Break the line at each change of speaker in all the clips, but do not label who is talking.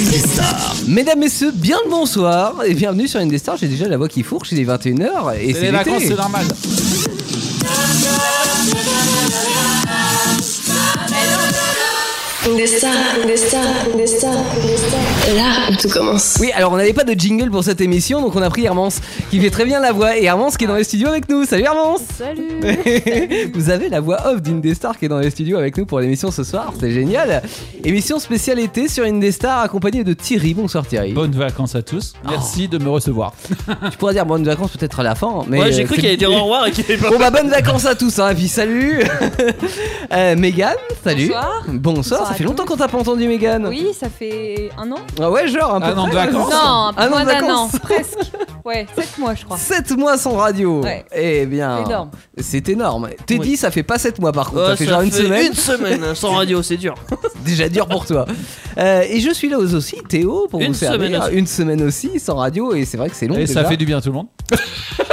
Indestar.
Mesdames, Messieurs, bien le bonsoir et bienvenue sur Indestar. J'ai déjà la voix qui fourche, il est 21h et
C'est les
c'est
vacances,
l'été.
c'est normal.
Indestar, Indestar, Indestar, Indestar. Là où tout commence.
Oui, alors on n'avait pas de jingle pour cette émission, donc on a pris Hermance qui fait très bien la voix et Hermance qui est dans les studios avec nous. Salut Hermance
Salut
Vous avez la voix off d'Indestar qui est dans les studios avec nous pour l'émission ce soir, c'est génial. Émission spéciale été sur Indestar accompagnée de Thierry. Bonsoir Thierry.
Bonnes vacances à tous. Merci de me recevoir.
Tu pourras dire bonnes vacances peut-être à la fin, mais
Ouais, j'ai
euh,
cru
c'est-
qu'il allait dire au revoir et qu'il allait pas.
Bon bah bonnes vacances à tous hein, et puis salut euh, Mégane, salut
Bonsoir.
Bonsoir,
Bonsoir
ça
à
fait longtemps qu'on t'a pas entendu Mégane
Oui, ça fait un an
Ah ouais genre un peu
Un an de vacances.
Un
Non,
an
un
de
moins d'un an,
vacances.
presque. Ouais, 7 mois je crois.
7 mois sans radio
Ouais.
Eh bien
C'est énorme.
C'est énorme Teddy ça fait pas 7 mois par contre,
Oh,
ça fait genre une semaine
une semaine hein, sans radio, c'est dur.
Déjà dur pour toi Euh, Et je suis là aux aussi, Théo, pour
Une
vous servir
semaine aussi.
Une semaine aussi sans radio et c'est vrai que c'est long
Et ça
déjà.
fait du bien à tout le monde.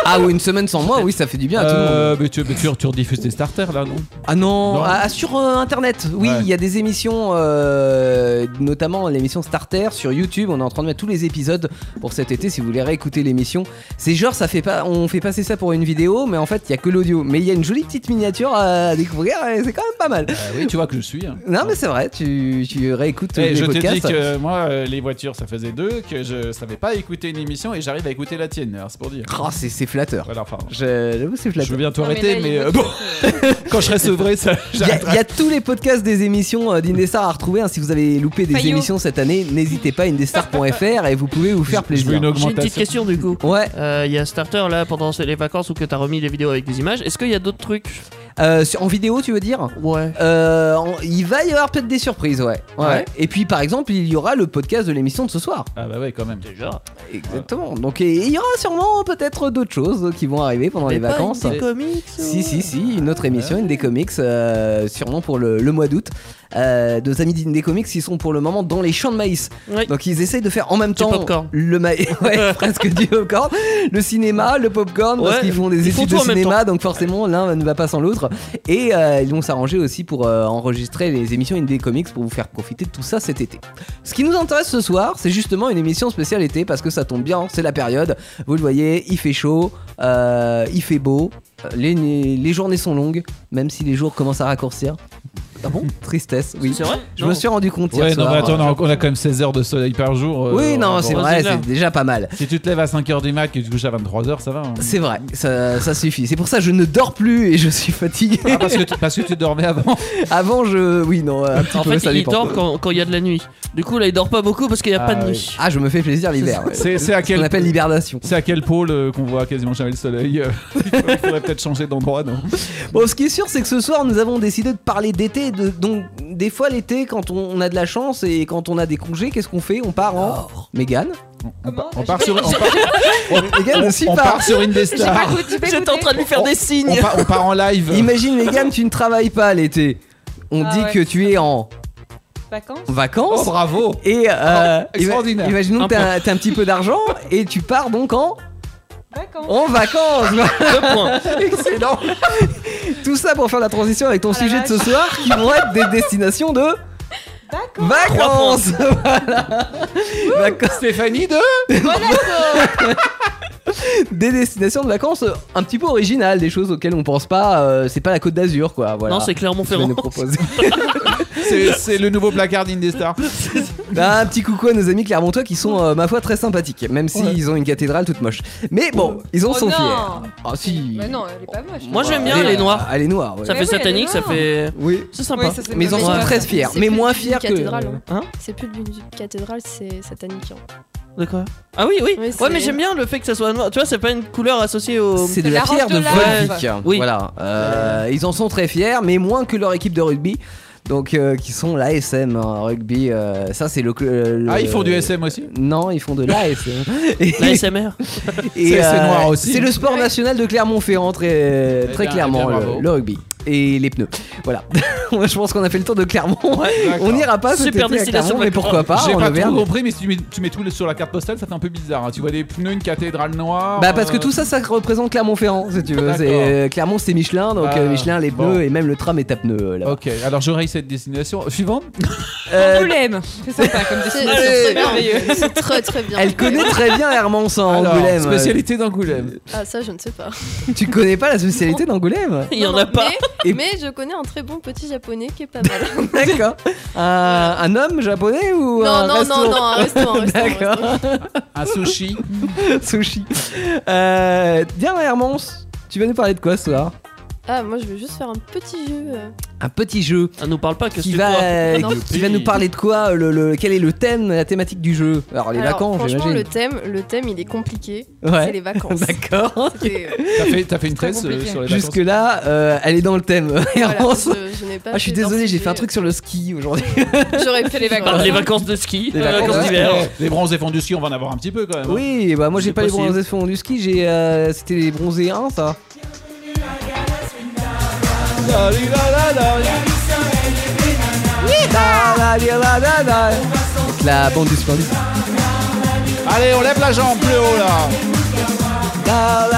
Ah oui une semaine sans moi, oui ça fait du bien à tout le monde
Euh, mais tu, mais tu, tu rediffuses tes starters là, non
Ah non,
Non.
ah, sur euh, internet, oui, il
Ouais.
y a des émissions, euh, notamment l'émission Starter sur YouTube. On est en train de mettre tous les épisodes pour cet été si vous voulez réécouter l'émission. C'est genre, ça fait pas, on fait passer ça pour une vidéo, mais en fait, il y a que l'audio. Mais il y a une jolie petite miniature à découvrir hein, et c'est quand même pas mal.
Euh, Oui, tu vois que je suis. hein.
Non, mais c'est vrai, tu, tu réécoutes
Eh,
les
je t'ai dit
podcasts.
que moi, euh, les voitures, ça faisait deux, que je savais pas écouter une émission et j'arrive à écouter la tienne. Alors, c'est pour dire.
Oh, c'est c'est flatteur.
Voilà, enfin, je,
Je- J'avoue, c'est
je
flatteur.
veux bien
Non, mais
t'arrêter,
là, il
mais,
est
euh, bon, quand je serai sevré, ça.
Il y, a-
j'arrêterai.
il y a tous les podcasts des émissions euh, d'Indestar à retrouver. hein. Si vous avez loupé des
Fayot.
émissions cette année, n'hésitez pas indestar.fr et vous pouvez vous faire
Je- Je veux
plaisir.
une
J'ai une petite
augmentation.
question du coup.
Ouais,
Il y a Starter là pendant les vacances ou que t'as remis les vidéos avec des images. Est-ce qu'il y a d'autres trucs
Euh, sur- en vidéo, tu veux dire
Ouais.
Euh, on- Il va y avoir peut-être des surprises, ouais. ouais.
Ouais.
Et puis, par exemple, il y aura le podcast de l'émission de ce soir.
Ah, bah ouais, quand même.
Déjà.
Exactement. Donc, et- et il y aura sûrement peut-être d'autres choses qui vont arriver pendant les vacances. hein.
Des comics.
Si, si, si, une autre émission, une des comics, euh, sûrement pour le, le mois d'août. Euh, nos amis des comics, ils sont pour le moment dans les champs de maïs.
Ouais.
Donc ils essayent de faire en même
Du
temps
popcorn.
le maïs, ouais, presque du popcorn, le cinéma, le popcorn, parce
Ouais,
qu'ils font des
ils font
études
tout
de
en même
cinéma, donc forcément l'un ne va pas sans l'autre. Et euh, ils vont s'arranger aussi pour euh, enregistrer les émissions Indie Comics pour vous faire profiter de tout ça cet été. Ce qui nous intéresse ce soir, c'est justement une émission spéciale été parce que ça tombe bien, c'est la période. Vous le voyez, il fait chaud, euh, il fait beau, euh, les, les journées sont longues, même si les jours commencent à raccourcir. Ah bon Tristesse, oui.
C'est vrai
Je me suis rendu compte hier
Ouais, non,
soir.
mais attends, on a- on a quand même 16 heures de soleil par jour. euh,
Oui, non,
bon,
c'est
bon,
vrai,
c'est clair.
c'est déjà pas mal.
Si tu te lèves à 5h du mat et que tu te couches à 23h, ça va. hein.
C'est vrai, ça, ça suffit. C'est pour ça que je ne dors plus et je suis fatigué.
Ah, parce, que tu, parce que tu dormais avant.
Avant, je. Oui, non, un petit
En
peu,
fait,
ça
il
dépend.
dort quand quand il y a de la nuit. Du coup, là, il dort pas beaucoup parce qu'il y a pas
Ah,
de
oui.
nuit.
Ah, je me fais plaisir l'hiver. ouais.
C'est c'est à
Ce qu'on
quel
appelle l'hibernation.
C'est à quel pôle euh, qu'on voit quasiment jamais le soleil euh, Il faudrait peut-être changer d'endroit, non
Bon, ce qui est sûr, c'est que ce soir, nous avons décidé de parler d'été. de- Donc, des fois, l'été, quand on, on a de la chance et quand on a des congés, qu'est-ce qu'on fait On part en. Mégane
on, part-
Comment
on part sur, on part-
Mégane
on-
aussi
on
part.
part sur une des
J'ai pas
stars.
goûté, j'ai pas
J'étais
goûté.
en train de lui faire des
On,
signes.
part- on part en live.
Imagine, Mégane, tu ne travailles pas l'été. On
Ah
dit
ouais.
que tu es en
Vacances
Oh,
vacances.
bravo
et euh,
Oh, extraordinaire.
ima- imaginons que t'as t'as un petit peu d'argent et tu pars donc en
Vacances
En vacances
Deux points.
Excellent Tout ça pour faire la transition avec ton
Oh la
sujet de ce soir qui vont être des destinations de
Vacances
vacances Voilà Vacances.
Stéphanie de
Des destinations de vacances euh, un petit peu originales, des choses auxquelles on pense pas, euh, c'est pas la côte d'Azur quoi, voilà.
Non, c'est
Je vais
Clermont-Ferrand.
nous proposer.
C'est c'est le nouveau placard des stars.
Ah, un petit coucou à nos amis Clermontois qui sont, euh, ma foi, très sympathiques, même s'ils
Ouais.
ont une cathédrale toute moche. Mais bon, ils en
Oh
sont
non.
fiers. Ah si
Mais non, elle est pas moche. hein.
Moi, j'aime bien
Elle est-
les noirs.
Elle est noire, Ah ouais.
Ça
Mais
fait
oui, elle est
satanique, ça
noire.
fait.
Oui.
C'est sympa.
Oui, ça, c'est
Mais ils en
pas
sont
mal.
très fiers,
C'est
mais
plus
moins
une
fiers que.
cathédrale, hein.
Hein
C'est plus d'une cathédrale, c'est satanique. hein.
De quoi Ah oui, oui.
Oui,
ouais,
c'est-
mais j'aime bien le fait que ça soit noir. Tu vois, c'est pas une couleur associée au.
C'est de
C'est
la
la
pierre
roche
de
de lave.
Volvic.
Oui.
Voilà. Euh, ils en sont très fiers, mais moins que leur équipe de rugby. Donc, euh, qui sont l'ASM hein, rugby. euh, ça, c'est le, cl- euh, le-
Ah, ils font du SM aussi
Non, ils font de l'ASM. Et-
La SMR.
et, euh,
c'est noir aussi.
C'est le sport national de Clermont-Ferrand, très,
Eh
très
bien,
clairement,
eh bien,
le,
bravo.
le rugby. et les pneus. Voilà. Je pense qu'on a fait le tour de Clermont.
D'accord.
On n'ira pas cet
Super
été à
destination
Clermont, mais
vacances.
pourquoi pas
J'ai
en
pas
Auvergne.
tout compris, mais si tu mets, tu mets tout sur la carte postale, ça fait un peu bizarre. hein. Tu vois des pneus, une cathédrale noire.
Bah parce que
euh,
tout ça, ça représente Clermont-Ferrand, si tu veux.
D'accord.
C'est- euh, Clermont, c'est Michelin, donc
Ah,
euh, Michelin, les
bon.
pneus et même le tram est à pneus euh, là-bas.
Ok, alors je raye cette destination. Suivante
Euh,
Angoulême. C'est sympa comme
C'est
destination.
c'est très
C'est
bien.
merveilleux.
C'est très très bien.
elle connaît très bien Hermance en
Alors,
Angoulême.
Spécialité d'Angoulême.
Ah, ça, je ne sais pas.
Tu connais pas la spécialité d'Angoulême
Il y en
Non,
a
non,
pas.
Mais,
Et-
mais je connais un très bon petit japonais qui est pas mal.
D'accord. Un- un homme japonais ou
non,
un
non,
resto
non, non, un restaurant. un restaurant, un restaurant.
D'accord.
Un sushi.
Sushi. Euh, bien Hermance, tu vas nous parler de quoi ce soir
Ah, moi, je vais juste faire un petit jeu. euh.
Un petit jeu
On nous parle pas que
qui
c'est
va,
toi.
euh,
Non.
qui va nous parler de quoi le, le- Quel est le thème, la thématique du jeu Alors Oh, les
Alors,
vacances,
Franchement,
j'imagine.
le thème, le thème, il est compliqué. C'est
Ouais.
les vacances. euh,
D'accord.
C'est-
T'as fait, t'as fait une
C'est très
tresse euh,
compliqué.
sur les vacances.
Jusque-là, euh, elle est dans le thème.
voilà,
Hermance.
je, je n'ai pas.
Ah, je suis
fait d'un
désolé, j'ai
sujet. Euh,
fait un truc sur le ski aujourd'hui.
J'aurais pu
les vacances.
Parle des vacances de ski,
Les
les
vacances
vacances
de
d'hiver.
Eh, Les bronzés fondus ski, on va en avoir un petit peu quand même. hein.
Oui, bah moi j'ai
C'est
pas les
possible.
bronzés fond du ski, j'ai euh, c'était les bronzés 1 ça. Avec La bande du splendide.
Allez, on lève la jambe plus haut là.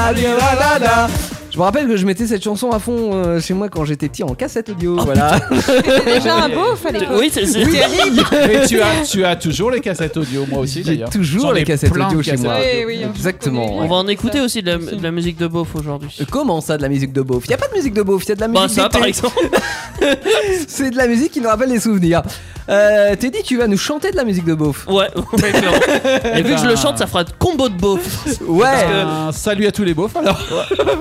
Je me rappelle que je mettais cette chanson à fond euh, chez moi quand j'étais petit en cassette audio.
Oh,
voilà.
C'était déjà un beau, fallait pas.
Oui, c'est c'est-
Mais tu as, tu as toujours les cassettes audio, moi aussi
J'ai
d'ailleurs. J'en
toujours
ai
les cassettes
plein de
audio chez
cassettes
moi.
audio.
Oui, oui, on
Exactement,
connaît.
On
Ouais.
va en écouter aussi de la, de la musique de beauf aujourd'hui.
Euh, Comment ça de la musique de beauf Il y a pas de musique de beauf, il y a de la musique
Bah ça
d'été.
par exemple.
C'est de la musique qui nous rappelle les souvenirs. Euh, Teddy, tu vas nous chanter de la musique de beauf.
Ouais, ouais, clairement. Et vu que je le chante, ça fera un combo de beauf.
Ouais.
Ben, Salut à tous les beaufs alors.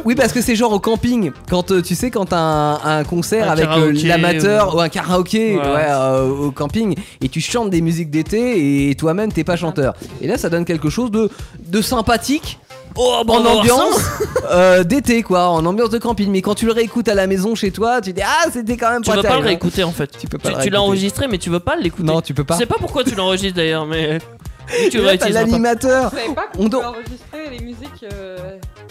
Oui, parce que c'est genre au camping. Quand euh, tu sais, quand un, un concert
Un
avec euh,
karaoké,
l'amateur ou... un karaoké
Voilà.
ouais, euh, au camping et tu chantes des musiques d'été et toi-même t'es pas chanteur. Et là, ça donne quelque chose de, de sympathique.
Oh, bah, on
En
va voir ça.
ambiance euh, d'été quoi, en ambiance de camping. Mais quand tu le réécoutes à la maison chez toi, tu dis ah c'était quand même
Tu
pas
veux pas le
terrible.
réécouter en fait.
Tu peux pas
Tu,
le
tu
réécouter.
l'as enregistré, mais tu veux pas l'écouter.
Non, tu peux pas.
Je sais pas pourquoi tu l'enregistres d'ailleurs, mais tu hein. le
Là, t'as
réutiliseras pas.
l'animateur.
Je savais pas qu'on
On
pouvait
dort.
enregistrer les musiques. euh,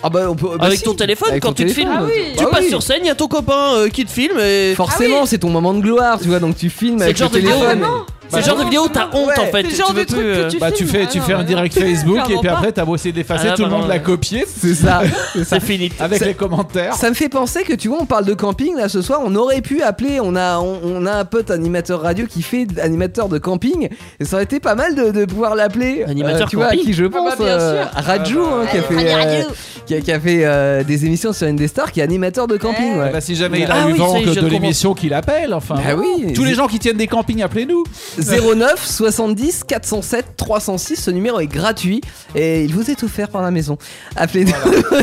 Ah bah on peut. bah
Avec
si,
ton téléphone,
avec
quand
ton
tu te filmes,
Ah oui.
Tu
Ah
passes
oui.
sur scène, il y a ton copain euh, qui te filme et.
Forcément, c'est ton moment de gloire, tu vois, donc tu filmes
C'est
avec
le
le
genre de vidéo,
téléphone.
non.
C'est le genre de vidéo où t'as honte
Ouais.
en fait.
C'est le genre
tu
de
veux
truc
plus,
que
euh,
tu
Bah tu fais,
filmes.
tu
Ah,
fais un
non,
direct Facebook et puis
Clairement
après t'as beau essayer d'effacer,
Ah,
tout le
bah,
monde
non,
l'a
ouais.
copié
C'est ça. c'est ça.
C'est fini.
avec
C'est-
les commentaires.
Ah. Ça me fait penser que tu vois, on parle de camping là ce soir. On aurait pu appeler, on a, on, on a un pote animateur radio qui fait d- animateur de camping. Et ça aurait été pas mal de, de pouvoir l'appeler. Euh,
Animateur
tu vois, à
camping.
qui je pense,
Ah bah, bien
euh,
sûr.
Raju, hein, qui a fait, euh, qui a, qui a fait euh, des émissions sur Indestar, qui est animateur de camping.
Eh.
ouais.
Bah si jamais il
Ah
a eu
oui,
vent
ça y est, je
de
comprends.
l'émission qu'il appelle, enfin.
Bah oui.
Tous les gens qui tiennent des campings, appelez-nous.
09 70 407 306. Ce numéro est gratuit et il vous est offert par la maison. Appelez-nous.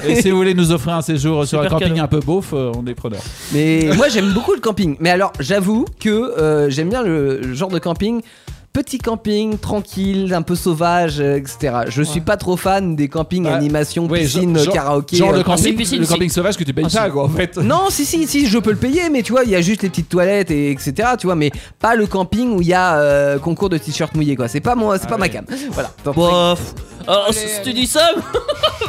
Et si vous voulez nous offrir un séjour sur un
Super
camping
cadeau.
un peu beauf, euh, on est preneurs.
Mais moi j'aime beaucoup le camping. Mais alors j'avoue que euh, j'aime bien le genre de camping. Petit camping, tranquille, un peu sauvage, euh, etc. Je suis pas trop fan des campings,
Ouais.
animation,
Ouais, genre-
piscine,
genre-
karaoké.
Genre
euh,
le
si,
camping,
piscine,
le
si.
camping sauvage que tu payes
Ah, si.
pas quoi en fait.
Non, si, si, si, je peux le payer, mais tu vois, il y a juste les petites toilettes, et etc. Tu vois, mais pas le camping où il y a euh, concours de t-shirts mouillés, quoi. C'est pas, moi, c'est
Ah
pas ma
ouais.
cam. Voilà. Donc,
Bof. Ah, si
allez.
tu dis ça,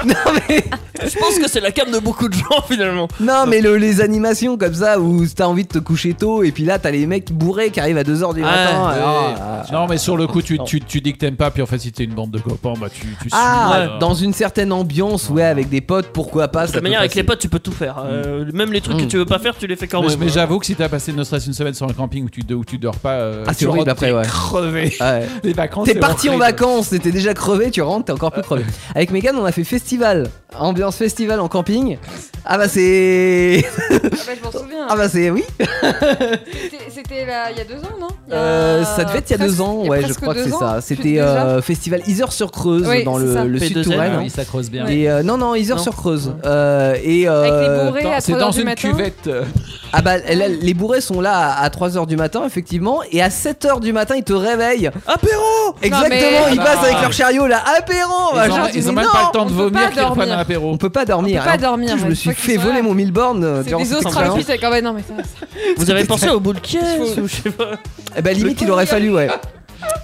non, mais,
je pense que c'est la cam de beaucoup de gens finalement.
non, mais le- les animations comme ça où t'as envie de te coucher tôt, et puis là, t'as les mecs bourrés qui arrivent à 2h du
Ah,
Ouais.
matin.
Ouais.
alors, euh,
Non mais sur le coup tu,
Non.
tu, tu dis que t'aimes pas puis en fait si t'es une bande de copains bah tu, tu suis,
Ah,
euh,
dans une certaine ambiance, ouais,
Ah.
avec des potes, pourquoi pas
De
ça
toute
peut
manière, avec
passer.
les potes, tu peux tout faire. Euh, même les trucs
Mm.
que tu veux pas faire, tu les fais quand
mais,
même.
mais j'avoue que si t'as passé ne serait-ce une semaine sur un camping où tu, où tu dors pas, euh,
Ah, c'est
tu
horrible
rentres,
après,
t'es
ouais.
crevé.
Ouais.
Les vacances.
T'es
Oh, c'est
parti en
horrible.
vacances, t'étais déjà crevé, tu rentres, t'es encore plus crevé. Avec Megan, on a fait festival, ambiance festival en camping. Ah bah c'est.
Ah bah, je m'en souviens.
Ah bah c'est. Oui
C'était- C'était là, il y a deux ans, non Il y a
Euh, Ça devait être il y a
presque-
deux ans,
il y a
ouais, je
presque
crois que
deux
c'est
ans,
ça.
plus
C'était
déjà.
euh, festival Isère-sur-Creuse
Oui,
dans
c'est ça.
le, le
P2N,
sud Touraine.
Ah
hein.
oui, ça creuse bien.
Et euh, non, non, Isère-sur-Creuse. Euh, et.
Avec
euh,
les bourrés
Dans-
à
C'est
3
dans
heures du
une
matin.
cuvette. euh,
Ah bah là, les bourrés sont là à 3h du matin effectivement et à 7h du matin ils te réveillent. Apéro Exactement,
mais-
ils
Ah
passent
bah.
avec leur chariot là, apéro
Ils
machin,
ont,
tu
ils
dis,
ont même
non,
pas le temps
on
de
peut pas
vomir qu'ils reprennent
dormir.
un apéro.
On peut pas dormir.
On peut pas
hein.
dormir,
Je
ouais,
me
une
suis
fois qu'ils
fait
sont
voler
là.
mon euh, mille bornes
C'est des Australopites avec ah ouais, non mais ça, ça-
Vous avez pensé au bout de caisse ou je sais pas.
Eh bah limite il aurait fallu ouais.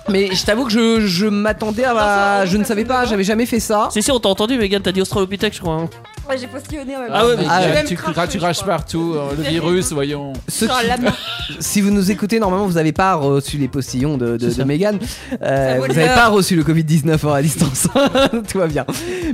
Mais je t'avoue que je, je m'attendais à ma-
ça, on
je ne savais pas, j'avais jamais fait ça.
C'est sûr, on t'a entendu, Megan, t'as dit Australopithèque, je crois. hein.
Ouais, j'ai postillonné en même temps.
Ah ouais, mais-
J'ai
Ah ouais,
même
tu,
craché,
tu
je
craches
crois.
partout, euh, le virus, voyons.
Ceux
Genre
qui-
Oh la main.
si vous nous écoutez, normalement, vous n'avez pas reçu les postillons de, de,
C'est ça.
de Mégane. Euh,
Ça vaut
vous
le
n'avez
beurre.
pas reçu le Covid-19 à distance. Tout va bien.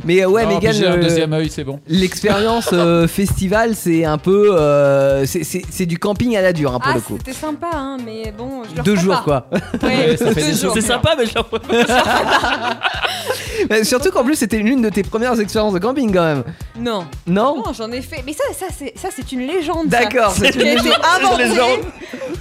Mais euh, ouais,
Non, puis
Mégane.
J'ai un
euh,
deuxième œil, c'est bon.
L'expérience euh, festival, c'est un peu. euh, c'est- c'est c'est du camping à la dure, hein, pour
Ah,
le coup.
c'était sympa, hein, mais bon, je le
Deux
referai
jours,
pas.
quoi.
Ouais,
Ouais,
ça fait des
deux jours.
C'est sympa, mais je leur-
Mais surtout qu'en plus, c'était l'une de tes premières expériences de camping, quand même.
Non.
Non
Non, j'en ai fait. Mais ça, ça c'est ça, c'est une légende. ça.
D'accord, c'est
Qui a
une
été
C'est une légende.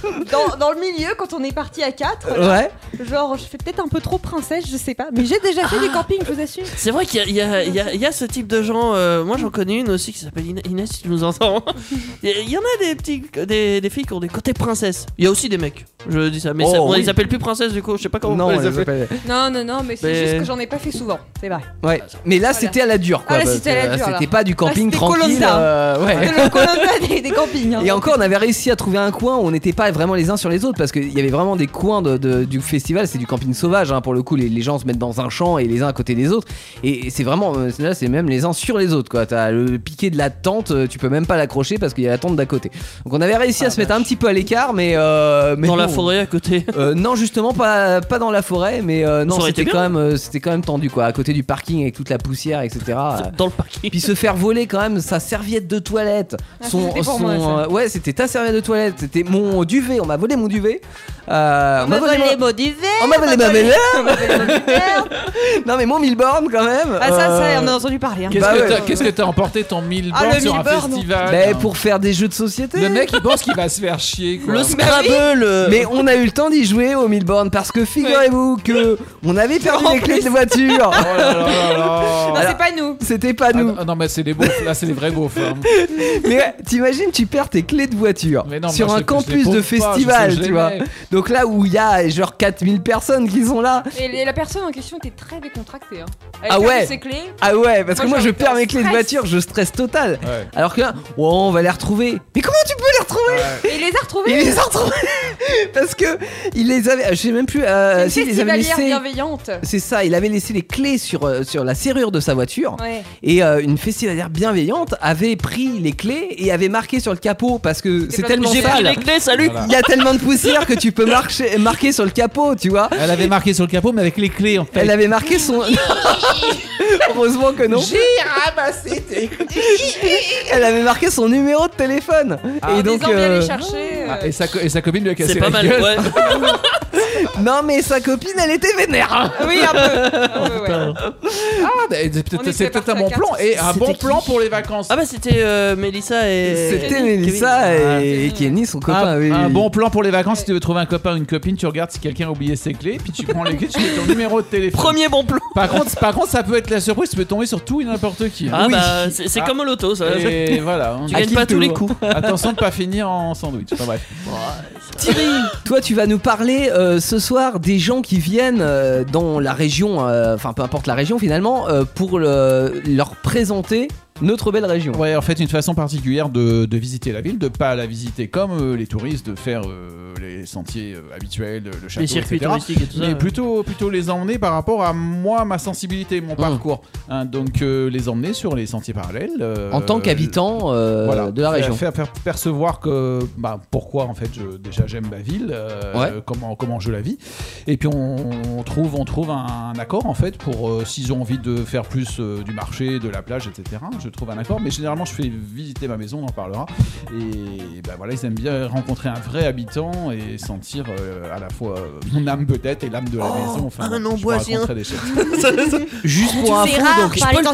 inventée dans, dans le milieu quand on est parti à 4.
Ouais. Ah.
Genre, je fais peut-être un peu trop princesse, je sais pas. Mais j'ai déjà fait du camping, je vous assure.
C'est vrai qu'il y a- il y, a- il y a- il y a ce type de gens. euh, moi, j'en connais une aussi qui s'appelle Ina- Inès, si tu nous entends. Il y- il y en a des, petits, des, des filles qui ont des côtés princesses. Il y a aussi des mecs. Je dis ça, mais
Oh,
ça-
oui.
ils s'appellent plus princesses du coup. Je sais pas comment
Non,
on peut les
elle
appeler.
s'appelle-
Non, non, non, mais c'est
Mais-
juste que j'en ai pas fait souvent. C'est vrai.
Ouais. Mais là,
Voilà.
c'était à la dure, quoi.
Ah, là,
parce
c'était à la
que, euh,
dure, là.
C'était pas du camping
c'était
tranquille.
Koh-Lanta.
euh, ouais.
C'est le Koh-Lanta des, des campings. hein.
Et encore, on avait réussi à trouver un coin où on n'était pas vraiment les uns sur les autres parce qu'il y avait vraiment des coins de- de- du festival. C'est du camping sauvage, hein, pour le coup. Les, les gens se mettent dans un champ et les uns à côté des autres. Et c'est vraiment, euh, là, c'est même les uns sur les autres, quoi. T'as le piqué de la tente, euh, tu peux même pas l'accrocher parce qu'il y a la tente d'à côté. Donc on avait réussi à se mettre un petit peu à l'écart, mais, euh, mais
Dans la
bon.
forêt à côté.
Euh, non justement pas, pas dans la forêt mais euh, non
aurait été
c'était
bien.
quand même euh, c'était quand même tendu quoi à côté du parking avec toute la poussière etc Euh,
Dans le parking.
puis se faire voler quand même sa serviette de toilette.
Ah, c'était pour moi, ça.
euh, ouais, c'était ta serviette de toilette. C'était mon duvet. On m'a volé mon duvet. Euh, on m'a volé. mon-
mots d'hiver.
On m'a volé ma belle.
On m'a volé les mots d'hiver.
Non mais mon milborn quand même.
Ah, ça,
Euh,
ça, on a entendu parler. hein.
Qu'est-ce
Bah
que
ouais.
t'as- qu'est-ce que t'as emporté ton 1000
Ah,
bornes
le
sur un
1000 bornes.
festival
bah, pour faire des jeux de société.
Le mec, il pense qu'il va se faire chier, quoi.
Le Scrabble. euh,
Mais on a eu le temps d'y jouer au milborn parce que figurez-vous que on avait perdu les clés de voiture.
Oh là là là là.
Non, c'est pas nous.
C'était pas
Ah,
nous.
non, mais c'est des beaufs, là, c'est des vrais beaufs. hein.
Mais ouais, t'imagines, tu perds tes clés de voiture
Mais non,
sur
moi,
un
je- je les
campus de
pauvres pas, je
festival,
sais, je
tu
les
vois.
mets.
Donc là où il y a genre 4000 personnes qui sont là.
Et les- la personne en question était très décontractée. hein. Elle
Ah
ferme
ouais.
ses clés.
Ah ouais, parce
Moi,
que moi
j'ai
je
envie de
perds
faire
mes clés de
stress.
voiture, je stresse total.
Ouais.
Alors que là, oh, on va les retrouver. Mais comment tu peux les retrouver
Et il les a retrouvés.
Il les a retrouvés Parce que il les avait, je sais même plus, euh,
Une
si il les avait
festivalière
laissés.
bienveillante.
C'est ça, il avait laissé les clés sur, euh, sur la serrure de sa voiture
Ouais.
et euh, une festivalière bienveillante avait pris les clés et avait marqué sur le capot parce que c'est
plein de
tellement
J'ai pris
sale.
les clés, salut.
Voilà.
Il y a tellement de poussière que tu peux marcher, marquer sur le capot, tu vois.
Elle avait marqué sur le capot, mais avec les clés, en fait.
Elle avait marqué son. Heureusement que non. J'ai ramassé Elle avait marqué son numéro de téléphone.
Ah.
et donc.
les
euh,
aller chercher. euh,
Ah, et, sa, co- et sa copine lui a cassé
C'est
la
pas mal.
gueule.
ouais.
Non, mais sa copine, elle était vénère.
Oui, un peu. Ah, ouais, ouais.
Ah, bah, c'est
On était
peut-être c'est peut-être un
partis à
bon
quatre.
plan et un
C'était
bon
qui
plan pour les vacances.
Ah bah c'était euh, Mélissa et.
C'était
Kevin.
Mélissa
Ah.
et, et Kenny, son
Ah,
copain. oui,
un
oui.
bon plan pour les vacances, si tu veux trouver un copain ou une copine, tu regardes si quelqu'un a oublié ses clés, puis tu prends les clés, tu mets ton numéro de téléphone.
Premier bon plan.
Par contre, par contre, ça peut être la surprise, tu peux tomber sur tout et n'importe qui. hein.
Ah bah c'est c'est
Ah.
comme au loto ça.
Et voilà. hein.
Tu
À
gagnes
qui
pas
le
tous les
tour
coups.
Attention de pas finir en sandwich. Enfin bref.
Thierry, toi tu vas nous parler euh, ce soir des gens qui viennent euh, dans la région, euh, enfin peu importe la région finalement, euh, pour le- leur présenter notre belle région.
Ouais, en fait, une façon particulière de, de visiter la ville, de pas la visiter comme euh, les touristes, de faire euh, les sentiers euh, habituels, le château,
Les circuits
etc.
touristiques et tout ça.
Mais
ouais.
plutôt, plutôt les emmener par rapport à moi, ma sensibilité,
Mmh.
mon parcours. Hein, donc euh, les emmener sur les sentiers parallèles. euh,
en tant qu'habitant euh,
voilà.
de la
Faire-
région.
Faire, faire percevoir que bah, pourquoi en fait je, déjà j'aime ma ville, euh,
Ouais.
euh, comment, comment je la vis. Et puis on, on trouve, on trouve un, un accord en fait pour euh, s'ils ont envie de faire plus euh, du marché, de la plage, etc. Je trouve un accord, mais généralement je fais visiter ma maison, on en parlera. Et bah, voilà, ils aiment bien rencontrer un vrai habitant et sentir euh, à la fois euh, mon âme peut-être et l'âme de la maison. Enfin,
un
je vous
amboisien.
raconterai des choses.
Juste pour info, donc
Je peux le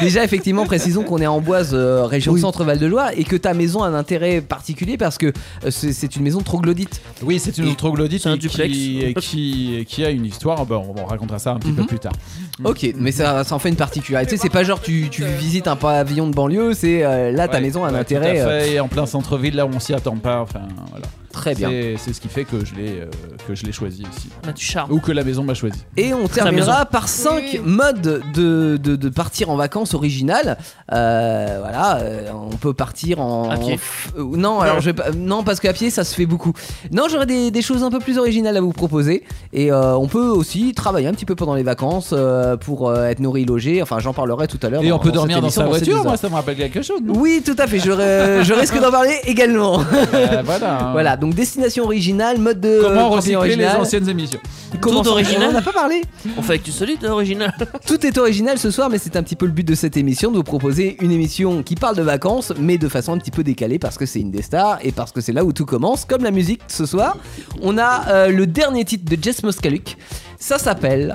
déjà effectivement précisons qu'on est en Boise, euh, région Centre-Val de Loire, et que ta maison a un intérêt particulier parce que euh, c'est c'est une maison troglodyte.
Oui, c'est une
Et-
troglodyte
C'est un
qui,
duplex.
qui, qui, a une histoire. Bah, on, on racontera ça un petit peu
Mhm.
plus tard.
Ok, mais ça, ça en fait une particularité. C'est pas genre tu, tu visites un pavillon de banlieue, c'est euh, là ta
Ouais,
maison a un
ouais,
intérêt.
Tout à
euh,
fait, et en plein centre-ville, là où on s'y attend pas. Enfin, voilà.
Très bien.
C'est- C'est ce qui fait que je l'ai euh, que je l'ai choisi ici.
Bah, tu charmes.
Ou que la maison m'a choisi.
Et on terminera par 5
Oui.
modes de, de, de partir en vacances originales. Euh, voilà, euh, on peut partir en.
À pied.
Euh, non, alors je vais pas- non, parce qu'à pied ça se fait beaucoup. Non, j'aurais des, des choses un peu plus originales à vous proposer. Et euh, on peut aussi travailler un petit peu pendant les vacances euh, pour euh, être nourri, logé. Enfin, j'en parlerai tout à l'heure.
Et on
dans- Ah
peut
cette
dormir dans
émission,
sa
dans cette
voiture,
deux
moi
heures.
ça me rappelle quelque chose. non
Oui, tout à fait. Je, euh, je risque d'en parler également.
Euh, voilà. Euh,
voilà, Euh, donc destination originale, mode de.
Comment
camping
recycler les
original.
anciennes émissions
Comment
Tout
ça-
original.
On n'a pas parlé.
On fait avec du solide hein, original.
Tout est original ce soir, mais c'est un petit peu le but de cette émission, de vous proposer une émission qui parle de vacances, mais de façon un petit peu décalée, parce que c'est une des stars et parce que c'est là où tout commence, comme la musique ce soir. On a euh, le dernier titre de Jess Moskaluk, ça s'appelle...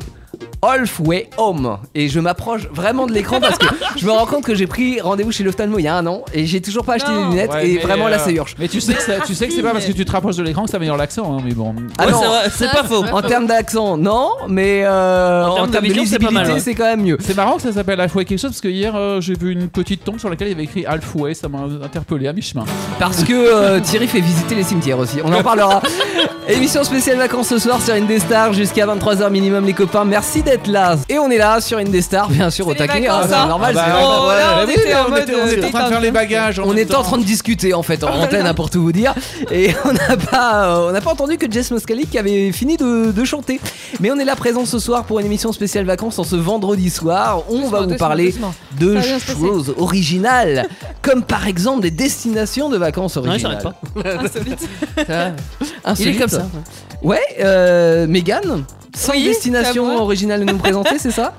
Halfway Home et je m'approche vraiment de l'écran parce que je me rends compte que j'ai pris rendez-vous chez l'ophtalmo il y a un an et j'ai toujours pas acheté les lunettes
Ouais,
et
mais,
vraiment là
euh,
ça urge.
Mais tu sais que, ça- tu sais que c'est pas parce que tu te rapproches de l'écran que ça améliore l'accent, hein, mais bon.
Ah
Ouais,
non,
c'est vrai, c'est
ça,
pas
c'est
faux. Ah,
vrai.
en termes d'accent non mais euh,
En
en
termes de
termes de
vision, c'est pas mal,
lisibilité
ouais.
c'est quand même mieux.
C'est marrant que ça s'appelle Halfway quelque chose parce que hier euh, j'ai vu une petite tombe sur laquelle il y avait écrit Halfway, ça m'a interpellé à mi-chemin.
Parce que euh, Thierry fait visiter les cimetières aussi, on en parlera. Émission spéciale vacances ce soir sur Indestar jusqu'à 23h minimum les copains, merci d'être là. Et on est là sur Indestar bien sûr au
C'est les
taquet,
vacances,
c'est
hein.
normal.
Ah
c'est
bah,
les vacances,
ouais,
voilà.
bah
on
oui,
était
mais
en
on
mode,
était- on était en train de faire les bagages.
On était en train de discuter en fait en antenne hein, pour tout vous dire et on n'a pas euh, on n'a pas entendu que Jess Moskalik avait fini de, de chanter mais on est là présent ce soir pour une émission spéciale vacances en ce vendredi soir on va vous parler de
Ça va bien se passer.
choses originales comme par exemple des destinations de vacances
Non, il
originales
s'arrête pas.
Ah.
Il est
Insolite.
comme ça.
Ouais, euh, Mégane, sans
Oui, c'est à
destination
moi.
originale à nous présenter, c'est ça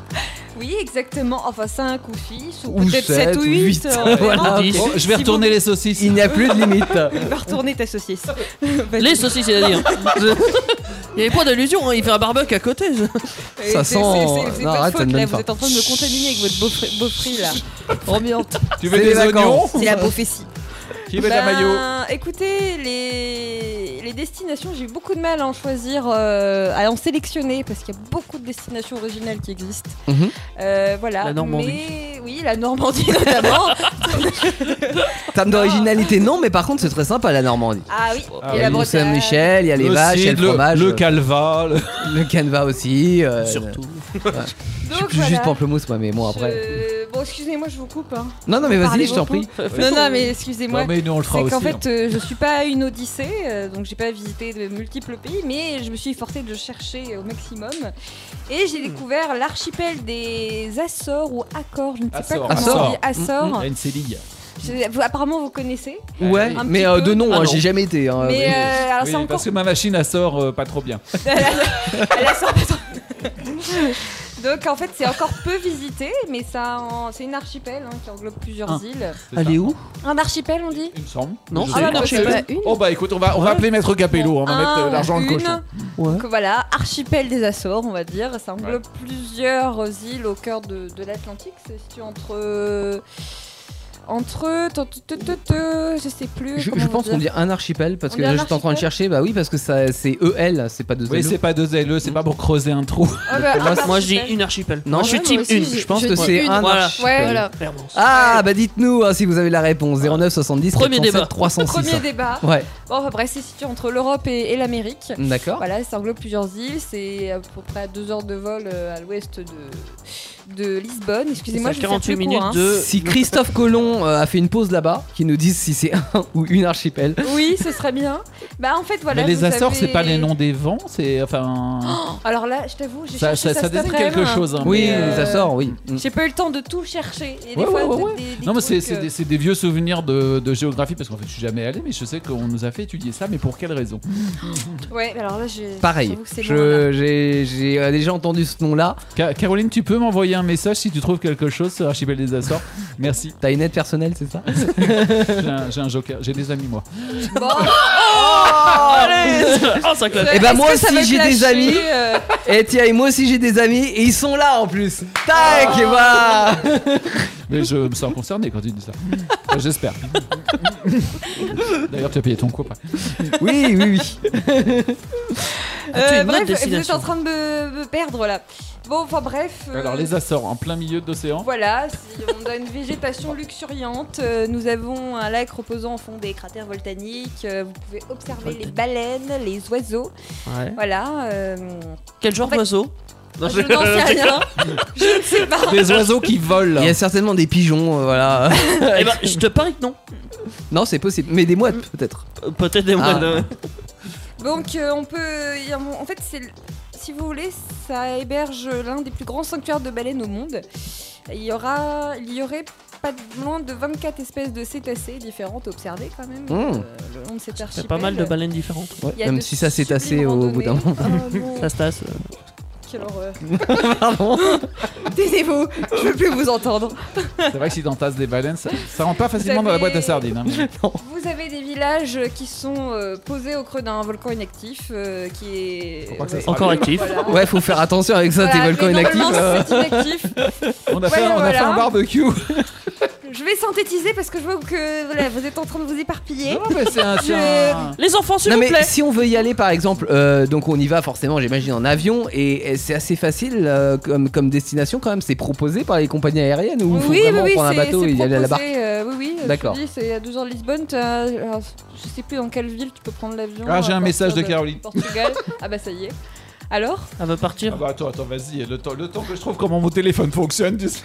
Oui, exactement. Enfin, 5 ou 6, ou
Ou
peut-être
sept,
7 ou euh,
ou
8.
huit. Voilà,
ok.
Oh, je vais retourner les saucisses.
Il n'y a plus de limite.
Va retourner ta saucisse.
Les saucisses, il a dit. hein. Il n'y avait pas d'allusion, hein, il fait un barbecue à côté.
Et
Ça
c'est-
sent-
c'est- C'est c'est
non,
votre
arrête, ça
faute
me donne
là,
faim.
vous êtes en train de me contaminer avec votre beau fri- beau fri là. Ambiante.
C'est
Tu veux
les
des oignons
vacances.
C'est la prophétie.
Qui veut de la
Ben,
maillot
Écoutez, les, les destinations, j'ai eu beaucoup de mal à en choisir, euh, à en sélectionner, parce qu'il y a beaucoup de destinations originales qui existent.
Mhm.
Euh, voilà.
La Normandie.
Mais, oui, la Normandie notamment.
Terme d'originalité, non, mais par contre, c'est très sympa la Normandie.
ah
Ah
oui, et
oui,
la
Il y a
Bretagne.
Saint-Michel, il y a les
Le
vaches, il y a
cidre,
le fromage,
le
le,
calva. le-
canevas aussi. euh,
Surtout.
je-
Donc,
je- Juste
voilà.
pamplemousse, moi, mais bon, après.
Je- Bon, excusez-moi, je vous coupe. hein.
Non, non, mais
Parlez
vas-y, je
vos
t'en prie.
Non, non, mais excusez-moi.
Non, mais nous on le fera
C'est
aussi.
qu'en
hein.
fait, euh, je suis pas une odyssée, euh, donc j'ai pas visité de multiples pays, mais je me suis forcée de chercher au maximum. Et j'ai
Hmm.
découvert l'archipel des Açores ou Açores, je ne sais
Açores. Hmm,
pas comment on dit
Il y
Açores.
a une Céline.
Je- vous- apparemment, vous connaissez.
Ouais,
Un
mais
petit
euh, de
peu.
nom,
Ah
hein,
non.
j'ai jamais été. hein,
mais
mais-
euh, alors,
Oui,
c'est
parce
encore
que ma machine elle sort euh, pas trop bien.
Elle a- elle a son- Donc en fait c'est encore peu visité mais ça en- c'est une archipel hein, qui englobe plusieurs
Ah.
îles.
C'est
Elle
ça.
est où
Un archipel on dit ah,
Il me semble.
Non,
Je
c'est
sais
une
pas.
archipel.
Bah, une.
Oh bah écoute, on va, on va appeler Maître Capello, on va mettre euh,
Un,
l'argent dans le
une.
cochon.
Ouais.
Donc voilà, archipel des Açores, on va dire. Ça englobe plusieurs îles au cœur de, de l'Atlantique. C'est situé entre. Entre. te- te- te- te- te- Je sais plus.
Je,
comment
je
on
pense qu'on
dit.
dit un archipel parce
On
que
dit
là
un
j'étais en train de
archipel
chercher, bah oui, parce que ça c'est EL, c'est pas deux
Oui,
LE.
c'est pas deux LE, c'est pas pour creuser un trou.
Ah bah, un
Moi, je dis
archipel.
une archipel.
Non,
Moi, je suis
ouais,
team
moi aussi,
une.
j'ai-
Je pense
Je
que
dis
c'est
une,
un
voilà.
archipel.
Ouais,
Voilà.
Clermont.
Ah bah dites-nous hein, si vous avez la réponse 09 70
Premier
407
débat.
306.
Premier débat.
Ouais,
Bon, enfin, bref, c'est situé entre l'Europe et, et l'Amérique.
d'accord.
Voilà, ça englobe plusieurs îles. C'est à peu près à deux heures de vol euh, à l'ouest de, de Lisbonne. Excusez-moi,
C'est
je
à
vais faire
48
plus court,
minutes
hein.
de.
Euh, Si Christophe Colomb euh, a fait une pause là-bas, qui nous dise si c'est un ou une archipel.
hein. Oui, ce serait bien. Bah en fait voilà.
Mais les
vous
Açores, c'est
avez-
pas les noms des vents, c'est enfin.
Alors là, je t'avoue, j'ai
ça,
cherché
ça,
ça,
ça
cet
désigne
après-midi,
quelque
hein.
chose. hein,
Oui,
mais, euh,
ça sort, oui.
J'ai pas eu le temps de tout chercher. Et des
Ouais,
fois,
ouais, ouais,
des-
ouais.
des- des
Non, mais c'est
trucs,
c'est
euh,
des, c'est des vieux souvenirs de, de géographie parce qu'en fait, je suis jamais allé, mais je sais qu'on nous a fait étudier ça, mais pour quelle raison
euh, Ouais, mais alors là, j'ai.
Pareil,
j'avoue que c'est loin, là.
Je- j'ai j'ai, euh, déjà entendu ce nom-là.
Ca- Caroline, tu peux m'envoyer un message si tu trouves quelque chose sur Archipel des Açores Merci,
T'as une aide personnelle, c'est ça
j'ai un, j'ai un joker, j'ai des amis moi.
Bon,
Oh, ça claque.
Eh ben,
est-ce
moi
que ça
aussi,
va
j'ai
clasher,
des amis.
euh,
Et tiens, et Eh, moi aussi j'ai des amis et ils sont là en plus. Tac,
Oh.
et voilà.
Mais je me sens concerné quand tu dis ça. Enfin, J'espère. D'ailleurs, tu as payé ton coup après.
Oui, oui, oui.
Ah, tu es
euh,
une autre
Ah,
bref, vous êtes
destination.
en train de me, me perdre là. Bon, enfin bref. euh,
Alors les Açores, en plein milieu de l'océan.
Voilà, si on a une végétation luxuriante. euh, nous avons un lac reposant au fond des cratères volcaniques. euh, vous pouvez observer les baleines, les oiseaux.
Ouais.
Voilà. euh,
Quel genre
En fait-
d'oiseau Non,
je n'en sais rien. je ne sais pas.
Des oiseaux qui volent.
Il y a certainement des pigeons, euh, voilà.
Eh ben, je te parie que non.
non, c'est possible. Mais des mouettes, peut-être.
Euh, Peut-être des moines. euh.
Donc euh, on peut... y a- En fait, c'est... le- Si vous voulez, ça héberge l'un des plus grands sanctuaires de baleines au monde. Il y aura... Il y aurait pas de- moins de 24 espèces de cétacés différentes observées quand même. euh,
Mmh.
le long de cet
Il y a
archipel.
pas mal de baleines différentes.
Ouais,
Il y a
Même
de
si ça s'est assez
sublimes
au bout d'un moment.
randonnées. Oh, mon-
Ça se tasse.
Quelle horreur.
Pardon.
euh, Taisez-vous, je veux plus vous entendre.
C'est vrai que si t'entasses des baleines, ça, ça rentre pas facilement dans la boîte à sardines. hein.
Vous avez des villages qui sont euh, posés au creux d'un volcan inactif euh, qui est
Faut pas que ça se
Ah,
Encore
rappelle.
actif.
Voilà.
Ouais, faut faire attention avec ça,
Voilà,
tes volcans
mais
inactifs.
normalement, c'est inactif.
On a, fait, on
Voilà,
a fait
voilà.
un barbecue.
Je vais synthétiser parce que je vois que voilà, vous êtes en train de vous éparpiller.
Non, mais c'est un, c'est un-
Les enfants, s'il
Non
vous
mais
plaît.
si on veut y aller par exemple, euh, donc on y va forcément j'imagine en avion et, et c'est assez facile euh, comme, comme destination quand même, c'est proposé par les compagnies aériennes ou faut
oui, oui,
vraiment
oui,
prendre un
c'est-
bateau
c'est
et y aller à la barre
proposé, euh, oui, oui, euh, je
D'accord.
te dis, C'est à 12 heures de Lisbonne. t'as- alors, je sais plus dans quelle ville tu peux prendre l'avion.
Ah, j'ai
à
un
partir
message de Caroline.
Portugal. ah bah ça y est. Alors
Elle veut partir.
Ah bah attends, attends, vas-y, le temps, le temps que je trouve comment mon téléphone fonctionne. tu sais.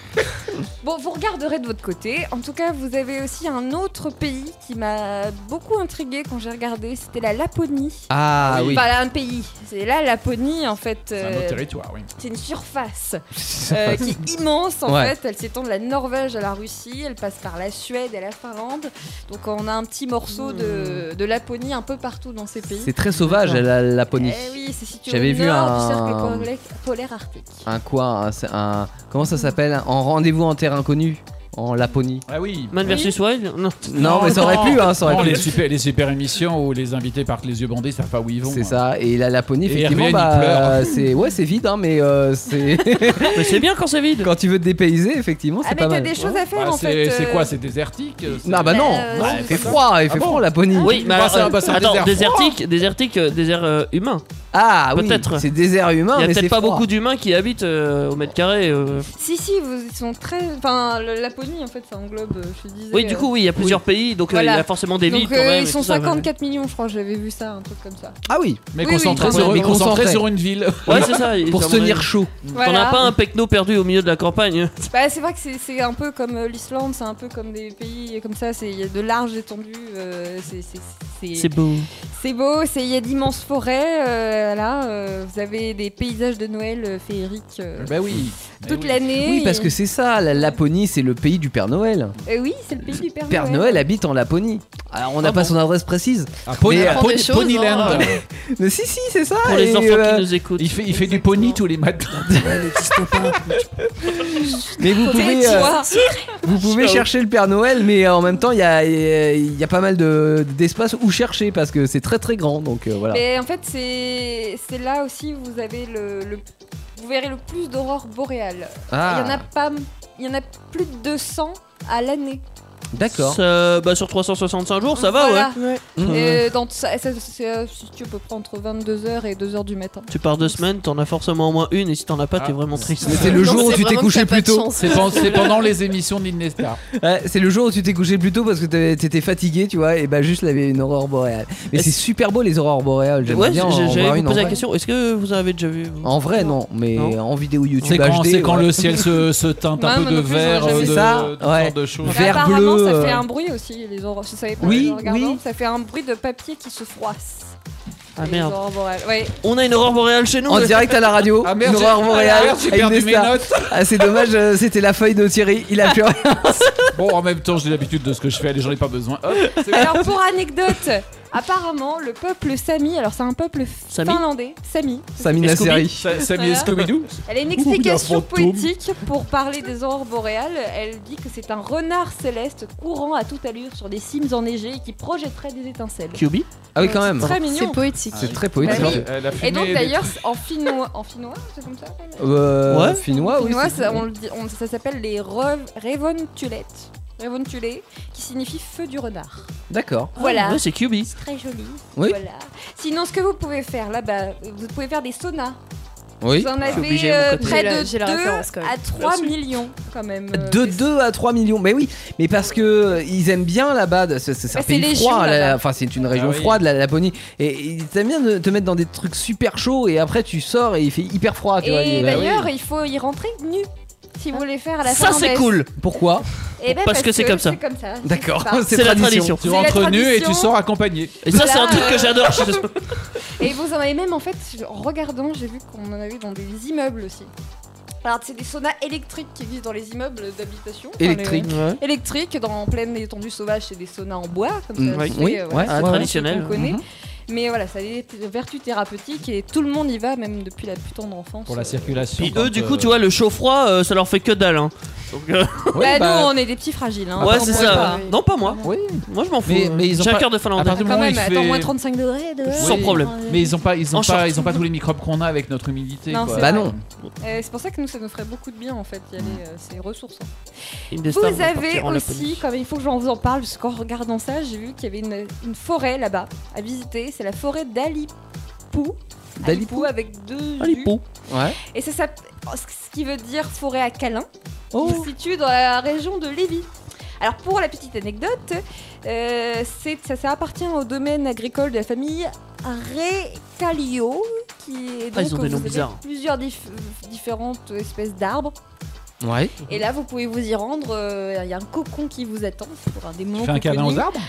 Bon, vous regarderez de votre côté. En tout cas, vous avez aussi un autre pays qui m'a beaucoup intrigué quand j'ai regardé. C'était la Laponie.
Ah oui,
Enfin, un pays. C'est la Laponie, en fait.
C'est un
euh,
autre territoire, oui.
c'est une surface euh, qui est immense, en
Ouais.
fait. Elle s'étend de la Norvège à la Russie. Elle passe par la Suède et la Finlande. Donc, on a un petit morceau de, de Laponie un peu partout dans ces pays.
Hmm. c'est très sauvage la Laponie.
Eh oui, c'est situé
J'avais
au
vu
nord
un-
du cercle polaire, polaire arctique.
Un quoi un, c'est un- Comment ça s'appelle En rendez-vous en terre inconnue En Laponie
Ah oui.
bah.
Man versus Wild Non.
Non,
Non,
mais ça aurait
non.
pu, hein, ça aurait
Non,
pu.
les, super, les super émissions où les invités partent les yeux bandés, ils savent pas où ils vont. hein.
C'est ça, et la Laponie,
Et
effectivement,
Hervé,
bah,
il pleure.
euh, c'est ouais, c'est vide, hein, mais euh, c'est
Mais c'est bien quand c'est vide.
quand tu veux te dépayser, effectivement, Oh, c'est
Ah,
pas
mais t'as
mal.
des choses à faire,
Bah,
en
c'est
fait.
c'est
euh,
quoi C'est désertique euh, c'est-
Non, bah non,
Euh,
Bah,
non,
il
c'est
fait
ça.
froid, il fait
Ah bon
froid en Laponie.
Oui, mais
Bah,
alors,
c'est un-
euh,
bah, c'est un
attends,
désert
désertique, désertique, euh, désert euh, humain.
Ah oui,
Peut-être.
c'est désert humain,
Il y a
mais c'est
peut-être pas
froid.
beaucoup d'humains qui habitent euh, au mètre carré. euh.
Si, si, vous, ils sont très. Enfin, le- Laponie, en fait, ça englobe, euh, je te disais.
Oui, du
euh,
coup, oui, il y a plusieurs pays, donc euh, il y a
Voilà.
forcément des villes.
Donc
quand
euh,
même,
ils
et
sont
tout ça, mais-
54 millions, je crois, j'avais vu ça, un truc comme ça.
Ah oui,
Mais
Oui, oui,
concentré
pardon.
sur,
Mais
mais concentré
concentré.
sur une ville.
Ouais, c'est ça. ils-
pour
à
se
mon avis,
tenir chaud.
T'en
Voilà.
as pas un pecno perdu au milieu de la campagne.
Bah, c'est vrai que c'est- c'est un peu comme euh, l'Islande, c'est un peu comme des pays comme ça, c'est- il y a de larges étendues, euh, c'est- c'est- c'est-
C'est beau.
c'est beau, c'est- il y a d'immenses forêts, euh, là, euh, vous avez des paysages de Noël euh, féeriques
Ah,
euh,
bah oui.
toute
Eh oui.
l'année.
Oui, parce que
et-
c'est ça, la Laponie, c'est le pays du Père Noël.
Euh, oui, c'est le pays du Père,
Père Noël habite en Laponie. Alors, on n'a
Ah
pas
bon
son adresse précise.
Ah, Pony-
Mais, euh,
Pony-
des choses,
Ponyland.
hein.
Mais si, si, c'est ça.
Pour les
et,
enfants
euh,
qui nous écoutent.
Il fait, il fait du pony tous les matins.
Mais vous pouvez, euh,
Toi,
vous pouvez chercher le Père Noël, mais euh, en même temps, il y a, il y a pas mal de- d'espace où chercher parce que c'est très très grand. Donc euh, voilà.
Mais en fait, c'est c'est là aussi où vous avez le, le- vous verrez le plus d'aurores boréales. Il y en a
Ah,
pas, il y en a plus de 200 à l'année.
d'accord. Mmh.
Ça- bah, sur 365 jours, ça va, ouais.
Voilà.
Ouais.
Et dans ça, ça- c'est, euh, si tu peux prendre entre 22h et 2h du matin.
Tu pars deux semaines, t'en as forcément au moins une, et si t'en as pas, t'es
Ah.
vraiment triste.
Mais c'est le
Non,
jour où
c'est
tu t'es
vraiment que
couché
t'as pas
plus
de
tôt.
chance.
C'est pen- c'est pendant les émissions d'Inesta.
Ouais, Euh, c'est le jour où tu t'es couché plus tôt parce que t'avais- t'étais fatigué, tu vois, et bah juste là, il y avait une aurore boréale. Mais
Est-ce-
c'est super beau les aurores boréales. J'aimerais
Ouais,
bien
j'ai-
en voir
j'allais
une
vous
en
poser la
vrai.
question. Est-ce que vous en avez déjà vu vous
En vrai, non, mais
Non.
en vidéo YouTube
C'est quand,
HD,
c'est quand
ouais.
le ciel se, se teinte un
Ouais,
peu
moi
de
non plus, j'en ai
vert,
jamais
euh,
vu.
de,
Ça,
toutes
ouais.
sortes de choses.
Mais
Vert
apparemment,
bleu,
ça
euh,
fait un bruit aussi les aurores. Je savais pas.
Oui,
mais en regardant,
oui.
Ça fait un bruit de papier qui se froisse.
Ah
les
merde.
aurores boréales. Ouais.
On a une aurore boréale chez nous.
En direct à la radio,
Ah merde,
une
j'ai-
aurore boréale,
merde, j'ai
avec
perdu
des
mes
stars.
notes.
Ah, c'est dommage, euh, c'était la feuille de Thierry, il a plus rien.
Bon, en même temps, j'ai l'habitude de ce que je fais, les gens n'en ai pas besoin. Hop, c'est bon.
Alors pour anecdote, apparemment le peuple Sami, alors c'est un peuple
Sami
finlandais, Sami.
Samy Nasseri.
Ça- Samy et
Voilà. Bah
Scooby-Doo
Elle a une explication poétique pour parler des aurores boréales. Elle dit que c'est un renard céleste courant à toute allure sur des cimes enneigées qui projetterait des étincelles. Euh,
QB
Ah oui, quand même.
Très mignon.
C'est poétique.
C'est très
Elle
poétique.
Bah oui.
euh, elle a fumé
Et donc
des-
d'ailleurs en finnois, en finnois, c'est comme ça
Euh,
Ouais.
Finnois,
En
oui.
finnois,
c'est-
ça, on le dit- on- ça s'appelle les rev- revontulettes, Revontulées, qui signifie feu du renard.
D'accord.
Voilà.
Ouais, Ah, bah, c'est QB.
C'est très joli.
Oui.
bah, Voilà. Sinon, ce que vous pouvez faire là-bas, vous pouvez faire des saunas
Oui.
Vous en avez
obligé, mon
euh,
copain.
près
J'ai la-
de
j'ai
2
la référence, quand même.
à 3 millions quand même. euh,
De
des-
2 à 3 millions, mais oui, mais parce que euh, ils aiment bien là-bas, de- c'est c'est un
Bah, c'est
pays
légion,
froid, la-
là-bas.
enfin c'est une région
Ah oui.
froide, la Laponie, et ils aiment bien de- te mettre dans des trucs super chauds et après tu sors et il fait hyper froid, tu
bah
vois.
Et
il-
d'ailleurs, il faut y rentrer nu. Si vous voulez faire à la
Ah. Ça, c'est
finlandaise.
cool.
Pourquoi
Eh ben,
Parce que c'est comme ça.
C'est comme ça. c'est
D'accord,
ça.
C'est la tradition.
Tu
la
rentres nu et tu
tradition.
sors accompagné.
Et ça, c'est un
Voilà,
truc que
euh,
j'adore. chez Dassault.
Et vous en avez même en fait, en regardant, j'ai vu qu'on en avait dans des immeubles aussi. Alors c'est des saunas électriques qui existent dans les immeubles d'habitation. Enfin, les-
Électrique.
Ouais.
Électriques, dans en pleine étendue sauvage, c'est des saunas en bois, comme ça.
Mm, oui.
se fait,
Oui,
euh,
ouais,
c'est
un
ce qu'on
traditionnel.
connaît.
Mhm.
Mais voilà, ça a des t- vertus thérapeutiques et tout le monde y va, même depuis la putain d'enfance.
Pour la circulation.
Puis eux, du coup, tu vois, le chaud-froid, euh, ça leur fait que dalle. hein. Donc, euh,
Bah, nous, on est des petits fragiles. Hein.
ouais,
Attends,
c'est
moi,
ça.
pas-
Non, pas moi.
Oui.
Moi, je m'en fous.
Mais- mais ils ont
J'ai un
pas-
cœur de Finlandais.
À partir du
Quand
moment où
même,
il
attends,
fait-
moins 35 degrés. Euh, dehors.
Sans
Oui.
problème.
Mais ils ont pas, ils ont pas,
En short.
ils ont pas tous les microbes qu'on a avec notre humidité.
Non,
quoi.
c'est
Bah
vrai.
non.
Euh, c'est pour ça que nous, ça nous ferait beaucoup de bien en fait, y aller, euh, c'est ressourçant.
Indestar, on
Vous
va
avez
partir en
aussi,
Laponie.
comme il faut que j'en vous en parle, parce qu'en regardant ça, j'ai vu qu'il y avait une, une forêt là-bas à visiter. C'est la forêt d'Alipou.
D'Alipou
avec deux.
Ah, les
U.
pots.
Ouais.
Et ça s'appelle. Ce qui veut dire forêt à câlin. qui
Oh.
se situe dans la région de Lévis. Alors pour la petite anecdote, euh, c'est- ça, ça appartient au domaine agricole de la famille Recalio, qui est
Ah,
donc
ils ont des noms
vous avez
bizarres.
plusieurs dif- différentes espèces d'arbres.
Ouais.
Et là vous pouvez vous y rendre, euh, il y a un cocon qui vous attend c'est pour un des moments.
Tu fais un câlin aux
cocooning.
arbres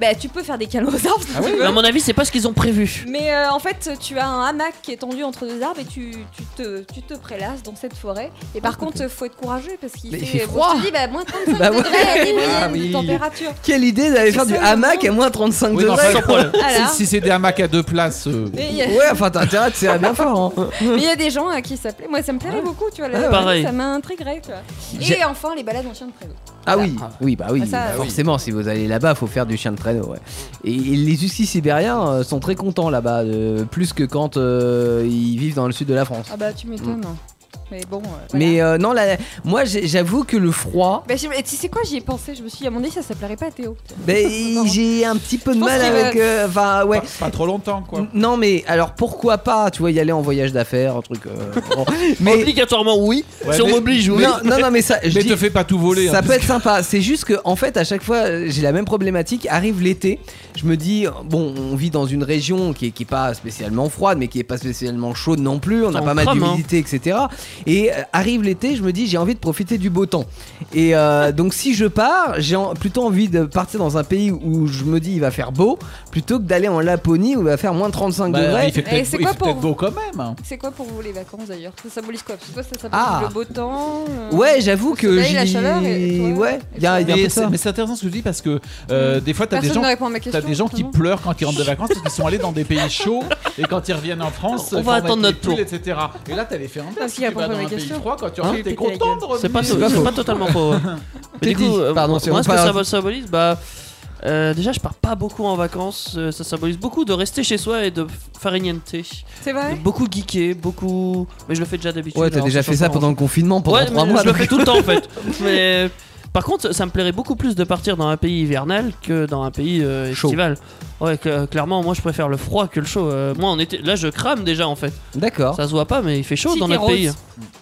Bah tu peux faire des câlins aux arbres. si
Ah
tu veux.
Mais À mon avis, c'est pas ce qu'ils ont prévu.
Mais euh, en fait, tu as un hamac qui est tendu entre deux arbres et tu, tu te, tu te prélasses dans cette forêt. Et par contre, faut être courageux parce qu'il
Ah, Mais
fait,
il fait froid.
Je te dis, bah, moins 35
Bah ouais.
degrés à la moyenne
Ah
de
oui.
température.
Quelle idée d'aller faire
C'est
du
ça, le
hamac
monde.
à moins 35
Oui, non,
degrés.
sans problème.
Voilà.
Si- Si c'est des hamacs à deux places. euh,
Mais il y a-
Ouais, enfin t'as intérêt à te serrer bien fort. hein.
mais il y a des gens à qui ça plaît. Moi, ça me plairait beaucoup, tu vois. là,
Ah,
vraiment,
pareil.
Ça m'intriguerait, tu vois.
J'ai-
Et enfin, les balades en chien de traîneau.
Ah oui, oui, bah oui,
Ah, ça,
bah
oui.
forcément, si vous allez là-bas, faut faire du chien de traîneau. Ouais. Et, et les huskies sibériens euh, sont très contents là-bas, euh, plus que quand euh, ils vivent dans le sud de la France.
Ah bah, tu m'étonnes. Mais bon.
Mm. Mais euh, non, là, moi j'ai- j'avoue que le froid,
Bah, tu sais quoi, j'y ai pensé. Je me suis dit, à mon avis, ça, ça plairait pas à Théo.
ben, j'ai un petit peu de
Je pense
mal
qu'il
avec.
va-
euh, Enfin, ouais.
pas, pas trop longtemps, quoi.
Non, mais alors pourquoi pas, tu vois, y aller en voyage d'affaires, un truc. euh, bon. mais
Obligatoirement, oui.
Ouais,
si on
mais-
m'oblige, oui.
non, non, non, mais ça. je
Mais
dis-
te fais pas tout voler.
Ça
hein.
peut être sympa. C'est juste que, en fait, à chaque fois, euh, j'ai la même problématique. Arrive l'été, je me dis, bon, on vit dans une région qui est, qui est pas spécialement froide, mais qui est pas spécialement chaude non plus. On a
On
pas mal
crame, hein.
d'humidité, etc. Et euh, arrive l'été, je me dis, j'ai envie de profiter du beau temps. Et euh, donc, si je pars, j'ai en- plutôt envie de partir dans un pays où je me dis, il va faire beau, plutôt que d'aller en Laponie où il va faire moins 35
Bah,
degrés.
il fait
Et
peut-être
c'est
il
quoi
fait
pour
peut-être
vous
beau quand même. hein.
C'est quoi pour vous les vacances d'ailleurs Ça symbolise quoi Parce que toi, ça symbolise
Ah.
le beau temps. euh,
Ouais, j'avoue que
soleil, la
j'y-
chaleur et toi,
ouais, il y a, il y a un peu
Mais
de ça.
c'est mais c'est intéressant ce que tu dis parce que euh, des fois, t'as des
Personne
gens.
ne répond à ma question.
T'as des gens qui
vraiment.
pleurent quand ils rentrent de vacances parce qu'ils sont allés dans des pays chauds et quand ils reviennent en France,
On
ils
va
font
attendre
avec
notre
les poules, etc. Et là, t'as les fait
Parce qu'il
Tu
a pas
vas dans
posé
un
la
pays
question.
froid quand tu
Hein
rentres, t'es
Péter la
content
gueule.
de revenir.
C'est pas,
C'est pas
c'est
faux.
pas totalement faux. ouais.
T'es
Mais du
dit.
coup, euh,
Pardon, c'est
moi, ce que
pas-
ça symbolise, bah. euh, déjà, je pars pas beaucoup en vacances. euh, ça symbolise beaucoup de rester chez soi et de faire niente.
C'est vrai
Beaucoup geeker, beaucoup. Mais je le fais déjà d'habitude.
Ouais, t'as
alors
déjà
ça
fait ça
change pas
pendant le confinement, pendant
ouais,
trois
mais
mois.
je le
donc-
fais tout le temps en fait. Mais par contre, ça me plairait beaucoup plus de partir dans un pays hivernal que dans un pays euh,
Chaud.
estival. Ouais, cl- clairement, moi je préfère le froid que le chaud. Euh, moi en été, là je crame déjà en fait.
D'accord.
Ça se voit pas, mais il fait chaud
Si,
dans
t'es
notre
rose.
pays.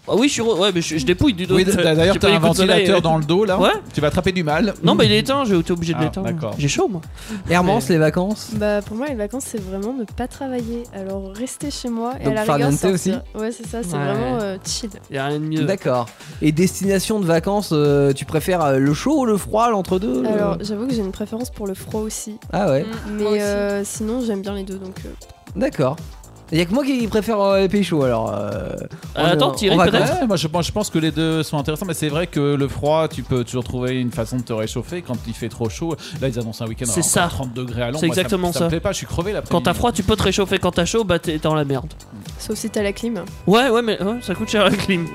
Ah oui, je suis rose. Ouais, mais je, je dépouille du dos.
Oui,
J'ai
d'ailleurs,
pris
t'as
les
un
coups de soleil,
ventilateur
euh.
dans le dos là.
Ouais.
Tu vas attraper du mal.
Non,
Hmm.
mais il est éteint, j'ai été obligé de
Ah,
l'éteindre.
d'accord.
J'ai chaud moi.
Hermance, les vacances
Bah pour moi les vacances c'est vraiment ne pas travailler. Alors rester chez moi et
Donc,
à la
faire
rigueur
niente
sortir.
aussi
Ouais c'est ça, c'est
Ouais.
vraiment euh, chill.
Y a rien de
Euh.
mieux.
D'accord. Et destination de vacances, euh, tu préfères euh, le chaud ou le froid, l'entre-deux le-
Alors j'avoue que j'ai une préférence pour le froid aussi.
Ah ouais,
Mm, Moi
Mais
aussi.
euh, sinon j'aime bien les deux donc euh,
d'accord. Y'a que moi qui préfère euh, les pays chauds alors. euh,
Euh,
on-
attends,
on
Thierry,
va-
peut-être
Ouais, moi je, pense- je pense que les deux sont intéressants, mais c'est vrai que le froid, tu peux toujours trouver une façon de te réchauffer quand il fait trop chaud. Là, ils annoncent un week-end à
C'est
encore
ça.
30 degrés à l'ombre.
C'est
Moi,
exactement
ça. me-
ça.
me plaît pas, je suis crevé là.
Quand t'as froid, tu peux te réchauffer. Quand t'as chaud, bah t'es dans la merde.
sauf si t'as la clim.
Ouais, ouais, mais ouais, ça coûte cher la clim.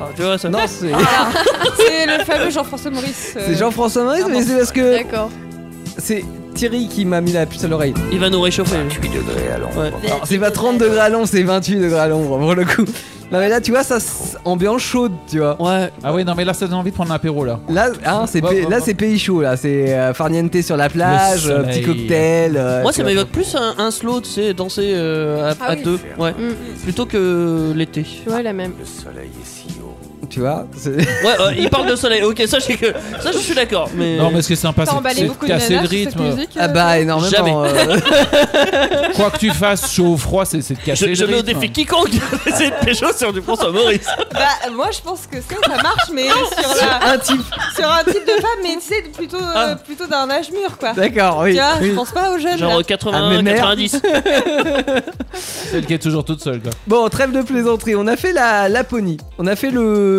Ah, tu vois ça
Non, c'est
Ah,
C'est le fameux Jean-François Maurice. euh,
c'est Jean-François Maurice, mais
Hermance.
c'est parce que
D'accord.
c'est Thierry qui m'a mis la puce à l'oreille.
Il va nous réchauffer. Ouais.
Alors, C'est pas 30 degrés à l'ombre, c'est 28 degrés à l'ombre pour le coup. Non mais là tu vois ça s- ambiance chaude, tu vois.
Ouais.
Ah oui, non, mais là, ça donne envie de prendre un apéro, là.
Là, hein, c'est
Ouais,
pa-
ouais,
là
ouais.
c'est pays chaud, là c'est euh, farniente sur la plage,
Le
euh, petit
soleil.
cocktail. euh,
Moi,
tu
ça
vois.
m'évoque plus un, un slow, tu sais, danser euh, à,
Ah
à
oui.
deux. Ouais. Plutôt que l'été.
Ouais, la même.
Tu vois, c'est-
Euh,
Ouais, ouais, il parle de soleil. Ok, ça, je sais que. Ça, je suis d'accord. Mais.
Non, mais ce qui est sympa,
T'as
c'est
emballé
c'est
beaucoup
de
de
casser
nanas
le
sur cette
rythme.
musique
ah
euh,
bah énormément. euh,
Quoi que tu fasses, chaud ou froid, c'est c'est de casser
Je,
le
je mets au
rythme.
défi quiconque d'essayer de pécho sur du François Maurice.
Bah, moi je pense que ça, ça marche, mais sur, la-
un type,
sur un type de femme, mais tu sais, plutôt, euh,
Ah.
plutôt d'un âge mûr quoi.
d'accord, Bah oui.
Tu vois,
oui.
je pense pas aux jeunes. là.
Genre 80,
Ah, mais merde.
90.
Celle qui est toujours toute seule, quoi.
Bon, trêve de plaisanterie, on a fait la Laponie, on a fait le.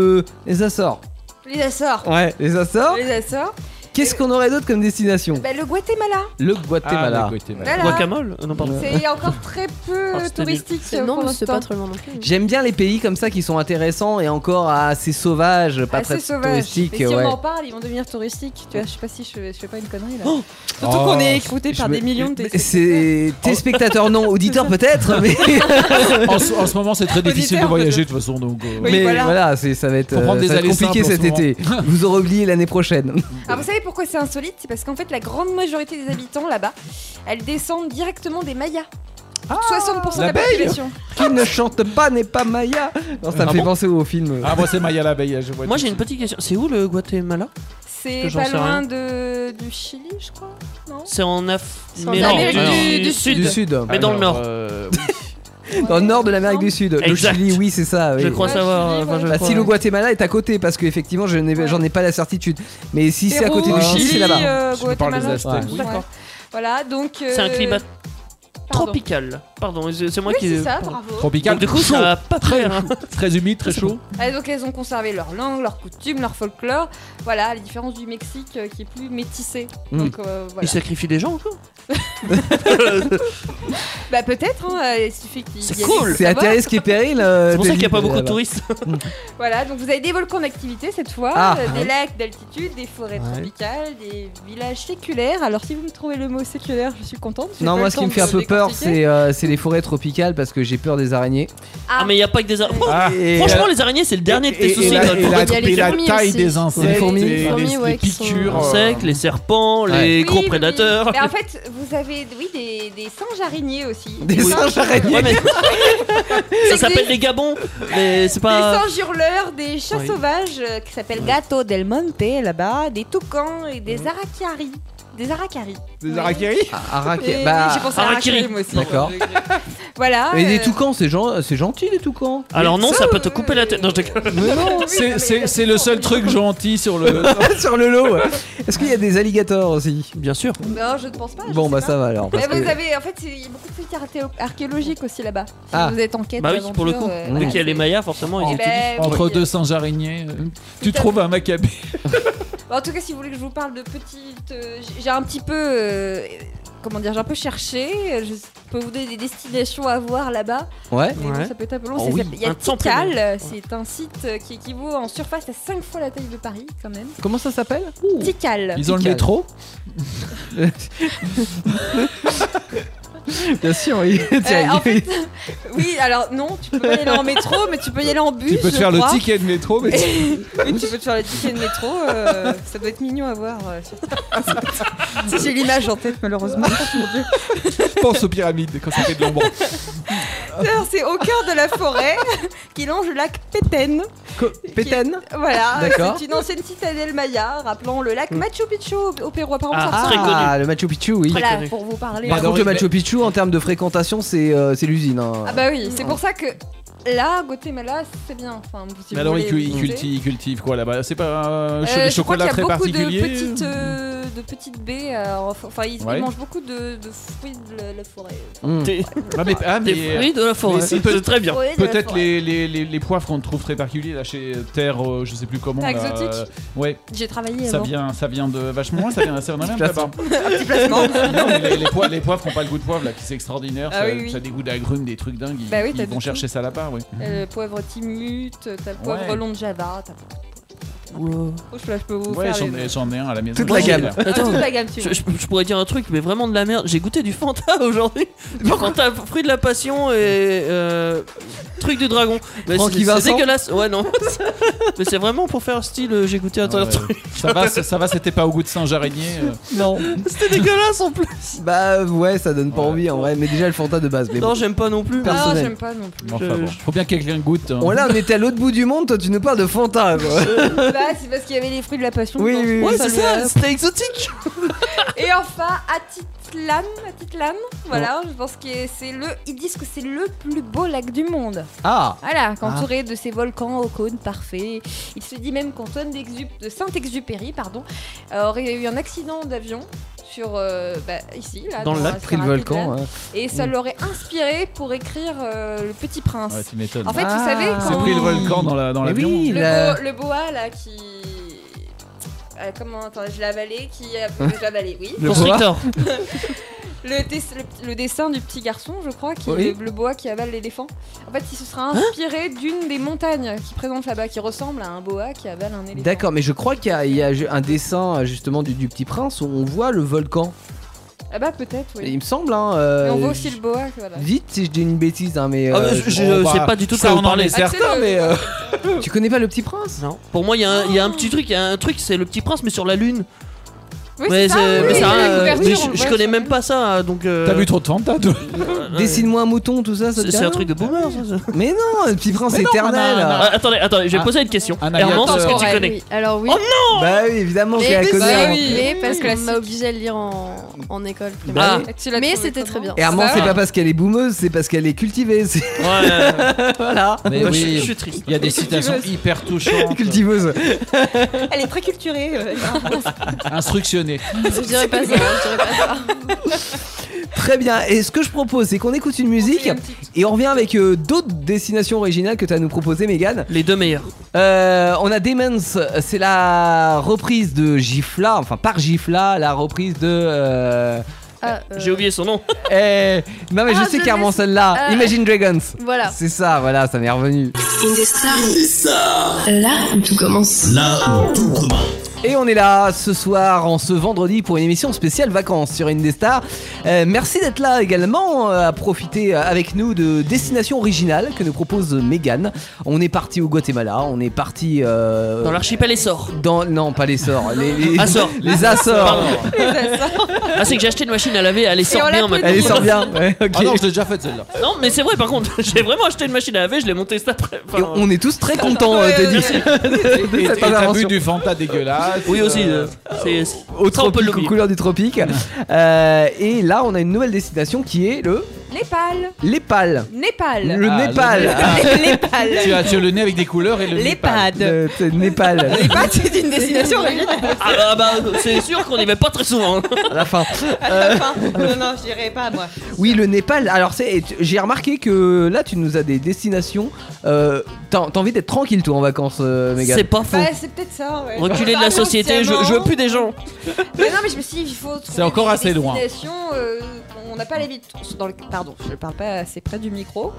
les Açores.
Les Açores.
Ouais, les Açores.
Oh. Les Açores.
Qu'est-ce qu'on aurait d'autre comme destination
Bah, le Guatemala.
Le
Ah,
Guatemala.
le Guatemala.
Voilà.
Guacamole Euh, Non, pardon.
C'est encore très peu
Ah, c'était
touristique.
C'est- Non,
pour
mais c'est
l'instant.
pas très loin non plus.
J'aime bien les pays comme ça qui sont intéressants et encore assez sauvages, pas
Assez
très
sauvage.
touristiques.
Mais si
ouais.
on en parle, ils vont devenir touristiques. Tu vois, je sais pas si je, je fais pas une connerie là.
Oh
Surtout
Oh,
qu'on est écouté
je
par
me-
des millions de
Mais
téléspectateurs.
C'est téléspectateurs, non, auditeurs peut-être, mais,
En, ce- en ce moment, c'est très difficile de
Auditeur,
voyager, de toute façon, donc. euh,
Oui,
mais
voilà.
c'est- ça va être,
Faut prendre
euh,
des
ça va être
allées
compliqué
simples
cet
en ce
été. Vous aurez oublié l'année prochaine.
Alors vous savez pourquoi c'est insolite C'est parce qu'en fait la grande majorité des habitants là-bas, elles descendent directement des Mayas.
Ah,
60% de la
l'abeille
population.
Qui ne chante pas n'est pas Maya. Non, ça me
Ah
fait
bon
penser au film. euh,
Ah, moi, c'est Maya l'abeille. je vois
Moi,
tout
j'ai
de
une petite question. C'est où le Guatemala
C'est
Que j'en
pas
sais
loin de, du Chili, je crois. Non
C'est en Af-
C'est en
mais
Amérique
non,
du-
non.
du
Sud.
Du sud. Ah,
Mais dans le
Alors,
Nord.
euh,
Dans le nord de l'Amérique du Sud. Le
Exact.
Chili, oui, c'est ça. oui.
Je crois
Ouais,
savoir.
Chili,
enfin, je
Bah,
crois-
si le Guatemala est à côté, parce qu'effectivement, je n'ai- j'en ai, pas la certitude. Mais si c'est à côté du Chili, c'est là-bas.
Euh,
Tu nous parles des
Guatemala,
Aztèques.
je-
D'accord.
ouais. Voilà, donc.
C'est un
euh,
climat
pardon.
tropical. Pardon, c'est c'est moi
Oui,
qui.
c'est ça,
pardon.
bravo.
Tropical,
Donc, du coup,
chaud,
ça va pas hein. très.
très humide, très
Ça, c'est
chaud.
Ah, donc elles ont conservé leur langue, leurs coutumes, leur folklore. Voilà, à la différence du Mexique euh, qui est plus métissé.
Mm.
Donc euh, voilà.
Ils sacrifient des gens encore
Bah peut-être, hein, euh, il suffit qu'il y
C'est
ait-
cool.
C'est
Ça
à
va
Thérèse qui est péril. euh,
C'est pour ça qu'il n'y a pas beaucoup de touristes.
Voilà, donc vous avez des volcans d'activité cette fois,
Ah,
euh, des
ouais.
lacs d'altitude, des forêts
Ouais.
tropicales, des villages séculaires. Alors si vous me trouvez le mot séculaire, je suis contente. J'ai
Non,
pas
moi,
eu
ce qui
le
me
temps
fait un
de
peu peur,
décortiquer.
c'est euh, c'est les forêts tropicales parce que j'ai peur des araignées.
Ah,
Ah, mais il n'y a pas que des araignées.
Ah,
Et,
Franchement, les araignées, c'est le dernier de
et-
tes
et
soucis.
la-
quoi.
et la-
Il y a les
et la
fourmis
taille
aussi.
des insectes,
Les fourmis.
les,
Les fourmis,
les
ouais, qui sont- euh,
piqûres.
Les insectes, les serpents, les
Oui,
gros
oui, oui.
prédateurs.
Mais en fait, vous avez oui, des, des singes araignées aussi.
Des singes araignées.
Ouais, mais- ça
existe.
s'appelle les gabons, mais c'est
Des
pas.
singes hurleurs, des chats
Oui.
sauvages euh, qui s'appellent Gato del Monte là-bas, des toucans et
Mhm.
des aracaris. Des aracaris.
Des araqueries
Ah, araki-
Et-
bah,
Eh oui, J'ai pensé à
harakiri.
harakiri, moi aussi.
D'accord.
Voilà.
Mais des
euh,
toucans, c'est gen- c'est gentil les toucans.
Alors non,
Ça,
ça peut te
euh,
couper la tête. Non, je déconne.
Mais non
Oui, non,
C'est-
mais
C'est
elles
c'est le
sont
seul truc gentil sur le.
Sur le lot. ouais. Est-ce qu'il y a des alligators aussi
Bien sûr.
Non, je ne pense pas. je
Bon
sais
bah
pas.
ça va alors. parce
Mais vous
que-
avez, en fait, il y a beaucoup de trucs arché- archéologiques aussi là-bas. Si
Ah.
vous êtes en quête,
Bah oui,
d'aventure,
pour le coup.
euh,
Vu
voilà,
qu'il y a les
c'est-
Mayas, forcément, ils
Eh
étudient.
ben,
Entre
oui.
deux singes araignées. euh, Tu
Tout à
trouves un macabé.
Bah, En tout cas, si vous voulez que je vous parle de petites, euh, j'ai- j'ai un petit peu, euh, comment dire, j'ai un peu cherché. euh, Je peux vous donner des destinations à voir là-bas.
Ouais.
Mais bon,
Ouais.
ça peut être un peu long.
Oh
C'est-
oui,
ça- Il y a
un temple.
Tikal, euh, c'est un site euh, qui équivaut en surface à 5 fois la taille de Paris, quand même.
Comment ça s'appelle Ouh.
Oh.
Tikal.
Ils ont le
Nickel.
métro
Bien sûr. Oui.
Euh,
Tiens,
en fait, oui, alors non, tu peux pas y aller en métro, mais tu peux y aller en bus.
Tu peux te
je
faire le
crois.
ticket de métro, mais tu-
Oui, tu peux te faire le ticket de métro, euh, ça doit être mignon à voir. euh, sur- Si J'ai l'image en tête, malheureusement.
pense aux pyramides quand ça fait de l'ombre.
Alors, C'est au cœur de la forêt qui longe le lac Péten.
Co- Pétaine
Voilà, euh,
D'accord.
c'est une ancienne citadelle maya, rappelant le
Hmm.
lac Machu Picchu au au Pérou. Apparemment,
Ah,
ça ressemble-
très connu.
Ah le Machu Picchu oui.
Très
Voilà,
connu.
pour vous parler.
Bah,
Par
Pardon,
contre le
oui, mais-
Machu Picchu en termes de fréquentation c'est euh, c'est l'usine. hein.
Ah bah oui, c'est pour ça que là, Guatemala, c'est bien. Enfin, si
Mais
vous
alors, ils,
voulez
cu- ils
visiter.
cultivent, ils cultivent quoi là-bas C'est pas euh,
Euh,
des
je crois qu'il
chocolats
y a
très
beaucoup de
particuliers
petites, euh, de petites baies. euh, enfin, ils, ils
Ouais.
mangent beaucoup de, de fruits de la, la forêt.
Mm.
Des,
Ah, mais, ah,
des
mais, euh,
fruits de la forêt.
mais si,
C'est
peut-
très bien.
Forêt de la
Peut-être
forêt.
les, les, les, les poivres qu'on trouve très particuliers là chez Terre, euh, je sais plus comment.
Terre
là,
exotique.
euh, ouais,
J'ai travaillé
ça
avant.
vient, ça vient de vachement loin, ça vient ça vient de
Petit
là-bas. Non, mais les, les poivres, les poivres qui n'ont pas le goût de poivre là, qui c'est extraordinaire,
Ah
ça,
oui, oui.
ça a des goûts d'agrumes, des trucs dingues. Ils,
Bah oui,
ils
t'as du
vont
tout.
chercher ça là-bas, oui.
Euh, le poivre Timut, t'as le poivre
Ouais.
long de Java, t'as beaucoup de poivres.
Oula.
Oh, je, là, je peux vous
Ouais,
faire
j'en
les-
ai, j'en ai un à la maison.
Toute la
J'en ai
gamme.
un.
Ah,
Attends,
toute la gamme, tu
je, je- je pourrais dire un truc, mais vraiment de la merde. J'ai goûté du Fanta aujourd'hui. Du Fanta, fruit de la passion et euh, truc du dragon. Mais
Francky
c'est- c'est
Vincent
dégueulasse. Ouais, non. mais c'est vraiment pour faire style. euh, J'ai goûté un
Ouais.
truc.
Ça va, ça, ça va, c'était pas au goût de singe araignée. euh.
Non.
C'était dégueulasse en plus.
Bah ouais, ça donne pas
Ouais.
envie en vrai. Mais déjà le Fanta de base. Mais
Non,
bon.
j'aime pas non plus. mais-
Non,
personnel.
Ah, j'aime pas non plus.
Bon, enfin,
Je-
bon.
je-
Faut bien que quelqu'un goûte. hein.
Bon, là, on était à l'autre bout du monde. Toi, tu nous parles de Fanta. quoi.
Bah, c'est parce qu'il y avait les fruits de la passion.
Oui,
dedans.
oui, oui.
Ah, Ouais,
Ça
c'est
lui a-
ça. C'était exotique.
Et enfin, Atitlan, Atitlan, voilà, je pense que c'est le. Ils disent que c'est le plus beau lac du monde.
Ah.
Voilà,
Ah.
qu'entouré de ses volcans au cône parfait. Il se dit même qu'Antoine d'Exup- de Saint-Exupéry, pardon, euh, aurait eu un accident d'avion sur euh, bah, ici, là,
Dans le lac,
sur
pris le
Atitlan.
volcan. hein.
Et ça l'aurait inspiré pour écrire euh, Le Petit Prince.
Ouais, tu m'étonnes.
En fait,
Ah.
vous savez,
C'est
C'est
quand
pris le volcan dans la dans
Mais
l'avion.
oui,
le,
la-
bo- le boa là qui. Euh, comment attendez, je l'ai avalé, qui a
Hein
je l'ai avalé, oui.
Le
Constructeur.
Le, dess- le- le dessin du petit garçon, je crois, qui
Oui. Hein
est le boa qui avale l'éléphant. En fait, il se sera inspiré d'une des montagnes qui présente là-bas, qui ressemble à un boa qui avale un éléphant.
D'accord, mais je crois qu'il y a- il y, a un dessin justement du, du Petit Prince où on voit le volcan.
Ah bah peut-être, oui.
Il me semble. Hein, euh,
Mais on voit aussi le boa. Voilà.
Dites si je dis une bêtise, hein, mais
Ah,
euh,
mais je-
je-
je
on
sais
va-
pas du tout de
ça,
quoi
on
vous
en
parlez.
est certain,
Ah, le-
mais euh,
tu connais pas le Petit Prince
Non. Pour moi, il y, a un- il y a un
Oh.
petit truc, il y a un truc, c'est le petit prince, mais sur la lune.
Oui,
mais
c'est ça,
c'est-
oui,
mais ça,
la
euh,
couverture, on
mais
le
je, je
voit
connais
sur
même
la-
pas ça, donc. euh,
t'as vu trop de Fanta, toi
euh,
Dessine-moi un mouton, tout ça, ça te
C'est
dit
c'est un
rien
truc de boomer. ça, ça.
Mais non, le Petit Prince
Mais non,
éternel.
on a un-
Ah, attendez, attendez, je vais
Ah.
poser une question.
Un
Hermance, est-ce
aviateur.
que tu
Ouais,
connais
oui. Alors oui,
Oh
Bah oui,
Oh,
évidemment,
Mais
j'ai la
parce-
connais.
bah
hein.
oui.
mais parce
Classique.
qu'on m'a obligé à le lire en, en école primaire.
Bah.
Ah.
Ah, tu l'as
Mais
trouvé
c'était
comment
très bien.
Herman,
Ça
c'est
va.
pas parce qu'elle est boumeuse, c'est parce qu'elle est cultivée. c'est-
Ouais.
voilà.
Mais
Bah, je, suis- je
oui,
suis triste.
il y a des citations hyper touchantes,
Cultiveuse.
Elle est très culturée. euh,
instructionnées.
Je dirais pas ça. Je dirais pas ça.
Très bien. Et ce que je propose, c'est qu'on écoute une musique
un petit-
et on revient avec euh, d'autres destinations originales que tu as à nous proposer, Megan.
Les deux meilleurs.
Euh, on a Demons, c'est la reprise de Gifla, enfin par Gifla, la reprise de. euh,
Ah, euh,
J'ai oublié son nom.
eh, Non, mais
Ah,
je sais
je
clairement
laisse-
celle-là.
euh,
Imagine Dragons.
Voilà.
C'est ça, voilà, ça m'est revenu.
Indestar. Là où tout commence.
Là où tout commence.
Et on est là ce soir, en ce vendredi, pour une émission spéciale vacances sur Indestar. Euh, merci d'être là également, euh, à profiter euh, avec nous de destinations originales que nous propose Megan. On est parti au Guatemala, on est parti euh,
Dans l'archipel Essor.
dans- non pas les sorts, les, les
Açores.
les Açores.
Pardon. Ah, c'est que j'ai acheté une machine à laver, elle est
Et
sort
on
bien
l'a
maintenant.
Elle est sort bien. ouais, ok.
Ah non, je l'ai déjà faite celle-là.
Non, mais c'est vrai, par contre, j'ai vraiment acheté une machine à laver, je l'ai montée cet après. enfin,
Et on, on est tous très contents, euh,
Ouais,
Teddy,
ouais, ouais.
de
Et
cette
et t'as vu
intervention.
du Fanta dégueulasse.
Oui, aussi.
euh,
euh, c'est- c'est-
Au
Ça, on peut
tropique, aux
l'oublier.
couleurs du tropique. Euh, et là, on a une nouvelle destination qui est le
Népal.
Lépal.
Népal.
Le
Ah, le
Népal.
Népal.
Népal.
Tu as, tu as le nez avec des couleurs et le Népal.
L'EHPAD.
Le- c'est Népal.
L'EHPAD, c'est une destination originale.
Ah bah, bah, c'est sûr qu'on y va pas très souvent. hein.
à la fin. Euh,
Enfin, non, non, j'irai pas, moi.
Oui, le Népal. Alors, c'est, et tu- j'ai remarqué que là, tu nous as des destinations. euh, t'as, t'as envie d'être tranquille, toi, en vacances, euh, Mégane.
C'est pas faux.
Bah, c'est peut-être ça, ouais.
Reculer de la
Pas
société, je, je veux
consciemment.
plus des gens.
Mais non, mais je me suis dit, il faut trouver
C'est encore
des
assez loin.
destinations, euh, on n'a pas les dans le- Pardon, je parle pas assez près du micro.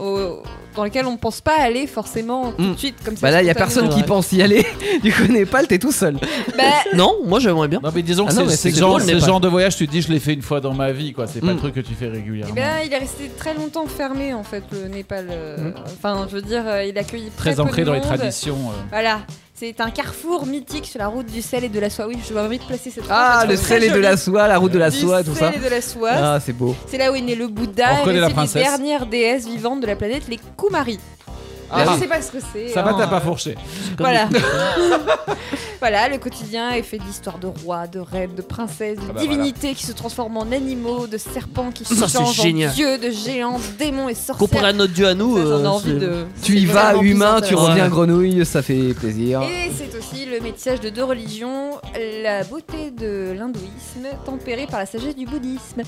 au- Dans lequel on pense pas aller forcément tout
Mm.
de suite comme ça.
Bah là, il y a
spontanément.
personne qui pense y aller. Du coup, Népal, t'es tout seul.
Bah,
Non, moi j'aimerais bien.
Non mais disons que
Ah non,
c'est-
mais
c'est
c'est
le genre,
drôle,
c'est le
Népal.
genre de voyage, tu te dis je l'ai fait une fois dans ma vie quoi, c'est pas
Mm.
le truc que tu fais
eh
régulièrement.
ben, il est resté très longtemps fermé en fait le Népal. euh,
Mm.
Enfin, je veux dire, euh, il accueille très,
Très
peu
ancré
de
dans les
monde.
traditions. euh.
Voilà, c'est un carrefour mythique sur la route du sel et de la soie. Oui, je envie de placer cette.
Ah, le sel et de la soie, la route de la soie, tout ça.
Du sel et de la soie.
Ah, c'est beau.
C'est là où est né le
On
Bouddha
reconnaît
et
la
c'est les
princesse.
dernières déesses vivantes de la planète, les Kumari.
Ah,
Alors, je sais pas ce que c'est.
Ça va,
hein.
t'as pas fourché.
Comme-
Voilà. voilà, le quotidien est fait d'histoires de rois, de reines, de princesses, de
Ah bah
divinités qui se transforment en animaux, de serpents qui se
Ça, c'est
changent en
génial.
dieux, de géants, démons et
Comparé
sorcières.
à notre dieu à nous.
Ça, j'en ai
euh,
envie
c'est-
de-
Tu
c'est
y vas,
vraiment plus
humain, tu
intéressant.
reviens, grenouille, ça fait plaisir.
Et c'est aussi le métissage de deux religions, la beauté de l'hindouisme tempérée par la sagesse du bouddhisme.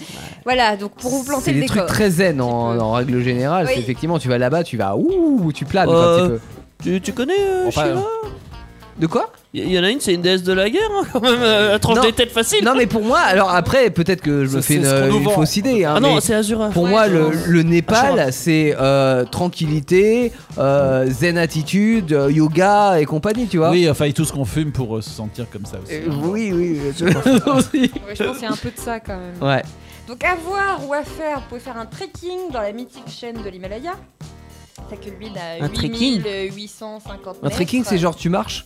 Voilà, donc pour vous planter
c'est
le
des trucs
décor.
très zen en,
Un petit peu.
en règle générale. c'est
Oui.
effectivement, tu vas là-bas, tu vas ouh, tu planes quoi, un
Euh,
petit peu.
Tu, tu connais euh,
Enfin,
Sheila
De quoi
Il y, y en a une, c'est une déesse de la guerre, hein, quand même. euh, Elle tranche
Non.
des têtes facile.
Non, mais pour moi, alors après, peut-être que je me
Ça,
fais
c'est
une,
ce qu'on nous
une
vend.
fausse idée. hein,
ah non,
mais
c'est Azura.
Pour
Ouais,
moi,
je
le,
pense.
le Népal,
Ashura.
c'est euh, tranquillité, euh, zen attitude, euh, yoga et compagnie, tu vois.
Oui, enfin, et tout ce qu'on fume pour euh, se sentir comme ça aussi.
Euh, oui, oui, je- aussi.
Ouais, je pense qu'il y a un peu de ça quand même.
Ouais.
Donc à voir ou à faire, vous pouvez faire un trekking dans la mythique chaîne de l'Himalaya. Ça que lui,
Un
à
trekking
8850
Un trekking, c'est genre tu marches.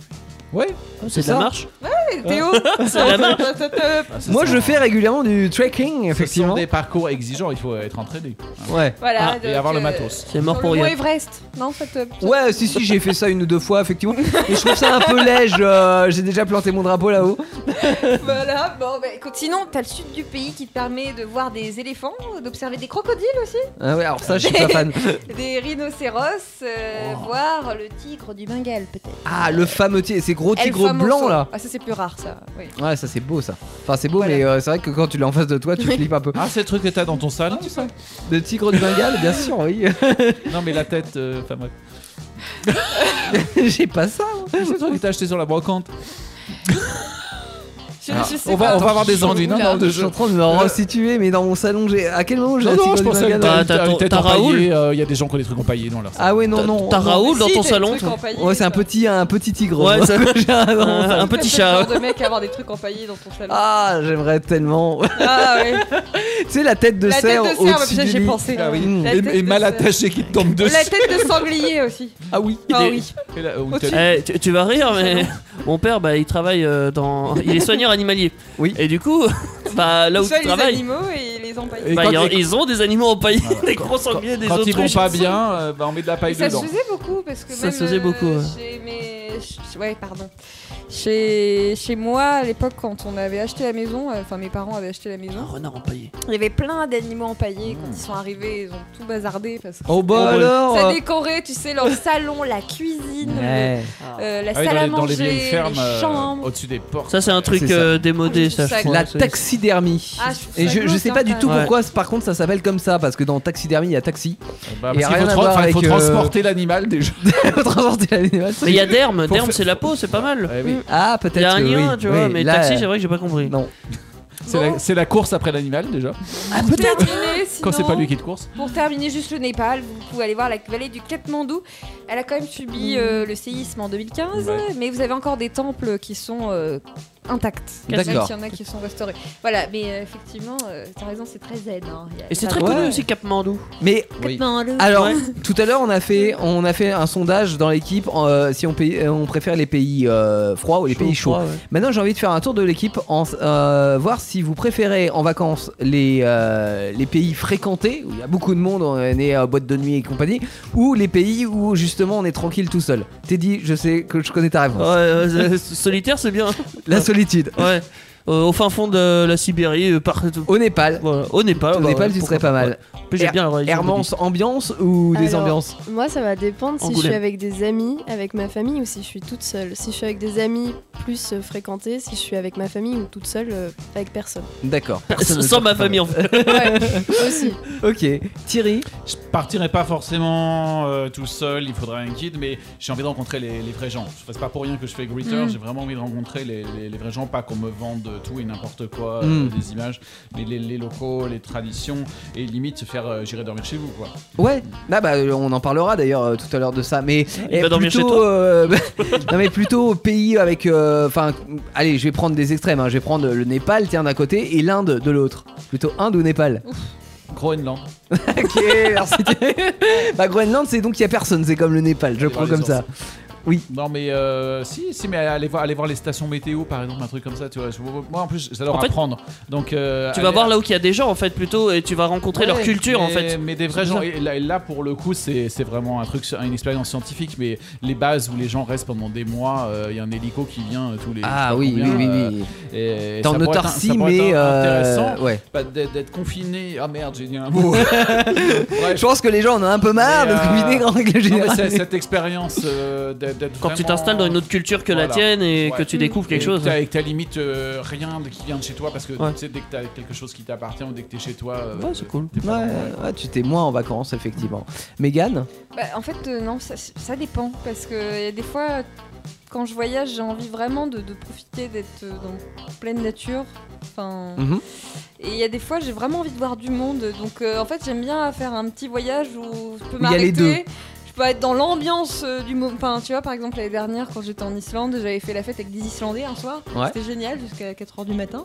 Ouais,
C'est de
ça.
la marche.
Ouais, Théo
C'est la marche.
Ah,
Moi, je fais régulièrement du trekking,
effectivement.
effectivement.
des parcours exigeants, il faut être entraîné.
Ouais.
Voilà. euh,
Ah, et avoir le matos.
C'est mort pour
rien.
rien.
Everest. Non, en fait. euh,
Ouais, si, si, j'ai fait ça une ou deux fois, effectivement. Mais je trouve ça un peu léger. euh, j'ai déjà planté mon drapeau là-haut.
Voilà, bon, bah, écoute, sinon, t'as le sud du pays qui te permet de voir des éléphants, d'observer des crocodiles aussi,
Ah ouais, alors ça, je suis pas fan.
des rhinocéros, euh, voir le tigre du Bengale, peut-être.
Ah, le fameux tigre, ces gros
El
tigres
famoso.
blancs là.
Ah, ça, c'est plus rare, ça. oui.
Ouais, ça c'est beau ça. Enfin, c'est beau,
Voilà.
mais euh, c'est vrai que quand tu l'as en face de toi, tu flippes un peu.
Ah, c'est le truc que t'as dans ton salon, ça
Le tigre du Bengale, bien sûr, oui.
Non, mais la tête, euh, enfin, bref.
j'ai pas ça. hein. moi.
C'est le truc que t'as acheté sur la brocante.
Je,
Alors,
je sais
Ah, On
pas.
va, on va avoir des
Attends,
ennuis, non,
oula.
non, de
Je suis
jeu.
en train de me resituer, mais dans mon salon, j'ai. À quel moment j'ai
Non,
un
non,
tigre
je
du
pensais que
Bengale
t'as
T'as-
t'as
t'as
une tête
ton- t'as
empaillée, euh, il y a des gens qui ont des trucs empaillés dans leur salon.
Ah ouais, non,
T'as-
non.
t'as
non,
Raoul
Si,
dans ton
t'as des
salon,
trucs
toi.
empaillés,
Ouais, c'est un
toi.
petit, un petit tigre.
Ouais,
moi,
ça-
que j'ai un- dans mon
un-
salon.
un petit
T'as fait le
chat.
genre de mec à avoir des trucs empaillés dans ton salon. Ah,
Ah, j'aimerais tellement.
ouais.
tu sais, la tête de
La tête
cerf
de cerf,
au-dessus
ça,
du
j'ai
lit.
pensé.
Ah, oui.
La
Mm.
Et,
tête
et
de
mal
ce-
attaché qui te tombe
La
dessus.
tête de sanglier aussi.
Ah oui.
Ah
Des-
oui.
Et là, ou une
Au-dessus.
tête-
Eh, tu, tu vas rire, mais mon père, bah, il travaille euh, dans. Il est soigneur animalier.
Oui.
Et du coup, bah, là où
Soit
tu
les
travailles,
animaux et les empaillés.
Et
bah,
quand-
y a-
et-
ils ont des animaux empaillés, des gros sangliers, des
Quand ils vont
autruches.
pas bien, euh, bah, on met de la paille
ça
dedans.
se faisait beaucoup parce que
Ça
même
se faisait
euh,
beaucoup, ouais.
chez mes ch- ouais pardon chez chez moi à l'époque quand on avait acheté la maison euh, enfin mes parents avaient acheté la
Un
maison
renard empaillé.
il y avait plein d'animaux empaillés quand ils sont arrivés ils ont tout bazardé parce que
Oh bah
Oh, ouais.
alors.
ça
euh,
décorait tu sais leur salon la cuisine
ouais.
le- euh, la
Ah oui,
salle
dans,
à
les, dans les
manger
vieilles
les
fermes, euh,
chambres
au-dessus des portes.
Ça, c'est un truc
ça.
euh, démodé, ça.
Ça,
je crois.
La
C'est-
taxidermie.
Ah, je trouve ça
Et je, je
glauque,
sais
hein,
pas du
quand
tout
même.
pourquoi, par contre, ça s'appelle comme ça, parce que dans taxidermie, il y a taxi.
Bah,
Et
parce qu'il
rien
faut,
à
tra-
voir
enfin, il faut
avec, euh,
transporter l'animal déjà.
Faut transporter l'animal.
Mais il y a Derme,
Faut
Derme
faire-
c'est la peau, c'est pas mal.
Ouais, oui.
Ah, peut-être
Il y a un
que
lien,
oui.
tu vois,
oui,
mais
là,
taxi, c'est
euh,
vrai que j'ai pas compris.
Non.
C'est la- c'est la, course après l'animal déjà.
Ah, peut-être.
Terminé,
Quand c'est
sinon-
pas lui qui te course.
Pour terminer juste le Népal, vous pouvez aller voir la vallée du Katmandou. Elle a quand même subi euh, le séisme en 2015,
Ouais.
mais vous avez encore des temples qui sont euh, intacts. Même s'il
D'accord.
y en a qui sont restaurés. Voilà, mais euh, effectivement, euh, t'as raison, c'est très zen. hein. Il y a-
Et c'est
il y a
très
pas-
connu
Ouais.
aussi Cap Mandou.
Mais
Oui.
Katmandou.
alors,
Ouais.
tout à l'heure, on a fait, on a fait un sondage dans l'équipe euh, si on, paye- euh, on préfère les pays euh, froids ou les pays chauds. Maintenant, j'ai envie de faire un tour de l'équipe, en euh, voir si vous préférez en vacances les, euh, les pays fréquentés, où il y a beaucoup de monde, on est né à boîte de nuit et compagnie, ou les pays où justement on est tranquille tout seul. Teddy, je sais que je connais ta
Ouais,
réponse.
ouais, c'est- solitaire, c'est bien.
La solitude.
Ouais. Euh, au fin fond de la Sibérie, euh, partout.
Au Népal.
Voilà. Au Népal.
Au
bah,
Népal,
ouais,
tu
pourquoi
serais pas mal.
pas. En plus, j'aime bien la religion
Hermance, ambiance ou des
Alors,
ambiances
Moi, ça va dépendre si je
Angoulême.
suis avec des amis, avec ma famille ou si je suis toute seule. Si je suis avec des amis, plus euh, fréquentée. Si je suis avec ma famille ou toute seule, euh, avec personne.
D'accord.
bouddhiste. Sans ma famille, en fait.
Ouais, aussi.
Ok. Thierry
Je partirai pas forcément euh, tout seul, il faudrait un guide, mais j'ai envie de rencontrer les, les vrais gens. C'est pas pour rien que je fais Greeter,
Mm.
j'ai vraiment envie de rencontrer les, les- les vrais gens, pas qu'on me vende tout et n'importe quoi, euh,
Mm.
des images, mais les, les locaux, les traditions, et limite se faire euh, j'irai dormir chez vous quoi.
Ouais, ah bah, euh, on en parlera d'ailleurs euh, tout à l'heure de ça, mais eh,
Il va dormir chez
plutôt,
toi.
euh, non mais plutôt au pays avec, euh, enfin, allez, je vais prendre des extrêmes, hein. je vais prendre le Népal, tiens d'un côté, et l'Inde de l'autre. Plutôt Inde ou Népal
Groenland.
Ok, merci. bah Groenland, c'est donc il y a personne, c'est comme le Népal, je
Aller
prends
voir
comme
les
ça.
Non mais euh, si, si, mais allez voir, allez voir les stations météo par exemple, un truc comme ça, tu vois. Je- moi en plus j'adore
En fait,
apprendre. Donc euh,
Tu vas
allez-
voir là où il y a des gens, en fait, plutôt, et tu vas rencontrer leur
Ouais,
culture, en
mais-
fait.
Mais des vrais
C'est
gens.
ça.
Et là, et là, pour le coup, c'est c'est vraiment un truc, une expérience scientifique, mais les bases où les gens restent pendant des mois, il y a un hélico qui vient euh, tous les. je sais
Ah
pas
oui, oui,
combien,
oui,
euh,
oui.
et- et
T'es
ça
en
pourrait être un- ça
autarcie,
pourrait être
mais
un-
euh,
Intéressant.
ouais.
Pas d'être d'être confiné. Ah merde, j'ai dit un mot. Bref.
Je pense que les gens en ont un peu marre
Mais,
de se
euh,
combiner en règle
Non, mais
générale.
c'est- cette expérience euh, d'être d'être
Quand tu
vraiment-
t'installes dans une autre culture que la
Voilà.
tienne et
Ouais.
que tu découvres quelque
Et
chose.
que t'as- Et que t'as limite euh, rien de- qui vient de chez toi parce que
Ouais.
tu sais, dès que t'as quelque chose qui t'appartient ou dès que t'es chez toi. euh,
Ouais, c'est cool.
t'es pas dans-
Ouais, ouais, tu t'es moins en vacances, effectivement. Mégane
Bah, en fait, euh, non, ça, ça dépend parce que il y a des fois. quand je voyage, j'ai envie vraiment de, de profiter d'être euh, dans pleine nature. Enfin,
Mhm.
Et il y a des fois, j'ai vraiment envie de voir du monde. Donc euh, en fait, j'aime bien faire un petit voyage où je peux
il y a les
m'arrêter.
deux.
Je peux être dans l'ambiance euh, du moment. Enfin, tu vois, par exemple, l'année dernière, quand j'étais en Islande, j'avais fait la fête avec des Islandais un soir.
Ouais.
C'était génial jusqu'à 4h du matin.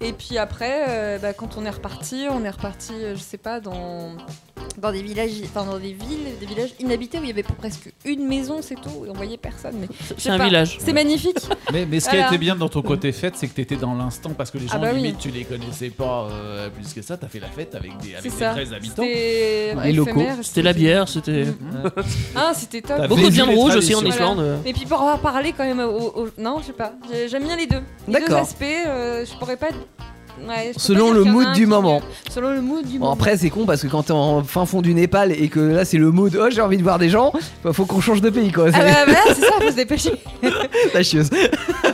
Et puis après, euh, bah, quand on est reparti, on est reparti, euh, je sais pas, dans dans des villages, enfin dans des villes, des villages inhabités où il y avait presque une maison, c'est tout, et on voyait personne. Mais
C'est
sais
un
pas.
village.
c'est magnifique.
Mais, mais ce qui a
Voilà.
été bien dans ton côté fête, c'est que t'étais dans l'instant parce que les gens,
Ah bah oui.
limite, tu les connaissais pas euh, plus que ça. T'as fait la fête avec des, avec
c'est
des
ça.
13 habitants. Hein
C'était
Les locaux.
éphémère,
C'était la bière, c'était.
Mm. Ah, c'était top.
T'as
Beaucoup de
Vésu,
viande
les
rouge aussi en
traditions.
Islande. euh.
Et puis pour avoir parlé quand même au, au- non, je sais pas. J'ai- J'aime bien les deux. Les deux
D'accord.
aspects, euh, je pourrais pas. ouais, je peux
Selon
pas dire
le
qu'il y en a
mood
un
du
qui-
moment.
Selon le mood
Bon,
du moment.
après, c'est con parce que quand t'es en fin fond du Népal et que là, c'est le mot de oh, j'ai envie de voir des gens, bah, faut qu'on change de pays quoi.
Ah
C'est
bah voilà, c'est ça, faut se dépêcher.
la chieuse.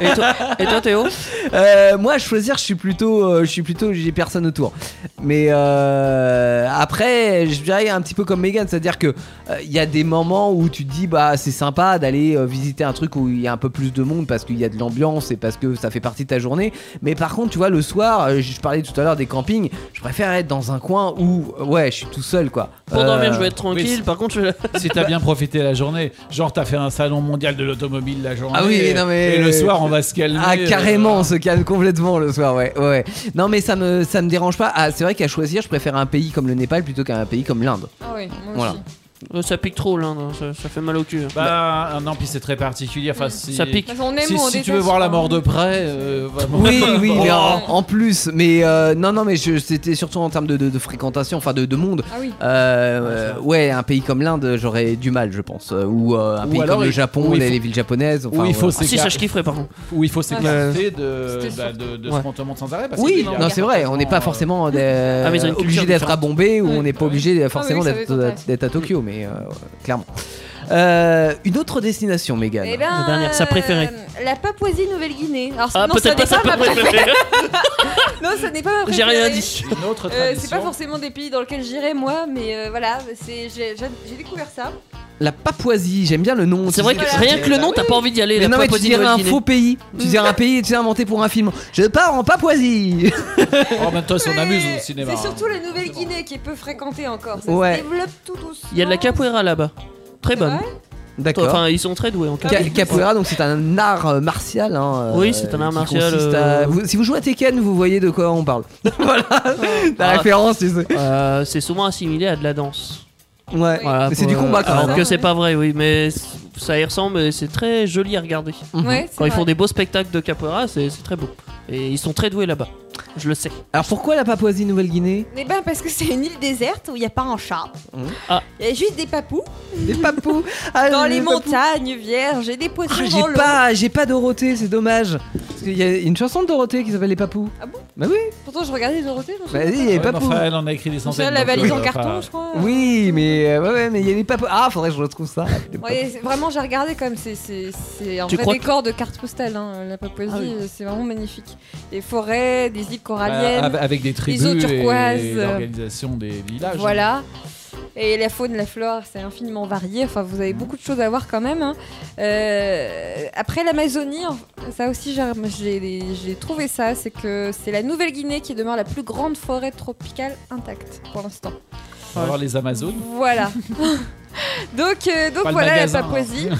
Et toi, et toi, Théo
Euh, moi, à choisir, je suis plutôt, euh, je suis plutôt, j'ai personne autour. Mais euh, après, je dirais un petit peu comme Megan, c'est-à-dire que euh, il y a des moments où tu te dis bah c'est sympa d'aller euh, visiter un truc où il y a un peu plus de monde parce qu'il y a de l'ambiance et parce que ça fait partie de ta journée. Mais par contre, tu vois, le soir, euh, je je parlais tout à l'heure des campings, je préfère être dans un coin où euh, ouais, je suis tout seul quoi.
Pour
Euh,
dormir, je vais être tranquille.
oui.
Par contre, je vais-
Si t'as bien profité la journée, genre t'as fait un salon mondial de l'automobile la journée.
Ah oui, mais non, mais-
Et le soir, on va se calmer.
Ah
euh,
carrément, on
voilà.
se calme complètement le soir, ouais, ouais. Non mais ça me, ça me dérange pas. Ah, c'est vrai qu'à choisir, je préfère un pays comme le Népal plutôt qu'un pays comme l'Inde.
Ah oui, moi
Voilà.
aussi.
Euh, ça pique trop, là. non, Ça, ça fait mal au cul.
Bah, ah non, puis c'est très particulier. Enfin, si-
Ça pique.
Parce qu'on aime
Si,
ou on
si tu
déteste,
veux voir la
hein.
mort de près, euh, vraiment.
Oui, oui,
Oh.
Bon,
mais en, en plus, mais euh, non, non, mais je- c'était surtout en termes de, de- de fréquentation, enfin de, de monde.
Ah oui.
Euh, euh, ouais, un pays comme l'Inde, j'aurais du mal, je pense. Euh, Ou euh, un
Ou
pays
alors
comme le
il-
Japon,
ou il
les,
faut-
les villes japonaises. Enfin,
Ou il faut
voilà.
Ah, si, ça, je
s'écarter
kifferais, par contre.
où il faut s'écarter de,
C'était
bah, de, de
Ouais.
ce fantôme sans arrêt. Parce
Oui,
qu'il y a
non, c'est vrai, on n'est pas forcément euh,
Ah, mais ils ont une
obligé
culture
d'être à Bombay ou
hein. Ouais. Ah
on n'est pas obligé forcément
oui, ça
d'être-
doit être intéressant.
d'être à Tokyo, mais euh, clairement. Euh, une autre destination, Megan.
Eh ben,
La dernière, sa préférée.
euh, la Papouasie-Nouvelle-Guinée. Alors,
Ah,
non, ça
peut-être
n'est
pas ça,
pas,
pas
ma préférée.
préférée.
Non, ça n'est pas ma préférée.
J'ai rien dit.
Une autre
Euh, c'est pas
tradition.
forcément des pays dans lesquels j'irai moi, mais euh, voilà, c'est j'ai j'ai- j'ai découvert ça.
La Papouasie, j'aime bien le nom.
C'est vrai que
Voilà.
rien que le nom, t'as pas envie d'y aller.
Mais
la Mm.
non, mais tu dirais un
Papouasie-Nouvelle-Guinée.
faux pays. Tu dirais un pays, tu sais, inventé pour un film. Je pars en Papouasie.
En même temps, ils s'en
Mais
amusent au cinéma.
C'est surtout
hein.
la Nouvelle-Guinée qui est peu fréquentée encore. Ça
Ouais.
se développe tout doucement.
Il y a de la capoeira là-bas. Très
C'est
bonne.
vrai
D'accord.
Enfin, ils sont très doués en
Ca-
capoeira.
capoeira, donc c'est un art euh, martial. hein, euh,
Oui, c'est un art
qui
martial,
consiste
euh,
à- vous- si vous jouez à Tekken, vous voyez de quoi on parle. voilà, la
Ah.
référence, tu sais.
Euh, c'est souvent assimilé à de la danse.
Ouais,
Voilà,
Mais c'est
pour- euh,
du combat quand
alors
même.
que
hein.
c'est pas vrai, oui, mais c- ça y ressemble et c'est très joli à regarder.
Ouais, c'est
Quand
vrai.
ils font des beaux spectacles de capoeira, c'est c'est très beau. Et ils sont très doués là-bas. Je le sais.
Alors pourquoi la Papouasie-Nouvelle-Guinée
Eh ben parce que c'est une île déserte où il n'y a pas un chat.
Mmh.
Ah.
Il y a juste des papous
Les papous Ah,
dans les
Euh, papous.
montagnes vierges et des poissons
Ah,
dans
j'ai
l'eau.
pas, j'ai pas Dorothée, c'est dommage. Parce qu'il y a une chanson de Dorothée qui s'appelle Les Papous.
Ah bon
Bah oui,
Pourtant je regardais Dorothée. je me
bah
souviens
oui, il y a les
Ah Ouais, mais
Papous.
enfin, elle en a écrit des
pas. Je me
centaines.
souviens de la
donc,
valise en
euh,
carton,
enfin,
je crois.
Oui, mais euh, ouais, ouais, mais il y a les papous. Ah, faudrait que je retrouve ça. Les papous.
Ouais, c'est- vraiment, j'ai regardé comme c'est c'est- c'est un
Tu crois
vrai décor de carte postale, hein, la Papouasie,
Ah oui.
euh, c'est vraiment magnifique. Les forêts, des îles
bah,
coralliennes,
av- avec des tribus
eaux turquoises,
et
euh,
l'organisation des villages.
voilà. Et la faune, la flore, c'est infiniment varié. Enfin, vous avez beaucoup de choses à voir quand même. hein. Euh, après l'Amazonie, en- ça aussi, j'ai- j'ai j'ai trouvé ça, c'est que c'est la Nouvelle-Guinée qui demeure la plus grande forêt tropicale intacte pour l'instant.
On va voir les Amazones.
Voilà. donc euh, donc
Pas le
voilà
magasin, hein.
la Papouasie.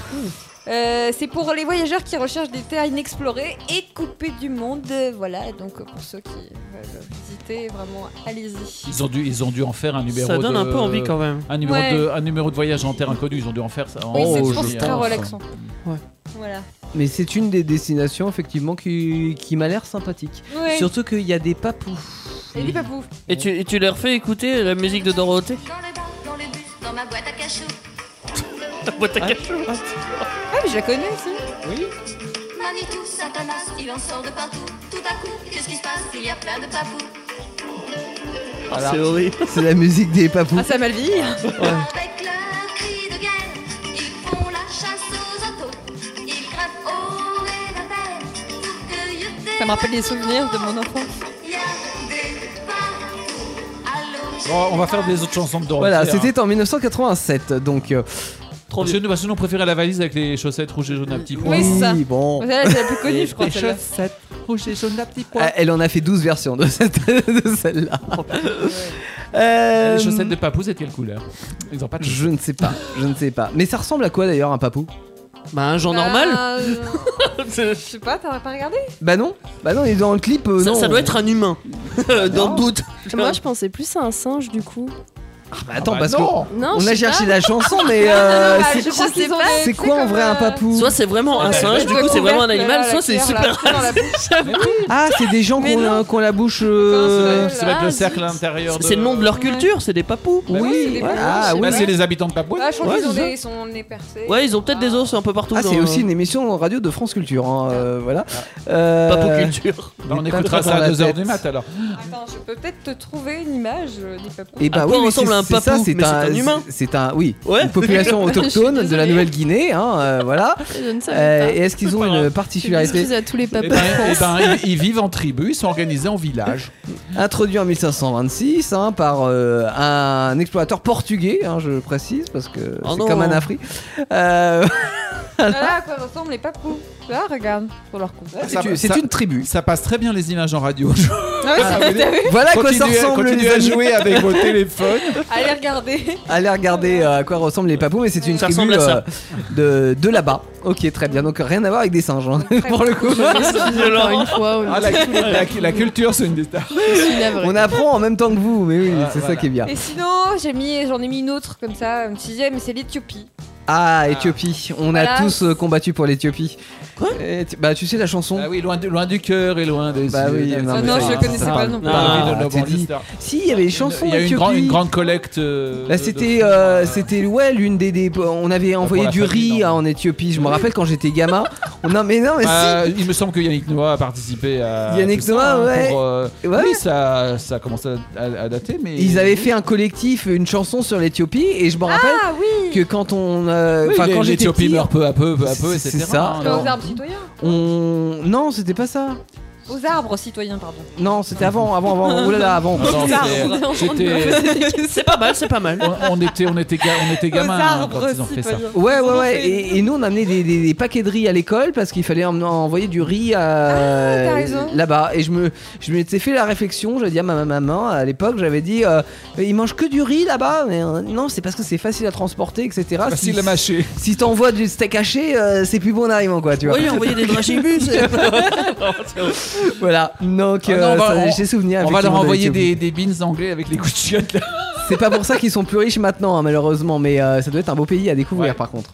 Euh, c'est pour les voyageurs qui recherchent des terres inexplorées et coupées du monde. Euh, Voilà, donc euh, pour ceux qui veulent visiter, vraiment, allez-y.
Ils ont dû, ils ont dû en faire un numéro.
Ça donne un
de-
peu envie quand même.
Un numéro,
Ouais.
de, un numéro de voyage en terre inconnue, ils ont dû en faire ça.
Oui, c'est
Oh, je
je pense que c'est
pense.
très relaxant.
Ouais.
Voilà.
Mais c'est une des destinations effectivement qui, qui m'a l'air sympathique.
Ouais.
Surtout qu'il y a des papous.
Et dis papou.
Et tu, et tu leur fais écouter la musique de Dorothée
Dans le bar, dans le bus, dans ma boîte à cachou.
Boîte à cachou.
Ah, mais je la connais aussi.
Manitou, Satanas, il en sort de partout. Tout à coup, qu'est-ce qui se passe Il y a plein de papous.
C'est horrible.
C'est la musique des papous.
Ah, ça m'a le vie.
Avec leur cri de guerre, ils font la chasse aux autos. Ils oh, grimpent au réverbère pour cueillir des
Ça me rappelle des
papous.
souvenirs de mon enfant.
Il y a des papous. Allô,
Bon, on va faire des autres chansons de Dorothée.
Voilà,
hein.
c'était en 1987, donc euh,
Trop
Parce que
bien.
nous, parce que nous, on préférait la valise avec les chaussettes rouges et jaunes à petits pois.
Oui, c'est ça.
bon.
Celle-là, c'est la plus connue, je crois.
les
celle-là.
chaussettes rouges et jaunes à petits pois.
Ah, Elle en a fait 12 versions de, cette- de celle-là.
Les
Euh,
chaussettes de papou, c'est de quelle couleur Ils ont pas de
Je ne sais pas, je ne sais pas. Mais ça ressemble à quoi d'ailleurs un papou
Bah, un genre
Bah,
normal
euh,
ça,
Je sais pas, t'aurais pas regardé
Bah non, bah non, il est dans le clip. euh, non,
ça doit être un humain. Dans
Non.
le doute.
Moi, je pensais plus à un singe du coup.
Ah, bah attends,
Ah bah
parce
non
Non,
qu'on
je
a
sais
cherché
pas.
la chanson, mais euh,
bah,
c'est
je
quoi,
crois qu'ils ont des-
c'est
tu sais,
quoi en
comme,
vrai
euh,
un papou
Soit Bah, c'est
Ah,
vraiment un
Ouais,
singe,
ouais,
du
ouais,
coup c'est vraiment un
couverte,
animal,
là,
soit
la
c'est
cuillère,
super.
là, dans la bouche.
Ah, c'est des gens qui
Mais
ont,
non.
euh, qui ont la bouche.
Comment
euh,
ça
Ça va être le
Ah,
cercle
zut.
intérieur.
C'est le nom de leur culture, c'est des papous.
Bah
ouais, c'est
Oui,
des
voilà.
papous,
ah
je sais
oui.
Bah,
pas.
c'est les habitants de papou.
Ah, je crois
Ouais,
qu'ils ont
c'est
des- ils sont nés percés.
Ouais, ils ont peut-être des os un peu partout.
Ah,
dans-
c'est aussi une émission en radio de France Culture.
Ah.
hein, euh, voilà. Euh,
Papou culture.
Bah, on
des
écoutera
papous
ça
dans la
à 2h
tête.
du mat alors.
Ah, Attends, je peux peut-être te trouver une image euh, des papous.
Et bah
À
oui,
quoi
mais
ressemble
c'est-
un
c'est ça,
papou
c'est
Mais c'est
un,
un humain.
C'est un, oui,
Ouais.
une population
Je suis
autochtone de la
désolée.
Nouvelle-Guinée, hein, euh, voilà.
Je ne savais
Euh,
pas.
et est-ce qu'ils ont une
Je
particularité
m'excuse à tous les
Eh
papas.
ben, eh ben, ils, ils vivent en tribu, ils sont organisés en village.
Introduit en 1526 hein, par euh, un explorateur portugais, hein, je précise, parce que
Oh
c'est
non.
comme un Afri. Euh,
Voilà Ah, à quoi ressemblent les papous. Là, regarde, sur leur cou.
Ça-
c'est une-
ça-
c'est une tribu.
Ça passe très bien les images en radio.
Ah ouais, c'est- t'as vu
Voilà à quoi ça
Continuez-
ressemble,
continuez
les
à
amis.
jouer avec vos téléphones.
Allez regarder.
Allez regarder euh, à quoi ressemblent les papous, mais c'est une
Ça
tribu
ressemble à
euh, de, de là-bas. Ok, très bien. Donc rien à voir avec des singes, hein, pour le coup.
Encore une fois, on
Ah, la, la- la culture, c'est une des stars.
suis navrée.
On apprend en même temps que vous, mais oui,
Ah,
c'est ça
voilà.
qui est bien.
Et sinon, j'ai mis, j'en ai mis une autre comme ça, une sixième, et c'est l'Éthiopie.
Ah, Éthiopie. On
Voilà.
a tous euh, combattu pour l'Éthiopie. Quoi Bah, tu sais la chanson
Ah oui, loin, de- loin du cœur et loin des
Bah oui,
yeux.
non,
Ah
mais
non,
ça,
je
ça
connaissais
parle
pas non plus.
pas.
Ah,
Ah,
t'es
t'es
dit.
dit. Si, il y avait une chanson
Il y a une,
Éthiopie.
grande- une grande collecte. euh,
Là,
de-
c'était,
de-
euh, c'était ouais, l'une des, des- On avait envoyé
la
du
famille,
riz
non.
hein, en Éthiopie. Je me rappelle quand j'étais gamin. On a, mais non, mais
Bah, Il me semble que Yannick Noah a participé à.
Yannick
tout ça,
Noah,
hein,
ouais.
pour, euh,
Ouais.
Oui, ça, ça commence à, à- à dater, mais.
si. Ils avaient fait un collectif, une chanson sur l'Éthiopie, et je me rappelle
Ah oui
que quand on, euh,
Oui,
enfin
les-
quand j'étais
l'Éthiopie
petit,
meurt peu à peu, peu à peu,
C'est
etc.
ça.
hein,
Aux
alors.
arbres citoyens.
on, non, c'était pas ça.
Aux arbres citoyens, pardon.
Non, c'était avant, avant, avant. Oh là là, avant.
Ah Non, non,
Aux arbres.
c'était- c'était-
C'est pas mal, c'est pas mal.
on, on était, on était, ga- on était gamins
Aux
hein,
arbres
quand ils ont fait ça.
citoyens.
Ouais,
Ils
ouais,
ont
ouais.
fait
Et, et nous, on amenait des, des, des paquets de riz à l'école parce qu'il fallait emmener- envoyer du riz à-
t'as raison.
là-bas. Et je me, je m'étais fait la réflexion. J'avais dit à ma ma maman à l'époque, j'avais dit, euh, ils mangent que du riz là-bas. Mais euh, non, c'est parce que c'est facile à transporter, etc.
Facile
Ah,
si,
à mâcher.
si t'envoies du steak haché, euh, c'est plus bon en arrivant, quoi. Tu vois.
Oui, envoyer des dragibus.
Voilà. Donc,
Ah non,
euh,
on va-
ça,
on-
j'ai souvenir.
On va leur
effectivement, de
envoyer
l'Éthiopie.
des, des beans anglais avec les coups de chiottes là.
C'est pas pour ça qu'ils sont plus riches maintenant, hein, malheureusement. Mais euh, ça doit être un beau pays à découvrir,
Ouais.
par contre.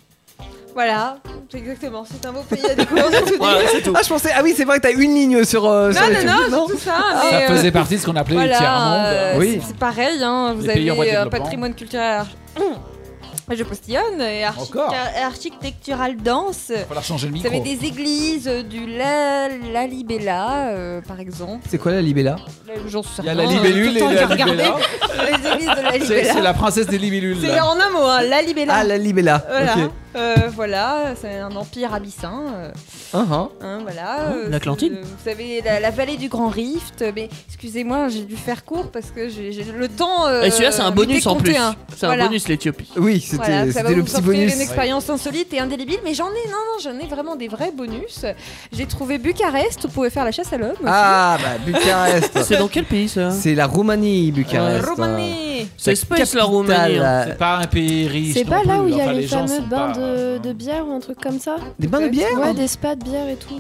Voilà, exactement. C'est un beau pays à découvrir. c'est tout dit.
Voilà, c'est tout.
Ah, je pensais. Ah oui, c'est vrai que t'as une ligne sur. euh, sur
Non, non,
l'Éthiopie,
non, c'est tout ça. mais,
Ça
euh,
faisait partie de ce qu'on appelait les
Voilà, euh,
tiers-monde.
c'est-
Oui.
c'est pareil, hein, vous
Les pays en voie de
avez un
développement.
patrimoine culturel. arch- Je postillonne et archi- euh,
Encore.
architectural dense.
Il va falloir changer le
Vous
micro.
avez des églises, euh, du la, Lalibela, euh, par exemple.
C'est quoi la Libella
Là, J'en suis
Il y a
certain,
la
euh,
libellule
tout
et
le temps,
la
j'ai regardé
libella.
Les églises de la
C'est c'est
Libella.
la princesse des libellules.
C'est
là.
en un mot, hein, Lalibela.
Ah, la Libella.
Voilà,
Ok.
euh, voilà, c'est un empire abyssin. euh,
Hein, hein.
hein, voilà.
Oh,
euh,
l'Atlantide.
c'est, euh, Vous savez, la, la vallée du Grand Rift. euh, Mais excusez-moi, j'ai dû faire court parce que j'ai, j'ai- le temps. euh,
Et celui-là, c'est un bonus
m'était
en
compté,
plus.
hein.
C'est un
Voilà.
bonus, l'Éthiopie.
Oui, c'était
Voilà, ça
c'était
va
le
vous
petit
sortir
bonus.
une expérience insolite et indélébile, mais j'en ai, non, non, j'en ai vraiment des vrais bonus. J'ai trouvé Bucarest, vous pouvez faire la chasse à l'homme.
Ah, bah, Bucarest.
C'est dans quel pays ça
C'est la Roumanie,
Euh,
Bucarest.
Hein
Euh,
Roumanie
C'est Space la Roumanie. hein.
T'as la-
C'est pas un pays riche.
C'est pas
non
là
plus,
où il y
enfin,
a les
gens
fameux
sont
bains
pas, Ah
de,
euh,
de bière ou un truc comme ça
Des bains de bière
Ouais, des spas de bière et tout.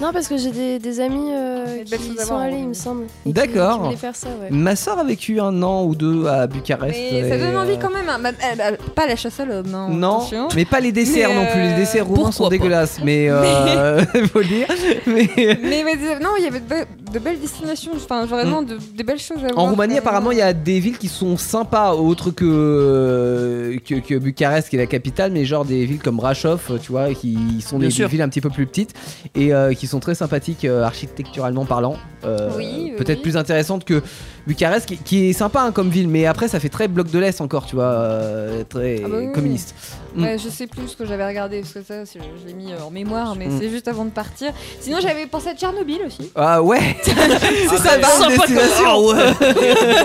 non, parce que j'ai des, des amis euh,
Des belles
qui
choses
y
à
sont
voir, hein.
allés,
oui.
il me semble. et qui-
D'accord.
Qui voulaient faire ça, ouais.
Ma soeur a vécu un an ou deux à Bucarest.
Mais ça
et,
donne
euh,
envie quand même. hein. Bah, eh, bah, pas la chasse à l'homme, hein,
Non,
attention.
mais pas les desserts
Mais,
non plus. Les
euh,
desserts roumains sont
pourquoi pas
dégueulasses, mais euh, faut le dire. Mais
Mais, mais, euh, non, il y avait de, be- de belles destinations, enfin vraiment de, des belles choses à voir.
Mm. en Roumanie, apparemment, il y a des villes qui sont sympas, autres que, euh, que, que Bucarest, qui est la capitale, mais genre des villes comme Brasov, tu vois, qui sont des
Bien sûr.
villes un petit peu plus petites et euh, qui sont très sympathiques euh, architecturalement parlant. Euh,
Oui, oui,
Peut-être
oui.
plus intéressantes que Bucarest, qui, qui est sympa hein, comme ville, mais après ça fait très bloc de l'Est encore, tu vois, euh, très
Ah bah oui, oui.
communiste. Mm.
Ouais, je sais plus ce que j'avais regardé, parce que ça, c'est- je l'ai mis euh, en mémoire, mais
Mm.
c'est juste avant de partir. Sinon, j'avais pensé à Tchernobyl aussi.
Ah ouais C'est ça,
Sympa comme- Ah ouais.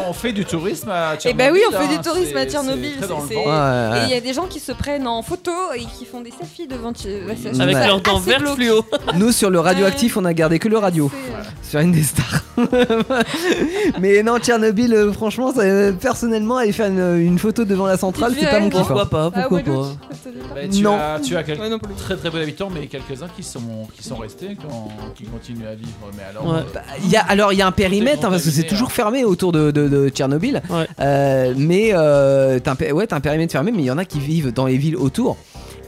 on fait du tourisme à Tchernobyl.
Eh ben oui, on fait
hein,
du tourisme à
c'est-
Tchernobyl,
c'est très dans le
c'est-
vent.
c'est-
Ouais, ouais.
Et il y a des gens qui se prennent en photo et qui font des selfies devant Tchernobyl. Ouais,
Mm.
ça, je
Avec
trouve ça
leur dent
assez
vert
glauque.
fluo.
Nous, sur le radioactif, on a gardé que le radio
C'est, euh,
sur une des stars. mais non, Tchernobyl, euh, franchement, ça, euh, personnellement, aller faire une, une photo devant la centrale, c'est pas mon kiff. hein.
Pourquoi pas
Ah,
Pourquoi
ouais,
pas
doute. Ça dépend.
Bah, tu
Non.
as, tu as quelques
Ouais, non, plus.
très très bons habitants, mais quelques-uns qui sont, qui sont restés, qui, ont- qui continuent à vivre. Mais alors,
Ouais.
euh,
Bah, il y a, alors il y a un périmètre hein, parce que c'est
contaminé,
toujours fermé autour de, de- de Tchernobyl.
Ouais.
Euh, mais euh, t'as un, pé- ouais, t'as un périmètre fermé, mais il y en a qui vivent dans les villes autour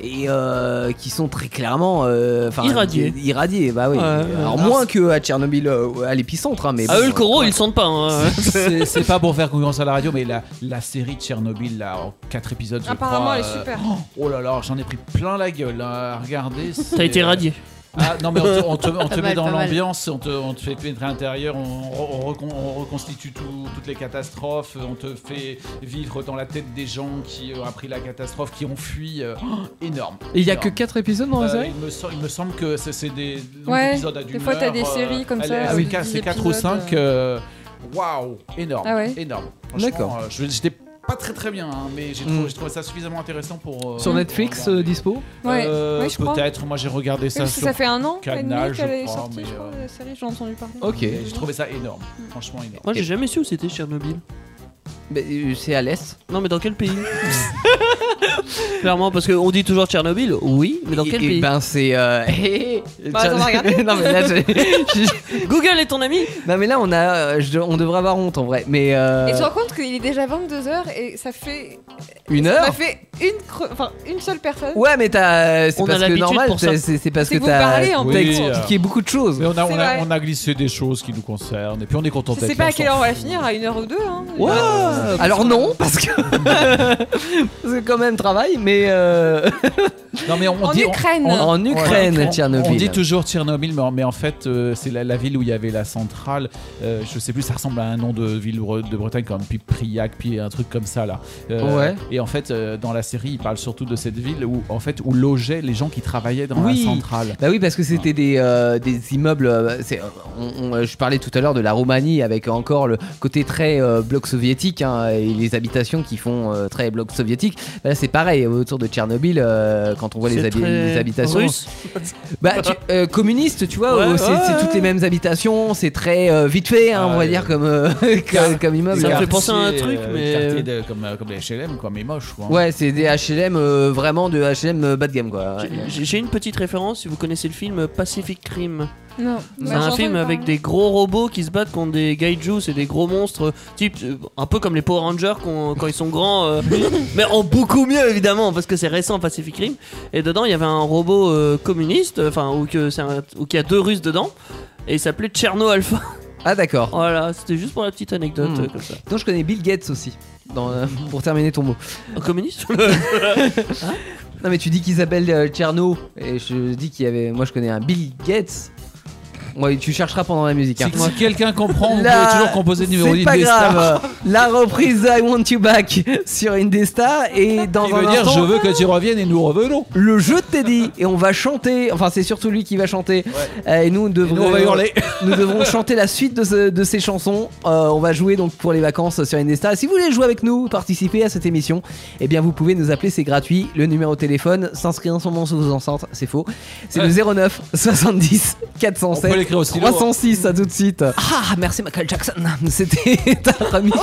et euh, qui sont très clairement euh, enfin,
Irradiés.
i- Irradiés, bah oui.
Ouais, ouais.
Alors
Ah,
moins que à Tchernobyl, euh, à l'épicentre, hein, mais.
Ah,
bon,
eux, le
euh,
corot, ils sentent pas. hein.
c'est c'est pas pour faire concurrence à la radio, mais la, la série de Tchernobyl, là, en 4 épisodes, je
Apparemment,
crois,
elle est
euh,
super.
Oh là là, j'en ai pris plein la gueule. hein. Regardez.
T'as
c'est-
été radié.
Ah non, mais on te, on te- on te
Pas
met
mal,
dans
pas mal.
l'ambiance, on te, on te fait pénétrer à l'intérieur, on, re- on recon- on reconstitue tout- toutes les catastrophes, on te fait vivre dans la tête des gens qui ont appris la catastrophe, qui ont fui. euh, oh, énorme.
Et il y a
énorme.
que 4 épisodes dans la
Euh,
série
il, me sem- il me semble que c'est c'est des longs
Ouais,
épisodes à d'une
des fois, t'as
heure,
des
euh,
séries comme
allez,
ça,
ah oui,
euh,
quatre-
dix
c'est 4 ou
épisodes, euh.
5. Waouh, énorme.
Ah ouais.
Énorme.
D'accord.
D'accord. J'étais pas très très bien, hein, mais j'ai
Mm.
trouvé, j'ai trouvé ça suffisamment intéressant pour. euh,
Sur
pour
Netflix,
regarder.
euh, dispo
Ouais,
Euh,
ouais, je crois.
Peut-être, moi j'ai regardé ça
Oui, parce que
sur
ça fait un an et
Canal,
demi
je
qu'elle est
crois,
sortie,
mais,
je crois,
euh,
la série, j'ai entendu parler.
Ok.
Et J'ai trouvé ça énorme, franchement énorme.
Moi, j'ai jamais su où c'était Tchernobyl.
mais, euh, c'est à l'est.
Non, mais dans quel pays Clairement, parce qu'on dit toujours Tchernobyl, oui, mais dans
Et-
quel
et
pays
Ben c'est. euh,
Bah, attends, on va regarder.
non mais là, je- je-
Google est ton ami
non, mais là, on a, euh, je- on devrait avoir honte en vrai. Mais euh,
Et tu te rends compte qu'il est déjà 22h et ça fait.
une
ça
heure.
m'a fait une, cre- enfin, une seule personne.
Ouais, mais t'as. C'est
On a
parce que
l'habitude
normal,
pour ça.
t'as- c'est c'est parce
C'est
que
que vous
t'as
parlez, en
t'as
fait.
euh,
expliqué beaucoup de choses.
Mais on a,
C'est
on, a,
vrai.
on a glissé des choses qui nous concernent et puis on est content
Je
d'être
sais pas
là,
à quelle heure on
sans-
va finir, à une heure ou deux. Hein.
Ouais. Alors non, parce que c'est quand même travail, mais euh,
Non mais on,
En
dit, on-
Ukraine.
on-
en Ukraine,
on- on-
Tchernobyl.
On dit toujours Tchernobyl, mais, en- mais en fait, euh, c'est la, la ville où il y avait la centrale. euh, je sais plus, ça ressemble à un nom de ville bre- de Bretagne, comme puis Priac, puis un truc comme ça là. Euh,
Ouais.
Et en fait, euh, dans la série, il parle surtout de cette ville où en fait où logeaient les gens qui travaillaient dans
Oui.
la centrale.
Bah oui, parce que c'était des, euh, des immeubles. euh, c'est- euh, on- on- je parlais tout à l'heure de la Roumanie avec encore le côté très euh, bloc soviétique hein, et les habitations qui font euh, très bloc soviétique. Bah là, c'est pareil autour de Tchernobyl euh, quand on voit les,
C'est
habi-
très
les habitations.
russe.
Bah, tu- euh, communiste, tu vois,
Ouais,
euh, c'est
ouais,
c'est
ouais.
toutes les mêmes habitations, c'est très euh, vite fait, hein,
Ah,
on va
ouais.
dire, comme, euh, comme, comme immeuble.
Ça me
Quartier,
fait penser à un truc,
euh,
mais-
quartier de- comme, euh, comme les HLM, quoi, mais moche. Quoi, hein.
Ouais, c'est des HLM, euh, vraiment de HLM euh, bas de gamme, quoi. Ouais.
J'ai j'ai une petite référence, si vous connaissez le film Pacific Crime.
Non.
C'est un film avec des gros robots qui se battent contre des gaijus et des gros monstres, euh, type euh, un peu comme les Power Rangers qu'on- quand ils sont grands, euh, mais en beaucoup mieux évidemment parce que c'est récent Pacific Rim. Et dedans il y avait un robot euh, communiste, euh, enfin ou que c'est un- ou qu'il y a deux Russes dedans. Et il s'appelait Tcherno Alpha.
Ah, d'accord.
Voilà, c'était juste pour la petite anecdote
Hmm.
euh, comme ça.
Donc, je connais Bill Gates aussi, dans, euh, pour terminer ton mot.
Un communiste
Non, mais tu dis qu'il s'appelle euh, Tcherno, et je dis qu'il y avait. Moi, je connais un Bill Gates. Ouais, tu chercheras pendant la musique. hein.
Si, si quelqu'un comprend, vous
Là,
pouvez toujours composer le numéro
C'est
10
pas
des stars.
grave. La reprise I Want You Back sur Indestar et dans
Qui
un
veut dire
instant-
je veux que tu reviennes et nous revenons.
le jeu de Teddy et on va chanter. Enfin, c'est surtout lui qui va chanter. Euh, et nous devrons,
nous, on va hurler.
nous devrons chanter la suite de, ce- de ces chansons. Euh, on va jouer donc pour les vacances sur Indesta. Si vous voulez jouer avec nous, participer à cette émission, eh bien vous pouvez nous appeler, c'est gratuit. Le numéro de téléphone s'inscrit en ce moment sur vos enceintes, c'est faux. C'est le 09 70
On peut
407
l'écrire au stylo,
306. À tout de suite. hein. Ah, merci Michael Jackson. C'était un remix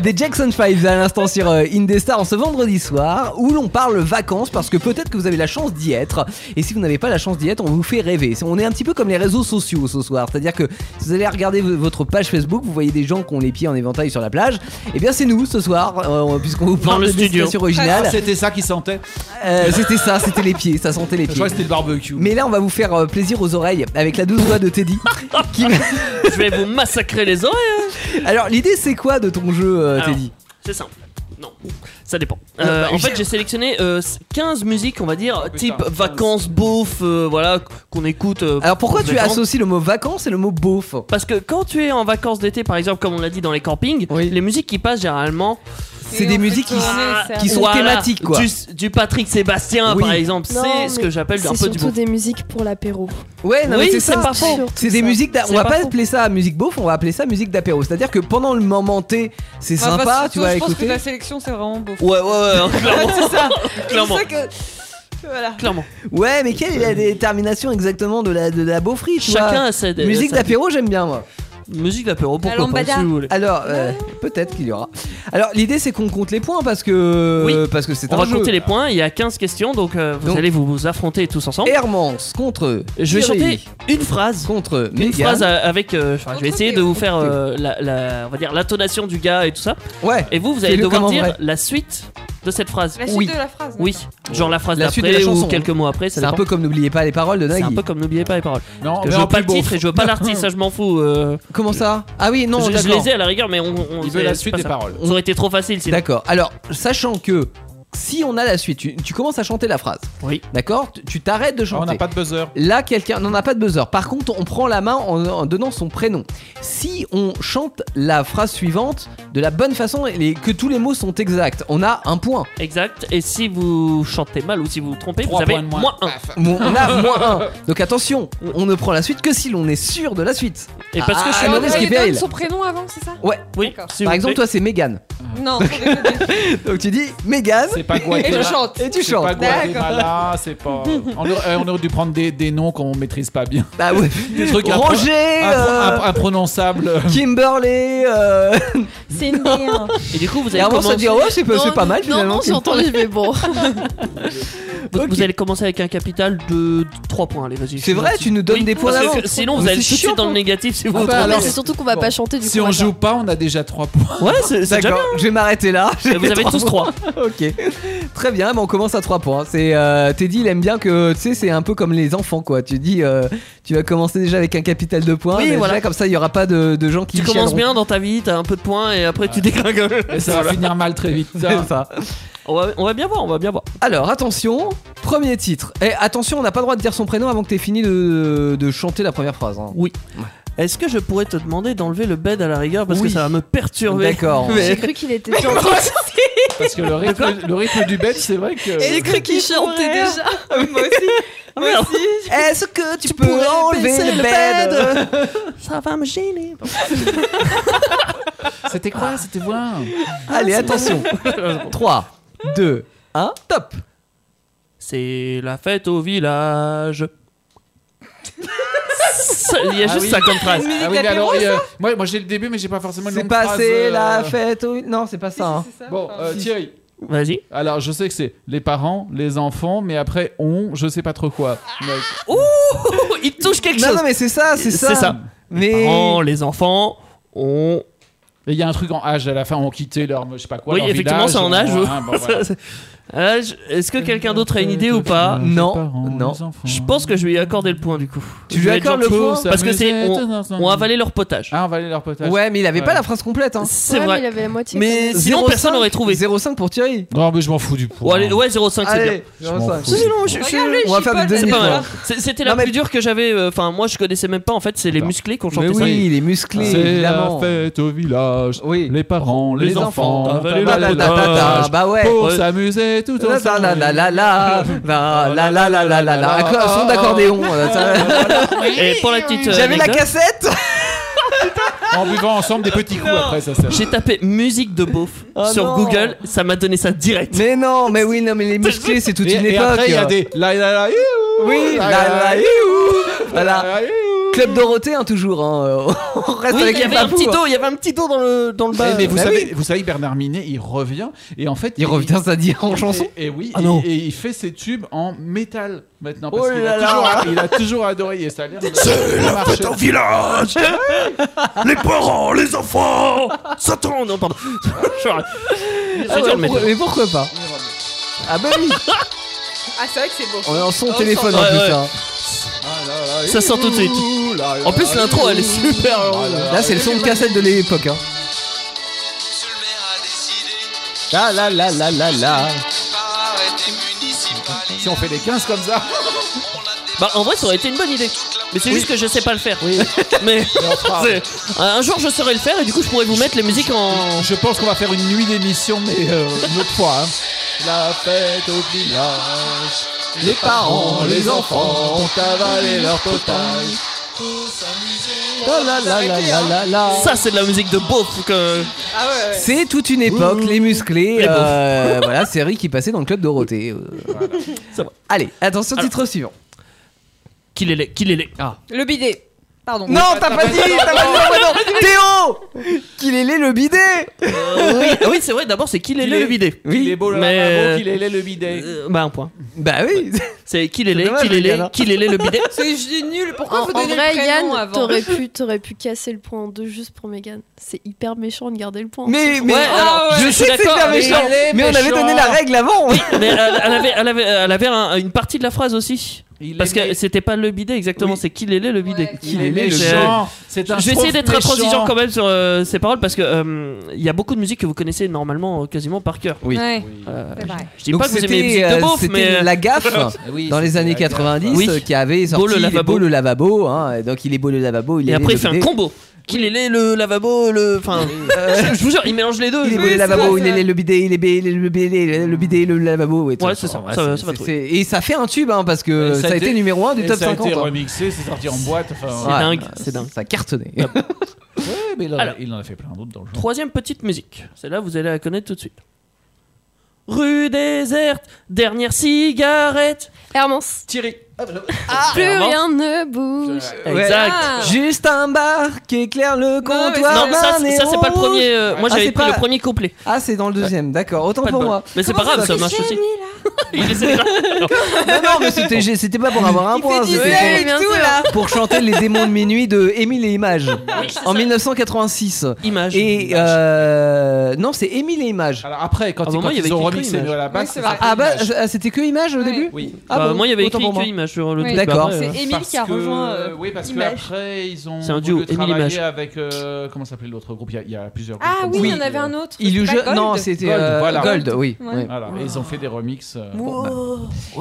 des Jackson 5 à l'instant sur euh, Indestar en ce vendredi soir où l'on parle vacances parce que peut-être que vous avez la chance d'y être et si vous n'avez pas la chance d'y être on vous fait rêver on est un petit peu comme les réseaux sociaux ce soir c'est à dire que si vous allez regarder v- votre page Facebook vous voyez des gens qui ont les pieds en éventail sur la plage et bien c'est nous ce soir euh, puisqu'on vous parle
le
de
studio.
destination originale
Ah, C'était ça qui sentait.
Euh, c'était ça c'était les pieds ça sentait les
Je
pieds
crois que c'était le barbecue.
mais là on va vous faire euh, plaisir aux oreilles avec la douce voix de Teddy qui va-
Je vais vous massacrer les oreilles.
alors l'idée c'est quoi de ton jeu euh,
Alors,
Teddy
C'est simple. Non. Ça dépend. Euh, en fait, j'ai sélectionné euh, 15 musiques, on va dire, type vacances, beauf, euh, voilà, qu'on écoute. euh,
Alors pourquoi tu
complètement.
associes le mot vacances et le mot beauf
Parce que quand tu es en vacances d'été, par exemple, comme on l'a dit dans les campings,
Oui.
les musiques qui passent généralement
C'est des musiques qui,
Ah,
qui sont
voilà,
thématiques quoi.
Du, du Patrick Sébastien,
Oui.
par exemple,
Non,
c'est ce
mais
que j'appelle un
C'est
peu du
surtout
beauf.
des musiques pour l'apéro.
Ouais, non,
Oui,
mais c'est
c'est
ça.
pas faux.
Surtout
C'est des
ça.
musiques. d'a- On
C'est
va
pas
pas
faux.
appeler ça musique beauf, on va appeler ça musique d'apéro. C'est-à-dire que pendant le moment T, c'est
Bah,
Enfin,
sympa,
parce que
tu vas
Je pense que
écouter.
la sélection, c'est vraiment beau.
Ouais, ouais, ouais, hein. Euh, clairement.
C'est ça.
clairement.
C'est ça que- Voilà.
clairement.
Ouais, mais quelle est la détermination exactement de la de la beaufrie tu vois
Chacun a sa
Musique
sa-
d'apéro, j'aime bien moi.
Musique d'apéro,
La
pourquoi pas,
lambada.
si vous voulez.
Alors euh, peut-être qu'il y aura. Alors l'idée c'est qu'on compte les points parce que
Oui.
parce que c'est
On
un
va
jeu.
compter les points, il y a 15 questions, donc euh, vous
Donc-
allez vous, vous affronter tous ensemble.
Hermance contre.
je vais
Thierry
chanter une phrase.
contre.
Une
Mégane.
phrase euh, avec. euh, enfin, je vais
Entre
essayer
Théo,
de vous faire euh, la, la- on va dire, l'intonation du gars et tout ça.
Ouais.
Et vous, vous allez
Fais-le
devoir
comme en
dire
vrai.
la suite de cette phrase.
La suite
Oui.
de la phrase.
Oui, genre la phrase
La suite de la
d'après
chanson,
ou
hein.
quelques mots après, ça
C'est un
dépend.
peu comme n'oubliez pas les paroles de
C'est
Nagui. Oh,
un peu comme n'oubliez pas les paroles.
Non,
Je
mais
veux
en
pas
plus
le titre
beauf.
et je veux pas l'artiste, ça je m'en fous. euh,
Comment ça Ah oui, non,
je, je
d'accord.
les ai à la rigueur, mais on. on
Il
c'est-
veut la
c'est
suite
pas
des
ça.
paroles.
Ça aurait été trop facile sinon.
D'accord. Alors, sachant que si on a la suite, tu, tu commences à chanter la phrase.
Oui.
D'accord Tu- Tu t'arrêtes de
On
chanter.
n'a pas de buzzer.
Là, quelqu'un n'en a pas de buzzer. Par contre, on prend la main en, en donnant son prénom. Si on chante la phrase suivante de la bonne façon et les- que tous les mots sont exacts, on a un point.
Exact. Et si vous chantez mal ou si vous vous trompez,
Trois
vous avez
points de moins.
moins 1.
Bon, on a moins un. Donc attention, on ne prend la suite que si l'on est sûr de la suite.
Et parce que
Ah,
je suis
non,
mauvais.
mais-
Il
Gabriel.
donne son prénom avant, c'est ça
Oui,
D'accord.
s'il
Par
vous
exemple,
plaît.
toi, c'est Mégane.
Non, sans déconner.
Donc tu dis Mégane
C'est pas Guatemala.
Et je chante.
et tu
C'est pas
chantes.
Guatemala, c'est pas. On aurait, euh, on aurait dû prendre des, des noms qu'on maîtrise pas bien.
Bah ouais.
Des trucs impro-
Roger,
impro-
euh,
impro- imprononçables.
Kimberley. euh,
C'est une D1.
Et du coup, vous
Et
allez,
avant, ça
commencer...
dit ouais, c'est pas, Bah, c'est
Non,
pas mal
non,
finalement.
Non, j'ai entendu, mais bon.
vous-
Ok.
vous allez commencer avec un capital de 3 points. Allez, vas-y.
C'est vrai, tu nous donnes
Oui,
des points
parce
d'avance.
que Sinon, vous
Mais
allez tout
c'est
de
chiant,
suite dans le
hein.
négatif si vous vous
Enfin,
trompez.
mais c'est surtout qu'on va
bon.
pas chanter du
Si
coup,
on
va
joue pas, on a déjà 3 points.
Ouais, c'est c'est déjà
D'accord,
bien.
je vais m'arrêter là.
Et Vous avez tous 3.
Ok. Très bien, mais on commence à 3 points. C'est euh, Teddy, il aime bien que tu sais, c'est un peu comme les enfants quoi. Tu dis, euh, tu vas commencer déjà avec un capital de points.
Oui,
déjà,
voilà.
Comme ça, il y aura pas de, de gens qui.
Tu commences
chialeront.
bien dans ta vie, t'as un peu de points et après tu dégringoles.
Et ça va finir mal très vite.
C'est ça.
On va, on va bien voir, on va bien voir.
Alors attention, premier titre. Et attention, on n'a pas le droit de dire son prénom avant que t'aies fini de, de chanter la première phrase. hein.
Est-ce que je pourrais te demander d'enlever le bed à la rigueur parce
Oui.
que ça va me perturber
D'accord.
J'ai cru qu'il était déjà en train
Parce que le rythme, le rythme du bête, c'est vrai que.
J'ai cru qu'il chantait déjà. Moi aussi.
Ah, merde.
Est-ce que tu, peux enlever
baisser
le
le
bed
Ça va me gêner.
C'était quoi C'était voilà.
Ah, Allez, attention. 3, 2, 1, top.
C'est la fête au village. Ça- Il y a
Ah
juste
oui.
50 phrases.
Ah oui, mais alors, il y a- moi, moi j'ai le début, mais j'ai pas forcément le
C'est
nom de
pas
phrase,
c'est
euh,
la fête. au- Non, c'est pas ça. hein.
Bon, euh, Thierry.
Vas-y.
Alors, je sais que c'est les parents, les enfants, mais après, on, je sais pas trop quoi. Donc,
Oh, il touche quelque
Non,
chose.
non, mais c'est ça, c'est ça.
C'est ça.
Mais
Parents, les enfants, on.
Et il y a un truc en âge à la fin, on quittait leur, je sais pas quoi.
oui,
leur
effectivement,
village,
c'est en
on-
âge.
hein, bon, voilà.
Ah, je- Est-ce que quelqu'un d'autre a une idée ou
Euh,
pas
Non,
parents,
non.
les enfants.
Je pense que je vais lui accorder le point du coup.
Tu lui
Je vais être
accordes le
gentil.
point
Faut
Parce que c'est-
s'amuser,
On avalait leur potage.
Ah, on va aller leur potage.
ouais, mais il avait pas
Ouais.
la phrase complète. Hein.
C'est
Ouais, mais
vrai.
il avait la moitié.
Mais sinon,
0,5,
personne n'aurait trouvé.
0,5 pour Thierry.
Non, mais je m'en fous du point.
Ouais, allez, ouais, 0,5 c'est bien.
Allez,
Je m'en
0,5.
fous.
Sinon, je- je-
Regarde-le,
On va faire
chipote,
des
là,
C'est
demi
pas mal.
points.
C'est- C'était la
Non, mais-
plus dure que j'avais. euh, Enfin, moi, je connaissais même pas. En fait, c'est les
Attends.
musclés qui ont
Mais
chanté ça.
oui, il est musclé,
C'est la
évidemment.
fête au village.
Oui.
Les parents, les,
Les enfants,
enfants,
avalez
la
Ta, ta, ta, ta, ta, Bah ouais.
pour
Ouais.
s'amuser tout
La la
ensemble.
la la la la la la la la la la la Acco- son d'accordéon. euh, ça-
Et pour la petite. euh,
J'avais la
anecdote,
cassette.
En buvant ensemble des petits coups
Non.
après, ça sert.
J'ai tapé musique de beauf
Ah
sur
non.
Google. Ça m'a donné ça direct.
Mais non, mais oui, non, mais les musclés, c'est toute
Et,
une
et
époque. hein.
après, il y a des la la la. youhou,
Oui, la la
youhou,
youhou. Voilà.
la, youhou.
Club Dorothée, hein, toujours. hein, On reste
Oui,
avec
il y
les
avait un
papous,
petit
hein.
dos. Il y avait un petit dos dans le dans le bas.
Eh, mais vous
bah
savez, vous savez, Bernard Minet, il revient et en fait,
Il revient, ça dit en chanson.
Et, oui,
Ah
et-
non.
et, il fait ses tubes en métal maintenant
Oh
parce qu'il
là
a,
là.
toujours- il a toujours adoré et ça a l'air. C'est la fête au village.
les parents, les enfants. Satan, non pardon. J'ai
Ah
dû
ouais,
le mettre.
pour- mais pourquoi pas Ah bah oui
Ah, c'est vrai que c'est beau.
On est en son
On
téléphone
sent-
en
ouais,
plus.
ouais.
hein.
Ça sort tout de suite. En plus, l'intro, elle est super heureuse.
Là, c'est le son de cassette de l'époque. hein.
Monsieur le maire a décidé
La la la la la la.
Si on fait les 15 comme ça,
Bah, en vrai, ça aurait été une bonne idée. Mais c'est juste que je sais pas le faire. Mais
on fera.
c'est- un jour, je saurai le faire et du coup, je pourrais vous mettre les musiques en.
je pense qu'on va faire une nuit d'émission, mais euh, une autre fois. hein. La fête au village, les parents, les enfants ont Oh avalé leur potage.
La la la la la la la.
Ça, c'est de la musique de beauf que.
Ah ouais, ouais.
C'est toute une époque, les musclés.
Les
euh, voilà, série qui passait dans le club Dorothée. euh.
Ça va.
Allez, attention,
Alors.
titre suivant.
Qu'il est laid, qu'il est laid. Ah.
Le bidet. Pardon.
Non, t'as pas dit, t'as pas dit, non, non. Théo Qu'il est laid le bidet
oui, ah oui, c'est vrai, d'abord, c'est qu'il est
Qu'il
laid
est-
le bidet.
Il est beau le
mais-
lavabo, qu'il est laid le bidet.
Euh, bah, un point.
Bah oui
C'est qu'il est laid,
dommage,
qu'il est
les gars,
laid,
là.
qu'il est laid le bidet.
C'est je dis nul. Pourquoi
En,
vous
en
donnez
vrai,
le prénom
Yann,
avant
t'aurais pu, t'aurais pu casser le point en deux juste pour Megan. C'est hyper méchant de garder le point.
Mais, mais
Ouais, alors, je
je
suis
sais que c'est
d'accord,
bien
mais
méchant,
il est
mais on avait
méchant.
donné la règle avant
Mais elle, elle avait, elle avait, elle avait un- une partie de la phrase aussi.
Il est
Parce que
laid.
c'était pas le bidet exactement,
Oui.
c'est qu'il est laid le bidet.
Ouais.
Il est
laid, le
méchant. C'est un
Je vais essayer
strophe
d'être intransigeant
méchant.
quand même sur euh, ces paroles parce que euh, il y a beaucoup de musique que vous connaissez normalement euh, quasiment par cœur.
Oui.
Ouais.
Euh,
C'est vrai.
je dis pas que vous aimez les musiques
euh,
de beauf,
c'était
mais
la gaffe
Oui,
dans les
c'était
années
la guerre.
90
Oui.
euh, qui avait sorti
Beau le
il est
lavabo.
beau le lavabo hein, et donc il est beau le lavabo il
et
est laid,
après il fait
le
un hein.
bidet.
combo. Qu'il est laid le lavabo, le. Enfin, je je vous jure, il mélange les deux.
il est beau
Oui,
le
c'est
lavabo,
vrai,
il
c'est
est laid, le bidet, il est bé- il est le bidet, le bidet, le lavabo. tout
Ouais, c'est ça,
Enfin,
ça va-
c'est-
ça va trop
c'est- Et ça fait un tube hein, parce que
Et
ça a été numéro 1 du
et
top
ça a
50.
été
hein.
remixé, c'est sorti en boîte. enfin,
Ouais.
ouais.
dingue, c'est dingue.
Ça cartonnait.
mais il en, a-
Alors.
il en a fait plein d'autres dans le jeu.
Troisième petite musique. Celle-là, vous allez la connaître tout de suite. Rue déserte, dernière cigarette.
Hermance,
Thierry. Ah.
plus
Ah, Hermance.
rien ne bouge.
Ouais.
Exact.
Ah.
Juste un bar qui éclaire le
mais
comptoir.
Non, ça,
d'un
c'est- ça, c'est
héros
pas le premier. euh, moi,
Ah,
j'avais
c'est
pris
pas-
le premier couplet.
Ah, c'est dans le deuxième, d'accord. Autant
Pas de
pour
bol.
moi.
Mais c'est pas grave, ça marche aussi. Il essaie de-
Non, non, mais c'était j'ai- c'était pas pour avoir un point.
Il fait
c'était
du
pour-
avec
bien
tout
sûr.
là.
pour chanter Les démons de minuit de Émile et Images en 1986.
Image. Bah,
Et euh, non, c'est Émile et Images.
Alors après, quand,
À un moment,
quand
il y avait
ils ont
écrit
remixé
image.
à la base,
Oui, c'est
ça
vrai.
s'appelait
Ah bah
Image.
ah, c'était que Images au
Ouais.
début
oui.
Ah
Bah,
bon,
moi, il y avait
autant
écrit
pour moi.
que image sur le
Oui.
truc.
D'accord.
Bah, après,
C'est
euh,
Émile
Parce
qui a
que-
rejoint. euh,
oui, parce
Image.
qu'après, ils ont
C'est un duo,
voulu
Émile
travailler
Image.
avec. euh, comment s'appelait l'autre groupe il y, a, il y a plusieurs groupes.
Ah oui,
comme
il y
ça.
en avait un autre.
Illusion-
C'est pas
non,
Gold
c'était
Gold,
euh,
voilà.
Gold, oui.
Ouais.
oui.
Voilà, et ils ont fait des remixes. euh,
Bon, bah.
Ah,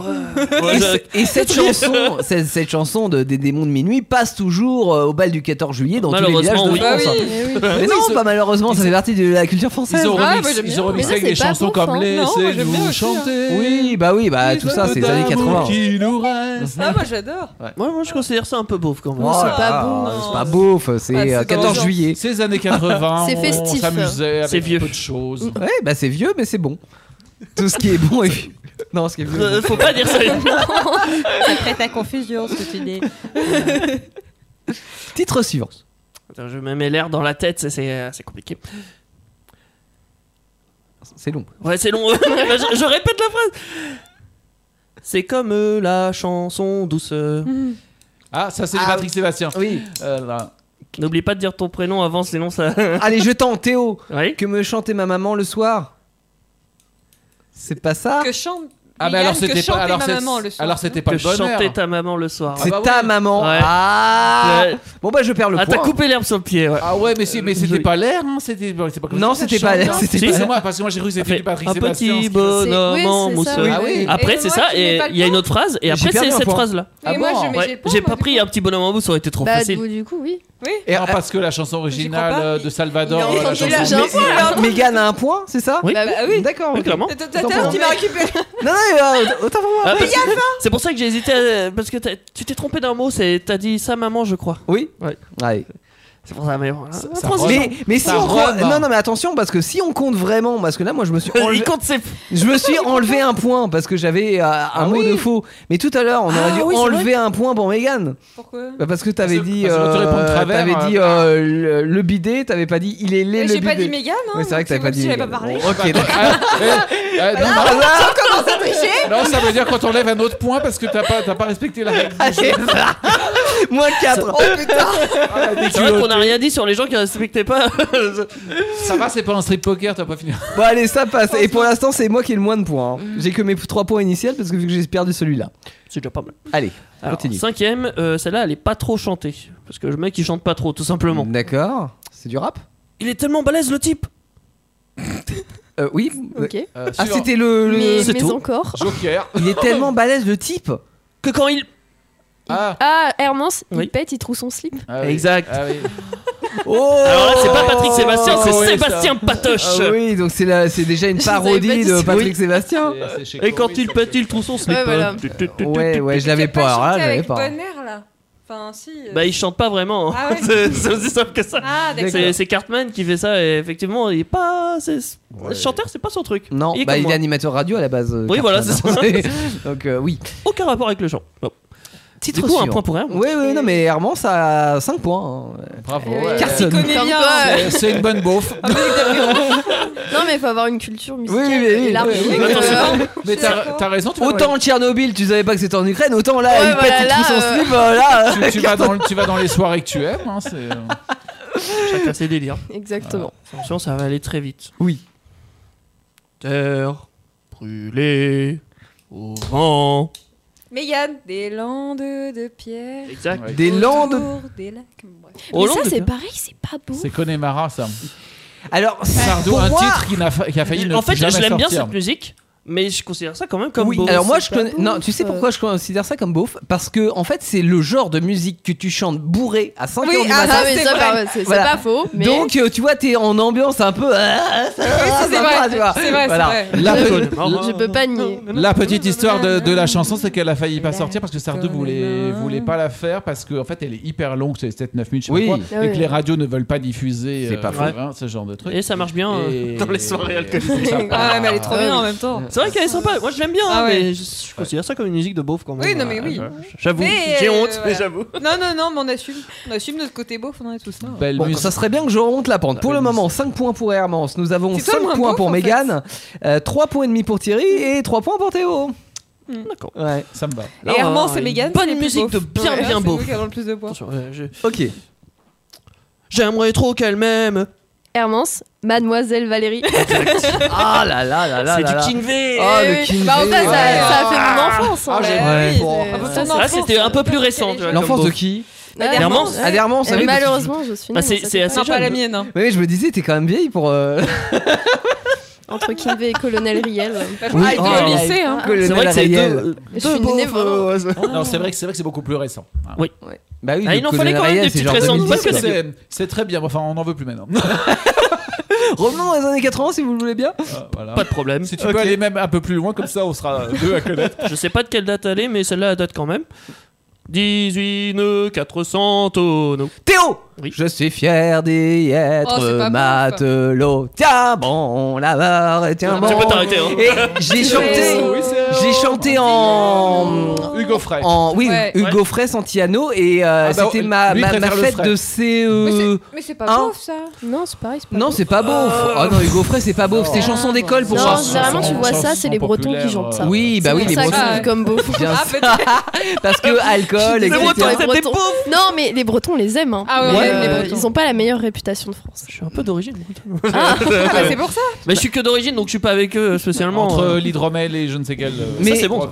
Ouais,
Et,
je-
ce- et cette chanson, cette, cette chanson de, des démons de minuit passe toujours euh, au bal du 14 juillet dans tous les villages
Malheureusement,
de
oui.
France.
Bah
Mais oui.
Mais non, pas malheureusement, ça fait partie de la culture française.
Ils ont
Ah,
remixé,
moi, j'aime
ils
bien.
ont remixé
Mais ça,
avec des
c'est pas
chansons
beauf,
comme
hein.
les
Non, moi, j'aime
c'est
bien
nous
aussi, hein.
chanter.
Oui, bah oui, bah tout ça, c'est les années 80.
Qui nous reste.
Ah, moi j'adore.
Moi, moi, je considère ça un peu beauf quand même.
Oh là
pas
là,
beau, non.
C'est pas beauf, c'est
Ah, c'est
euh, 14
dans-
juillet.
Ces années 80,
C'est
on
festif.
s'amusait
C'est
avec
vieux.
peu de
Mm.
choses.
Ouais, bah c'est vieux, mais c'est bon. Tout ce qui est bon est vieux. Non, ce qui est vieux. est
Euh,
bon.
faut pas dire ça.
Ça prête à confusion ce que tu dis.
Titre suivant.
Attends, je me mets l'air dans la tête, c'est- c'est euh, c'est compliqué.
C'est long.
Ouais, c'est long. Bah, je, je répète la phrase. C'est comme euh, la chanson douce.
Ah, ça c'est
Ah,
Patrick Sébastien.
Oui.
Euh, là.
N'oublie pas de dire ton prénom avant, sinon ça.
Allez, je tente, Théo.
Oui.
Que me chantait ma maman le soir C'est pas ça
Que chante.
Ah, mais alors c'était pas, alors,
ma
c'est-
maman le soir.
alors c'était pas
que
le bonheur.
chantait ta maman le soir.
C'est
Ah bah
ta
oui.
maman.
Ouais.
Ah
Euh,
Bon bah je perds le
ah,
point.
t'as coupé l'herbe sur le pied, ouais.
Ah ouais, mais, c'est- mais c'était
Joli.
pas l'air, hein, c'était c'est pas comme
Non,
ça que
c'était
ça
pas
chante,
l'air,
hein.
c'était
Si,
pas
c'est
l'air.
moi, parce que moi j'ai cru que c'était
Fait
du Patrick
un
Sébastien.
petit
oui,
bonhomme
c'est
en
ça, bah
mousse.
oui.
Ah oui.
Après,
Et
c'est
moi
ça,
qui n'ai
et
pas le
il y a une
point.
autre phrase, et
J'ai
après,
perdu
c'est
un
cette
point.
phrase-là.
Ah
Mais moi
bon
je- mais
Ouais,
j'ai le point,
J'ai
moi,
pas
du
pris
coup.
un petit bonhomme en mousse, ça aurait été trop
Bah, du
facile.
coup, du coup, oui.
Et,
Non,
euh,
parce que la chanson originale
pas.
euh, de Salvador,
Il est
euh, la
en- il
chanson.
a-
Mais- Mégane a un point, c'est ça
Oui.
Bah
Bah oui.
D'accord.
Ouais,
ok.
clairement.
T'as- t'as-
Autant
t'as
pour
un qui
moi.
m'a récupéré.
Non, non, euh, autant pour
Ah,
moi.
parce que- c'est pour ça que j'ai hésité, à- parce que t'as- tu t'es trompé d'un mot, c'est t'as dit ça maman, je crois.
Oui.
Ouais.
Ouais.
C'est pour ça, mais hein. voilà.
ça
Transition.
revient.
Mais, mais si
Ça
on compte-
revient. Euh,
non non mais attention parce que si on compte vraiment parce que là moi je me suis enlevé,
Il compte ses.
je me suis enlevé un point parce que j'avais euh, un
Ah
mot de faux mais tout à l'heure on aurait dû
oui, c'est
enlever un point pour Megan
Pourquoi
Bah, parce que t'avais
Parce que-
dit
parce que quand tu
euh,
réponds de travers,
t'avais dit
euh,
euh, le, le bidet t'avais pas dit il est
Mais
laid le
J'ai pas
bidet
dit Mégane. Hein,
Ouais, c'est vrai que t'avais
donc
pas
si
dit
j'avais pas
Mégane.
parlé.
Bon, ok d'accord.
Ah, eh, eh, non,
Ah,
bah,
là,
non, ça veut dire quand on lève un autre point parce que t'as pas, t'as pas respecté la règle.
allez, moins 4
Oh,
C'est vrai qu'on a rien dit sur les gens qui respectaient pas.
Ça va, c'est pas un strip poker, t'as pas fini.
Bon allez ça passe et pour l'instant c'est moi qui ai le moins de points hein.
Mm.
j'ai que mes 3 points initiales parce que vu que j'ai perdu celui-là
c'est déjà pas mal.
allez
Alors,
continue
cinquième, euh, celle-là, elle est pas trop chantée. Parce que le mec, il chante pas
Mm.
trop, tout simplement.
d'accord c'est du rap
Il est tellement balèze, le type.
Euh, oui.
Ok.
Euh,
Ah,
sur
c'était le. le-
mais
c'est
mais
tout.
encore.
Joker.
Il est tellement balèze le type.
Que quand il.
Ah,
Ah, Hermance,
Oui.
il pète, il trouve son slip.
ah oui.
Exact.
Ah oui.
Oh
Alors là, c'est pas Patrick Sébastien, c'est
oui, ça.
Sébastien Patoche.
Ah oui, donc c'est la- c'est déjà une
Je savais pas
parodie
du
de
tout.
Patrick
Oui.
Sébastien.
C'est- c'est chez
Et quand
Corbis,
il
ça,
pète,
c'est-
il trouve son slip.
Ouais, voilà.
Ouais, ouais, je l'avais
T'as
pas. Alors là,
chanté
je l'avais
avec
pas.
bonheur là. Enfin, si. euh.
Bah, il chante pas vraiment.
Ah ouais.
c'est c'est aussi simple que ça.
Ah, d'accord.
C'est c'est Cartman qui fait ça et effectivement, il est pas. c'est-
Ouais.
Chanteur, c'est pas son truc.
Non,
il est
bah,
comme
il est
moi.
animateur radio à la base. euh,
Oui, voilà,
Cartman.
c'est
donc euh, oui.
aucun rapport avec le chant. Bon.
Titre
Du coup, un
suivant.
point pour Hermance.
Ouais, ouais, non, mais Hermance a 5 points. hein.
Eh
Bravo.
Euh, Ah,
ouais.
Carson.
C'est-
Comédien.
C'est une bonne beauf.
Non, mais il faut avoir une culture musicale
Oui, mais-
et large.
oui, oui,
Donc,
oui.
euh,
Mais t'as t'as raison. Tu vas
Autant Tchernobyl, tu savais pas que c'était en Ukraine, autant là,
Ouais,
il
voilà,
pète
là,
tout son
euh,
slip, euh, là.
Tu, tu vas dans, le- tu vas dans les soirées que tu aimes. Hein, c'est-
Chacun ses délires.
Exactement.
Attention, ça va aller très vite.
Oui.
Terre brûlée au vent.
Mais il y a des landes de pierre.
Exact.
Ouais.
Des landes.
autour Des lacs. Bref.
Au
mais
long de-
ça, c'est pareil, c'est pas beau.
C'est Connemara, ça.
Alors,
Pardon,
pour
un
moi-
titre qui, n'a fa- qui a failli ne
en fait,
jamais
je l'aime bien
sortir.
cette musique, mais je considère ça quand même comme
oui,
beau.
alors moi
c'est
je
pas
connais.
beauf,
Non, tu sais
euh.
pourquoi je considère ça comme beauf Parce que en fait, c'est le genre de musique que tu chantes bourré à 5
Oui,
heures du
ah,
matin.
Ah, mais
c'est
ça,
vrai.
par- c'est c'est
Voilà.
pas faux. Mais
Donc, euh, tu vois, t'es en ambiance un peu. ah, ça va,
Oui, ça,
ça
c'est
va,
vrai.
tu vois.
C'est vrai,
Voilà.
c'est vrai.
La,
Je-
pe-
je peux pas nier.
la petite histoire de, de la chanson, c'est qu'elle a failli pas sortir parce que Sardou voulait, voulait pas la faire parce qu'en en fait elle est hyper longue, c'est peut-être 9 minutes, je sais
Oui.
pas quoi,
Ah
et
oui.
que les radios ne veulent pas diffuser
C'est pas faux.
hein, ce genre de truc.
Et ça marche bien euh,
Et-
dans les soirées alcoolisées.
et ça part-
Ah, ouais, mais elle est trop bien en même temps.
C'est vrai qu'elle est sympa, moi je l'aime bien, hein,
Ah ouais.
mais je, je considère ça comme une musique de beauf quand même.
Oui, non, mais oui.
Euh, J'avoue,
Mais,
j'ai
euh,
honte, mais
voilà.
j'avoue.
Non, non, non, mais on assume. On assume notre côté beau, on est tous là.
Belle
Bon,
musique.
ça serait bien que je remonte la pente. Pour le moment, 5 points pour Hermance. Nous avons
C'est toi
5
le moins
points
beauf,
pour
en fait.
Megan, 3 points et demi pour Thierry et 3 points pour Théo.
Ah, D'accord.
Ouais.
Ça me va.
Là,
et
on va
Armand,
avoir
c'est
une
Mégane.
bonne musique de bien, bien
beau. C'est
beauf.
nous qui avons le plus de points.
Attention, euh, je-
Ok.
J'aimerais trop qu'elle m'aime.
Hermance, Mademoiselle Valérie.
Ah là là là là.
C'est
là
du
là.
King V.
Oh
Eh
le
oui.
King
Bah, en
V,
fait,
ouais.
ça-
Ça a fait
Ah.
mon enfance. hein.
Ah, j'ai-
Ouais,
ouais.
bon.
Bon.
Ça,
Ah, c'était un peu plus récent. tu vois, comme
L'enfance
beauf.
de qui
Hermance.
Ouais.
Hermance,
Et
oui, parce que-
Euh, Malheureusement, je suis
Ah,
nulle,
c'est-
ça,
c'est assez
Non,
jeune.
pas la mienne. hein.
Oui, je me disais, t'es quand même vieille pour. euh,
Entre Kinvey et Colonel Riel.
Oui,
Ah, il
oh,
était au
ouais.
lycée, hein.
que le
C'est vrai que c'est
Nalariel.
deux, euh,
Je suis née vraiment.
Non, c'est vrai que c'est vrai que c'est beaucoup plus récent. Ah.
Oui.
euh, Bah oui,
Ah, il
le
en fallait quand même
Nalariel,
des
c'est
petites
genre
récentes,
2010,
parce que
Parce que
quoi.
c'est c'est très bien, enfin on en veut plus hein. maintenant.
Revenons dans les années 80 si vous le voulez bien.
Ah, voilà.
Pas de problème.
Si tu peux aller même un peu plus loin, comme ça on sera deux à connaître.
Je sais pas de quelle date elle est, mais celle-là elle date quand même. 18 nœuds, 400 tonneaux.
Théo
Oui.
Je suis fier d'y être
Oh, c'est pas bon,
matelot. Tiens bon, la barre, et tiens
Tu
bon.
peux t'arrêter, hein.
Et j'ai chanté,
Oui, c'est-
j'ai chanté en.
Hugo Frey.
En, oui,
Ouais.
Hugo Frey Santiano et euh,
Ah bah,
c'était
lui,
ma,
il
ma,
préfère
ma
le
fête
Frey.
de
Mais
CE.
c'est- Mais c'est pas
Hein
beauf, ça.
Non, c'est pareil, c'est pas
Non,
beau.
c'est pas beau. Oh non, Hugo Frey, c'est pas beau. C'est chanson d'école pour
Non,
moi.
généralement, tu vois ça, c'est les Bretons qui
euh,
chantent ça.
Oui, bah oui,
C'est
les
pour ça que
Bretons.
c'est comme beau.
Bien
Ah,
sûr,
peut-être.
parce que alcool,
Les
etc.
Bretons,
c'est des
les Bretons. Non, mais les Bretons, on les aime. hein.
Ah ouais,
Mais,
on aime
euh,
les Bretons.
Ils ont pas la meilleure réputation de France.
Je suis un peu d'origine.
Ah, bah, c'est pour ça.
Mais je suis que d'origine, donc je suis pas avec eux spécialement.
Entre
Euh,
l'hydromel et je ne sais quel. euh,
Mais-
c'est bon.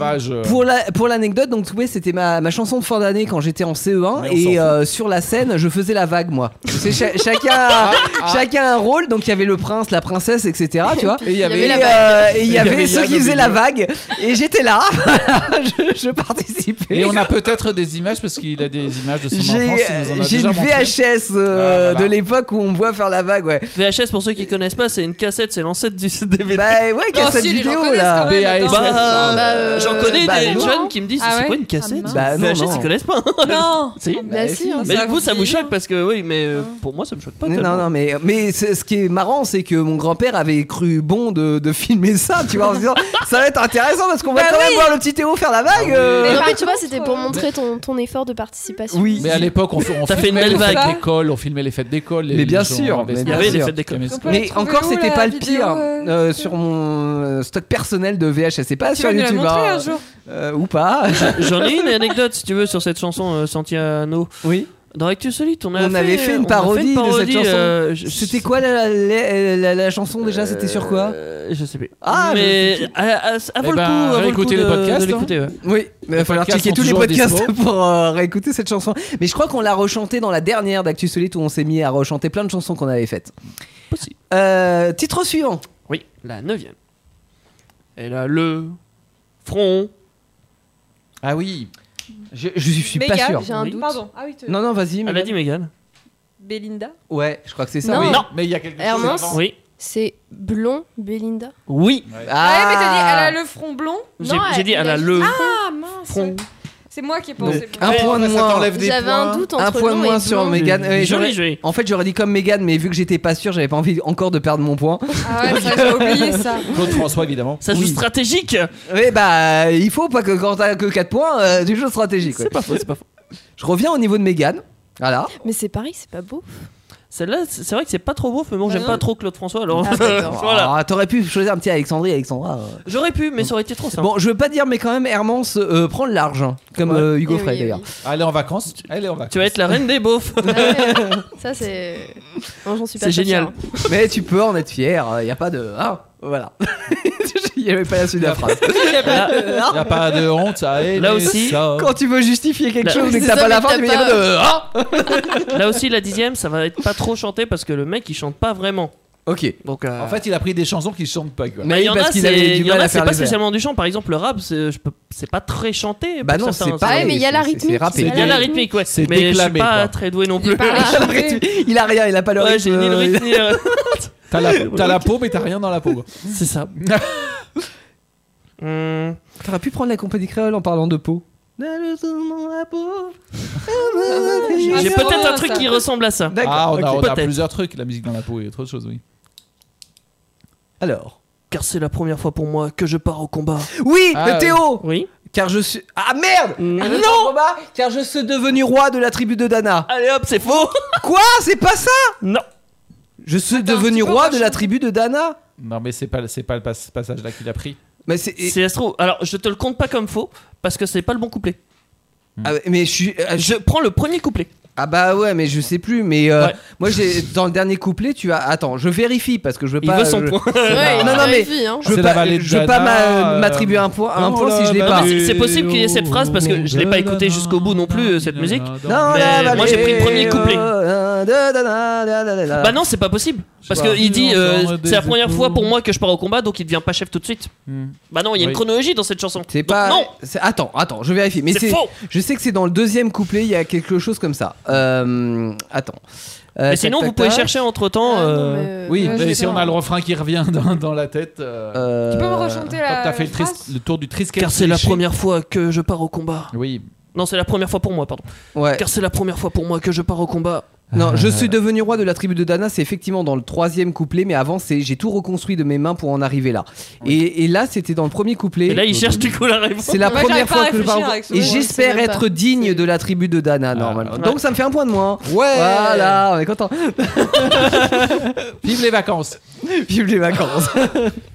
Pour la- pour l'anecdote, donc oui, c'était ma, ma chanson de fin d'année quand j'étais en CE1
Mais on s'en
et
fout.
euh, sur la scène, je faisais la vague moi. C'est cha- chacun a- chacun a un rôle, donc il y avait le prince, la princesse, etc. Tu vois.
Et il y
Et,
avait.
la
euh, et il y
Il y
avait
avait
ceux
Yann
qui
au
faisaient la
milieu.
vague et j'étais là, je, je participais.
Et on a peut-être des images parce qu'il a des images de son
J'ai euh,
enfance. il nous en a
j'ai
déjà
une
montré.
VHS euh,
Ah, voilà.
de l'époque où on me voit faire la vague, ouais.
VHS, pour ceux qui connaissent pas, c'est une cassette, c'est l'ancêtre du DVD.
Bah ouais,
Non,
cassette
si, les gens
vidéo
connaissent
là.
quand même,
BASF.
attends.
Bah,
Bah,
euh,
J'en connais
bah,
des
non.
jeunes qui me disent
Ah
c'est
ouais
quoi une cassette
Ah,
Bah, non,
VHS,
non.
ils connaissent pas.
Non.
Si.
Ah,
Bah, si,
hein.
Mais
ça
du coup, ça vous
vieillit.
choque parce que oui, mais euh,
Ah.
pour moi, ça me choque pas.
Non,
tellement.
non, mais, mais c'est- ce qui est marrant, c'est que mon grand-père avait cru bon de, de filmer ça, tu vois, en se disant ça va être intéressant parce qu'on va
Bah
quand
oui.
même voir le petit Théo faire la vague.
Ah oui.
euh.
Mais non,
par
mais tu vois,
contre,
c'était
euh,
pour montrer ton, ton effort de participation.
Oui.
Mais à l'époque, on, on
T'as fait une
filmait
belle
les
vague.
fêtes d'école, on filmait les fêtes d'école. les-
Mais bien
les
sûr,
gens avaient
mais
ça.
Il y avait des fêtes d'école.
Mais-
On peut la
Mais
trouver
encore,
où,
c'était
la
pas le
vidéo,
pire
euh,
euh, sur mon euh, stock personnel de VHS. C'est pas
Tu
sur
vas nous la
YouTube.
montrer
hein.
un jour.
Euh, ou pas.
J'en ai une anecdote, si tu veux, sur cette chanson euh, Santiano.
oui.
Dans Actu Solite, on, a
On avait fait une
on a
parodie de cette
parodie,
chanson.
euh, je-
C'était quoi la, la- la- la chanson déjà C'était sur quoi
Euh, Je sais plus.
Ah, je Eh
mais à, à, à vaut le coup,
ben,
à vaut le coup
réécoutez les
de-
podcasts,
de
hein.
l'écouter, ouais.
Oui, mais il va falloir
podcasts
checker
sont
tous les
toujours
podcasts
dispo.
pour euh, réécouter cette chanson. Mais je crois qu'on l'a rechantée dans la dernière d'Actu Solite où on s'est mis à rechanter plein de chansons qu'on avait faites.
Possible.
Euh, titre suivant.
Oui, la neuvième. Et là, le front.
Ah oui.
Je, je suis pas
Mégane.
sûr.
J'ai un
Oui.
doute.
Pardon. Ah oui, te-
Non, non, vas-y.
Elle
mais-
a dit Mégane.
Belinda.
Ouais, je crois que c'est ça.
Non.
Ah oui.
Non.
Mais il y a quelque chose.
Hermance.
avant.
Oui.
C'est blond, Belinda.
Oui.
Ah ouais, mais t'as dit, elle a le front blond.
J'ai
Non,
j'ai dit,
elle-
elle
elle
a
a
le
Ah mince.
front.
C'est moi qui ai
Donc,
pensé.
un
Ouais,
point de
bah, ça
moins.
t'enlève des
J'avais
points.
un doute entre
Un point de
blond et
moins sur
blond.
Mégane. Ouais, j'aurais-
Joli, joli.
En fait, j'aurais dit comme Mégane, mais vu que j'étais pas sûr, j'avais pas envie encore de perdre mon point.
Ah ouais, ça, j'ai oublié ça.
Claude François, évidemment.
Ça joue
Oui.
stratégique.
Oui, bah, il faut pas que quand t'as que 4 points, euh, du jeu stratégique. ouais.
C'est pas faux, c'est pas faux.
Je reviens au niveau de Mégane. Voilà.
Mais c'est pareil, c'est pas beau.
Celle-là, c'est c'est vrai que c'est pas trop beau, mais bon,
Bah
j'aime
non.
pas trop Claude François, alors
Ah, d'accord.
voilà.
Ah, T'aurais pu choisir un petit Alexandrie, Alexandra. euh.
J'aurais pu, mais ça aurait été trop simple.
Bon, je veux pas dire, mais quand même, Hermance euh, prend de l'argent, comme
Ouais.
euh, Hugo
Eh
Frey
oui, eh
d'ailleurs.
oui.
Elle est en vacances. Elle est en vacances.
Tu vas être la reine des beaufs.
Ouais, ça c'est. Non, j'en suis pas
C'est
sûre,
génial.
hein.
mais tu peux en être fier, il y a pas de. Ah, voilà. Il y avait pas la suite de la phrase. euh,
Il n'y a pas de honte. Ça est,
Là aussi,
ça.
Quand tu veux justifier quelque
Là-
chose et que
C'est
t'as
ça,
pas la
mais
fin,
t'as
tu mets pas
pas-
de. Ah
Là aussi, la dixième, ça va être pas trop chanté parce que le mec il chante pas vraiment.
Ok. Bah
Donc, euh,
En fait, il a pris des chansons qui chantent pas. Quoi.
Mais
il y
Bah oui,
en
parce
a,
qu'il
c'est-
avait du
il y en
mal
a,
à
c'est
faire
pas
les vers.
spécialement du chant. Par exemple, le rap, c'est je peux- c'est pas très chanté.
Bah
pour
non,
certains, hein.
c'est pas.
Ah Ouais, mais il y a la rythmique.
C'est rapide.
Il
Il y a la
rythmique.
rythmique, ouais.
C'est
mais je suis
déclamé,
pas
quoi.
très doué non plus.
Il a rien, il a pas le
Ouais,
rythme.
j'ai ni le
euh,
rythme ni le-
T'as la, t'as la peau, mais t'as rien dans la peau.
C'est ça. Hum,
T'aurais pu prendre la compagnie créole en parlant de peau.
J'ai
c'est
peut-être
drôle,
un truc
ça.
qui ressemble à ça.
D'accord.
Ah, on, a,
ok.
on a
Peut-être.
plusieurs trucs. La musique dans la peau et autre chose, oui.
Alors.
Car c'est la première fois pour moi que je pars au combat.
Oui,
Ah,
le Théo
Oui.
Car je suis. Ah merde
Mm.
Non Romain, Car je suis devenu roi de la tribu de Dana.
Allez hop, c'est faux.
Quoi C'est pas ça
Non.
Je suis
Attends,
devenu
tu peux
roi de
rechanter
la tribu de Dana
Non, mais c'est pas, c'est pas le pas- ce passage-là qu'il a pris.
mais c'est.
C'est Astro. Alors, je te le compte pas comme faux parce que c'est pas le bon couplet.
Ah, mais je suis. ah, je-
Je prends le premier couplet.
Ah bah ouais, mais je sais plus. Mais euh,
Ouais.
moi, j'ai dans le dernier couplet, tu as. Attends, je vérifie parce que je veux
Il
pas.
veut son
je-
point.
Ouais,
Non, non, mais-
vérifie, hein.
Je veux
C'est la
pas,
vallée de
je veux pas
Dana,
m'a-
euh,
m'attribuer un point, un point si je l'ai
Oh
pas.
là,
c'est- c'est possible qu'il y ait cette phrase parce que je l'ai pas écoutée jusqu'au bout non plus, cette musique.
Non,
Mais
la
moi, j'ai pris le premier
vallée,
couplet.
euh, da, da, da, da, da, da.
Bah non, c'est pas possible.
Je
Parce
sais pas.
qu'il dit euh,
J'entends des
c'est la première
échos.
fois pour moi que je pars au combat donc il devient pas chef tout de suite.
Hmm.
Bah non, il y a une
Oui.
chronologie dans cette chanson.
C'est
Donc
pas.
Non,
c'est- Attends, attends, je vérifie. Mais
c'est
c'est.
faux.
Je sais que c'est dans le deuxième couplet, il y a quelque chose comme ça. Euh, attends. Euh,
Mais
tac,
sinon,
tac,
vous pouvez
tac.
chercher entre temps.
Ah, non,
euh,
mais, euh,
Oui,
Ouais,
mais
je
si
sais
on
pas.
a le refrain qui revient dans, dans la tête. euh,
Euh,
Tu peux me rechanter la.
Quand t'as fait le,
phrase
tris- le tour du trisket.
Car c'est la
léché.
première fois que je pars au combat.
Oui.
Non, c'est la première fois pour moi, pardon.
Ouais.
Car c'est la première fois pour moi que je pars au combat.
Non, je suis devenu roi de la tribu de Dana, c'est effectivement dans le troisième couplet, mais avant, c'est j'ai tout reconstruit de mes mains pour en arriver là. Et, et là, c'était dans le premier couplet. Euh,
Et là, il cherche du coup la réponse.
C'est la
Moi,
première
j'arrive pas
fois
à
que je parle.
réfléchir avec ce
Et
mot, hein,
j'espère
c'est même pas-
être digne de la tribu de
Ah,
Dana, normalement.
ouais.
Donc ça me fait un point de moins.
Ouais.
Voilà, on est content.
Vive les vacances.
Vive les vacances.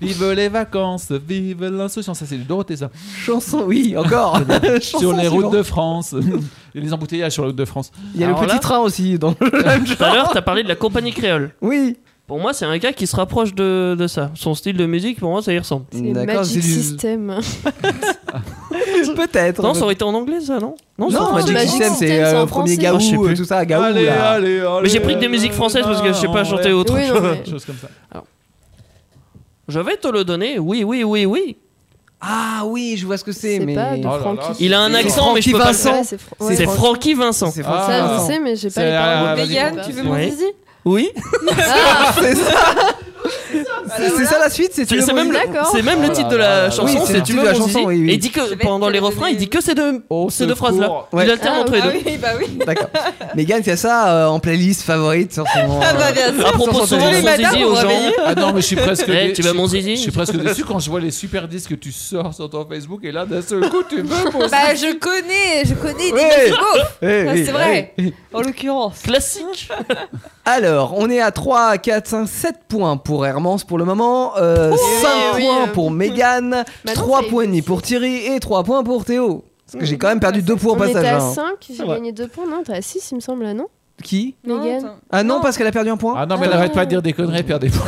Vive les vacances. Vive l'insouciance. Ça, c'est le Dorothée, ça.
Chanson, oui, encore. Chanson
sur les routes
suivante.
de France. Et les embouteillages sur les routes de France.
Il y a le
Alors
petit
là-
train aussi. Dans le-
Tout à l'heure, t'as parlé de la compagnie créole.
Oui.
Pour moi, c'est un gars qui se rapproche de, de ça. Son style de musique, pour moi, ça y ressemble.
C'est
D'accord,
Magic
c'est du-
System.
Peut-être.
Non, ça aurait été en anglais, ça, non Non, c'est en
Non, Magic
français.
Magic
System,
System,
c'est euh,
c'est en
premier
français.
Gaou,
Ah, je sais
euh,
plus.
tout ça, Gaou.
allez,
là.
allez, allez.
Mais j'ai pris que des musiques françaises parce que je sais pas chanter autre
Oui,
chose.
non, mais-
Chose comme ça.
Je vais te le donner, oui, oui, oui, oui.
Ah oui, je vois ce que c'est,
C'est
mais.
pas de
Oh là là,
Francky.
Il a un
C'est
accent, mais je
Francky
peux pas le
Vincent.
faire.
Ouais, c'est Fran- ouais,
C'est
Francky.
Francky Vincent.
C'est
Ah.
Ça, je
Vincent.
sais, mais j'ai pas
C'est
les paroles. Ah,
la- Ah, vas-y,
Mégane,
vas-y.
tu veux mon
Ouais.
zizi
Oui.
C'est ça.
Ah.
C'est c'est ça la suite, c'est tu
C'est
veux
c'est
mon
même, le,
zizi
d'accord.
c'est même
Oh
le
là
titre de
là
la
là
chanson,
là.
Oui, c'est
c'est
le
tu
titre
veux
de la
mon
chanson,
zizi.
oui, oui.
Et il dit que
vais
pendant
te
les
le
refrains, il
donner.
dit que ces deux,
Oh,
ces deux
secours.
phrases-là.
Ouais.
Il alterne
Ah,
entre les
Ah
deux.
oui, bah oui.
D'accord. Mégane fait ça euh, en playlist favorite sur son.
Ah bah bien sûr.
À propos
Sur son
souvent de
téléphone.
son
Madame,
zizi
vous
aux gens.
réveillez
Ah non, mais je suis presque.
Eh,
dé-
tu
je
vas
suis-
mon zizi
Je suis presque déçu quand je vois les super disques que tu sors sur ton Facebook et là d'un seul coup tu veux mon
Bah je connais, je connais des
Ouais.
mecs beaufs.
Eh,
Ça,
oui,
C'est vrai.
En l'occurrence.
Classique.
Alors, on est à 3, 4, 5, 7 points pour Hermance pour le moment, euh, 5
oui,
points
euh,
pour Mégane,
Manon,
3
c'est-
points et demi pour Thierry et 3 points pour Théo. Parce que j'ai quand même perdu 2 points au
On était
passage.
à
hein.
5, j'ai
va.
gagné 2 points. Non, t'es à 6, il me semble, là, non
Qui
Mégane.
Non,
Ah non,
Non.
parce qu'elle a perdu un point
Ah non, mais elle
Ah.
arrête pas de dire des conneries, perd des points.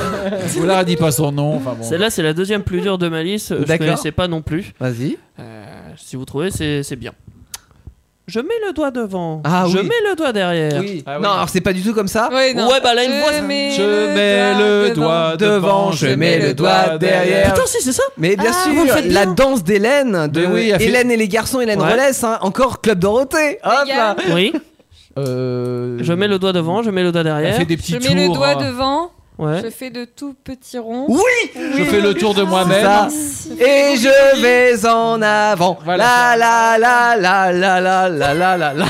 Vous la dit pas son nom. Enfin bon.
Celle-là, c'est la deuxième plus dure de Malice. Je
D'accord.
connaissais pas non plus.
Vas-y.
Euh, si vous trouvez, c'est c'est bien. Je mets le doigt devant.
Ah
je
oui.
mets le doigt derrière.
Oui.
Ah oui.
Non, alors c'est pas du tout comme ça.
Ouais, non.
Ouais, bah là, une
Je
voix, ça-
mets
Je mets le doigt devant, je mets le doigt derrière.
Eh, Putain, si, c'est ça
Mais bien
Ah, vous le
sûr,
faites
la
bien.
danse d'Hélène, de
Mais oui, elle fait-
Hélène et les garçons, Hélène
Ouais.
Rollès, hein, encore Club Dorothée. Hop là.
gars.
Oui,
Euh,
je mets le doigt devant, je mets le doigt
Elle
derrière.
fait des petits
Je
tours.
mets le doigt
hein.
devant,
Ouais.
je fais de tout petits ronds.
Oui,
Je fais le tour de
ça.
Ah,
moi-même.
Et je vais en avant. La
Voilà.
la la la la la la la la.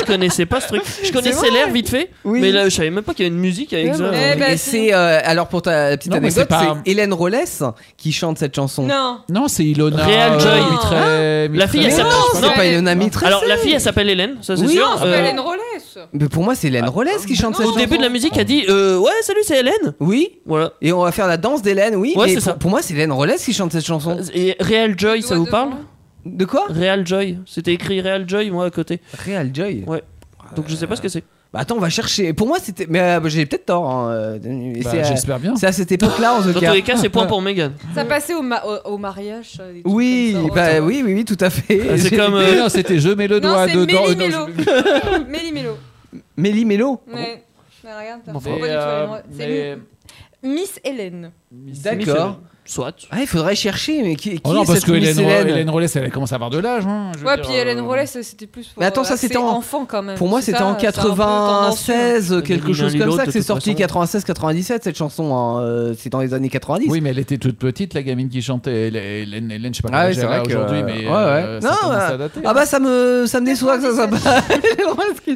Je connaissais pas ce truc. Je connaissais
vrai.
l'air vite fait,
Oui.
mais là, je savais même pas qu'il y avait une musique avec
Ouais,
ça. Ah
ouais. Eh ben,
Et c'est euh, alors pour ta petite
Non, mais
anecdote,
c'est pas-
c'est Hélène Rollès qui chante cette chanson.
Non.
Non, c'est Ilona.
Real
euh,
Joy.
Mitre-
La fille, elle
Mitre- je
s'appelle-
sais
c'est
pas.
Non.
pas Ilona Mitre.
Alors, la fille, elle s'appelle Hélène, ça c'est
Oui,
sûr.
Non, c'est
Euh,
pas Hélène Rollet. ça.
Mais pour moi, c'est Hélène Rollès qui chante cette
Au
chanson.
début de la musique, elle dit euh, Ouais, salut, c'est Hélène.
Oui.
Voilà.
Et on va faire la danse d'Hélène, oui.
Ouais,
mais
c'est
pour,
ça.
pour moi, c'est Hélène Rollès qui chante cette chanson.
Et Real Joy, ça
Doigt
vous
devant.
parle
De quoi
Real Joy. C'était écrit Real Joy, moi, à côté.
Real Joy.
Donc, je sais pas ce que c'est.
Bah attends, on va chercher. Pour moi, c'était. Mais euh, bah, j'ai peut-être tort. hein, euh, mais
Bah,
c'est, euh,
J'espère bien.
c'est à cette époque-là, en
Dans
tout
tous
cas.
les cas, c'est point pour Megan.
Ça passait au, ma- au- au mariage. ça, des trucs
Oui,
comme ça.
bah oui, oui, oui, tout à fait.
Ah, c'est comme, euh,
Non, c'était je mets le
Non,
doigt
c'est
dedans.
Méli
Euh, non,
Mélo. Méli Mélo.
Mélie Mélo.
Ouais. Mais regarde, t'as-
je-
c'est pas
Mais,
du tout la
euh,
même- c'est
mais-
Mi- Miss Hélène.
D'accord.
Soit.
Ah, il faudrait chercher, mais qui, qui
Oh non,
est
parce
cette
que
Miss
Hélène,
Hélène
Hélène Rollès, elle commence à avoir de l'âge. hein, je veux
Ouais,
dire,
puis
euh,
Hélène Rollet, ça, c'était plus pour.
Mais attends, ça,
euh,
c'était
c'est
en-
enfant quand même.
Pour moi,
C'est
c'était
ça,
en
c'est un peu tendancieux.
96,
Mais
quelque chose
l'un et
comme
l'autre,
ça, que
de
c'est
toute
sorti
façon.
96-97, cette chanson. hein, euh, C'est dans les années 90.
Oui, mais elle était toute petite, la gamine qui chantait. Hélène, Hélène je sais pas
Ah
comment
oui,
elle
c'est
a
vrai que-
aujourd'hui, mais
ouais,
euh,
ouais.
ça
Non,
commence
bah-
à dater.
Ah bah, ça me, ça me déçoit que ça soit pas. Hélène Rollès qui-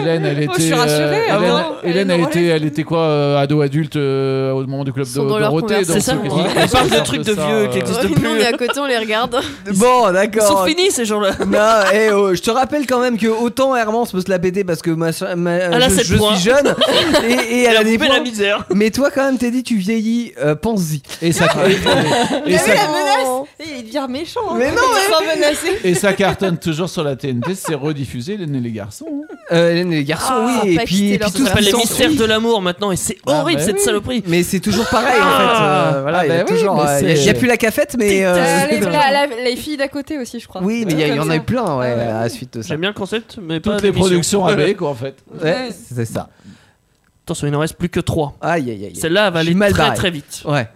Hélène, elle était.
Oh, je suis
euh,
rassurée,
Hélène,
avant.
Hélène,
Hélène
elle,
Rollès.
était, elle était quoi, euh, ado adulte euh, au moment du club de
sont dans leur
Dorothée
conversation.
donc ceux
C'est ça,
qui-
on dit- on parle de trucs de
ça,
vieux
euh,
qui existent
Ouais, nous, on
plus.
est à côté, on les regarde.
Bon,
Ils sont
d'accord.
finis, ces gens-là.
Non, eh, oh, je te rappelle quand même que autant Hermance peut se la péter parce que ma, ma-
Elle a
je,
sept
je
points.
suis jeune et, et elle
Elle
a
a
des
coupé la
points.
misère.
Mais toi quand même t'es dit tu vieillis, euh, pense-y. euh,
Et ça, et- et- et ça-
menace Et Il devient méchant. hein.
Mais Euh, non,
Il se sent menacé.
et ça cartonne toujours sur la TNT, c'est rediffusé, Hélène et les garçons.
Ah,
hein.
Euh, Hélène et les garçons
Ah,
oui et
pas
puis,
quitter
et puis
leur
tout
Ça
ce
s'appelle
qui
les
s'en
mystères
suit.
de l'amour maintenant et c'est
Ah,
horrible
bah
cette
oui.
saloperie.
Mais c'est toujours pareil en fait.
Ah,
euh, voilà, il y
bah
a
oui,
toujours.
mais
euh, Il y a- il y a
c'est-
plus la cafette mais. euh,
Euh, les, la- la- les filles d'à côté aussi, je crois.
Oui, mais il y a- il y en a eu plein ouais,
Ah, ouais.
à la suite de ça.
J'aime bien le concept, mais pas
Toutes les
l'émission.
productions AB, quoi, en fait.
Ouais, c'est ça.
Attention, il n'en reste plus que 3.
Aïe aïe aïe.
Celle-là elle va
Je suis
aller
mal
très
barré.
très vite.
Ouais.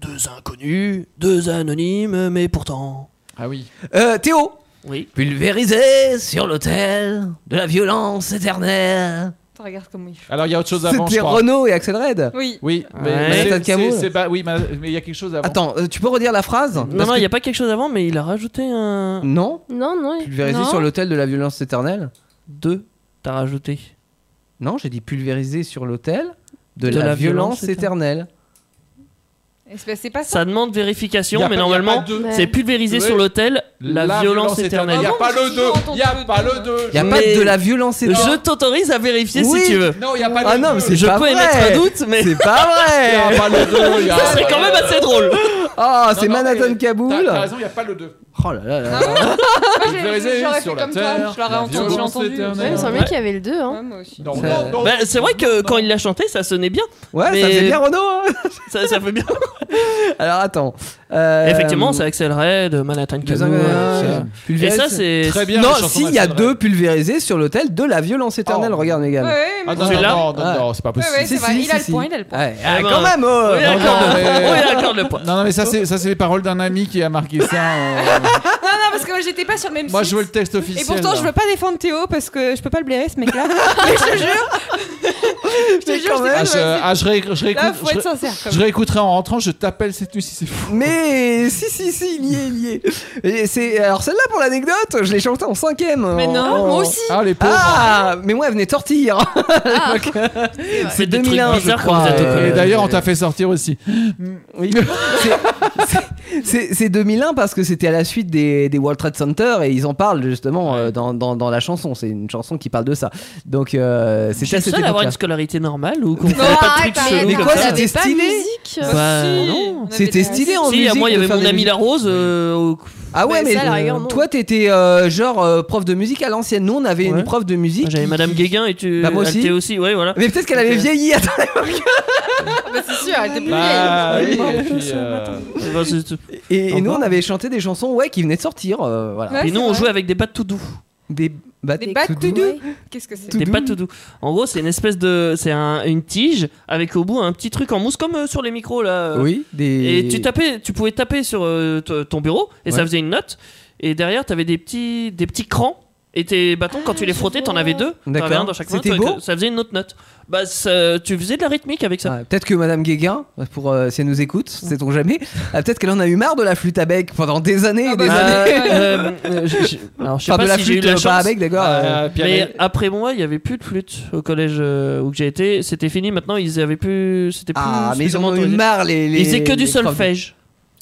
Deux inconnus, deux anonymes, mais pourtant.
Ah oui.
Euh, Théo.
Oui.
Pulvérisé sur l'autel de la violence éternelle.
Attends, regarde comment il fait.
Alors il y a autre chose avant, je
C'était
crois.
Renaud et Axel Red.
Oui.
Oui, mais
Ouais.
mais
Jonathan
c'est-
Camus.
c'est- c'est pas- oui, ma- mais il y a quelque chose avant.
Attends, euh, tu peux redire la phrase
Non,
Parce
non, il
que- Mm.
n'y a pas quelque chose avant, mais il a rajouté un.
Non
Non, non.
Pulvérisé
non.
sur l'autel de la violence éternelle
Deux, t'as rajouté.
Non, j'ai dit pulvérisé sur l'autel de,
De
la,
la
violence,
violence
éternelle.
Et C'est c'est pas ça.
Ça demande
Il y
vérification,
a
mais
pas- il y a
normalement,
pas deux.
Ouais.
c'est pulvérisé
Ouais.
sur l'autel la, violence éternelle.
Il n'y a
Ah bon,
pas le
j'ai
2. Il
entendu
n'y a
le
pas
deux.
le 2.
Il n'y a
Mais-
pas de la violence
Je
éternelle.
t'autorise à vérifier
Oui.
si tu veux.
Non, il n'y a pas le
Ah non, mais
deux.
c'est
Je
pas
peux
vrai.
émettre un doute, mais
C'est pas
Il n'y a
vrai
pas le 2. il y a-
ça serait quand même assez drôle.
Ah,
Non,
c'est
non,
Manhattan
mais-
Kaboul
T'as t'as raison, il n'y a pas le 2.
Oh là là là.
Moi, j'ai-
Pulvérisé
j'aurais fait
sur la
comme toi.
terre.
Je l'aurais
la
entendu. j'ai
violence
entendu.
éternelle.
Ouais, il me semblait
Ouais.
qu'il y avait le 2. Hein.
Ouais, moi aussi.
Non,
Ça-
non, non.
Bah, c'est vrai que quand il l'a chanté, ça sonnait bien.
Ouais,
Mais-
ça fait bien Renaud hein.
Ça, ça fait bien.
Alors attends. Euh,
Effectivement, c'est Axel Red, Manhattan
deux
Kaboul.
ingrédients.
Et
Pulvérisé-
ça, c'est.
Très bien.
non,
la chanson
si, il y a
d'Axel Red.
deux pulvérisés sur l'autel de la violence éternelle.
Oh.
Regarde,
Ouais,
Megan.
ouais, mais-
Ah non, non,
Celui-là
non, non,
Ouais.
non, c'est pas
Ouais, ouais,
possible.
c'est vrai, il a le point, il a le point.
Ouais, ah,
Ah ben,
quand même, oh,
Oui,
non,
d'accord.
non, mais-
Oui, d'accord, le point.
Non, non, mais ça, c'est ça, c'est les paroles d'un ami qui a marqué ça. euh,
Non, non, parce que moi j'étais pas sur le même
Moi,
site.
je veux le texte
Et
officiel. hein.
pourtant,
là.
je veux pas défendre Théo parce que je peux pas le blairer ce mec-là. Mais je te jure. Je te
Mais
jure,
quand
je
même.
Ah,
pas
je, ah, je, ré- je réécoute-
Là, faut
je
être
ré-
sincère quand
je
même.
réécouterai en rentrant, je t'appelle cette nuit si c'est fou.
Mais si, si, si, il y est, il y est. Et c'est- alors celle-là, pour l'anecdote, je l'ai chantée en cinquième.
Mais
en-
non,
en-
moi aussi.
Ah, les pauvres.
Ah, mais moi, elle venait sortir.
C'est des trucs
2001, je
bizarres quand
crois,
Ah,
vous êtes au
euh,
collège.
Et d'ailleurs, on t'a fait sortir aussi.
Mm.
Oui. C'est- c'est- C'est 2001 parce que c'était à la suite des, des World Trade Center et ils en parlent justement euh, dans, dans- dans la chanson. C'est une chanson qui parle de ça. Donc euh,
Je
c'était
suis
à
le
cette
seul à avoir
époque-là.
une scolarité normale ou qu'on
Non,
faisait pas de
arrête,
trucs
arrête,
chelous
Mais
Non,
comme
quoi,
on
ça.
avait
c'était
pas de
stylé
Musique. Ah,
Bah,
Bah, si.
non.
On avait
C'était
des-
stylé en
Si, à
musique
moi, il y
de
avait
faire
mon
des
ami
musiques.
La Rose. euh, au-
Ah ouais, mais,
Mais ça, la
euh,
rigueur, non.
toi, t'étais euh, genre euh, prof de musique à l'ancienne. Nous, on avait
Ouais.
une prof de musique.
J'avais
qui-
Madame Guéguin et tu.
Bah, moi aussi.
elle était aussi, ouais, voilà.
Mais peut-être qu'elle avait
Ok.
vieilli. Attends,
bah, c'est sûr, elle était plus
hein.
Bah
vieille.
oui, et puis, euh,
Enfin, c'est tout.
Et, et nous, on avait chanté des chansons ouais, qui venaient de sortir. euh, voilà.
Ouais,
Et nous,
c'est
on
vrai.
jouait avec des pattes tout doux.
Des
Bah,
battes
Des battes
tout
tout
doux.
doux Qu'est-ce que c'est
Des pattes tout doux. En gros, c'est une espèce de. C'est un- une tige avec au bout un petit truc en mousse, comme euh, sur les micros là. euh,
Oui, des.
Et tu tapais, tu pouvais taper sur euh, t- ton bureau et ça
Ouais.
faisait une note. Et derrière, t'avais des petits, des petits crans. Et tes bâtons, quand tu les frottais, t'en avais deux. T'en
D'accord.
avais un dans chaque main.
C'était
t'en avais
beau
que- Ça faisait une autre note. Bah, ça- tu faisais de la rythmique avec ça.
Ah, peut-être que Madame Guéguin, pour, euh, si elle nous écoute, sait-on jamais, ah, peut-être qu'elle en a eu marre de la flûte à bec pendant des années et
Ah
des
bah,
années.
Euh, euh, euh, je- je- alors, je sais
Enfin, de
pas
la
si j'ai eu
flûte,
de la
euh, pas à
chance. Bah,
bec, d'accord. euh,
euh, puis elle
Mais
est-
après moi, il y avait plus de flûte au collège euh, où que j'ai été. C'était fini. Maintenant, ils avaient plus. C'était plus.
Ah, mais ils en
spécialement
ont eu
autorisé.
marre, les. les
Ils faisaient que du
les profs.
solfège.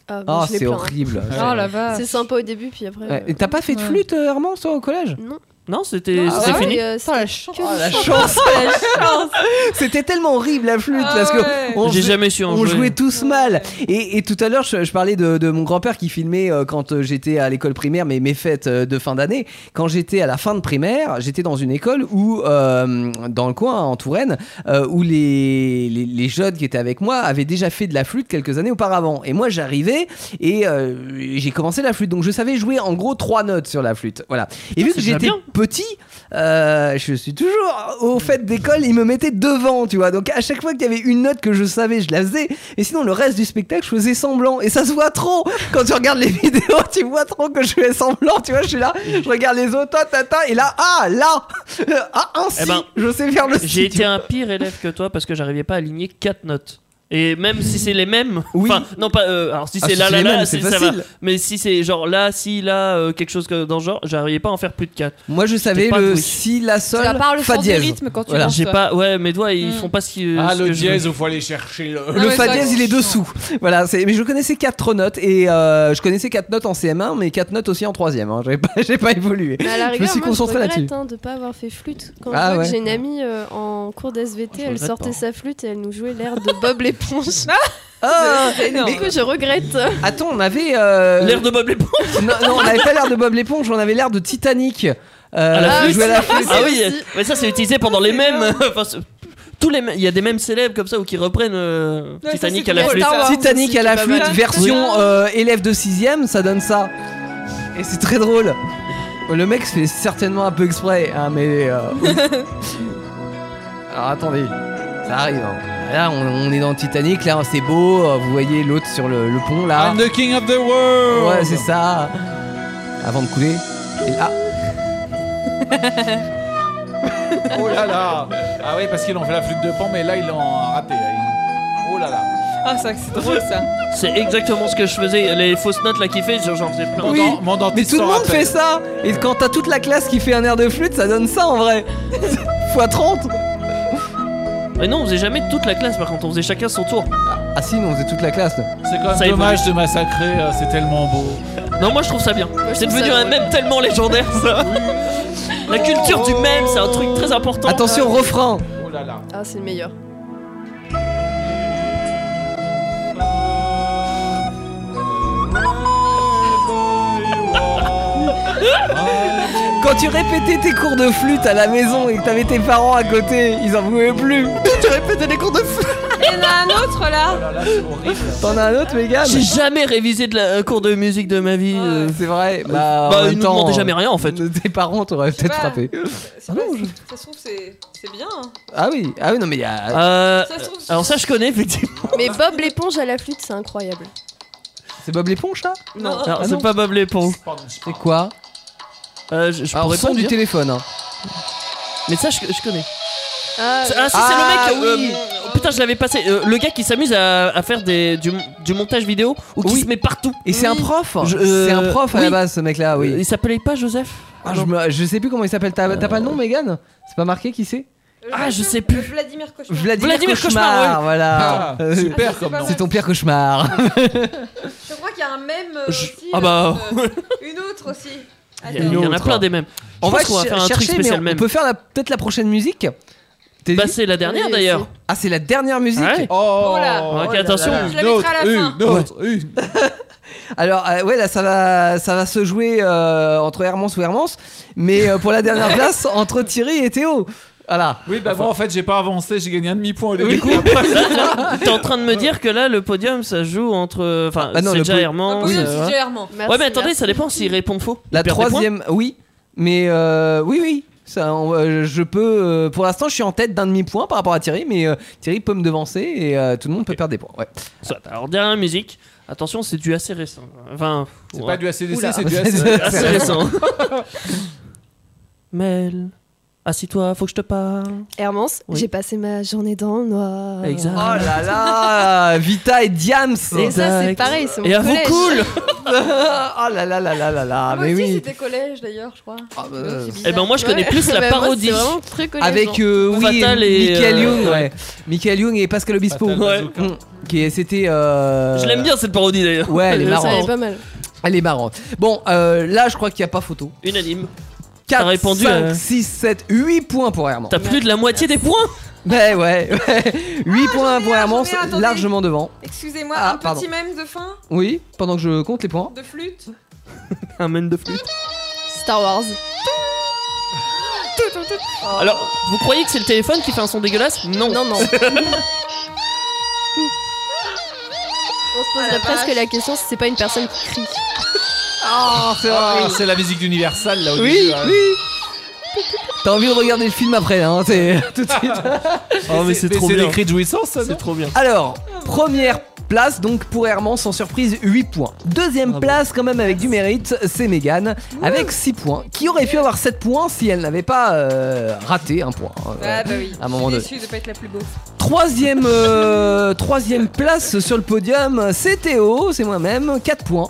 Ah, bah,
Ah,
je l'ai
c'est
hein.
plein.
horrible.
Oh
la
C'est sympa au début, puis après.
Ouais.
euh,
Et T'as pas fait de
Ouais.
flûte, euh, Armand, toi, au collège
Non.
Non, c'était.
Ah
c'est
ouais,
fini.
et, euh,
la
c'était
chance.
que
Oh,
du
la
chant.
chance C'était tellement horrible, la flûte,
Ah
parce que.
ouais.
on
J'ai
faisait-
jamais su en
on
jouer.
jouait tous mal. Et, et tout à l'heure, je, je parlais de, de mon grand-père qui filmait euh, quand euh, j'étais à l'école primaire, mais mes fêtes euh, de fin d'année. Quand j'étais à la fin de primaire, j'étais dans une école où, euh, dans le coin, hein, en Touraine, euh, où les, les, les jeunes qui étaient avec moi avaient déjà fait de la flûte quelques années auparavant. Et moi, j'arrivais et euh, j'ai commencé la flûte. Donc, je savais jouer en gros trois notes sur la flûte. Voilà. Et vu que
c'est déjà
j'étais
bien.
petit, euh, je suis toujours aux fêtes d'école, ils me mettaient devant, tu vois. Donc à chaque fois qu'il y avait une note que je savais, je la faisais. Et sinon, le reste du spectacle, je faisais semblant. Et ça se voit trop. Quand tu regardes les vidéos, tu vois trop que je fais semblant. Tu vois, je suis là, je regarde les autres, ta, ta, ta, et là, ah, là, ah, ainsi,
Eh ben,
je sais faire le
J'ai
si, tu
été un pire élève que toi parce que j'arrivais pas à aligner quatre notes. Et même si c'est les mêmes,
Oui.
enfin non pas. euh, alors si
Ah,
c'est
si
là
c'est
là
les
là,
mêmes,
c'est-
c'est
ça va.
facile.
Mais si c'est genre là si là euh, quelque chose que- dans ce genre, j'arrivais pas à en faire plus de quatre.
Moi, je savais
pas
le
doué.
si, la sol,
Ça parle
fa
fort du
dièse.
rythme quand tu
Voilà.
danses.
J'ai pas. Ouais, mes doigts
Hmm.
ils
Mm.
font pas ce qui.
Ah,
ce que
le
je
dièse,
veux.
il faut aller chercher le.
Le
ouais,
fa
ça,
dièse, il est
c'est
dessous. Voilà, c'est- mais je connaissais quatre notes et euh, je connaissais quatre notes en CM1, mais quatre notes aussi en troisième. Hein. J'ai pas, j'ai pas évolué.
Mais Bah, à la
Je me
rigueur,
suis
moi,
concentré
regrette,
là-dessus.
hein, de pas avoir fait flûte. Quand
Ah
je vois
ouais.
que j'ai une amie euh, en cours d'SVT,
Je
elle
regrette
sortait
pas.
sa flûte et elle nous jouait l'air de Bob l'éponge.
Oh,
Ah,
du coup, je regrette.
Attends, on avait. euh,
L'air de Bob l'éponge.
non, non, on avait pas l'air de Bob l'éponge, on avait l'air de Titanic. Euh,
la
qui
flûte.
jouait à la flûte.
Ah oui,
aussi.
mais ça c'est utilisé pendant les mêmes. enfin, c'est- tous les, mêmes- il y a des mêmes célèbres comme ça ou qui reprennent euh,
Ouais, ça,
Titanic
c'est
à la
bien.
flûte.
Star Wars
Titanic
aussi,
à la
qui est pas
flûte,
mal.
version
Oui.
euh, élève de 6ème, ça donne ça. Et c'est très drôle. Le mec se fait certainement un peu exprès, hein, mais. euh, Alors attendez, ça arrive. hein. Là, on, on est dans Titanic, là, c'est beau, euh, vous voyez l'autre sur le, le pont
Ah.
là.
I'm the king of the world.
Ouais, c'est ça. Avant de couler. Ah, Et là,
Oh là là. Ah oui, parce qu'ils ont fait la flûte de pan, mais là ils l'ont raté. là. Ils- Oh là là.
Ah, ça, c'est drôle ça.
C'est exactement ce que je faisais. Les fausses notes là qui fait, j'en faisais plein.
Oui.
Mon dent- mon
Mais
dentiste
tout le
s'en
monde
rappelle.
fait ça Et quand t'as toute la classe qui fait un air de flûte, ça donne ça en vrai Fois 30
Mais non, on faisait jamais toute la classe. Par contre, on faisait chacun son tour.
Ah si, non, on faisait toute la classe.
C'est quand
Ça
même dommage de massacrer, euh, c'est tellement beau.
Non, moi je trouve ça bien.
je
C'est
trouve
devenu
ça
un
drôle.
mème tellement légendaire ça. La culture du mème, c'est un truc très important.
Attention, refrain
Oh là là.
Ah, c'est le meilleur.
Quand tu répétais tes cours de flûte à la maison et que t'avais tes parents à côté, ils en voulaient plus Tu répétais les cours de flûte
Et il y en a un autre là.
Oh là là, c'est horrible.
T'en as un autre, Mégane
J'ai jamais révisé de la, un cours de musique de ma vie. euh.
C'est vrai, bah,
Bah,
en
ils
même
nous
temps, euh,
demandaient jamais rien en fait.
de Tes parents t'auraient
Je sais
peut-être
pas.
frappé.
C'est
Ah
pas-
non, je-
Ça se trouve, c'est c'est bien. hein.
Ah oui, ah oui, non mais il y a...
Euh,
Ça se trouve,
alors ça je connais effectivement.
Mais Bob l'éponge à la flûte, c'est incroyable.
C'est Bob l'éponge là
Non.
Alors,
Ah non.
c'est pas Bob l'éponge.
C'est quoi
Euh, je je
Alors
pourrais
son
pas
du
dire.
téléphone. hein.
Mais ça je, je connais.
Ah,
Ah ça
Ah,
c'est le mec.
oui.
euh, putain je l'avais passé. Euh, le gars qui s'amuse à, à faire des, du, du montage vidéo ou qui
Oui.
se met partout.
Et c'est un
Oui.
prof
Je- euh,
C'est un prof à la
oui.
base ce mec là, oui. Euh,
Il s'appelait pas Joseph.
Ah, je, me- je sais plus comment il s'appelle. T'as t'as pas le nom, Megan C'est pas marqué qui c'est
Ah, je sais plus.
Vladimir Cauchemar.
Vladimir,
Vladimir
Cauchemar,
Cauchemar,
voilà.
Ah,
Euh,
super
Ah, ça, c'est
comme
pas
nom.
c'est ton pire cauchemar.
Je crois qu'il y a un même euh,
Je-
aussi.
Ah
euh,
bah.
euh, une autre aussi.
Il y, a- il y en a
autre.
plein des mêmes. Je
On
pense
va
qu'on va
ch-
faire un
chercher,
truc spécial
mais on
même.
peut faire la- peut-être la prochaine musique. T'es
Bah
dit
c'est la dernière
Oui,
d'ailleurs.
Ah, c'est la dernière musique.
Ouais.
Oh,
Oh là.
Ok, attention.
Je la mettrai à la
une
fin.
autre, une autre, une.
Alors euh, ouais, là ça va, ça va se jouer euh, entre Hermance ou Hermance, mais euh, pour la dernière place entre Thierry et Théo. Voilà.
Oui, bah moi en fait j'ai pas avancé, j'ai gagné un demi-point au
Du
début.
coup, là, t'es en train de me dire que là, le podium, ça joue entre. Enfin,
Ah non,
c'est
le
déjà
po-
Un
Hermans,
podium,
euh,
c'est
voilà.
légèrement.
Ouais,
Merci,
mais attendez,
merci.
ça dépend s'il répond faux. Il
La
perd des points.
troisième, oui, mais euh, oui, oui. Ça, on- euh, je peux. euh, pour l'instant, je suis en tête d'un demi-point par rapport à Thierry, mais euh, Thierry peut me devancer et euh, tout le monde peut perdre des points. Ouais.
Soit. Alors, dernière musique. Attention, c'est du assez récent. Enfin,
C'est
ouais,
pas du ACDC,
Oula.
c'est du ACDC.
assez récent. Mel, assis-toi, faut que je te parle.
Hermance,
Oui.
j'ai passé ma journée dans le noir.
Exact.
Oh là là, Vita et Diams.
Et ça, c'est
Exact.
pareil, c'est mon
Et à vous,
collège.
cool
oh là là là là là là,
Ah,
Ah,
Moi
mais
aussi,
oui.
c'était collège d'ailleurs, je crois.
Ah, bah,
Donc, c'est bizarre.
Eh ben, moi, je connais
Ouais.
plus la
Bah, moi,
parodie.
C'est vraiment très hein. collégial.
Avec euh, oui,
Fatal et,
Michael
euh,
Young, ouais. Michael Young et Pascal Obispo.
Fatal Bazooka.
Mm. Qui c'était. euh,
Je l'aime bien cette parodie d'ailleurs.
Ouais, elle est
Je
marrante.
Ça
sais.
allait pas mal.
Elle est marrante. Bon, euh, là, je crois qu'il n'y a pas photo.
Unanime.
4,
répondu,
5,
euh,
6, 7, 8 points pour Herman.
T'as plus de la moitié des points.
Ouais, ouais, ouais. 8 points pour
ai un,
Herman,
j'en ai un, attendez.
largement devant.
Excusez-moi,
Ah,
un
pardon.
petit même de fin
Oui, pendant que je compte les points.
de flûte
Un mène de flûte.
Star Wars.
Alors, vous croyez que c'est le téléphone qui fait un son dégueulasse Non.
Non, non. On se
Ah,
poserait presque la question si c'est pas une personne qui crie.
Ah, c'est
Ah, c'est la musique d'Universal là au
Oui,
début. hein.
oui. T'as envie de regarder le film après, hein, c'est tout de suite.
Oh, mais c'est trop
C'est
bien.
des cris de jouissance, ça,
C'est
non
trop bien.
Alors, première place donc pour Herman, sans surprise, 8 points. Deuxième
Bravo.
place quand même avec du mérite, c'est Megan, avec 6 points, qui aurait pu avoir 7 points si elle n'avait pas euh, raté un point. hein,
Ah bah oui.
à un moment
je
donné.
suis déçue de pas être la plus beau.
Troisième, euh, troisième place sur le podium, c'est Théo, c'est moi-même, 4 points.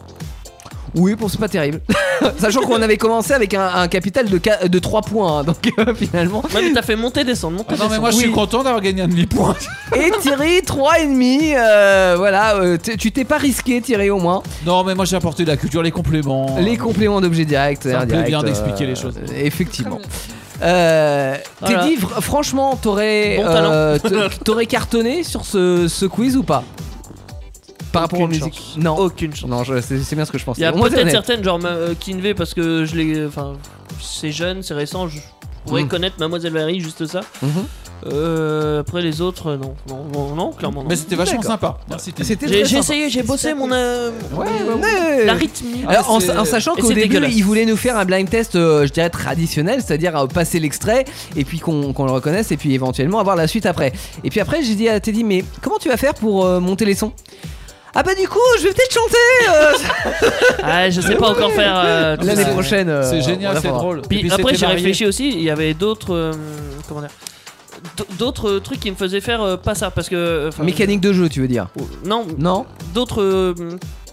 Oui, bon, c'est pas terrible. Sachant qu'on avait commencé avec un, un capital de, qua- de 3 points, hein, donc euh, finalement.
Même t'as fait monter descendre, monter
Ah non, mais
descendre.
moi je suis
Oui.
content d'avoir gagné un demi-point.
Et Thierry, 3,5. euh, voilà, euh, t- tu t'es pas risqué, Thierry, au moins.
Non, mais moi j'ai apporté la culture, les compléments.
Les euh, compléments d'objets directs.
Ça me plaît
indirects,
bien d'expliquer les choses.
Effectivement. Euh,
Voilà.
Teddy, fr- franchement, t'aurais
Bon
euh, t- t'aurais cartonné sur ce, ce quiz ou pas Par rapport aux
Aucune
musiques
chance.
Non.
Aucune chance.
Non, je- c'est c'est bien ce que je pensais.
Il y a
Au moins, t'es
peut-être
honnête.
certaines, genre ma- euh, Kinvey, parce que je l'ai. euh, Enfin, c'est jeune, c'est récent. Je pourrais
Mm.
connaître Mademoiselle Valérie, juste ça.
Mhm.
Euh, après les autres, euh, non. Non, non, non, clairement non.
Mais c'était vachement
D'accord.
sympa. Merci. Teddy.
C'était
J'ai
très sympa.
j'ai essayé, j'ai bossé mon. euh,
Ouais,
mon-
ouais. Ah.
La rythmique.
Alors, en,
c'est-
en sachant
et
qu'au
Ah, c'est
début,
dégueulasse.
ils voulaient nous faire un blind test, euh, je dirais traditionnel, c'est-à-dire euh, passer l'extrait et puis qu'on qu'on le reconnaisse et puis éventuellement avoir la suite après. Et puis après, j'ai dit à Teddy, mais comment tu vas faire pour euh, monter les sons ah bah du coup je vais peut-être chanter euh,
Ah, je sais pas encore faire. euh, tout
l'année
ça.
prochaine. euh,
C'est
on
génial,
la
c'est
fera.
drôle. Et
Puis
puis,
après,
c'était
j'ai
varié.
réfléchi aussi, il y avait d'autres. euh, comment dire d- D'autres trucs qui me faisaient faire euh, pas ça. Parce que. euh, enfin,
Mécanique de jeu tu veux dire
euh, Non,
Non
d'autres. euh,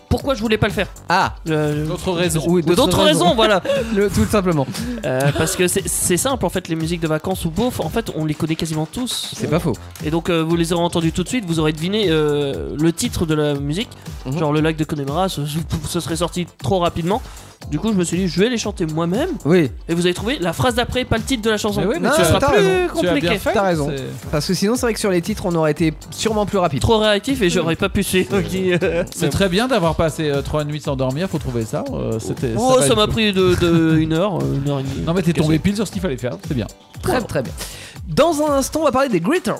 pourquoi je voulais pas le faire
Ah
Euh,
D'autres raisons.
oui,
Ou d'autres raisons, voilà.
Le- tout simplement.
Euh, parce que c'est- c'est simple en fait, les musiques de vacances ou beauf, en fait on les connaît quasiment tous.
C'est pas faux.
Et donc euh, vous les aurez entendues tout de suite, vous aurez deviné euh, le titre de la musique,
Mhm.
genre le lac de Connemara, ce, ce serait sorti trop rapidement. Du coup je me suis dit je vais les chanter moi-même
Oui,
et vous allez trouver la phrase d'après, pas le titre de la chanson.
Mais oui, mais
Non,
tu
ce
as
sera
t'as
plus
raison.
Tu as bien
compliqué.
fait.
T'as raison.
c'est-
parce que sinon c'est vrai que sur les titres on aurait été sûrement plus rapide.
Trop réactif et j'aurais pas pu suivre. ok, euh,
C'est très bien d'avoir passé euh, trois nuits sans dormir, faut trouver ça. euh, C'était.
Oh,
va
ça
être
m'a
cool.
pris de, de une heure, euh, une heure et demie.
Non, mais t'es tombé pile sur ce qu'il fallait faire, c'est bien.
Très très bien. Dans un instant, on va parler des Gritters.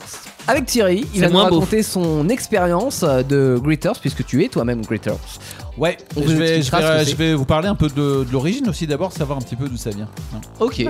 Avec Thierry, il
C'est
va nous
moins beau.
raconter son expérience euh, de Gritters, puisque tu es toi-même Gritter.
Ouais,
On
je
vous
vais, je,
expliquera ce que
vais,
c'est.
je vais vous parler un peu de, de l'origine aussi d'abord, savoir un petit peu d'où ça vient. hein.
Ok.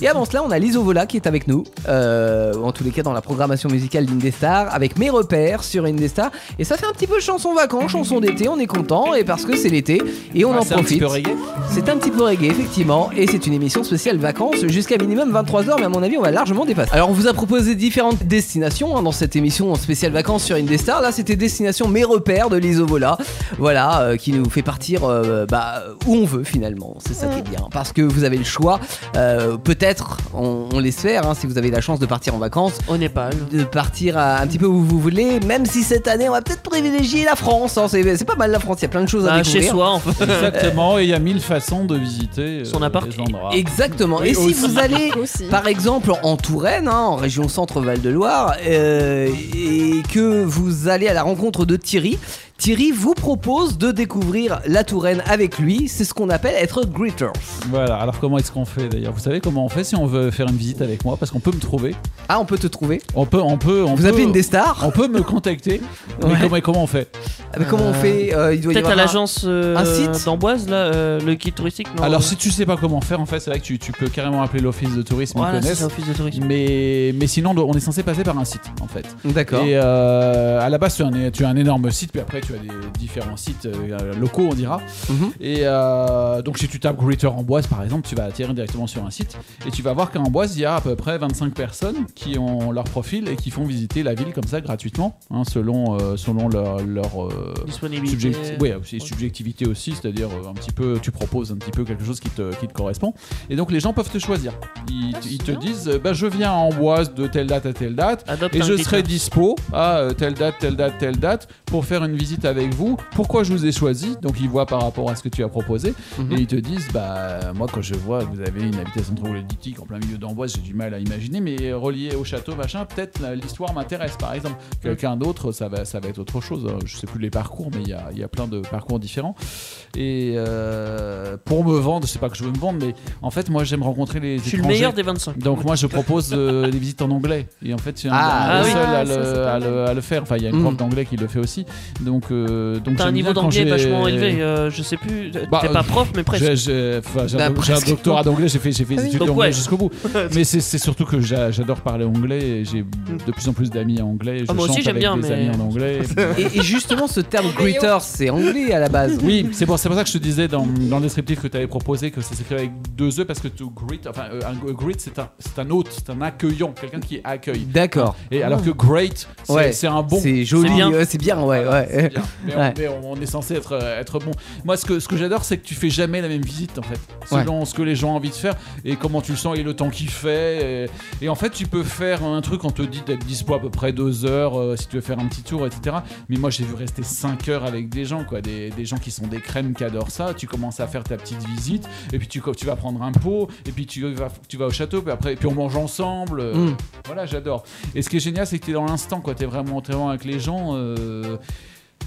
Et avant cela, on a Vola qui est avec nous, euh, en tous les cas dans la programmation musicale d'Indestar, avec mes repères sur Indestar. Et ça fait un petit peu chanson vacances, chanson d'été, on est content, et parce que c'est l'été, et on
Ah,
en
c'est un petit
profite.
peu reggae.
C'est un petit peu reggae, effectivement, et c'est une émission spéciale vacances jusqu'à minimum 23h, mais à mon avis, on va largement dépasser. Alors, on vous a proposé différentes destinations hein, dans cette émission spéciale vacances sur Indestar. Là, c'était destination Mes repères de l'Isovola, voilà, euh, qui nous fait partir euh, bah, où on veut finalement. C'est ça qui est bien, parce que vous avez le choix. Euh, Peut-être, on, on l'espère, hein, si vous avez la chance de partir en vacances,
Au Népal.
de partir à- un petit peu où vous voulez, même si cette année, on va peut-être privilégier la France. hein. c'est c'est pas mal la France, il y a plein de choses à
Ah,
découvrir.
chez soi en fait.
Exactement, et il y a mille façons de visiter euh,
Son appart.
les endroits.
Exactement.
Oui,
Et si
aussi.
vous allez
Aussi.
Par exemple, en Touraine, hein, en région centre Val de Loire, euh, et que vous allez à la rencontre de Thierry, Thierry vous propose de découvrir la Touraine avec lui. C'est ce qu'on appelle être greeters.
Voilà, alors comment est-ce qu'on fait d'ailleurs Vous savez comment on fait si on veut faire une visite avec moi Parce qu'on peut me trouver.
Ah, on peut te trouver.
On peut, on peut, on
Vous
peut,
appelez une des stars.
On peut me contacter.
Ouais.
Mais comment, comment on fait
Ah, mais comment on fait Euh, Il doit y
Peut-être
avoir
à
un-
l'agence euh,
un site
d'Amboise, là, euh, le guide touristique. non euh,
Alors si tu sais pas comment faire, en fait, c'est vrai que tu, tu peux carrément appeler l'office de tourisme, ils
voilà, c'est
connaissent.
l'office de tourisme.
Mais, mais sinon, on est censé passer par un site, en fait.
D'accord.
Et euh, à la base, tu as, un, tu as un énorme site, puis après, tu as des différents sites euh, locaux, on dira.
Mhm.
Et euh, donc, si tu tapes Greeter Amboise, par exemple, tu vas atterrir directement sur un site. Et tu vas voir qu'à Amboise, il y a à peu près 25 personnes qui ont leur profil et qui font visiter la ville comme ça gratuitement, hein, selon, euh, selon leur, leur, euh,
Disponibilité.
subjecti- ouais, aussi, subjectivité aussi, c'est-à-dire euh, un petit peu, tu proposes un petit peu quelque chose qui te, qui te correspond. Et donc, les gens peuvent te choisir. Ils, ils te disent, euh, bah, je viens à Amboise de telle date à telle date.
Adopte
Et
un
je
guide.
serai dispo à euh, telle date, telle date, telle date pour faire une visite avec vous. Pourquoi je vous ai choisi Donc ils voient par rapport à ce que tu as proposé
Mhm.
et ils te disent bah moi quand je vois que vous avez une habitation troglodytique en plein milieu d'Amboise, j'ai du mal à imaginer, mais relié au château machin, peut-être euh, l'histoire m'intéresse par exemple. Quelqu'un d'autre ça va ça va être autre chose. Euh, Je sais plus les parcours, mais il y a, il y a plein de parcours différents. Et euh, pour me vendre, je sais pas que je veux me vendre, mais en fait moi j'aime rencontrer les
Je suis le
étrangers.
meilleur des 25.
Donc moi je propose euh, des visites en anglais et en fait c'est un,
Ah,
un
oui.
seul à,
Ah,
le,
ça, c'est pas
à le- à le faire. Enfin il y a une
Mm.
prof d'anglais qui le fait aussi. Donc euh, donc
T'as un
j'aime
niveau
bien quand
d'anglais
j'ai-
vachement élevé. euh, je sais plus.
Bah,
T'es
euh,
pas prof, mais presque.
j'ai- j'ai enfin, j'ai
Bah,
un, doc- j'ai un
presque.
doctorat d'anglais, j'ai fait, j'ai fait des
Ah oui.
études
Donc,
d'anglais
ouais.
jusqu'au bout. Mais c'est c'est surtout que j'a- j'adore parler anglais et j'ai de plus en plus d'amis anglais. Je
Ah, moi aussi,
chante
j'aime
avec
bien,
des
mais-
amis en anglais.
Et, et justement, ce terme greeters, c'est anglais à la base.
Oui, c'est pour, c'est pour ça que je te disais dans, dans le descriptif que tu avais proposé que ça s'écrivait avec deux E parce que to greet, enfin, euh, un greet c'est un, c'est un hôte, c'est un accueillant, quelqu'un qui accueille.
D'accord.
Et alors que great, c'est
Ah. Ouais.
c'est un bon.
C'est joli,
C'est bien.
ouais, c'est bien, ouais,
Voilà, c'est
ouais.
bien. Mais, on-
Ouais.
mais on, on est censé être, euh, être bon. Moi, ce que, ce que j'adore, c'est que tu fais jamais la même visite, en fait. Selon ce que les gens ont envie de faire et comment tu le sens et le temps qu'il fait. Et, et en fait, tu peux faire un truc, on te dit d'être dispo à peu près deux heures euh, si tu veux faire un petit tour, etc. Mais moi, j'ai vu rester cinq heures avec des gens, quoi. Des, des gens qui sont des crèmes, qui adorent ça. Tu commences à faire ta petite visite et puis tu, co- tu vas prendre un pot et puis tu vas, tu vas au château, puis après, puis on mange ensemble. Euh,
Mm.
Voilà, j'adore. Et ce qui est génial, c'est que tu es dans l'instant, quoi. Tu es vraiment, t'es vraiment avec les gens. euh,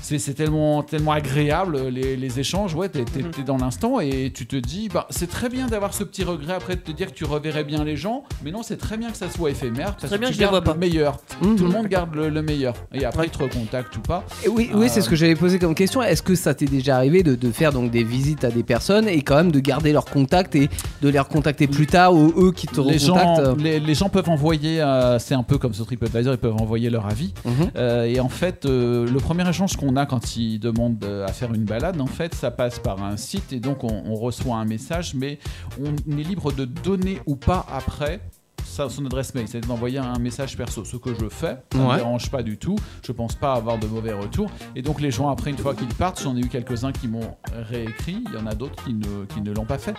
c'est c'est tellement, tellement agréable, les, les échanges. Ouais, t'es t'es-
Mhm.
t'es dans l'instant et tu te dis, bah, c'est très bien d'avoir ce petit regret après de te dire que tu reverrais bien les gens, mais non, c'est très bien que ça soit éphémère. Parce
très bien
tu
que je les
gardes
vois
le
pas.
meilleur.
Mhm.
Tout le monde garde le, le meilleur. Et après, ils te recontactent ou pas.
Et Oui, oui, c'est
Euh,
ce que j'avais posé comme question. Est-ce que ça t'est déjà arrivé de, de faire donc des visites à des personnes et quand même de garder leur contact et de les recontacter plus tard ou eux qui te
les, gens,
recontactent euh,
les, les gens peuvent envoyer, euh, c'est un peu comme ce TripAdvisor, ils peuvent envoyer leur avis.
mhm.
Euh, et en fait, euh, le premier échange qu'on a quand ils demandent euh, à faire une balade, en fait, ça passe par un site et donc on, on reçoit un message, mais on est libre de donner ou pas après sa- son adresse mail, c'est d'envoyer un message perso, ce que je fais, ça ne
Ouais.
me dérange pas du tout, je pense pas avoir de mauvais retours, et donc les gens après une fois qu'ils partent, j'en ai eu quelques-uns qui m'ont réécrit, il y en a d'autres qui ne, qui ne l'ont pas fait,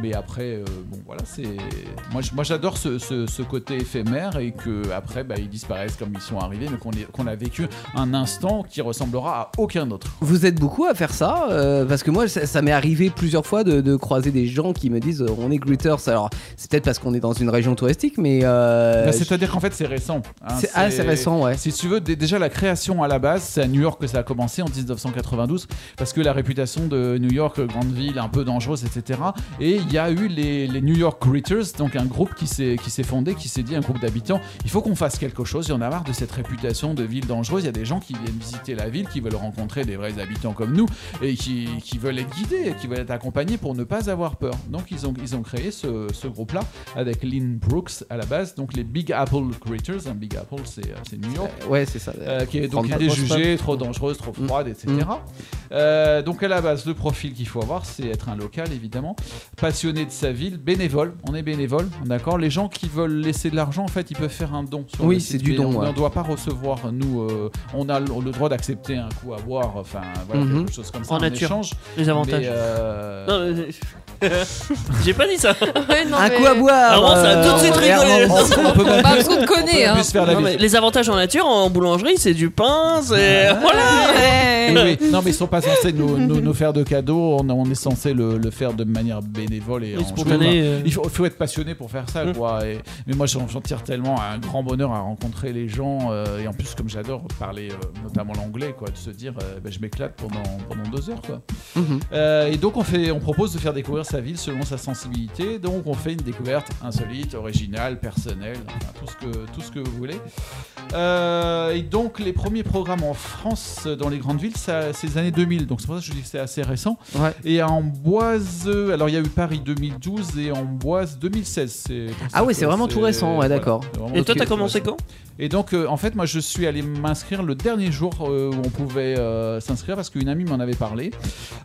mais après, euh, bon voilà, c'est. Moi, je- moi j'adore ce, ce- ce côté éphémère et que après bah, ils disparaissent comme ils sont arrivés, mais qu'on ait- qu'on a vécu un instant qui ressemblera à aucun autre.
Vous êtes beaucoup à faire ça euh, parce que moi ça, ça m'est arrivé plusieurs fois de, de croiser des gens qui me disent euh, on est greeters. Alors c'est peut-être parce qu'on est dans une région touristique, mais euh,
Bah, C'est-à-dire qu'en fait c'est récent. hein,
c'est ah, c'est récent, ouais.
Si tu veux, dé- déjà la création à la base, c'est à New York que ça a commencé en 1992, parce que la réputation de New York, euh, grande ville un peu dangereuse, etc. Et il y a eu les, les New York Greeters, donc un groupe qui s'est qui s'est fondé, qui s'est dit, un groupe d'habitants, il faut qu'on fasse quelque chose, il y en a marre de cette réputation de ville dangereuse, il y a des gens qui viennent visiter la ville, qui veulent rencontrer des vrais habitants comme nous, et qui, qui veulent être guidés, qui veulent être accompagnés pour ne pas avoir peur. Donc ils ont, ils ont créé ce, ce groupe-là avec Lynn Brooks à la base, donc les Big Apple Greeters, un Big Apple c'est euh, c'est New York.
Ouais, c'est ça.
Euh, qui est donc
Prendre
idée
pas de
jugée trop dangereuse, trop
Mm.
froide, etc. Euh, donc à la base, le profil qu'il faut avoir, c'est être un local, évidemment, passionné de sa ville, bénévole. On est bénévole, d'accord. Les gens qui veulent laisser de l'argent, en fait, ils peuvent faire un don. Sur
Oui,
le
c'est
site,
du
mais
don,
On
ouais.
ne doit pas recevoir. Nous, euh, on a le le droit d'accepter un coup à boire, enfin, voilà,
Mhm.
quelque chose comme ça
En
en
nature.
échange.
Les
Mais,
avantages.
euh,
Non, euh, J'ai pas dit ça.
Ouais, non,
Un
mais-
coup à
Ah
boire. euh,
Avant, ça a tout de suite rigolé.
On peut même
Bah, parce qu'on te connaît, hein.
plus faire la
Non, mais
vie.
les avantages en nature, en boulangerie, c'est du pain, c'est.
Bah
Voilà
Oui, oui. Non, mais ils sont pas censés nous, nous- nous faire de cadeaux. On, on est censé le, le faire de manière bénévole et, en
spontané,
jouant.
euh.
Il faut, faut être passionné pour faire ça, quoi. Et- mais moi, j'en j'en tire tellement un grand bonheur à rencontrer les gens. euh, et en plus, comme j'adore parler euh, notamment l'anglais, quoi, de se dire, euh, ben, je m'éclate pendant, pendant deux heures, quoi.
Mhm.
Euh, et donc on, fait, on propose de faire découvrir sa ville selon sa sensibilité. Donc on fait une découverte insolite, originale, personnelle, enfin, tout, ce que, tout ce que vous voulez. Euh, et donc les premiers programmes en France euh, dans les grandes villes, ça- c'est les années 2000. Donc c'est pour ça que je dis que c'est assez récent.
Ouais.
Et à Amboise, euh, alors il y a eu Paris 2012 et Amboise 2016. c'est pour
Ah
ça
oui,
que
c'est vraiment tout récent, ouais,
voilà,
d'accord.
c'est vraiment
Et toi,
tout
t'as commencé
récent.
quand
Et donc, euh, en fait, moi, je suis allé m'inscrire le dernier jour euh, où on pouvait euh, s'inscrire parce qu'une amie m'en avait parlé.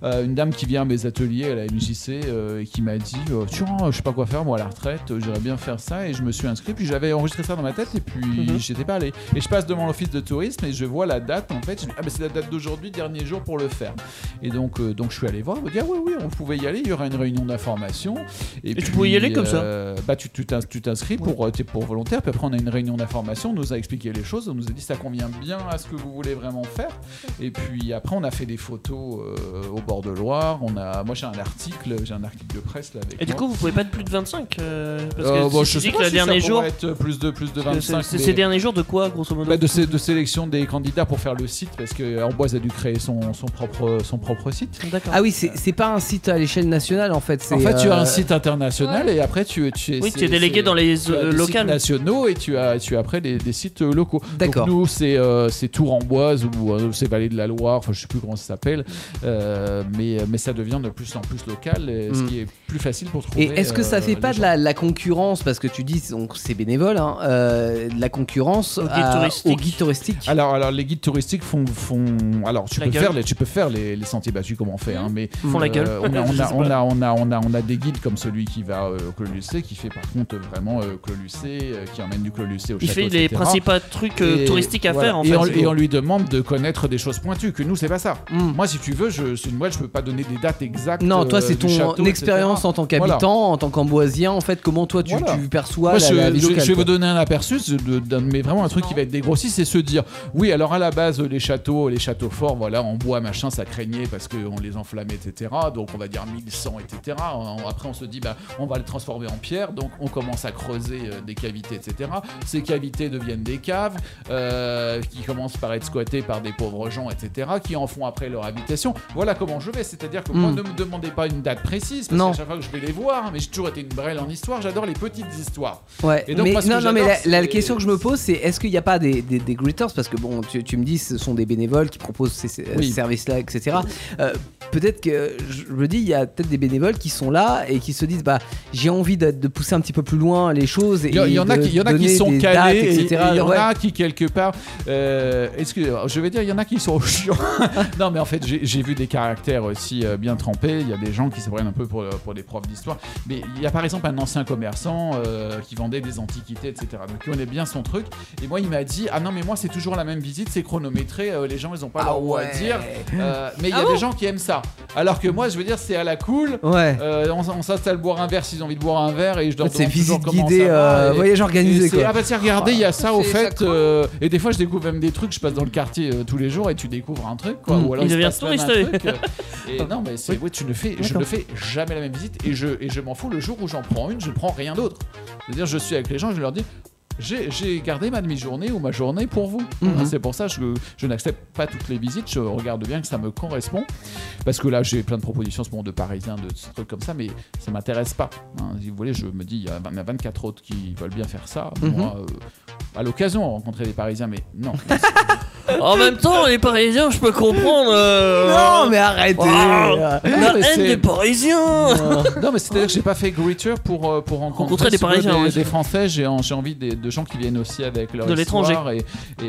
Euh, une dame qui vient à mes ateliers à la MJC euh, et qui m'a dit euh, Tiens, euh, je sais pas quoi faire, moi, à la retraite, euh, j'irais bien faire ça. Et je me suis inscrit, puis j'avais enregistré ça dans ma tête, et puis
Mhm.
j'étais pas allé. Et je passe devant l'office de tourisme et je vois la date, en fait. Je me dis, ah, ben c'est la date d'aujourd'hui, dernier jour pour le faire. Et donc, euh, donc je suis allé voir, on m'a dit Ah, oui, oui, on pouvait y aller, il y aura une réunion d'information. Et,
tu pouvais y aller comme ça
euh, bah, tu tu t'ins- tu t'inscris pour, euh, t'es pour volontaire, puis après on a une réunion d'information, on nous a expliqué les choses, on nous a dit ça convient bien à ce que vous voulez vraiment faire. Et puis après on a fait des photos euh, au bord de Loire, on a, moi j'ai un article, j'ai un article de presse là avec
Et du
moi.
coup, vous pouvez pas de plus de 25 euh, Parce que
Euh, bon,
si
je
tu
sais
dis
pas
que le
si
dernier
ça
jour.
pourrait être plus de, plus de
parce que c'est-
25.
C'est
mais-
ces derniers jours de quoi, grosso modo
bah, de, sé- de sélection des candidats pour faire le site parce que Amboise a dû créer son, son propre, son propre site.
D'accord.
Ah oui, c'est c'est pas un site à l'échelle nationale en fait. c'est,
En fait, tu as
euh,
un site international et après tu, tu es.
oui,
c'est-
t'es délégué
c'est-
dans les
tu as
euh,
des sites
locales.
nationaux et tu as, tu as après des, des sites euh, locaux. Donc
D'accord.
Nous, c'est euh, c'est Tours en Boise ou euh, c'est Vallée de la Loire, enfin je sais plus comment ça s'appelle, Euh, mais, mais ça devient de plus en plus local, euh, ce
Hmm.
Mm.
qui est plus facile pour trouver.
Et est-ce que ça
euh,
fait
les
pas de
gens.
la, la concurrence parce que tu dis donc c'est bénévole, hein, euh, de la concurrence
Au guide
à-
touristique.
au guide touristique
Alors, alors, les guides touristiques font, font... alors tu
La
peux,
gueule. Hmm.
faire les, tu peux faire les, les sentiers battus comme on fait, hein, mais
Font la
Euh,
gueule.
on, a,
Je
on,
sais
a,
pas.
on, a, on, a, on a- on a des guides comme celui qui va euh, au Clos-Lucé, qui fait par contre vraiment euh, Clos-Lucé, euh, qui emmène du Clos-Lucé au
Il
château,
fait les
etc..
principaux trucs euh,
Et
touristiques à
voilà.
faire en
et
fait.
On, et on lui demande de connaître des choses pointues, que nous, c'est pas ça.
Hmm.
Moi, si tu veux, je, c'est une boîte, je peux pas donner des dates exactes.
Non, toi
euh,
c'est
du
ton
château,
expérience
etc.
en tant
Voilà.
qu'habitant, en tant qu'amboisien en fait, comment toi tu,
Voilà.
tu perçois
Moi,
la,
je,
la vie
je-
locale,
je vais vous
quoi.
donner un aperçu, de- de- d'un- mais vraiment un truc qui va être dégrossi, c'est se dire oui, alors à la base, les châteaux, les châteaux forts, voilà, en bois, machin, ça craignait parce qu'on les enflammait, etc. Donc on va dire 1100, etc. On- après, on se dit, bah, on va le transformer en pierre, donc on commence à creuser euh, des cavités, etc. Ces cavités deviennent des caves euh, qui commencent par être squattées par des pauvres gens, etc., qui en font après leur habitation. Voilà comment je vais, c'est-à-dire que moi,
Mm.
ne me demandez pas une date précise, parce
Non.
qu'à chaque fois que je vais les voir, mais j'ai toujours été une brêle en histoire, j'adore les petites histoires.
Ouais,
Et donc,
mais,
moi, ce que
non, non, mais
j'adore,
la, la
c'est-
question que je me pose, c'est est-ce qu'il n'y a pas des, des, des greeters Parce que bon, tu, tu me dis, ce sont des bénévoles qui proposent ces, ces-
Oui.
ces services-là, etc. Euh, peut-être que je je me dis, il y a peut-être des bénévoles qui sont là et qui se disent, bah, j'ai envie de, de pousser un petit peu plus loin les choses. Et
Il y, il y en a
de
qui, il y en a qui
donner
sont
des
calés,
dates,
et-
etc.
et il y en
Ouais.
a qui quelque part. Euh, excusez, je vais dire, il y en a qui sont chiants. non, mais en fait, j'ai j'ai vu des caractères aussi euh, bien trempés. Il y a des gens qui se prennent un peu pour, euh, pour des profs d'histoire. Mais il y a par exemple un ancien commerçant euh, qui vendait des antiquités, etc. Donc il connaît bien son truc. Et moi, il m'a dit, ah non, mais moi, c'est toujours la même visite, c'est chronométré. euh, les gens, ils ont pas
Ah
leur mot à
ouais. Ah
dire. Euh, mais il y a des gens qui aiment ça. Alors que moi, je veux dire, c'est à la cool.
Ouais.
Euh, on on s'installe boire un verre s'ils ont envie de boire un verre et je leur
c'est
demande toujours
visite
comment
guidée,
ça va,
euh,
et-
voyage
et
organisé,
c'est- Ah
quoi.
bah tiens, regardez, il y a ça au
C'est
fait.
sacré.
euh, et des fois, je découvre même des trucs. Je passe dans le quartier euh, tous les jours et tu découvres un truc. Quoi,
Mm.
Ou alors,
Il
se
devient
passe même un
touriste.
truc, euh, et non, mais c'est, ouais, tu ne fais, je ne fais jamais la même visite et je, et je m'en fous. Le jour où j'en prends une, je ne prends rien d'autre. C'est-à-dire, je suis avec les gens, je leur dis. J'ai, j'ai gardé ma demi-journée ou ma journée pour vous. Hein,
Mhm.
C'est pour ça que je, je n'accepte pas toutes les visites. Je regarde bien que ça me correspond. Parce que là, j'ai plein de propositions ce moment de Parisiens, de ces trucs comme ça, mais ça m'intéresse pas. hein. Si vous voulez, je me dis, il y en a 24 autres qui veulent bien faire ça.
Mhm.
Moi, euh, à l'occasion, rencontrer des Parisiens, mais non.
En même temps, les Parisiens, je peux comprendre. euh,
Non, mais arrêtez
Ah.
Non, mais
La haine
c'est-
des Parisiens
non, mais c'est-à-dire que j'ai pas fait Greeter pour, euh, pour rencontrer,
Rencontrer des
si vous voulez,
Parisiens, ouais.
des Français. J'ai en- j'ai envie des- de gens qui viennent aussi avec leur
De l'étranger.
histoire et, et,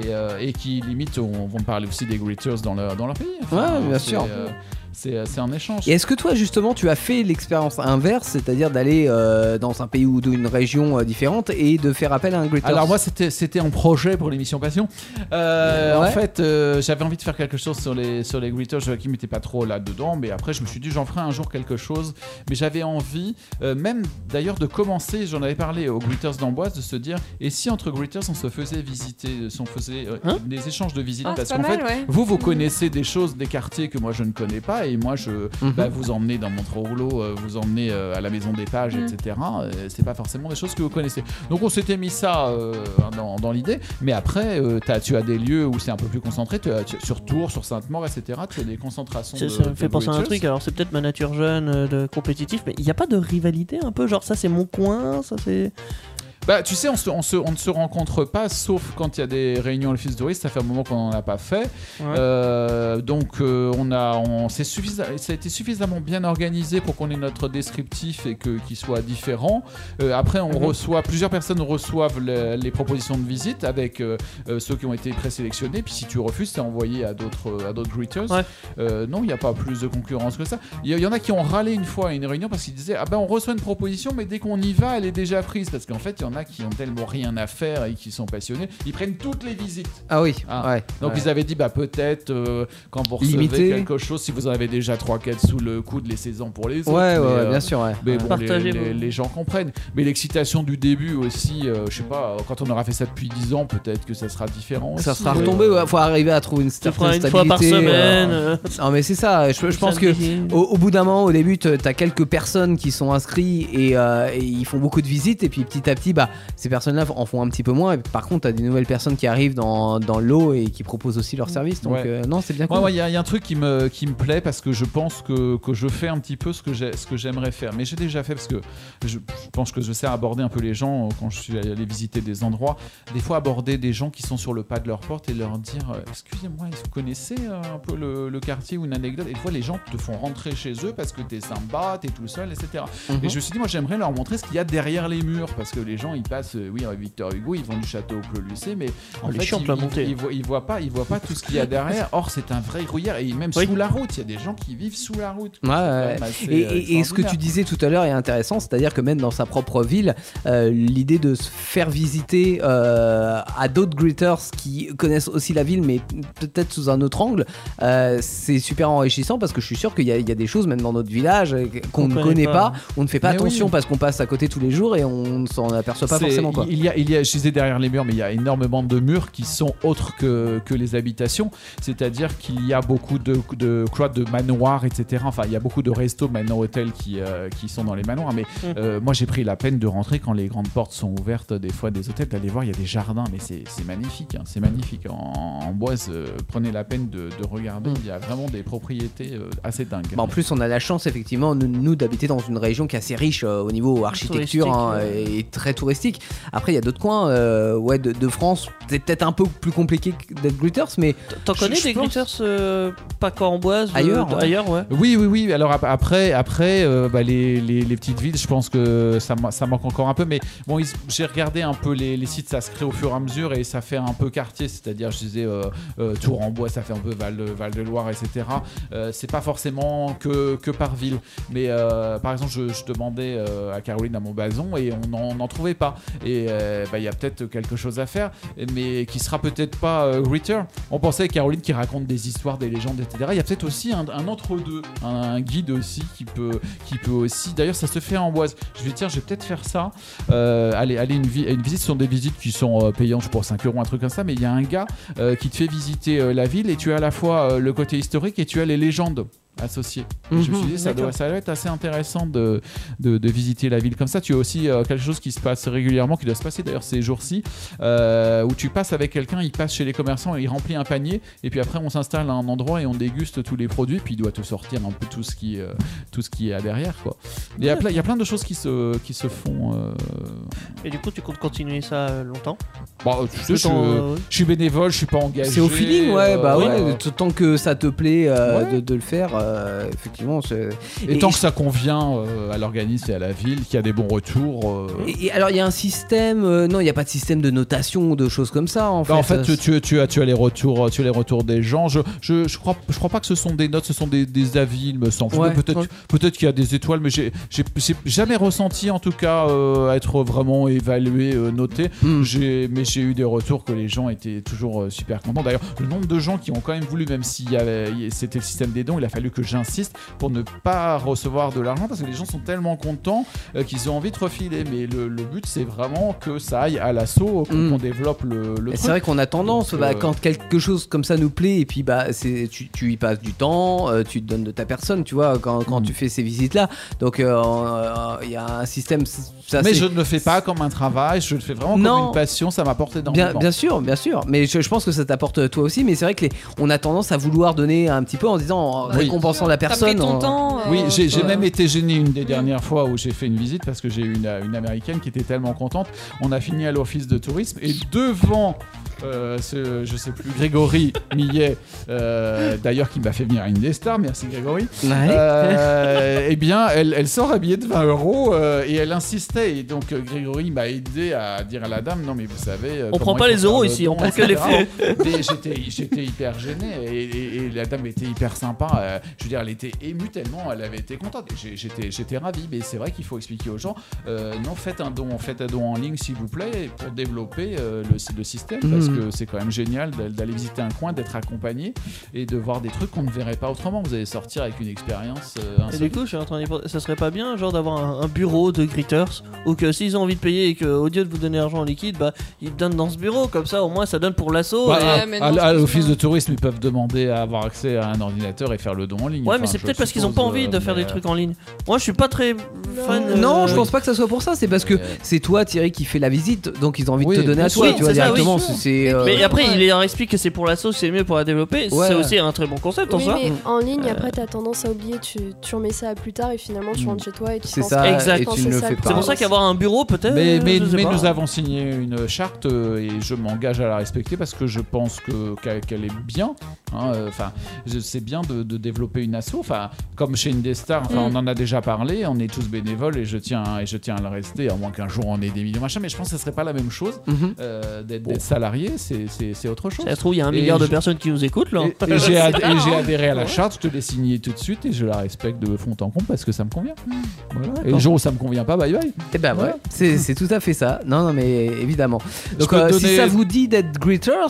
euh, et qui, limite, on, vont parler aussi des Greeters dans leur, dans leur pays.
Ouais, bien sûr.
c'est, euh, C'est euh, c'est un échange.
Et est-ce que toi, justement, tu as fait l'expérience inverse, c'est-à-dire d'aller euh, dans un pays ou d'une région euh, différente et de faire appel à un greeter
Alors moi c'était c'était en projet pour l'émission Passion. Euh,
Ouais.
En fait euh, j'avais envie de faire quelque chose sur les sur les greeters. Joachim n'était pas trop là dedans, mais après je me suis dit j'en ferai un jour quelque chose. Mais j'avais envie euh, même d'ailleurs de commencer. J'en avais parlé aux greeters d'Amboise de se dire et si entre greeters on se faisait visiter, si on faisait euh,
Hein
des échanges de visites
Ah,
parce
c'est pas
qu'en fait
mal, ouais.
vous, vous connaissez des choses, des quartiers que moi je ne connais pas, et moi je
Mhm.
Mhm.
bah, vous emmenez dans mon rouleau, euh, vous emmenez euh, à la maison des pages,
Mm.
Mhm.
etc. euh, c'est pas forcément des choses que vous connaissez. Donc on s'était mis ça euh, dans, dans l'idée, mais après euh, t'as- tu as des lieux où c'est un peu plus concentré, tu as- tu- sur Tours, sur Sainte-Maure, etc. Tu as des concentrations.
Ça,
de-
ça me
de
fait penser à un
Britishers.
truc, alors c'est peut-être ma nature jeune, euh, de compétitif, mais il n'y a pas de rivalité un peu Genre ça c'est mon coin, ça c'est.
Bah, tu sais, on, se- on se- on ne se rencontre pas, sauf quand il y a des réunions office touriste. Ça fait un moment qu'on n'en a pas fait.
Ouais.
Euh, donc, euh, on a, on, c'est suffisa- ça a été suffisamment bien organisé pour qu'on ait notre descriptif et que qu'il soit différent. Euh, après, on
Mhm.
reçoit plusieurs personnes reçoivent le- les propositions de visite avec euh, euh, ceux qui ont été présélectionnés. Puis, si tu refuses, c'est envoyé à d'autres à d'autres greeters.
Ouais.
Euh, non, il n'y a pas plus de concurrence que ça. Il y, il y en a qui ont râlé une fois à une réunion parce qu'ils disaient Ah ben on reçoit une proposition, mais dès qu'on y va, elle est déjà prise. Parce qu'en fait, il y en a qui ont tellement rien à faire et qui sont passionnés, ils prennent toutes les visites.
Ah oui,
Ah.
ouais.
Donc
ouais.
ils avaient dit Bah peut-être euh, quand vous recevez
Limité.
quelque chose, si vous en avez déjà 3-4 sous le coude, laissez-en pour les autres.
Ouais, ouais,
Mais,
ouais,
euh,
bien sûr, ouais.
mais
Ouais.
bon, les,
Partagez
les-
vos-
les gens comprennent. Mais l'excitation du début aussi, euh, je sais pas, quand on aura fait ça depuis 10 ans, peut-être que ça sera différent.
Ça
aussi. Euh,
sera retombé, ouais, faut arriver à trouver une
Tu
certaine
feras une
stabilité.
fois par
euh,
semaine. euh,
Non mais c'est ça, je, je pense que
samedi.
au, au bout d'un moment, au début, te- t'as quelques personnes qui sont inscrites et, euh, et ils font beaucoup de visites et puis petit à petit, bah, ces personnes-là en font un petit peu moins. Et puis, par contre, t'as des nouvelles personnes qui arrivent dans, dans l'eau et qui proposent aussi leurs services. Donc
Mmh. Ouais.
euh, non, c'est bien cool.
Moi, il y, a- y a un truc qui me, qui me plaît parce que je pense que, que je fais un petit peu ce que j'ai- ce que j'aimerais faire. Mais j'ai déjà fait parce que je, je pense que je sais aborder un peu les gens euh, quand je suis allé visiter des endroits. Des fois, aborder des gens qui sont sur le pas de leur porte et leur dire euh, Excusez-moi, est-ce que vous connaissez euh, un peu le, le quartier ou une anecdote Et des fois, les gens te font rentrer chez eux parce que t'es sympa, t'es tout seul, etc.
Mhm.
Et je me suis dit, moi j'aimerais leur montrer ce qu'il y a derrière les murs parce que les gens ils passent, euh, oui, euh, Victor Hugo, ils vont du château au Clos-Lucé, mais en
Oh, les
fait
chiantes,
ils,
la
ils-
montée.
ils voient, ils voient pas, ils voient pas tout ce qu'il y a derrière. Or, c'est un vrai gruyère et même
Oui.
sous la route, il y a des gens qui vivent sous la route.
Ouais, ouais. Et,
euh,
et- et ce que tu disais tout à l'heure est intéressant, c'est-à-dire que même dans sa propre ville, euh, l'idée de se faire visiter euh, à d'autres greeters qui connaissent aussi la ville, mais peut-être sous un autre angle, euh, c'est super enrichissant parce que je suis sûr qu'il y, a- il y a des choses, même dans notre village, euh, qu'on
On
ne
connaît
connaît pas.
pas.
on ne fait pas
Mais oui.
attention parce qu'on passe à côté tous les jours et on ne s'en aperçoit pas
C'est-
forcément. Quoi.
Il y a, il y a, je disais derrière les murs, mais il y a énormément de murs qui sont autres que, que les habitations. C'est-à-dire qu'il y a beaucoup de, de cloîtres, de manoirs, etc. Enfin, il y a beaucoup de restos maintenant hôtels qui, euh, qui sont dans les manoirs. Mais
Mm.
euh, moi, j'ai pris la peine de rentrer quand les grandes portes sont ouvertes des fois des hôtels, d'aller voir, il y a des jardins. Mais c'est c'est magnifique, hein, c'est magnifique. En, en Boise, euh, prenez la peine de, de regarder.
Mm.
Il y a vraiment des propriétés euh, assez dingues.
Bah, en plus, on a la chance, effectivement, nous, nous, d'habiter dans une région qui est assez riche euh, au niveau architecture hein,
Touristique,
et très touristique. Après, il y a d'autres coins euh, ouais, de, de France. C'est peut-être un peu plus compliqué que d'être greeters, mais
T'en
je-
connais
je
des
pense-
Greeters euh, pas corboise
Ailleurs, ouais.
ailleurs, ouais.
Oui, oui, oui. Alors ap- après, après euh, bah, les, les- les petites villes, je pense que ça, ma- ça manque encore un peu. Mais bon, ils- j'ai regardé un peu les, les sites, ça se crée au fur et à mesure et ça fait un peu quartier. C'est-à-dire, je disais, euh, euh, Tours en bois, ça fait un peu Val de, Val de Loire, etc. Euh, c'est pas forcément que, que par ville. Mais euh, par exemple, je, je demandais euh, à Caroline à Montbazon et on n'en- on n'en trouvait pas. Et euh, bah, il y a peut-être quelque chose à faire, mais qui sera peut-être pas euh, Greeter. On pensait à Caroline qui raconte des histoires, des légendes, etc. Il y a peut-être aussi un, un entre-deux, un, un guide aussi qui peut, qui peut aussi. D'ailleurs, ça se fait en Oise. Je vais dire, je vais peut-être faire ça. Euh, allez, allez, une, vi- une visite, ce sont des visites qui sont euh, payantes, je crois, 5 euros, un truc comme ça. Mais il y a un gars euh, qui te fait visiter euh, la ville et tu as à la fois euh, le côté historique et tu as les légendes associées. Et je me suis dit, ça doit, ça doit être assez intéressant de, de, de visiter la ville comme ça. Tu as aussi euh, quelque chose qui se passe régulièrement, qui doit se passer d'ailleurs ces jours-ci, euh, où tu passes avec quelqu'un, il passe chez les commerçants, il remplit un panier, et puis après on s'installe à un endroit et on déguste tous les produits, puis il doit te sortir un peu tout ce qui, euh, tout ce qui est à derrière. Quoi. Il, y a plein, il y a plein de choses qui se, qui se font. euh,
Et du coup, tu comptes continuer ça euh, longtemps
Bah, tu sais,
que
je,
t'en- euh, ouais.
je suis bénévole, je suis pas engagé.
C'est au feeling, ouais,
euh,
bah ouais,
euh,
t- tant que ça te plaît euh,
Ouais.
de, de le faire, euh, effectivement. c'est-
Et, tant que ça convient euh, à l'organisme et à la ville, qu'il y a des bons retours. euh,
et- et alors, il y a un système, euh, non, il n'y a pas de système de notation ou de choses comme ça, en
bah, en fait,
fait. euh,
tu, tu- tu as, tu as les retours, tu as les retours des gens. Je, je, je crois, je crois pas que ce sont des notes, ce sont des, des avis, il me semble.
Ouais.
peut-être, peut-être qu'il y a des étoiles, mais j'ai, j'ai- j'ai jamais ressenti, en tout cas, euh, être vraiment évalué, euh, noté.
Hmm.
J'ai- mais j'ai eu des retours que les gens étaient toujours euh, super contents. D'ailleurs, le nombre de gens qui ont quand même voulu, même si c'était le système des dons, il a fallu que j'insiste pour ne pas recevoir de l'argent parce que les gens sont tellement contents euh, qu'ils ont envie de refiler. Mais le, le but, c'est vraiment que ça aille à l'assaut, qu'on
Mm.
qu'on développe le, le
Et
truc.
C'est vrai qu'on a tendance,
Donc,
bah,
euh,
quand quelque chose comme ça nous plaît, et puis bah, c'est- tu, tu y passes du temps, euh, tu te donnes de ta personne, tu vois, quand, quand
Mm.
tu fais ces visites-là. Donc, euh, euh, il y a un système, c'est- ça
mais
c'est-
je ne le fais pas comme un travail, je le fais vraiment
Non.
comme une passion, ça m'apporte énormément.
Bien, bien sûr, bien sûr. Mais je, je pense que ça t'apporte euh, toi aussi. Mais c'est vrai que les- on a tendance à vouloir donner un petit peu en se disant, en
Oui.
récompensant la
T'as pris
personne.
ton
en-
temps. euh,
Oui, j'ai j'ai
euh,
même été gêné une des dernières fois où j'ai fait une visite parce que j'ai eu une, une américaine qui était tellement contente. On a fini à l'office de tourisme et devant euh, ce, je sais plus, Grégory Millet, euh, d'ailleurs qui m'a fait venir à une des stars, merci Grégory.
Ouais.
Euh, eh bien, elle, elle sort un billet de 20 euros euh, et elle insistait. Et donc, euh, Grégory m'a aidé à dire à la dame Non, mais vous savez. euh,
On
comment
prend pas
il faut
les
faire
euros
le
ici,
don,
on prend que les
etc. Mais j'étais- j'étais hyper gêné et, et- et la dame était hyper sympa. euh, je veux dire, elle était émue tellement, elle avait été contente. Et j'ai- J'étais j'étais ravi, mais c'est vrai qu'il faut expliquer aux gens euh, Non, faites un don, faites un don en ligne, s'il vous plaît, pour développer euh, le, le système
Mhm.
parce
Hmm.
que c'est quand même génial d'a- d'aller visiter un coin, d'être accompagné et de voir des trucs qu'on ne verrait pas autrement. Vous allez sortir avec une expérience euh,
Ah,
Et
insolite.
du coup, je suis en train d'y penser, ça serait pas bien, genre, d'avoir un, un bureau de gritters ou que s'ils ont envie de payer et que, au lieu de vous donner l'argent en liquide, bah, ils donnent dans ce bureau, comme ça, au moins, ça donne pour l'assaut.
Bah,
et-
à-
Oh, Ouais, mais non,
à
je
à
pense
l'office
pas.
de tourisme, ils peuvent demander à avoir accès à un ordinateur et faire le don en ligne.
Ouais,
Enfin,
mais c'est
je
peut-être parce qu'ils ont pas
suppose,
envie de
euh,
faire
mais,
des trucs en ligne. Moi, je suis pas très fan. euh,
Non, je
oui.
pense pas que ça soit pour ça. C'est parce que
Euh,
c'est toi, Thierry, qui fait la visite, donc ils ont envie
Oui,
de te donner à
bien
toi,
sûr,
tu vois
c'est ça, oui.
directement. c'est- c'est, euh,
Mais après,
Ouais.
il leur explique que c'est pour l'assaut, c'est mieux pour la développer.
Ouais.
C'est aussi un très bon concept en
Oui,
soi.
mais en
Euh.
ligne, après, t'as tendance à oublier, tu, tu remets ça à plus tard et finalement, tu
Mm.
rentres chez toi et tu
c'est
penses
ça,
Exact.
et tu ne le fais
C'est
pas.
pour ça qu'avoir un bureau, peut-être.
Bah, Mais, euh, mais,
je sais
mais
pas.
nous avons signé une charte euh, et je m'engage à la respecter parce que je pense que qu'elle qu'elle est bien. hein, euh, Enfin, je- c'est bien de, de développer une asso. Enfin, comme chez Indestar, enfin,
Mm.
on en a déjà parlé. On est tous bénévoles et je tiens et je tiens à le rester, à moins qu'un jour on ait des millions machin. Mais je pense que ce serait pas la même chose
Mhm.
euh, d'être d'être salarié. C'est- C'est c'est autre chose.
Ça se trouve, il y a un
Et
milliard de
je-
personnes qui nous écoutent là.
Et, et j'ai ad- et j'ai adhéré à la charte, je te l'ai signée tout de suite et je la respecte de fond en comble parce que ça me convient. Voilà. Et le jour où ça me convient pas, bye bye.
Eh ben ouais,
Voilà.
c'est c'est tout à fait ça. Non, non, mais évidemment. Donc
peux
euh,
te
si
donner-
ça vous dit d'être greeters,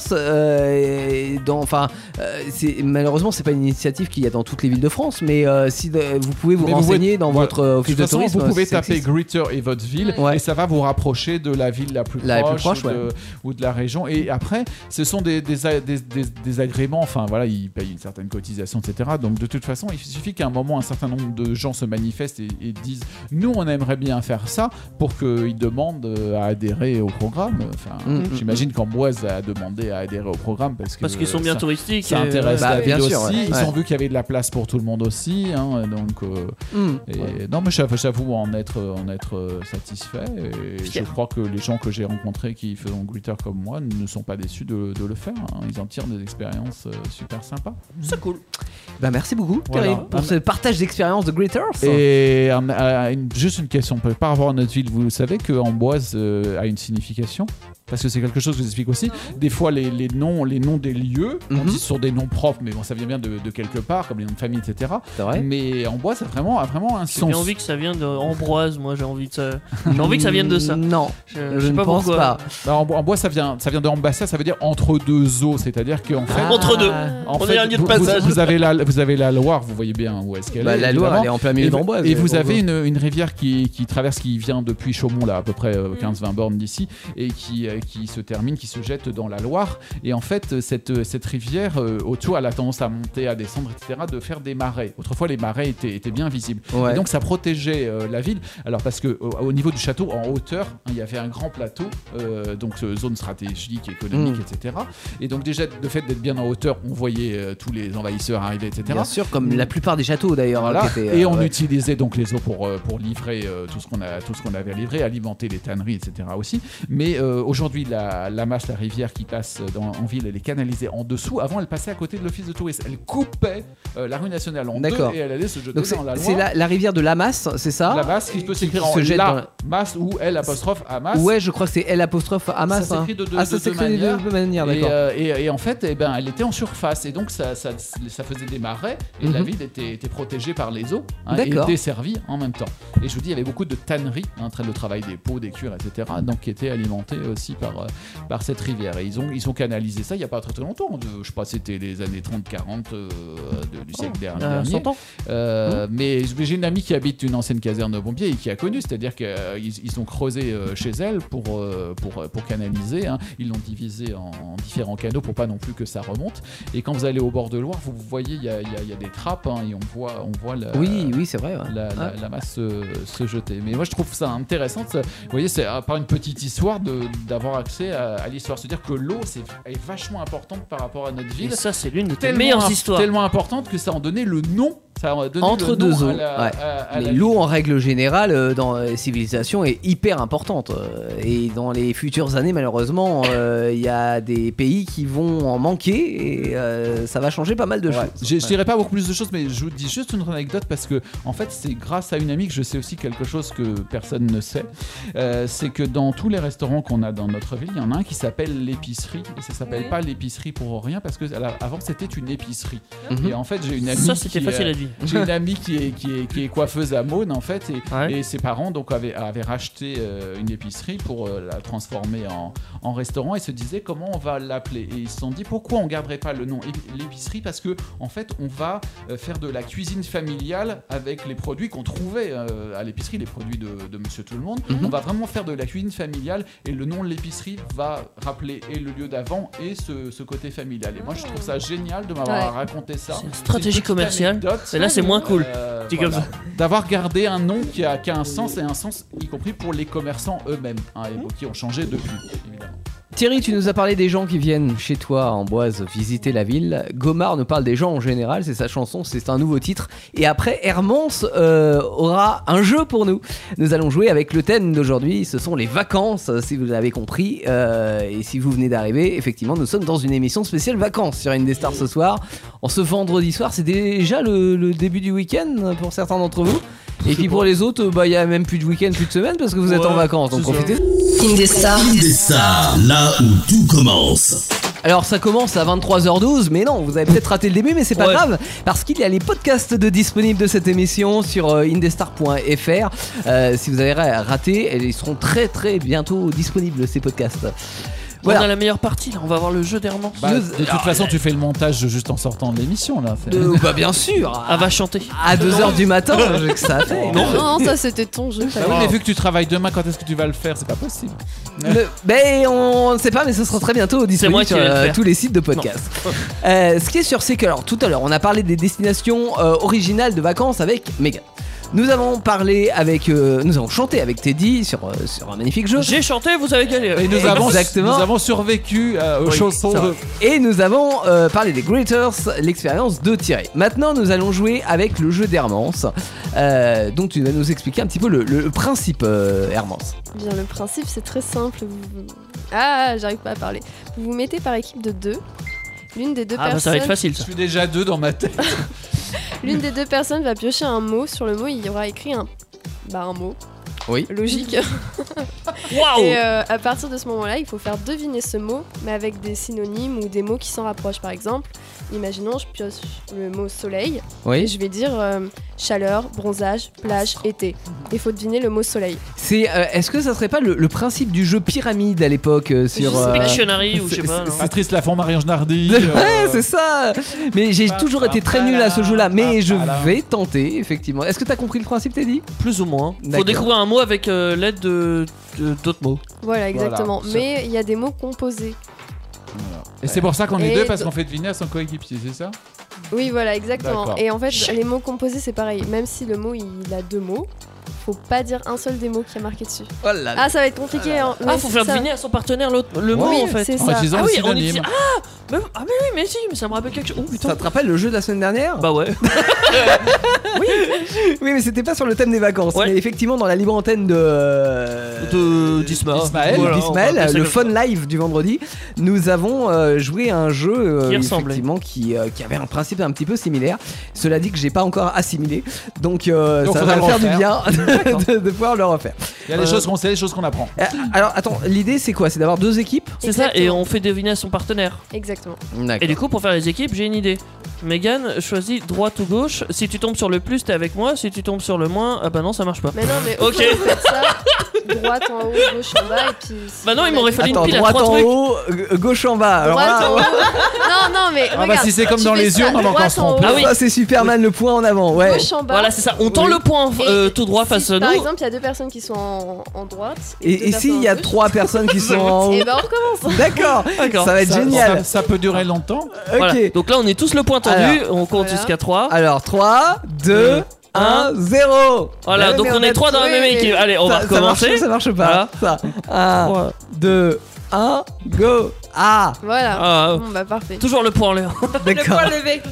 euh, dans, enfin, euh, c'est- malheureusement c'est pas une initiative qu'il y a dans toutes les villes de France, mais euh, si de- vous pouvez vous
Mais vous
renseigner dans
voilà.
votre euh,
De
office
toute
de,
façon,
tourisme.
vous pouvez
si ça
taper
existe.
Greeter et votre ville
Ouais.
et ça va vous rapprocher de la ville la plus
La plus
proche,
proche,
ou, de, ou de la région. Et après, ce sont des, des, a- des- des- des agréments. Enfin, voilà, ils payent une certaine cotisation, etc. Donc, de toute façon, il suffit qu'à un moment, un certain nombre de gens se manifestent et, et disent Nous, on aimerait bien faire ça pour qu'ils demandent euh, à adhérer au programme. Enfin,
Mm, mm,
j'imagine qu'Amboise a demandé à adhérer au programme parce que.
Parce qu'ils sont bien
ça-
touristiques.
Ça
et, euh,
intéresse
Bah,
la
bien
ville
sûr,
aussi.
ouais.
Ils
Ouais.
ont vu qu'il y avait de la place pour tout le monde aussi. hein, donc, euh,
Hmm.
et Non, mais j'avoue- j'avoue en être, en être euh, satisfait. Et je
Fier.
crois que les gens que j'ai rencontrés qui font Glitter comme moi ne sont pas déçus de, de le faire. hein. Ils en tirent des expériences euh, super sympas.
C'est cool.
Bah merci beaucoup
Voilà.
Thierry, pour
Ah,
ce partage d'expérience de greeters.
Et euh, euh, une- juste une question par rapport à notre ville, vous savez que Amboise euh, a une signification parce que c'est quelque chose que je vous explique aussi. Des fois, les, les noms, les noms des lieux, on
Mhm.
dit sur des noms propres, mais bon, ça vient bien de, de quelque part, comme les noms de famille, etc.
C'est vrai.
Mais Amboise a vraiment, a vraiment un
J'ai
sens.
bien envie que ça vienne de Ambroise, moi j'ai envie de ça. J'ai envie que ça vienne de ça.
Non,
Je,
je,
je sais
ne
pas
pense
pourquoi.
pas.
Bah, en, bo- en bois, ça vient, ça vient de ambassade, ça veut dire entre deux eaux, c'est-à-dire qu'en fait.
Ah.
Entre deux.
en
on
fait,
est à un lieu de
vous,
passage.
vous- vous avez la, vous avez la Loire, vous voyez bien où est-ce qu'elle
Bah,
est.
la Loire,
évidemment.
elle est en plein milieu
Et, vous-
d'Amboise.
et vous
on veut.
avez une, une rivière qui, qui traverse, qui vient depuis Chaumont, là, à peu près euh, 15-20 bornes d'ici, et qui, euh, qui se termine, qui se jette dans la Loire. Et en fait, euh, cette, euh, cette rivière, euh, autour, elle a tendance à monter, à descendre, etc., de faire des marais. Autrefois, les marais étaient, étaient bien visibles.
Ouais.
Et donc, ça protégeait euh, la ville. Alors parce que au, au niveau du château, en hauteur, hein, il y avait un grand plateau, euh, donc euh, zone stratégique, économique,
Mm.
etc. Et donc déjà, le fait d'être bien en hauteur, on voyait euh, tous les envahisseurs arriver, etc.
Bien sûr, comme la plupart des châteaux d'ailleurs.
Voilà.
qui étaient, euh,
et on
ouais.
utilisait donc les eaux pour, euh, pour livrer euh, tout ce qu'on a tout ce qu'on avait à livrer, alimenter les tanneries, etc. aussi. Mais euh, aujourd'hui, la, la masse, la rivière qui passe dans, en ville, elle est canalisée en dessous. Avant, elle passait à côté de l'office de tourisme. Elle coupait euh, la rue nationale en deux
D'accord.
et elle allait se jeter
Donc c'est
dans la
c'est
Loire.
la, la rivière de la masse, c'est ça
La masse qui peut s'écrire
Ah. qui
en
se jette dans
la
la-
masse ou L apostrophe à masse.
Ouais, je crois que c'est L apostrophe Hamas.
Ça s'écrit
hein.
de deux-
ah,
de
ça
deux
s'écrit de
manières.
deux manières,
Et,
d'accord.
euh, et- et en fait, eh ben, elle était en surface et donc ça, ça, ça faisait des marais et la
Mhm.
ville était, était protégée par les eaux hein, et
D'accord.
desservie en même temps. Et je vous dis, il y avait beaucoup de tanneries, hein, train de travail des peaux, des cuirs, etc. Donc qui étaient alimentées aussi par, euh, par cette rivière. Et ils ont, ils ont canalisé ça il n'y a pas très très longtemps. de- je crois que c'était les années 30-40 euh, de- du siècle
Ah,
dernier.
Euh, 100 ans.
Euh,
Hein
mais j- j'ai une amie qui habite une ancienne caserne de pompiers et qui a connu, c'est-à-dire qu'ils ils ont creusé euh, chez elle pour, euh, pour, pour canaliser, hein. ils l'ont divisé en, en différents canaux pour pas non plus que ça remonte. Et quand vous allez au bord de Loire, vous voyez, il y a, il y a- il y a des trappes hein, et on voit, on voit la,
oui, oui, c'est vrai. ouais.
la, la-
Ah.
la masse se, se jeter. Mais moi, je trouve ça intéressant. ça- vous voyez, c'est à part une petite histoire de- d'avoir accès à, à l'histoire. Se dire que l'eau, c'est elle est vachement importante par rapport à notre
Et
ville
ça, c'est l'une de tes
tellement,
meilleures
imp-
histoires.
tellement importante que ça en donnait le nom. Ça en donnait
Entre
le
deux
nom à
eaux,
la-
ouais.
à- à la-
Mais l'eau en règle générale euh, dans les civilisations est hyper importante euh, et dans les futures années malheureusement euh, il y a des pays qui vont en manquer et euh, ça va changer pas mal de
Ouais.
choses.
Je je dirais pas beaucoup plus de choses, mais je vous dis juste une anecdote parce que, en fait, c'est grâce à une amie que je sais aussi quelque chose que personne ne sait. Euh, c'est que dans tous les restaurants qu'on a dans notre ville, il y en a un qui s'appelle l'épicerie. Et ça s'appelle
Ouais.
pas l'épicerie pour rien parce que à la- avant, c'était une épicerie.
Mhm.
Et en fait, j'ai une amie.
Ça, c'était
qui,
facile
euh,
à dire.
J'ai une amie qui est, qui, est, qui est coiffeuse à Maune en fait et,
Ouais.
et ses parents donc avaient, avaient racheté euh, une épicerie pour euh, la transformer en, en restaurant et se disaient comment on va l'appeler et ils se sont dit pourquoi on garderait pas le nom épi- l'épicerie parce que en fait on va euh, faire de la cuisine familiale avec les produits qu'on trouvait euh, à l'épicerie les produits de, de Monsieur Tout le Monde
Mhm.
on va vraiment faire de la cuisine familiale et le nom de l'épicerie va rappeler et le lieu d'avant et ce, ce côté familial et moi je trouve ça génial de m'avoir
Ouais.
raconté ça
C'est une stratégie
petite
commerciale.
anecdote.
Et là, c'est moins cool.
Euh,
Petit
voilà.
comme
D'avoir gardé un nom qui a, qui a un sens et un sens y compris pour les commerçants eux-mêmes, hein, et qui ont changé depuis, évidemment.
Thierry, tu nous as parlé des gens qui viennent chez toi en Boise visiter la ville. Gomard nous parle des gens en général, c'est sa chanson, c'est un nouveau titre. Et après, Hermance euh, aura un jeu pour nous. Nous allons jouer avec le thème d'aujourd'hui, ce sont les vacances, si vous l'avez compris. Euh, et si vous venez d'arriver, effectivement, nous sommes dans une émission spéciale vacances sur Indestar ce soir. En ce vendredi soir, c'est déjà le, le début du week-end pour certains d'entre vous. Et puis pour les autres, bah, il y a même plus de week-end, plus de semaine parce que vous êtes en
Ouais,
vacances, donc
c'est ça.
profitez.
Indestar.
Indestar, là où tout commence.
Alors ça commence à 23h12, mais non, vous avez peut-être raté le début, mais c'est pas
Ouais.
grave, parce qu'il y a les podcasts de disponibles de cette émission sur euh, indestar.fr. Euh, si vous avez ra- raté, ils seront très très bientôt disponibles ces podcasts.
On a
Voilà.
la meilleure partie là, on va voir le jeu d'Herman.
Bah,
Nous-
de toute façon, tu fais le montage juste en sortant de l'émission, là. c'est-
Euh, bah bien sûr.
Ah,
À,
va chanter.
2h du matin, j'ai que ça à faire.
Non, non, ça c'était ton jeu.
Bah oui, mais vu que tu travailles demain, quand est-ce que tu vas le faire C'est pas possible.
Le- ben on ne sait pas, mais ce sera très bientôt disponible
moi qui
sur
vais le
euh,
faire.
tous les sites de podcast. Euh, ce qui est sûr, c'est que alors tout à l'heure, on a parlé des destinations euh, originales de vacances avec Megan. Nous avons parlé avec, euh, nous avons chanté avec Teddy sur euh, sur un magnifique jeu.
J'ai chanté, vous avez galéré.
Et nous, avons,
Exactement.
nous avons survécu euh, aux
Oui,
chansons
ça va.
de-
Et nous avons euh, parlé des Greaters, l'expérience de Thierry. Maintenant, nous allons jouer avec le jeu d'Hermance. Euh, donc, tu vas nous expliquer un petit peu le, le principe, euh, Hermance.
Bien, le principe, c'est très simple. Vous- Ah, j'arrive pas à parler. Vous vous mettez par équipe de deux. L'une des deux
Ah bah ça va être
personnes,
facile
Je
ça.
suis déjà deux dans ma tête.
l'une des deux personnes va piocher un mot. Sur le mot, il y aura écrit un, bah, un mot.
Oui.
Logique.
Waouh
Et euh, à partir de ce moment-là, il faut faire deviner ce mot, mais avec des synonymes ou des mots qui s'en rapprochent. Par exemple, imaginons, je pioche le mot soleil et
Oui.
je vais dire euh, chaleur, bronzage, plage, été. Il faut deviner le mot soleil.
C'est, euh, est-ce que ça serait pas le, le principe du jeu pyramide à l'époque euh, sur
Juste
euh,
Pictionary ou je sais
c'est-
pas. non.
Patrice Lafont, Marion Genardi.
Ouais,
euh,
c'est ça. Mais j'ai toujours été très nul à ce jeu-là, mais je vais tenter effectivement. Est-ce que t'as compris le principe, Teddy
Plus ou moins. Faut
D'accord.
découvrir un mot avec euh, l'aide de de- d'autres mots.
Voilà, exactement.
ça-
Mais il y a des mots composés.
Et c'est pour ça qu'on est
Et
deux, parce
de-
qu'on fait deviner à son coéquipier, c'est ça
Oui, voilà, exactement.
D'accord.
Et en fait,
Chut.
les mots composés, c'est pareil. Même si le mot, il a deux mots, faut pas dire un seul des mots qui a marqué dessus.
Oh là là.
Ah, ça va être compliqué. hein.
Ah,
Ouais,
faut
c'est
faire
ça.
deviner à son partenaire l'autre, le mot
Oui,
en fait.
c'est
En
ça.
utilisant
Ah
un
oui, on utilise.
synonyme.
Ah, mais... ah, mais oui, mais si, mais ça me rappelle quelque chose. Oh putain.
Ça te rappelle le jeu de la semaine dernière
Bah ouais.
Oui, mais c'était pas sur le thème des vacances.
Ouais.
Mais effectivement, dans la libre antenne de.
De d'Isma.
d'Ismaël,
Voilà, on va
d'Ismaël,
appeler ça
le
comme
fun
ça.
live du vendredi, nous avons euh, joué à un jeu euh,
Qui ressemblait.
effectivement qui, euh, qui avait un principe un petit peu similaire. Cela dit que j'ai pas encore assimilé, donc, euh,
Donc
ça
faudra
va
le
me faire du bien
refaire.
de, de pouvoir le refaire.
Il y a des
Euh,
choses qu'on sait, des choses qu'on apprend.
Euh, Alors attends, l'idée c'est quoi C'est d'avoir deux équipes.
C'est ça, et
Exactement.
on fait deviner à son partenaire.
Exactement.
Et du coup, pour faire les équipes, j'ai une idée. Megan, choisis droite ou gauche. Si tu tombes sur le plus, t'es avec moi. Si tu tombes sur le moins, ah bah non, ça marche pas.
Mais non, mais
Ok.
on peut faire ça. Droite en haut, gauche en bas, et puis. si
Bah non,
on
il
a
m'aurait
dit-
fallu- une
Attends,
pile à
droite
trois
en
trucs.
haut, euh, gauche en bas. Alors
Droite
là,
en haut. Non, non, mais.
Ah bah,
regarde,
si c'est comme
tu
dans
fais
les
ça,
urnes, on va encore
droite
se
en
tromper.
haut,
Ah oui.
ça c'est Superman, le point en avant. Ouais.
Gauche en bas.
Voilà, c'est ça. On tend
Oui.
le point euh,
Et
tout droit
si,
face à
Par
nous.
exemple, il y a deux personnes qui sont en, en droite. deux
Et, et
personnes
s'il y
en
a
gauche,
trois personnes qui sont en
Et
haut.
bah on recommence.
D'accord,
D'accord.
ça va être
Ça-
génial.
Ça, ça peut durer longtemps.
Ok.
Voilà. Donc là, on est tous le point tendu.
Alors. Ah,
on compte
Voilà.
jusqu'à 3.
Alors 3, 2,
Deux,
1,
un.
0
Voilà, donc on est 3 dans la même équipe. Allez, on va
ça, ça marche
recommencer.
ou ça marche pas Ça. 1, 2, 1, go Ah
Voilà.
Ah, euh,
Bon bah parfait.
Toujours le point en l'air.
D'accord.
Point levé.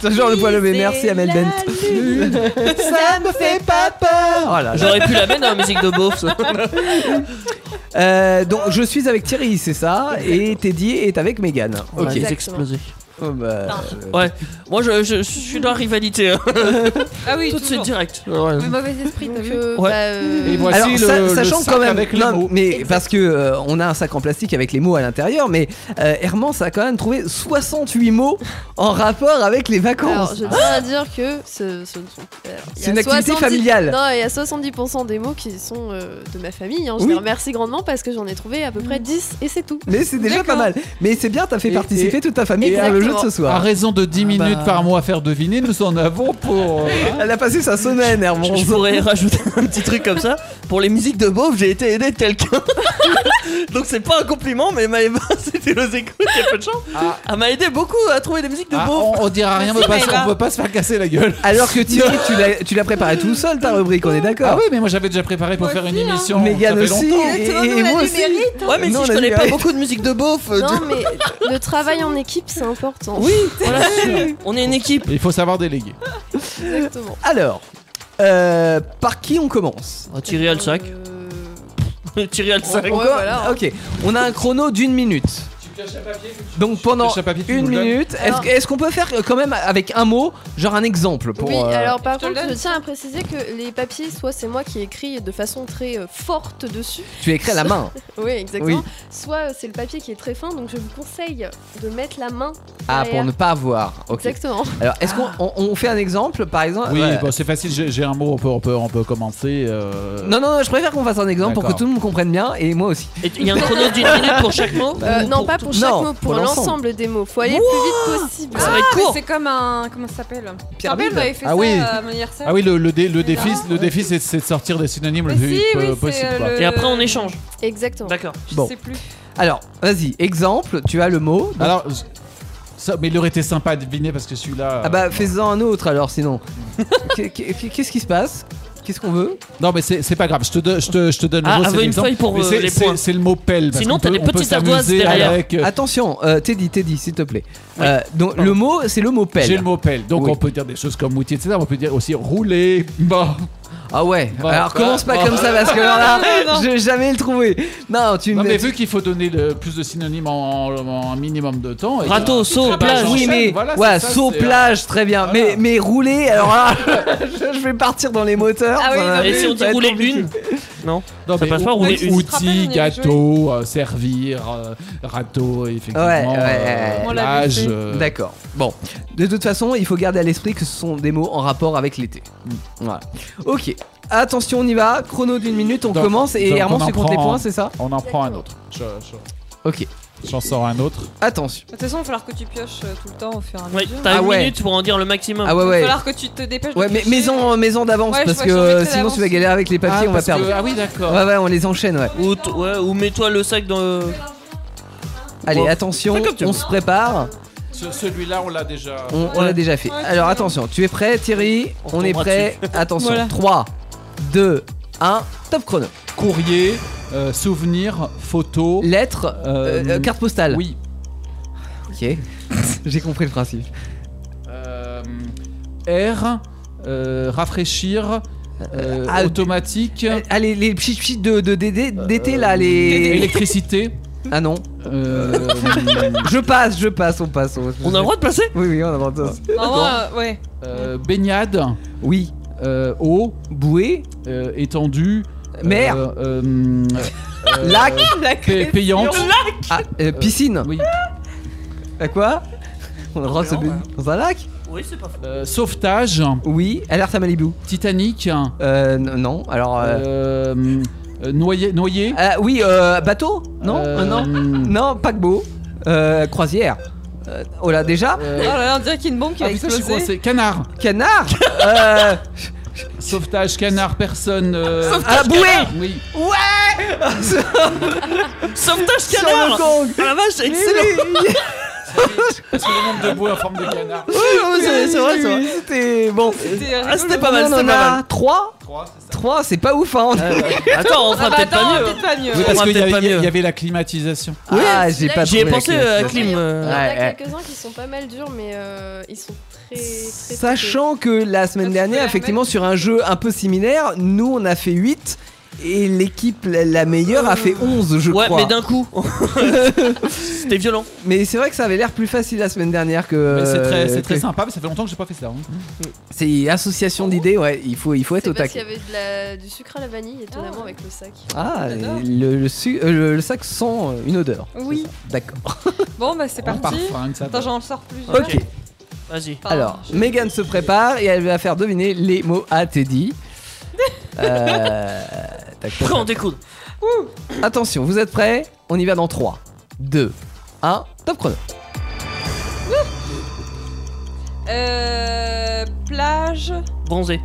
Toujours le poil levé, merci Amel
la
Bent.
lune.
Ça me fait pas peur Oh là là.
J'aurais pu la mettre dans la musique de Beauf. ça.
Euh, Donc je suis avec Thierry, c'est ça Et Teddy est avec Megan.
On va
Ok.
les
Exactement.
exploser.
Oh, bah, euh,
Ouais. Moi, je, je- je suis dans la rivalité. hein.
Ah oui,
Tout de suite
toujours.
direct. Ouais.
Le mauvais esprit, t'as
Donc,
vu
euh,
Ouais.
bah, euh,
Et voici
Alors,
le,
sa-
le
sachant
sac
quand même,
avec les
non,
mots.
mais parce que euh, on a un sac en plastique avec les mots à l'intérieur, mais euh, Hermance a quand même trouvé 68 mots en rapport avec les
Alors,
vacances.
je tiens à dire que ce, ce ne sont- alors, il y
C'est
a
une activité
70
familiale.
Non, il y a 70% des mots qui sont euh, de ma famille. hein. Je
Oui.
les remercie grandement parce que j'en ai trouvé à peu près 10 et c'est tout.
Mais c'est déjà pas
D'accord.
mal. Mais c'est bien, t'as fait
Et-
participer
et-
toute ta famille dans le jeu de ce
À
soir.
raison de 10 minutes par mois à faire deviner, nous en avons pour. euh,
Elle a passé sa semaine,
Je, je
Hermance.
pourrais rajouter un petit truc comme ça. Pour les musiques de Beauf, j'ai été aidé de quelqu'un. Donc c'est pas un compliment, mais Maëva, c'était aux écoutes, il y a peu de chance.
Ah.
Elle m'a aidé beaucoup à trouver des musiques de
ah,
Beauf.
on, on dira rien, on veut, pas,
Merci, Maëva.
on veut pas se faire casser la gueule.
Alors que Thierry, tu l'as- tu l'as préparé tout seul ta rubrique, on est
Ah
d'accord
oui, mais moi j'avais déjà préparé pour
Moi
faire une
aussi, hein.
émission.
Mégane
ça fait
aussi,
longtemps.
et,
Exactement,
et
nous, on a
moi
du
aussi.
mérite,
Ouais, mais
Non,
si
on
je
a
connais
dit-
pas beaucoup de musique de Beauf. euh,
Non, mais le travail en équipe, c'est important.
Oui, voilà, on est une équipe.
Il faut savoir déléguer.
Exactement.
Alors, euh, par qui on commence
Thierry Alsac.
Euh,
Thierry Alsac.
Ouais, voilà.
Ok, on a un chrono d'une minute. Donc pendant
Cache à papier, tu
une
nous le donnes.
minute, est-ce
Alors-
que- est-ce qu'on peut faire euh, quand même avec un mot, genre un exemple pour
oui,
euh,
alors par
je te le
contre,
donne,
je tiens à préciser que les papiers, soit c'est moi qui écris de façon très euh, forte dessus,
tu écris à la main.
oui exactement,
Oui.
soit euh, c'est le papier qui est très fin, donc je vous conseille de mettre la main.
Ah, pour
derrière.
ne pas voir. Ok.
Exactement.
Alors, est-ce
Ah.
qu'on on- on fait un exemple, par exemple
Oui,
ouais.
bon, c'est facile, j'ai j'ai un mot, on peut, on peut, on peut commencer. euh,
Non, non, non, je préfère qu'on fasse un exemple pour que
D'accord.
tout le monde comprenne bien et moi aussi.
Ah,
Et Il y a un chrono d'une minute pour chaque mot
Euh,
Ou
non, pas pour chaque
non,
mot,
pour
pour
l'ensemble.
l'ensemble des mots. Faut aller le plus vite possible.
Ça va être
Ah, mais
court.
c'est comme un. Comment ça s'appelle
Pyramide.
Jean-Pierre m'avait fait
Ah
ça
oui.
à mon anniversaire.
Ah oui, le, le, dé- le défi,
Non.
le défi c'est c'est de sortir des synonymes le
Mais
plus
si,
vite
oui,
euh,
c'est
possible. quoi.
le-
Et après on échange.
Exactement.
D'accord.
Je
Bon.
sais plus.
Alors, vas-y, exemple, tu as le mot. donc-
Alors, je- ça, mais il aurait été sympa à deviner parce que celui-là.
ah bah, fais-en un autre alors, sinon. Qu'est- qu'est- Qu'est-ce qui se passe Qu'est-ce qu'on veut
Non, mais c'est c'est pas grave, je te, donne- je te, je te donne
Ah,
le mot.
elle
c'est
veut une
l'exemple.
feuille pour,
Mais
euh,
c'est-
les
c'est-
points.
C'est le mot pelle. parce
Sinon,
qu'on
t'as
peut-
des
on peut
petites ardoises
s'amuser
derrière.
avec, euh,
Attention, euh, Teddy, Teddy, s'il te plaît. Euh, donc,
Pardon.
le mot, c'est le mot pelle.
J'ai le mot pelle. Donc
Oui.
on peut dire des choses comme outil, etc. On peut dire aussi rouler. Bah.
Ah ouais,
Bah,
alors
bah,
commence pas
bah.
comme ça parce que alors là, je vais jamais le trouver. Non, tu
Non
me.
mais vu qu'il faut donner le plus de synonymes en, en un minimum de temps. et que-
Râteau, saut,
Ah, bah,
plage.
j'enchaîne,
oui, mais
voilà,
voilà,
c'est ça,
saut
c'est, euh,
plage, très bien.
voilà.
Mais, mais rouler, alors là, je, je vais partir dans les moteurs.
Ah oui,
ça va-
non,
Et si on
ça
dit
va être
rouler
compliqué.
une Non.
Non,
Ça
mais
passe pas,
ou-
rouler
outil,
une.
Tu te rappelles, on y avait
gâteau, euh, servir, euh, râteau, effectivement.
Ouais, ouais,
euh,
ouais.
On l'avait
plage.
fait.
euh,
D'accord. Bon, de toute façon, il faut garder à l'esprit que ce sont des mots en rapport avec l'été.
Mm.
Voilà. Ok. Attention, on y va. Chrono d'une minute, on
Donc,
commence et
donc,
Hermance,
on en
tu comptes les
prend.
points, c'est ça
On en prend un autre. Je-
Ok.
je- J'en sors un autre.
Attention.
De toute façon, il va falloir que tu pioches euh, tout le temps au fur et à
Ouais,
mesure.
t'as
Ah
une
ouais.
minute pour en dire le maximum.
Ah ouais,
Il va
ouais.
falloir que tu te dépêches. de
Ouais, mais
piocher.
maison, maison d'avance
Ouais, je
parce
vois,
que
je vois,
euh,
je fais
sinon
d'avance.
tu vas galérer avec les papiers,
Ah,
on va
parce
perdre.
que- Ah oui, d'accord.
Ouais, ouais, on les enchaîne, ouais.
Ou, t- ouais, ou mets-toi le sac dans.
Allez,
Bon.
attention,
Fais comme tu
on
veux.
se prépare.
Ce- Celui-là, on l'a déjà.
On, on l'a déjà fait. Alors attention, tu es prêt Thierry
On
On, est
tombera
prêt. Attention,
Voilà.
3, 2, 1, top chrono.
Courrier, euh, souvenir, photo.
Lettre, euh,
Euh,
euh, carte postale.
Oui.
Ok. J'ai compris le principe.
Euh, R, euh, rafraîchir, euh,
ah,
automatique, euh,
Euh, Ah, les, les petits petits de, de, DD d'été là, les.
électricité.
Ah non.
euh,
Je passe, je passe, on passe. On,
On a le droit de passer
Oui, oui, on a le droit de passer.
Ah, ouais, ouais.
euh, baignade,
Oui.
euh, eau,
Bouée,
euh, étendue.
mer,
euh, euh, euh,
lac,
pay- payante.
ah, euh, piscine.
Oui.
À quoi On a le droit de se baigner dans un lac
Oui, c'est pas faux.
Euh, sauvetage,
Oui. Alerte à Malibu.
Titanic,
Euh, n- non, alors. euh,
euh, euh, noyé, noyé.
ah, oui, euh, bateau Non
euh,
euh, Non Non, paquebot. Euh, croisière. Euh, oh là, déjà
Oh
euh,
là là, on dirait qu'il y a une bombe qui
ah,
a
putain, je suis
explosé.
coincé. Canard,
Canard euh,
sauvetage, canard, personne. euh,
Ah, bouée
Oui.
Sauvetage
Sur
canard
le Kong
Ah la vache,
Mais
excellent
oui,
Parce que le nombre de bouées en forme de canard.
Oui, C'est c'est vrai, c'est vrai.
oui, C'était bon.
euh,
Ah, c'était pas mal,
On
c'était
en
pas mal.
a 3
Trois, c'est ça.
3, c'est pas ouf, hein
Attends, on
Ah
fera
bah
peut-être
attends,
pas mieux.
peut-être pas mieux.
Oui,
On
parce
fera
qu'il y,
peut-être pas
avait-
mieux.
il y avait la climatisation.
Ah, j'ai
là,
pas
J'y ai
trouvé la
pensé euh, à
question.
Clim.
Il y
euh.
en a
Ouais,
quelques-uns qui sont pas mal durs, mais euh, ils sont très. très
Sachant que la semaine
Parce que
dernière,
la
effectivement,
même-
sur un jeu un peu similaire, nous on a fait 8 et l'équipe la la meilleure a fait 11, je
Ouais,
crois.
mais d'un coup. C'était violent.
Mais c'est vrai que ça avait l'air plus facile la semaine dernière que.
Mais c'est très, c'est très
que-
sympa, mais ça fait longtemps que j'ai pas fait ça. hein.
C'est association d'idées, ouais. Il faut, il faut être
C'est
au
parce qu'il
taquet.
y avait de la- du sucre à la vanille, étonnamment,
Ah.
avec le sac.
Ah,
J'adore.
le, le su- euh, le- le sac sent euh, une odeur.
Oui.
D'accord.
Bon, bah c'est
Un
parti.
Hein, parfum, une saveur.
Attends, j'en sors plus.
Ok.
Vas-y.
Alors, Megan se prépare et elle va faire deviner les mots à Teddy. Euh, tac, tac,
Prends on découdre.
Attention, vous êtes prêts On y va dans 3, 2, 1, top chrono.
Euh, plage,
Bronzé.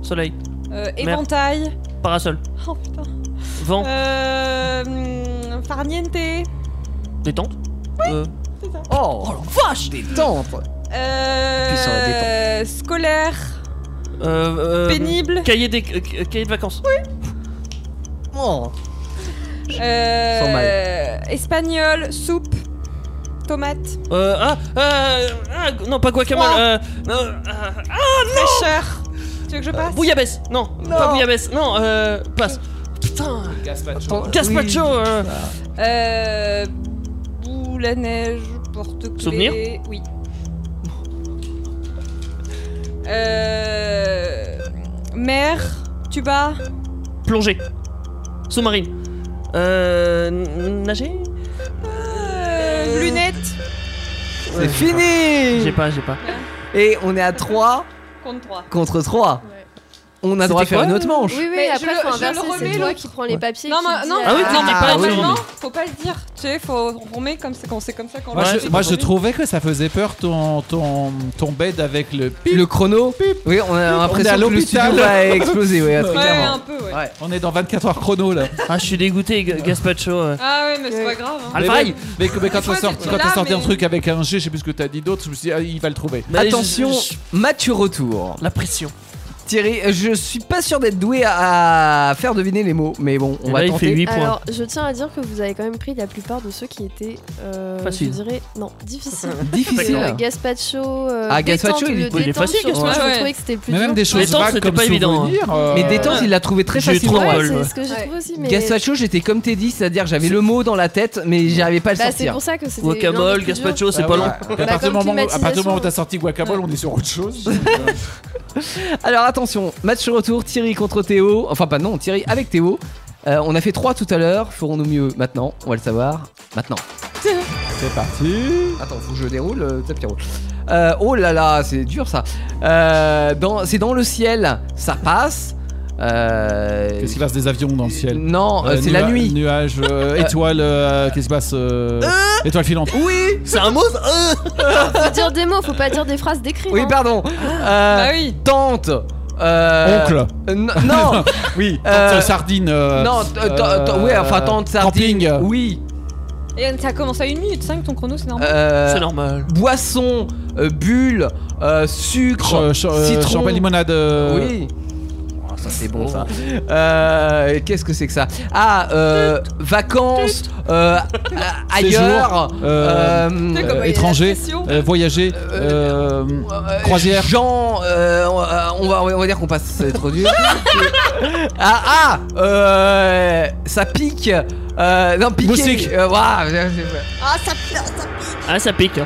Soleil.
euh, éventail.
Parasol.
Oh putain.
Vent.
Euh, hum, farniente.
Détente. Euh,
Oh, vache Détente Puis sur la
Euh, scolaire,
euh, euh,
pénible.
Cahier, des, euh, euh, cahier de vacances.
Oh,
Euh,
Sans
espagnol, soupe, tomate,
Euh, ah, euh, ah, non, pas guacamole.
Froid.
Euh, euh, ah, ah,
fraîcheur. Tu veux que je passe
bouillabaisse. Non, pas bouillabaisse. Non, euh, passe. Putain.
Gaspacho.
Gaspacho. euh,
Euh, boule à neige, porte-clés.
Souvenir
Oui. Euh, mer, tuba,
Plongée. Sous-marine. Euh, n- nager.
euh, lunettes.
c'est fini
J'ai pas, j'ai pas.
Et on est à 3
Compte 3.
contre 3.
Ouais.
On a le droit de
C'était
faire
quoi
une autre manche.
Oui, oui,
Mais je
après,
le-
faut
je
inverser,
le remets,
c'est toi
l'autre.
qui prends les papiers.
Non,
qui euh,
mais-
dit
non,
à-
Ah oui,
non,
t'en
mais
dis
pas
pas,
maintenant,
oui.
faut pas le dire. Tu sais, faut on remet comme c'est qu'on sait comme ça qu'on
Moi,
l'a
je,
fait.
moi, je trouvais que ça faisait peur ton, ton, ton bed avec le pip.
Le chrono Oui, on a
On est à
l'impression que le
l'hôpital.
studio va exploser, ouais, très
Ouais,
clairement.
un peu, ouais.
Ouais.
On est dans 24 heures chrono là.
Ah, je suis dégoûté, Ga- Gaspacho. euh.
Ah ouais, mais c'est pas grave. Hein.
Ah,
Mais
pareil.
bon, Mais, mais
Des
quand on
fois,
sort,
tu- tu
quand
l'as,
on sortait un
mais-
truc avec un G, je sais plus ce que t'as dit d'autre, je me suis dit, ah, il va le trouver.
Mais
Attention,
je- Bah, je-
Mathieu Retour.
La pression.
Thierry, euh, je suis pas sûr d'être doué à à faire deviner les mots, mais bon, on
Et
va
là, il fait
tenter.
8 points.
Alors, je tiens à dire que vous avez quand même pris la plupart de ceux qui étaient, euh, je
Facile.
dirais, non, difficiles. Euh,
Difficile.
Gaspacho, euh,
Ah, Gaspacho,
détente,
il est-
le
il est
détente,
facile,
je-
Gaspacho.
je
Ouais.
trouvais que c'était plus
Mais même
dur.
des choses
temps,
vagues
c'était
comme
pas évident,
souvenir. euh,
Mais détente, il l'a trouvé très
J'ai eu
facile.
trop
Ouais,
drôle.
c'est ce que j'ai
Ouais.
trouvé aussi, mais...
Gaspacho, j'étais comme Teddy, c'est-à-dire j'avais le mot dans la tête, mais j'arrivais pas à le
Bah, c'est
sortir.
pour ça que c'était l'un
Guacamole,
des plus durs. Bah
Gaspacho, c'est
ah
pas
ouais.
long. Bah,
À partir du
comme
moment où- à partir du moment où
climatisation.
t'as sorti Guacamole, on est sur autre chose.
Alors attention, match retour, Thierry contre Théo. Enfin, pas non, Thierry avec Théo. Euh, on a fait 3 tout à l'heure, ferons-nous mieux maintenant On va le savoir maintenant.
C'est parti.
Attends, faut que je déroule euh, tapis rouge. Euh, oh là là, c'est dur ça. Euh, dans- c'est dans le ciel, ça passe. Euh,
Qu'est-ce qui passe des avions dans le ciel
Non, euh,
Euh,
c'est la
nua-
nuit.
Nuages, euh, étoiles, euh, qu'est-ce qui se passe euh, Étoiles filantes.
Oui,
C'est un mot euh,
Euh.
ça
Faut dire des mots, faut pas dire des phrases décrites.
oui, bah.
hein.
pardon. Euh,
Bah oui.
Tente. Euh,
Oncle.
euh, n- non,
Oui.
Euh,
tente, euh, sardine. euh,
non, t- t- t- ouais, enfin tente, sardine.
Camping. euh,
Oui.
Et ça commence à 1 minute 5 ton chrono, c'est normal.
Euh,
C'est normal.
boisson, euh, bulle, euh, sucre,
ch- ch- euh,
citron.
champagne limonade. euh,
Oui. Oh, ça c'est bon ça. Euh, Qu'est-ce que c'est que ça Ah, euh, vacances, euh, a- ailleurs,
Séjour,
euh,
Tu sais, comme il y a la
étranger,
pression.
euh, voyager, euh,
euh,
croisière.
Jean, euh, on, euh, on va, on va dire qu'on passe, c'est trop dur. ah, ah euh, ça pique. Euh, non, piquer.
Moustique.
euh, ouah,
Ah, ça pique.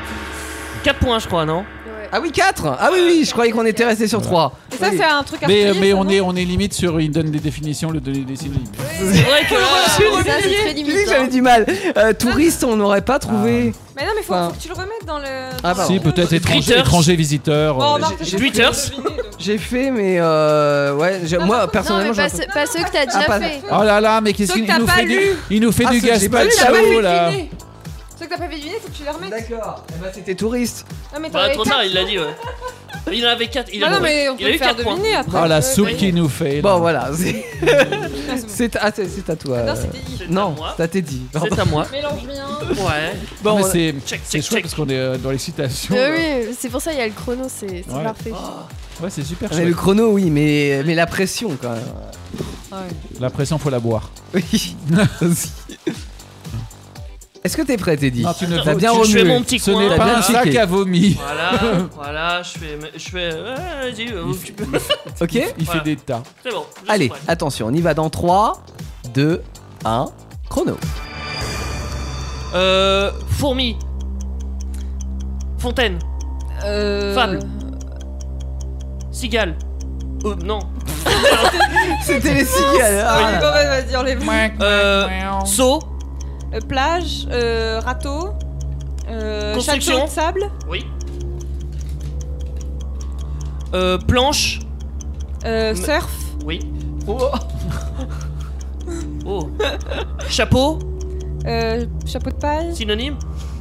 4 points, je crois, non
Ouais.
ah oui, 4 Ah oui, oui, je croyais qu'on était resté sur 3.
Et ça, c'est un truc à
Mais,
replier,
mais
ça,
on,
non
est, on est limite sur. Il donne des définitions, le donne des synonymes.
C'est vrai que.
Ah, Ça, c'est très
Je dis que
limitant.
j'avais du mal. Euh, touriste, on n'aurait pas trouvé.
Mais non, mais faut,
Enfin.
faut que tu le remettes dans le.
Ah,
dans
bah,
le-
Si, peut-être étranger,
Critters.
étranger, visiteur.
Bon,
euh,
Marc,
j'ai-
je sais
j'ai-
que tu l'as
Twitters.
deviné, donc.
J'ai fait, mais euh, ouais, j'ai- moi
Non,
personnellement,
mais
j'ai un
pas,
peu-
ceux- pas ceux que t'as déjà
pas-
fait.
Oh là là, mais qu'est-ce
Ceux
qu'il
que t'as
nous
pas
fait
lu.
du, Il nous fait
Ah,
du
ceux que j'ai pas lu, t'as pas
gazpacho
Faut
là.
deviner. Ceux que t'as pas fait deviner, faut que tu les remettes.
D'accord. Eh ben, c'était touriste.
Non, mais t'en
Bah,
avais
trop
quatre.
tard, il l'a dit, ouais. Bah, Il en avait 4. Il,
Ah
a-
non, mais on
il
peut
a
le
eu
faire
4 points.
deviner après.
Oh la
Ouais,
soupe
ouais.
qu'il nous fait. là.
Bon, voilà. C'est
Non, c'est bon.
c'est- ah, c'est- c'est à toi.
Non,
euh,
c'était I.
Non,
moi.
c'est à Teddy.
C'est à moi.
Mélange bien.
Ouais.
Non,
Bon,
mais
on-
c'est
Check,
c'est chouette
check, check.
parce qu'on est euh, dans les
Eh
citations.
Euh,
là.
oui, c'est pour ça il y a le chrono, c'est c'est
Ouais.
parfait.
Ouais, c'est super
mais le
chouette.
chrono, oui, mais, mais la pression quand même.
La pression, faut la boire.
Oui. Aussi. Est-ce que t'es prêt, Teddy
Non, tu ne
Attends,
T'as bien
je- je
remué.
Oh, fais mon petit
Ce
coin.
n'est
T'as
pas
bien
un sac
cliqué.
à vomi.
Voilà, voilà, je fais. Je fais. Ouais, vas-y, euh, tu peux.
Ok
Il
Voilà.
fait des tas.
C'est bon. je suis
Allez,
prêt.
attention, on y va dans 3, 2, 1, chrono.
Euh. Fourmi. Fontaine.
Euh...
Fable. Cigale. Euh, non.
C'était les cigales.
Ah,
ah.
bon, bah, vas-y, enlève-le.
Euh. Saut.
Euh, plage, euh, râteau, euh,
Construction.
château de sable,
Oui. Euh. Planche.
euh,
Me-
surf,
Oui. Oh. Chapeau.
euh, chapeau de paille,
Synonyme.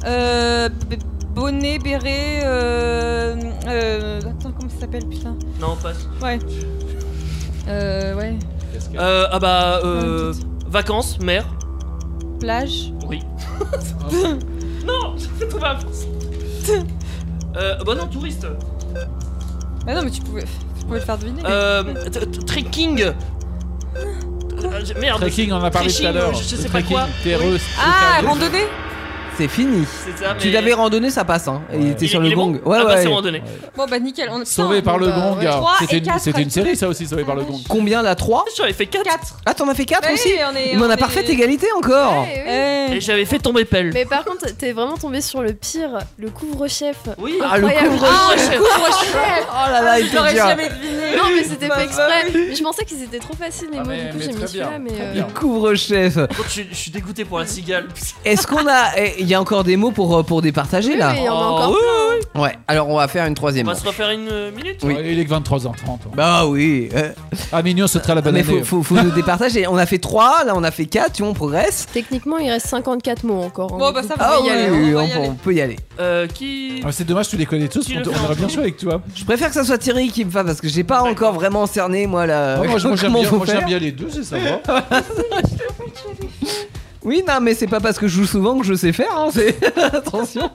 euh, b- bonnet, béret, euh, euh, attends, comment ça s'appelle, putain
Non, passe.
Ouais. Euh, ouais.
Euh. Ah bah. Euh. Vacances. Mer.
Plage,
Oui. non, j'ai trouvé un français. Euh, bah non, touriste.
bah non, mais tu pouvais, tu pouvais le faire deviner.
Euh, t- t- trekking. Euh, j'ai- Merde.
Trekking, on en a parlé tout
Trekking,
à l'heure.
Je je sais pas
Trekking,
quoi.
terreux.
Ah,
citadin.
randonnée
Ah, C'est fini.
C'est ça, mais...
Tu l'avais randonné, ça passe. Hein. Il
Ouais.
était
Il-
sur
il
le
est
gong.
bon
Ouais,
ah bah,
ouais.
c'est randonné.
Bon, bah nickel, on est
Ah,
Sauvé par le
bah,
gong, gars.
Trois et
C'était une-
quatre.
C'était une série, ça aussi, Sauvé par le gong.
Combien la 3
J'avais fait 4.
4.
Ah, t'en as fait 4 aussi
on est,
Mais on a
est-
parfaite égalité encore
Ouais, oui.
Et
Eh,
j'avais fait tomber pelle.
Euh, Mais par contre, t'es vraiment tombé sur le pire, le couvre-chef.
Oui.
Ah, le
Incroyable.
Ah,
couvre-chef
je-
Oh là là, il
Je l'aurais
était dur
jamais deviné.
Non, mais c'était
Bah,
pas
bah,
exprès. Mais je pensais qu'ils étaient trop faciles les
Ah,
mots,
mais-
du coup
mais
j'ai
très
mis celui-là,
bien,
mais.
très
euh,
bien.
Le couvre-chef
Ah,
je suis- je suis dégoûté pour la cigale.
Est-ce qu'on a. eh, Il y a encore des mots pour, euh, pour départager
oui,
là
oui, il y en a encore.
oui,
Ouais, alors on va faire une
On
troisième.
va se refaire une euh, minute.
Mm.
Oui.
Ouais, Il est que 23h30.
Bah oui euh,
Ah, mignon, ce sera la bonne
Mais
année.
faut, faut, faut nous départager. On a fait 3, là on a fait 4, tu vois, on progresse.
Techniquement, il reste 54 mots encore. hein.
Bon, bah ça va,
Ah
on va y
oui,
aller.
oui,
on va
on,
y
peut-
aller.
on peut y aller.
Euh, qui.
Ah, c'est dommage, tu les connais tous.
Tu
On
le
on
fais en
aurait bien
plus.
joué avec toi.
Je préfère que ça soit Thierry qui me fasse parce que j'ai pas encore vraiment cerné moi la.
Ah, Moi, je- moi, j'aime
comment
bien-
faut
moi, j'aime
faire.
bien les deux, c'est ça. hein. va.
Oui, non, mais c'est pas parce que je joue souvent que je sais faire. hein, c'est- attention.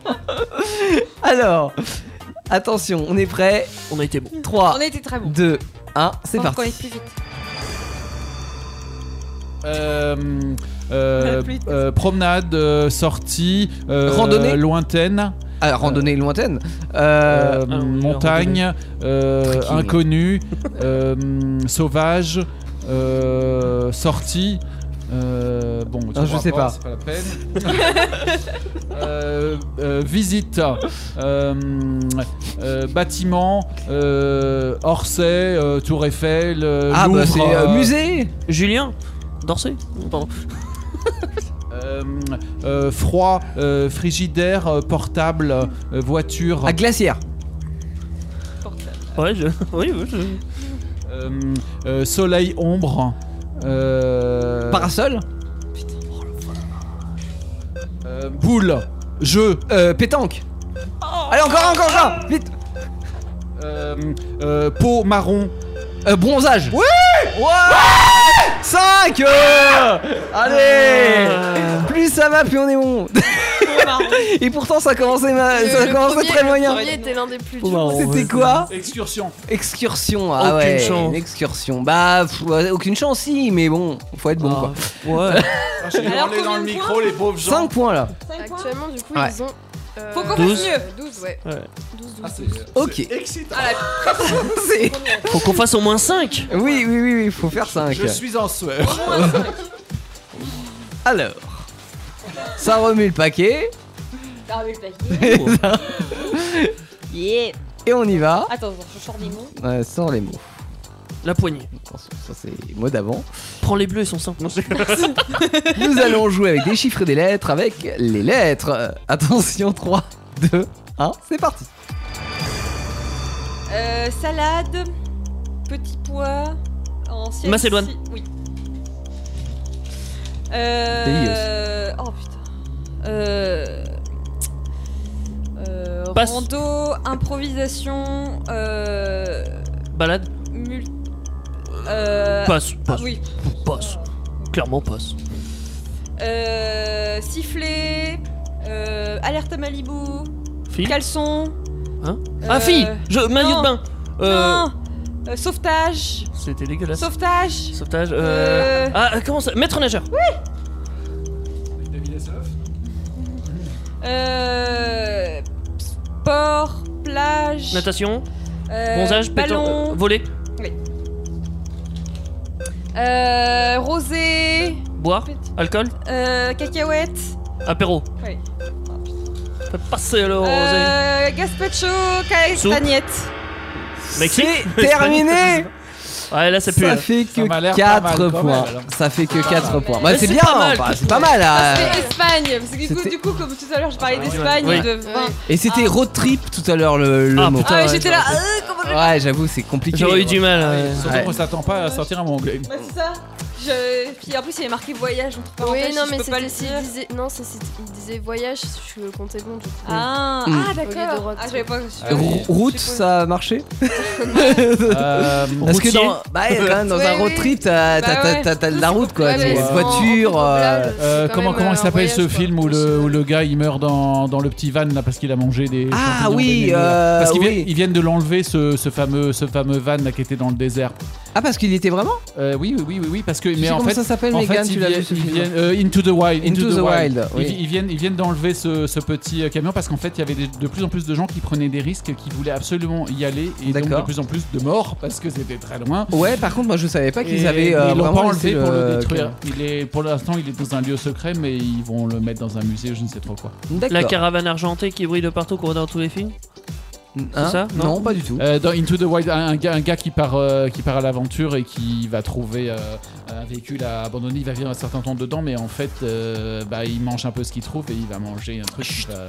Alors, attention, on est prêt.
On a été bon.
3,
On a été très bons.
2, 1, c'est
Faut qu'on aille
parti.
plus vite.
Euh, euh,
La pluie.
euh, promenade, euh, sortie, euh,
Randonnée.
lointaine,
Ah, randonnée lointaine. Euh,
euh,
ah, oui,
montagne, euh,
Trekking.
inconnue, euh, sauvage, euh, sortie. euh, bon, tu
Ah, je
vois
sais pas.
c'est la peine. Euh, euh, visite, euh, euh, bâtiment, euh, Orsay, euh, Tour Eiffel, euh,
ah, bah
Louvre,
c'est euh,
euh,
musée.
Julien Dorsey Pardon.
Euh, euh, froid, euh, frigidaire, euh, portable, euh, voiture,
À glacière.
Ouais, je. Oui, oui, je-
euh, euh, soleil, ombre, euh,
Parasol.
euh, boule, jeu,
Euh, pétanque.
Oh.
Allez, encore, un, encore, encore. Vite.
euh, euh, peau marron,
Euh, bronzage. Oui. 5 Allez
Euh.
Plus ça va, plus on est bon.
On
marrant.
Et pourtant, ça commençait, ma-
Le-
ça
le
commençait
premier-
très
Le
moyen.
premier était l'un des plus
Bon,
durs.
bah, on
C'était
reste-
quoi
Excursion.
Excursion, ah
Aucune
ouais,
chance.
une excursion. Bah, pff, ouais, aucune chance, si, mais bon, faut être bon quoi.
Ouais.
Ah, j'ai
Alors,
hurlé dans le
combien de
micro, les pauvres gens.
5 points là.
Actuellement, du coup,
Ouais.
ils ont. euh,
Faut qu'on fasse
12.
mieux. 12, ouais.
Ah, c'est-
Ok.
c'est excitant.
C'est-
Faut qu'on fasse au moins 5.
Oui, oui, oui, oui, faut faire 5.
Je suis en sueur.
Alors, ça remue le paquet
Ah, bah, Yeah.
et on y va.
Attends, je sors des mots.
Ouais, sans les mots.
La poignée.
Attention, ça c'est les mots d'avant.
Prends les bleus, ils sont simples.
Nous allons jouer avec des chiffres et des lettres avec les lettres. Euh, Attention, 3, 2, 1, c'est parti.
Euh, salade, petit pois, ancien.
Macédoine.
Oui.
Pays
Euh, oh putain. Euh, euh,
Passe.
rando, improvisation, euh,
Balade
mul- euh,
Passe,
ah
passe,
oui.
passe. Clairement passe.
Euh, sifflet, euh, alerte à Malibu,
Fille
caleçon.
Hein
euh,
Ah, fille Je, Maillot
non.
de bain Euh,
Non Euh, Sauvetage,
C'était dégueulasse.
sauvetage.
Sauvetage. Euh...
Euh.
Ah, comment ça Maître nageur
Euh, sport, plage,
Natation,
euh,
bronzage, pétan-
ballon,
euh, voler,
euh, rosé,
boire,
Pét-
alcool,
euh, cacahuète,
apéro.
Oui.
Fais passer le rosé.
euh, gazpacho, castagnette.
Mexique
C'est terminé
Ouais, là, c'est plus. euh.
Ça
là.
fait
Ça m'a
que
l'air pas mal
4
quand
points.
même, alors.
Ça fait que 4 points.
Ah. Mais
Bah, c'est
c'est
bien,
pas mal,
enfin,
quatre Ah,
c'est pas mal.
Euh.
euh. là.
C'était Espagne, parce que du coup,
C'était-
du coup, comme tout à l'heure, je parlais d'Espagne,
Oui.
de vin.
Et c'était road trip tout à l'heure le, le
Ah,
mot.
putain,
Ah,
ouais,
j'étais là, euh, comment je...
Ouais, j'avoue, c'est compliqué.
J'aurais eu du mal.
Ah
euh. ouais.
Surtout
Euh, Ouais.
qu'on s'attend pas à sortir un bon anglais.
Bah, c'est ça. Je... Puis en plus, il y avait marqué voyage entre
Oui,
parenthèses,
non,
je
mais
peux pas le
c'était s'il
dire.
disait. Non, c'est s'il- il disait voyage, je le comptais bon, du coup.
Mm.
Ah, ah
Au lieu de
d'accord.
road
Ah, j'avais pas.
Ah oui.
Rou- Route, ça a marché
Euh,
Parce que
routier.
dans, bah, ouais, quand même, dans
Ouais,
un road
oui.
trip, t'as
Bah
t'as- t'as-
ouais.
t'as- t'as de la route quoi.
Ouais, mais
T'as
en-
une voiture.
en
euh,
route,
Euh,
c'est quand
comment
même,
comment il
euh, un
s'appelle
voyage,
ce
quoi.
film où le, où le gars il meurt dans, dans le petit van là parce qu'il a mangé des
Ah
champignons
oui,
vénéneux, là.
euh,
parce qu'ils
oui.
viennent- ils viennent de l'enlever ce, ce fameux ce fameux van là qui était dans le désert
Ah, parce qu'il y était vraiment
euh, oui, oui oui oui oui parce que
Tu
mais
sais
en
comment
fait
ça s'appelle,
en
Megan
fait,
Tu
ils
l'as vu
viennent,
ce
ils
film
viennent- euh, Into the Wild.
Into the Wild,
Ils-
oui.
Ils, viennent, ils viennent d'enlever ce, ce petit euh, camion parce qu'en fait, il y avait des- de plus en plus de gens qui prenaient des risques, qui voulaient absolument y aller, et donc
D'accord.
de plus en plus de morts parce que c'était très loin.
Ouais, par contre, moi je savais pas qu'ils
Et-
avaient.
mais
euh,
ils l'ont pas
vraiment euh,
enlevé
laissé
pour le
le-
détruire. Il est, pour l'instant, il est dans un lieu secret, mais ils vont le mettre dans un musée, je ne sais trop quoi.
La
D'accord.
caravane argentée qui brille de partout qu'on voit dans tous les films.
Hein
ça
non,
Non.
pas du tout.
Euh, dans Into the Wild, un, un gars, un gars qui part, euh, qui part à l'aventure et qui va trouver euh, un véhicule à abandonner. Il va vivre un certain temps dedans, mais en fait, euh, bah, il mange un peu ce qu'il trouve et il va manger un truc. qui va-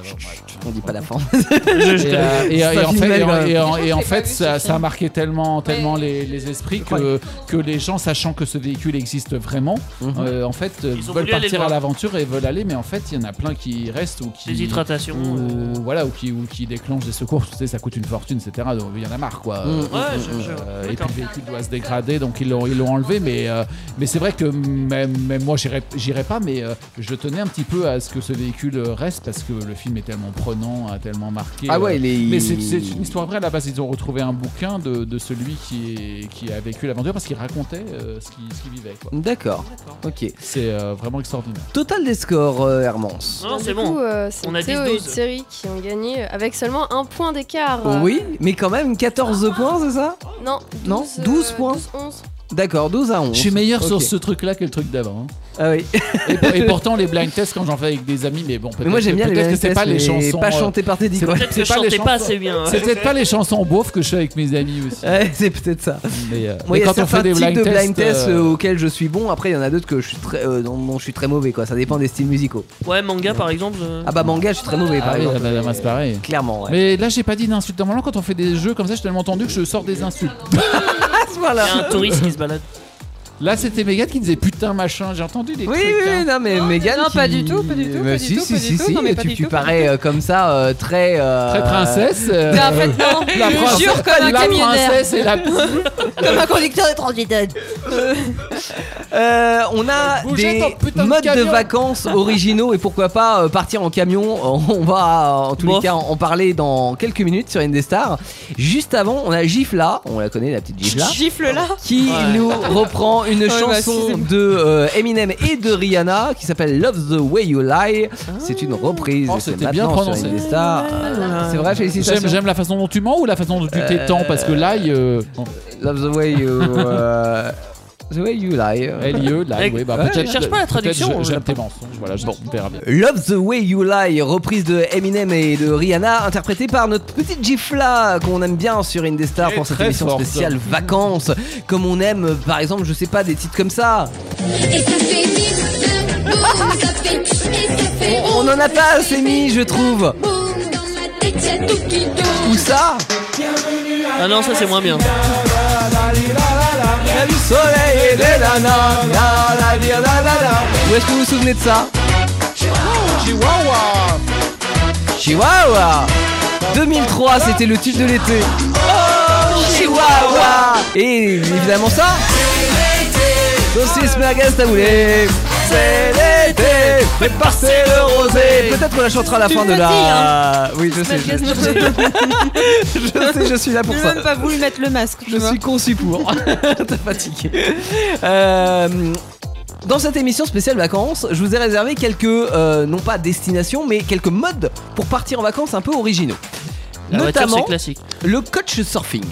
On dit pas la fin.
Je- je-
Et, euh, et,
Ça
et en
filme
fait,
elle,
et en-
ouais.
et en-
Je crois
et en
que j'ai
fait,
pas
ça,
vu ce
ça a
film.
marqué tellement, tellement
Ouais.
les, les esprits
croyais.
que, que les gens, sachant que ce véhicule existe vraiment,
Mhm.
euh, en fait, euh,
Ils ont
veulent
voulu aller
partir
le
à
voir.
l'aventure et veulent aller, mais en fait, il y en a plein qui restent ou qui
Des hydratations.
ou,
euh,
voilà ou qui ou qui déclenchent des secours. Tu sais, ça coûte une fortune, etc. Donc il y en a marre, quoi.
Mhm.
Ouais, je. je-
Euh, et puis
d'accord.
le véhicule doit se dégrader, donc ils l'ont ils l'ont enlevé. Mais euh, mais c'est vrai que même, même moi j'irai j'irai pas, mais euh, je tenais un petit peu à ce que ce véhicule euh, reste parce que le film est tellement prenant, a tellement marqué.
Ah
euh,
ouais, il est.
mais c'est c'est une histoire vraie à la base. Ils ont retrouvé un bouquin de, de celui qui, est- qui a vécu l'aventure parce qu'il racontait euh, ce qu'il ce qu'il vivait. quoi.
D'accord. Ok.
C'est euh, vraiment extraordinaire.
Total des scores, euh, Hermance.
Non,
Du
c'est
coup,
bon.
euh, c'est
On a
Théo
10-12.
et Thierry qui ont gagné avec seulement un point d'écart.
Oui, mais quand même 14 points, c'est ça
Non, 12,
Non, 12
euh,
points.
12, 11.
D'accord, 12 à 11.
Je suis meilleur sur
Ok.
ce truc-là que le truc d'avant. hein.
Ah oui.
Et, pour- et pourtant, les blind tests, quand j'en fais avec des amis, mais bon, peut-être
Mais moi j'aime bien
peut-être
les
que c'est
tests,
pas les
mais
chansons.
Pas
euh,
chanter par Teddy
c'est
quoi.
pas-
Peut-être que je
pas les
chantais pas
chansons-
assez bien.
C'est peut-être pas les chansons beaufs que je fais avec mes amis aussi.
Ouais, c'est peut-être ça.
Mais,
Hein
euh,
Moi,
mais
il y a
quand on fait
certains
des
types
blind
de
tests,
blind tests
euh,
euh, auxquels je suis bon. Après, il y en a d'autres que je suis très, euh, dont, dont je suis très mauvais. Quoi. Ça dépend des styles musicaux.
Ouais, manga par exemple. euh,
Ah bah manga, je suis très mauvais.
ah
par
oui,
exemple.
bah, bah, bah, c'est pareil.
Clairement. Ouais.
Mais là, j'ai pas dit d'insultes. Normalement, quand on fait des jeux comme ça, j'ai tellement entendu que je sors des insultes.
Ah, voilà.
y a un touriste qui se balade.
Là, c'était Megan qui disait putain machin, j'ai entendu des
Oui,
trucs.
oui,
hein.
non, mais Mégane
non, pas
qui-
du tout, pas du tout, pas
Mais
du
si,
tout,
si,
pas
si,
du tout,
si,
non, mais pas
tu,
du
tu
tout, pas du
parais euh, comme ça, euh, très. euh,
Très princesse. euh,
Mais en fait, non,
la
je
princesse-
jure comme un
la
camionnaire.
princesse et la
Comme un conducteur de transitaire.
Euh, on a
Bougez ton
des
putain de
modes de,
camion.
vacances originaux et pourquoi pas euh, partir en camion. On va euh, en tous les
Bof.
cas en en parler dans quelques minutes sur Indestar. Juste avant, on a Gifla, on la connaît la petite Gifla.
Gifle là.
Qui
Ouais.
nous reprend une
bah,
chanson
excusez-moi.
de euh, Eminem et de Rihanna qui s'appelle Love the Way You Lie. C'est une reprise.
Oh,
et c'est
c'était bien
maintenant sur
prononcé.
Indestar. Euh, C'est vrai, félicitations.
J'aime, j'aime la façon dont tu mens ou la façon dont tu
Euh,
t'étends parce que l'ail, euh, bon,
Love the Way You. euh, the Way You Lie.
LIE, l'ail,
Eh,
oui, bah
ouais,
peut-être.
cherche pas la
peut-être
traduction,
je-
on
J'aime
l'a
tes mensonges, voilà, je on verra bien.
Love the Way You Lie, reprise de Eminem et de Rihanna, interprétée par notre petite gifla qu'on aime bien sur Indestar
Et
pour cette
très
émission
forte.
spéciale vacances, comme on aime euh, par exemple, je sais pas, des titres comme ça.
Et ça fait vite, boum, ça fait, et ça fait
On en a pas assez mis, je trouve.
boum, dans ma tête, y'a tout qui
Ou
tombe.
ça
Ah non, ça c'est moins bien.
Il y a du soleil et des nanas, la, la, la, la, la, la. Où est-ce que vous vous souvenez de ça
Chihuahua
Chihuahua 2003, c'était le titre de l'été. Oh, Chihuahua Et évidemment ça Saucisse merguez taboulé C'est l'été Fait passer le rosé Peut-être qu'on la chantera à la fin de la... Oui, je sais, je,
Merguez,
je- je sais, je suis là pour
J'ai
ça.
même pas voulu mettre le masque. tu
Je
vois.
suis conçu pour. T'as fatigué. Euh, Dans cette émission spéciale vacances, je vous ai réservé quelques, euh, non pas destinations, mais quelques modes pour partir en vacances un peu originaux.
La voiture c'est
Notamment
classique.
le coach surfing.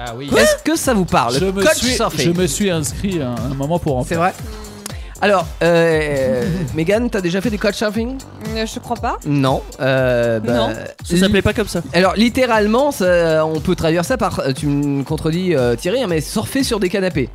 Ah oui.
Est-ce que ça vous parle
Je me,
Coach
suis, je
surfing.
me suis inscrit à un moment pour en
C'est
faire.
vrai alors, euh, Megan, t'as déjà fait du coach surfing
Euh, Je crois pas.
Non. euh, bah,
Non.
Ça s'appelait pas comme ça.
Alors littéralement, ça- on peut traduire ça par, euh, tu me contredis euh, Thierry, hein, mais surfer sur des canapés.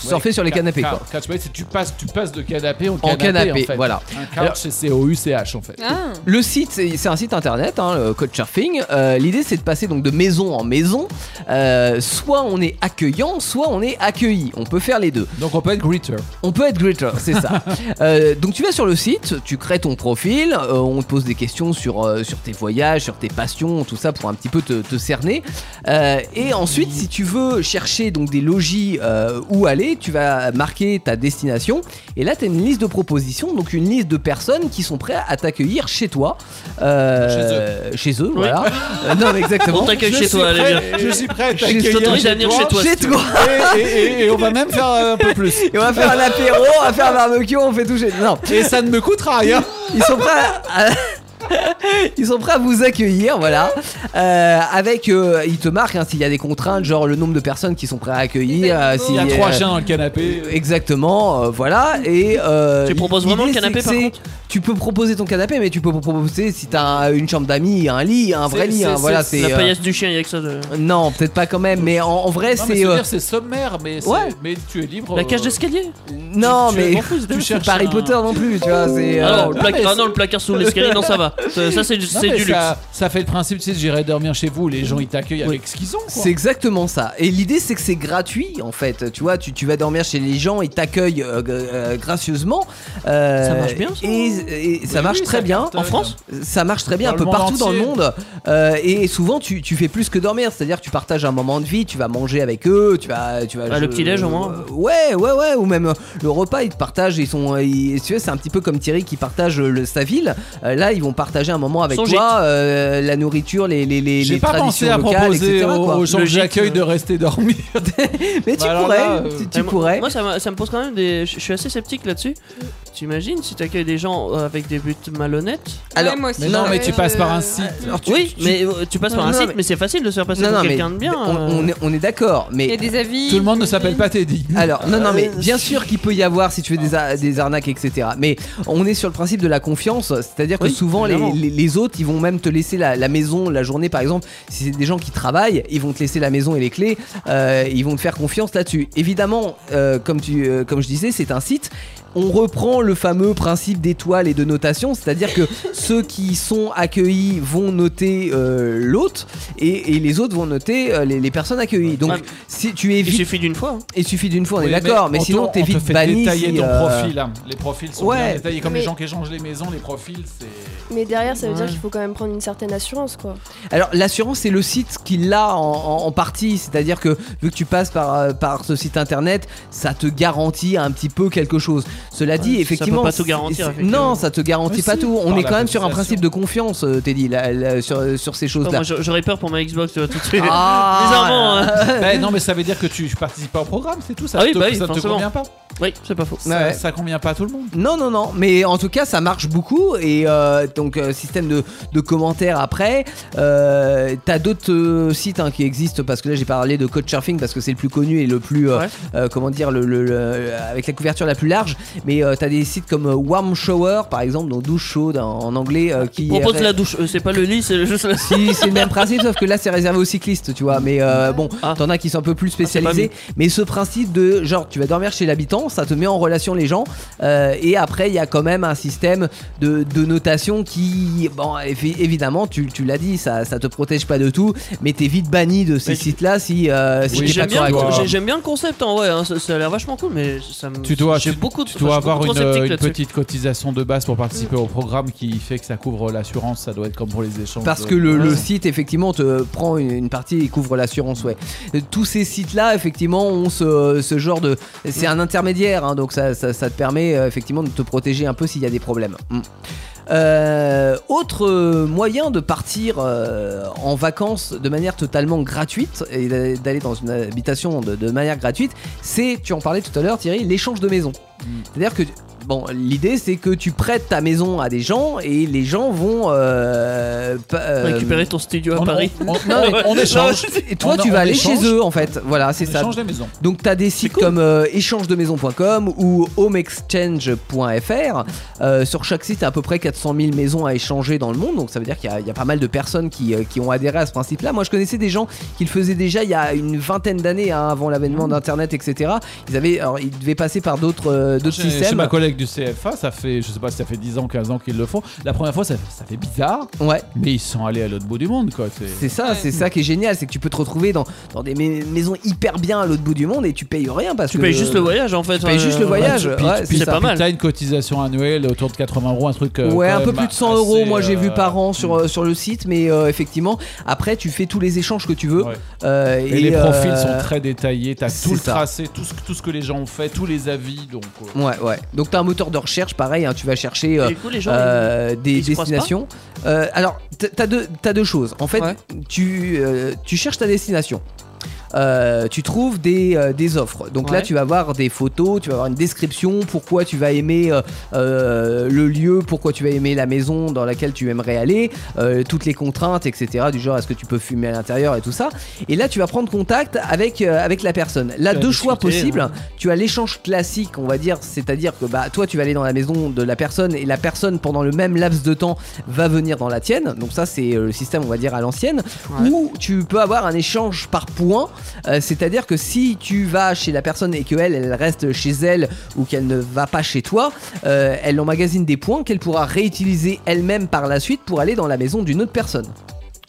Surfer sur les
Ca-
canapés
ca-
quoi.
Catchway, c'est tu passes, tu passes de canapé en
En
canapé.
canapé,
en fait.
voilà.
Un
Alors-
couch, c'est- c'est O-U-C-H en fait.
Ah.
Le site, c'est c'est un site internet, hein, le Couchsurfing. Euh, L'idée, c'est de passer donc de maison en maison. Euh, soit on est accueillant, soit on est accueilli. On peut faire les deux.
Donc on peut être greeter.
On peut être greeter, c'est ça. Euh, donc tu vas sur le site, tu crées ton profil, euh, on te pose des questions sur, euh, sur tes voyages, sur tes passions, tout ça pour un petit peu te, te cerner. Euh, et ensuite, si tu veux chercher donc des logis euh, où aller, tu vas marquer ta destination. Et là, tu as une liste de propositions, donc une liste de personnes qui sont prêtes à t'accueillir chez toi. Euh, chez eux. voilà. Euh, non, mais
On
exactement.
t'accueille
Je
chez
suis
toi, allez
prêt-
viens.
Je suis prêt à
Je t'autorise à venir
t'accueillir
chez toi.
Chez
si tu veux.
toi.
Et, et- et on va même faire un peu plus.
Et on va faire un apéro, on va faire un barbecue, on fait tout chez... Non.
Et ça ne me coûtera rien.
Ils sont prêts à... Ils sont prêts à vous accueillir, voilà. Euh, avec, euh, ils te marquent hein, s'il y a des contraintes, genre le nombre de personnes qui sont prêts à accueillir. euh, s'il
Il y a trois
euh,
chiens dans le canapé.
Exactement, euh, voilà. Et euh,
Tu proposes vraiment
l'idée,
le canapé,
c'est que
par
c'est-
contre
Tu peux proposer ton canapé, mais tu peux proposer si t'as une chambre d'amis, un lit, un vrai
C'est-
lit.
c'est-
hein,
c'est-
voilà,
c'est
c'est.
La
euh,
paillasse du chien, il y a que ça. de-
non, peut-être pas quand même, mais en, en vrai,
Non, mais
c'est.
je veux
euh,
dire, c'est sommaire, mais, c'est-
ouais.
mais tu es libre.
La cage
euh,
d'escalier
non,
tu- tu-
mais
en plus,
tu
tu
cherches
cherches
pas Harry
un-
Potter non plus, tu vois. C'est.
Ah non,
euh,
le plac-
mais
ah
c'est-
non, le placard sous l'escalier, non, ça va. Ça, ça, c'est du,
Non,
c'est
mais
du luxe.
ça, ça fait le principe, tu sais, j'irai dormir chez vous, les gens ils t'accueillent avec ce qu'ils ont. quoi.
C'est exactement ça. Et l'idée, c'est que c'est gratuit, en fait. Tu vois, tu, tu vas dormir chez les gens, ils t'accueillent euh, g- euh, gracieusement. Euh,
Ça marche bien, ça
Et, et ça
Oui,
marche
oui,
très bien.
cartonne.
En France
Ça marche très bien
Dans
un peu
le monde
partout dans le
entier.
monde. Euh, et souvent, tu, tu fais plus que dormir. C'est-à-dire, tu partages un moment de vie, tu vas manger avec eux, tu vas. Tu vas
Ah, le petit-déj, au moins.
Euh, Ouais, ouais, ouais. Ou même euh, le repas, ils te partagent. Ils sont. ils- tu vois, c'est un petit peu comme Thierry qui partage euh, le, sa ville. Euh, là, ils vont partager un moment avec
Son
toi, euh, la nourriture, les, les, les,
J'ai
les
pas
traditions
pensé à
locales,
proposer
etc.,
aux,
quoi.
aux gens
Le
que
gîte,
j'accueille
euh.
de rester dormir.
Mais tu
Bah alors
pourrais,
là, euh,
tu, tu
Ouais, moi-
pourrais.
Moi, ça, me- ça me pose quand même des. Je je suis assez sceptique là-dessus. T'imagines si t'accueilles des gens euh, avec des buts malhonnêtes
Alors,
Ouais, moi aussi,
Mais non, mais
j'aurais-
tu passes par un site.
alors Ah, tu-
Oui,
tu-
mais euh, tu passes par
Non,
un
non,
site,
mais-
mais c'est facile de se faire passer
non, non,
pour
mais
quelqu'un de bien.
on,
euh.
on est, on est d'accord,
Il y a
mais.
des avis.
Tout le monde ne s'appelle pas Teddy.
Alors, non, non, mais bien sûr qu'il peut y avoir si tu fais des, a- des arnaques, etc. Mais on est sur le principe de la confiance, c'est-à-dire que
Oui,
souvent les,
évidemment.
les- les autres, ils vont même te laisser la, la maison la journée, par exemple. Si c'est des gens qui travaillent, ils vont te laisser la maison et les clés, euh, ils vont te faire confiance là-dessus. Évidemment, euh, comme, tu, euh, comme je disais, c'est un site. On reprend le fameux principe d'étoiles et de notation, c'est-à-dire que ceux qui sont accueillis vont noter euh, l'hôte et, et les autres vont noter euh, les, les personnes accueillies. Donc
Ouais.
si tu
Il
évites,
suffit d'une fois. hein.
il suffit d'une fois, on
Oui,
est d'accord, mais,
on te-
sinon
on te
t'évites
fait
banni.
détailler
si,
ton
euh,
profil. hein. Les profils sont
ouais.
bien détaillés. Comme les
Mais-
gens qui échangent les maisons, les profils, c'est.
Mais derrière, ça veut dire
Ouais.
qu'il faut quand même prendre une certaine assurance, quoi.
Alors l'assurance c'est le site qui l'a en, en- en partie, c'est-à-dire que vu que tu passes par, euh, par ce site internet, ça te garantit un petit peu quelque chose. Cela dit,
ça
effectivement,
peut pas tout
c'est-
garantir,
c'est-
effectivement.
Non, ça te garantit
Ouais,
pas
si,
tout. On
par
est
la
quand même sur un
cotisation.
principe de confiance, euh, Teddy, là, là, sur, euh, sur ces
Oh,
choses-là.
moi, j'a- j'aurais peur pour ma Xbox tu vois, tout de suite.
Ah,
Bizarrement, hein. euh,
là.
Ben, non, mais ça veut dire que tu participes pas au programme, c'est tout. Ça
Ah
ne
oui,
te,
bah oui,
ça ne te
forcément.
convient pas.
Oui, c'est pas faux.
Ça,
Ouais.
ça convient pas à tout le monde.
Non, non, non, mais en tout cas, ça marche beaucoup. Et euh, donc, euh, système de, de commentaires après. Euh, T'as d'autres euh, sites hein, qui existent parce que là, j'ai parlé de Couchsurfing parce que c'est le plus connu et le plus, euh,
Ouais.
euh, comment dire, le, le- le- avec la couverture la plus large. Mais euh, t'as des sites comme euh, Warm Shower, par exemple, donc douche chaude en, en anglais, euh, qui
Il propose
est-
la douche. Euh, c'est pas le lit, c'est juste la.
si, c'est le même principe, sauf que là, c'est réservé aux cyclistes, tu vois. Mais euh, bon,
Ah.
t'en as qui sont un peu plus
Ah, c'est
spécialisés. mais ce principe de genre, tu vas dormir chez l'habitant, ça te met en relation les gens. euh, et après, il y a quand même un système de, de notation qui, bon, évi- évidemment, tu, tu l'as dit, ça, ça te protège pas de tout, mais t'es vite banni de ces
Mais-
sites-là si, euh, si
Oui,
t'es
J'aime
pas
bien,
tu
le-
correct.
dois-
j'ai- j'aime bien le concept en ouais, hein, ça, ça a l'air vachement cool, mais ça me.
Tu dois,
j'ai
tu-
beaucoup de-
tu dois
je suis
avoir
beaucoup
une, euh,
trop sceptique
une
là-dessus.
petite cotisation de base pour participer au programme qui fait que ça couvre l'assurance. Ça doit être comme pour les échanges.
Parce
de-
que le, le
Ouais.
site, effectivement, te prend une, une partie et couvre l'assurance, ouais. Euh, Tous ces sites-là, effectivement, ont ce, ce genre de. C'est un intermédiaire, hein, donc ça, ça- ça te permet, euh, effectivement, de te protéger un peu s'il y a des problèmes. Mm. Euh, autre euh, moyen de partir euh, en vacances de manière totalement gratuite et d'a- d'aller dans une habitation de, de manière gratuite, c'est, tu en parlais tout à l'heure Thierry, l'échange de maison.
Mm.
C'est-à-dire que, bon, l'idée c'est que tu prêtes ta maison à des gens et les gens vont... euh, pa- euh,
Récupérer ton studio à
On-
Paris.
on- on-
Non, mais-
on échange.
Et toi,
On-
tu
on
vas aller
échange.
chez eux en fait. Voilà, c'est
On
ça.
échange des maisons.
Donc t'as des sites
cool.
comme euh, échange-de-maison.com ou homeexchange.fr. Euh, sur chaque site, t'as à peu près 400 000 maisons à échanger dans le monde. Donc ça veut dire qu'il y, a- il y a pas mal de personnes qui, euh, qui ont adhéré à ce principe-là. Moi, je connaissais des gens qui le faisaient déjà il y a une vingtaine d'années hein, avant
Mmh.
l'avènement d'Internet, etc. Ils avaient, alors, ils devaient passer par d'autres
Ah,
euh, d'autres
Chez- Chez
systèmes.
ma collègue du CFA, ça fait, je sais pas si ça fait 10 ans, 15 ans qu'ils le font. La première fois, ça, ça fait bizarre,
Ouais.
mais ils sont allés à l'autre bout du monde, quoi. C'est-
C'est ça, c'est ça qui est génial, c'est que tu peux te retrouver dans, dans des mais- maisons hyper bien à l'autre bout du monde et tu payes rien parce
Tu
que
payes juste le voyage en fait. euh,
tu payes juste le voyage,
puis-
ouais,
puis
c'est
c'est
ça.
pas
Puis
mal.
t'as une cotisation annuelle autour de 80 euros, un truc. euh,
ouais,
quand
un peu
même
plus de 100
assez,
euros, moi j'ai vu
euh,
par an sur, euh, sur le site, mais euh, effectivement, après tu fais tous les échanges que tu veux.
Ouais.
euh,
Et, les
euh,
profils sont très détaillés, t'as
c'est
tout le
ça.
tracé, tout ce, tout ce que les gens ont fait, tous les avis, donc. euh,
Ouais, ouais. Donc t'as un moteur de recherche, pareil, hein, tu vas chercher euh,
Et Du coup, les gens.
euh, des
ils se croisent
destinations. Euh, alors, t- t'as deux, t'as deux choses. En fait,
Ouais.
tu, euh, tu cherches ta destination. Euh, tu trouves des, euh, des offres. Donc là,
Ouais.
tu vas voir des photos, tu vas voir une description, pourquoi tu vas aimer euh, euh, le lieu, pourquoi tu vas aimer la maison dans laquelle tu aimerais aller, euh, toutes les contraintes, etc. Du genre, est-ce que tu peux fumer à l'intérieur et tout ça. Et là, tu vas prendre contact avec, euh, avec la personne. Là,
Tu vas
deux choix
discuter,
possibles.
hein.
Tu as l'échange classique, on va dire, c'est-à-dire que bah, toi, tu vas aller dans la maison de la personne et la personne, pendant le même laps de temps, va venir dans la tienne. Donc, ça, c'est euh, le système, on va dire, à l'ancienne.
Ouais.
Ou tu peux avoir un échange par points, euh, c'est-à-dire que si tu vas chez la personne et qu'elle, elle reste chez elle ou qu'elle ne va pas chez toi, euh, elle emmagasine des points qu'elle pourra réutiliser elle-même par la suite pour aller dans la maison d'une autre personne.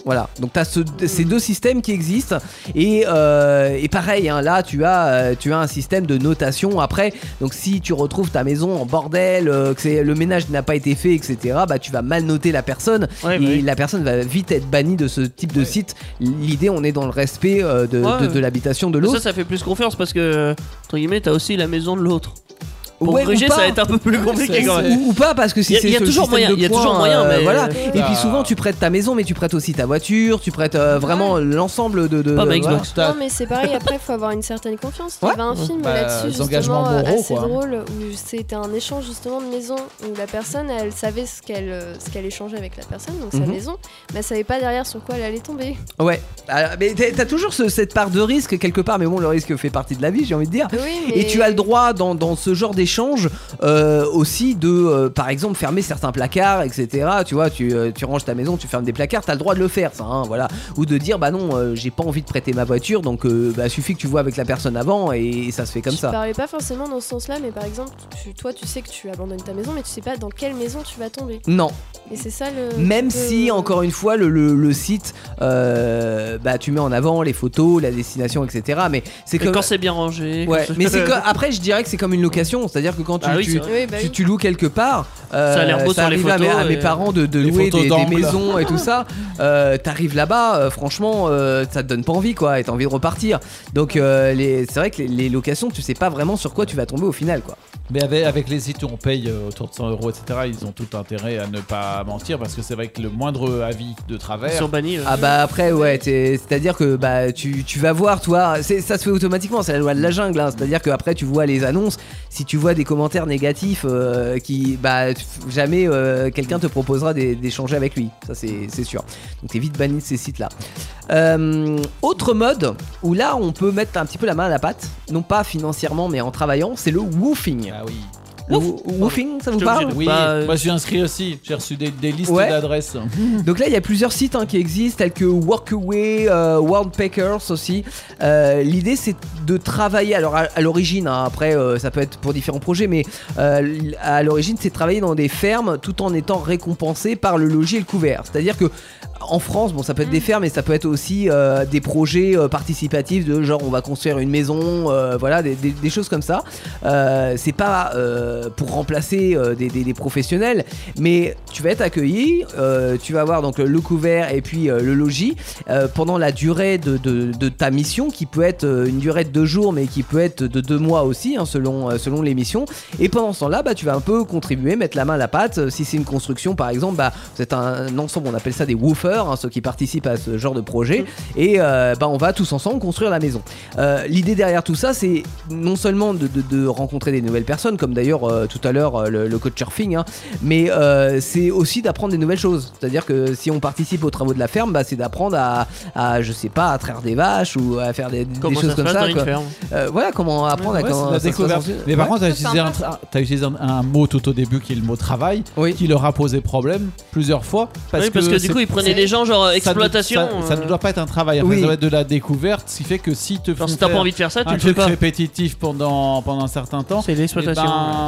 Voilà, donc tu as ces deux systèmes qui existent et, euh, et pareil, hein, là tu as, euh, tu as un système de notation après, donc si tu retrouves ta maison en bordel, euh, que c'est- le ménage n'a pas été fait, etc., bah tu vas mal noter la personne
Ouais,
et
bah oui.
la personne va vite être bannie de ce type de site. L'idée, on est dans le respect euh, de,
Ouais,
de-
ouais.
de l'habitation de
Mais Ça,
l'autre.
ça fait plus confiance parce que, entre guillemets, t'as aussi la maison de l'autre. Pour
Ouais, ou
gruger, ça
pas.
va être un peu plus compliqué
c'est-
quand même.
Ou, ou pas parce que si
Y a-
c'est
y a
sur le
toujours
système
moyen,
de
y a
points, euh,
toujours moyen, mais- euh,
voilà. Et
Bah-
puis souvent tu prêtes ta maison mais tu prêtes aussi ta voiture, tu prêtes euh, vraiment l'ensemble de, de
Pas ma
voilà.
Xbox.
T'as-
Non, mais c'est pareil, après, il faut avoir une certaine confiance. Il
Ouais.
y avait un film
Bah,
là-dessus,
les
justement,
engagements
euh,
moraux,
assez
quoi.
drôle, où c'était un échange, justement, de maison, où la personne, elle savait ce qu'elle euh, ce qu'elle échangeait avec la personne, donc sa
Mhm.
maison, mais elle savait pas derrière sur quoi elle allait tomber.
Ouais. Alors, Ah, mais t'as t'as toujours ce- cette part de risque quelque part mais bon le risque fait partie de la vie, j'ai envie de dire.
Oui, mais...
Et tu as le droit dans, dans ce genre échanges euh, aussi de, euh, par exemple, fermer certains placards, etc. Tu vois, tu, euh, tu ranges ta maison, tu fermes des placards, t'as le droit de le faire, ça, hein, voilà. Ou de dire, bah non, euh, j'ai pas envie de prêter ma voiture, donc euh, bah, suffit que tu vois avec la personne avant et, ça se fait comme
je
ça.
parlais pas forcément dans ce sens-là, mais par exemple, tu- toi, tu sais que tu abandonnes ta maison, mais tu sais pas dans quelle maison tu vas tomber.
Non,
Et c'est ça le.
Même
le-
si, encore une fois, le, le- le site, euh, bah, tu mets en avant les photos, la destination, etc. Mais c'est
Et
comme.
quand c'est bien rangé.
Ouais,
comme ça-
mais c'est que après je dirais que c'est comme une location, c'est-à-dire que quand tu,
Ah oui,
tu-
c'est vrai.
Oui, bah
tu-
oui.
tu loues quelque part, euh,
Ça a l'air beau sur les
arrivait à mes-
photos
à mes,
et-
parents de, de
Les
louer
photos
des, des
d'angle.
maisons et tout ça. Euh, T'arrives là-bas, euh, franchement, euh, ça te donne pas envie, quoi, et t'as envie de repartir. Donc euh, les- c'est vrai que les, les locations, tu sais pas vraiment sur quoi tu vas tomber au final, quoi.
Mais avec, avec les sites où on paye euh, autour de 100 euros, etc., ils ont tout intérêt à ne pas mentir parce que c'est vrai que le moindre avis de
Ils
travers.
sont bannis. euh. ouais.
Ah bah après ouais, t'es- c'est-à-dire que bah tu, tu vas voir toi, c'est- ça se fait automatiquement, c'est la loi de la jungle, hein. c'est-à-dire que après tu vois les annonces, si tu vois des commentaires négatifs euh, qui bah f- jamais euh, quelqu'un te proposera d'é- d'échanger avec lui, ça c'est c'est sûr. Donc t'es vite banni de ces sites là. Euh, autre mode où là on peut mettre un petit peu la main à la pâte, non pas financièrement mais en travaillant, c'est le woofing.
Ah oui.
Le wo- woofing, ça vous
J'étais
parle
obligé
Oui,
Bah, euh,
moi je suis inscrit aussi. J'ai reçu des, des listes
Ouais.
d'adresses.
Donc là, il y a plusieurs sites hein, qui existent, tels que Workaway, euh, Worldpackers aussi. Euh, L'idée, c'est de travailler. Alors à, à l'origine, hein, après, euh, ça peut être pour différents projets, mais euh, l- à l'origine, c'est de travailler dans des fermes tout en étant récompensé par le logis et le couvert. C'est-à-dire que en France, bon, ça peut être des fermes, mais ça peut être aussi euh, des projets euh, participatifs de genre on va construire une maison, euh, voilà, des, des- des choses comme ça. Euh, c'est pas euh, pour remplacer euh, des, des- des professionnels, mais tu vas être accueilli, euh, tu vas avoir donc le couvert et puis euh, le logis euh, pendant la durée de, de- de ta mission, qui peut être euh, une durée de deux jours, mais qui peut être de deux mois aussi, hein, selon, euh, selon les missions. Et pendant ce temps-là, bah, tu vas un peu contribuer, mettre la main à la pâte. Euh, Si c'est une construction, par exemple, bah, vous êtes un, un ensemble, on appelle ça des woofers, hein, ceux qui participent à ce genre de projet.
Mm.
Et euh, bah, on va tous ensemble construire la maison. Euh, L'idée derrière tout ça, c'est non seulement de, de- de rencontrer des nouvelles personnes, comme d'ailleurs euh, tout à l'heure euh, le, le coach surfing, hein, mais euh, c'est aussi d'apprendre des nouvelles choses. C'est-à-dire que si on participe aux travaux de la ferme, bah, c'est d'apprendre à, à, je sais pas, à traire des vaches ou à faire des, des
Comment
choses
ça se
comme
passe
ça.
dans une
quoi.
ferme
Euh, voilà comment apprendre à
Ouais,
comment
c'est
ça
la
se passe
découverte.
ensuite.
Mais par
Ouais.
contre, t'as utilisé, un, tra- t'as utilisé un, un mot tout au début qui est le mot travail,
Oui.
qui leur a posé problème plusieurs fois. Parce,
Oui, parce que, du
c'est-
coup, ils prenaient des gens genre euh, exploitation.
Ça, ne- ça- ça ne
euh,
doit pas être un travail, après,
Oui.
ça doit être de la découverte, ce qui fait que si te font
genre, si t'as pas
faire
envie de faire ça, tu
un
le fais
truc
pas.
répétitif pendant, pendant un certain temps,
C'est
eh ben,
l'exploitation.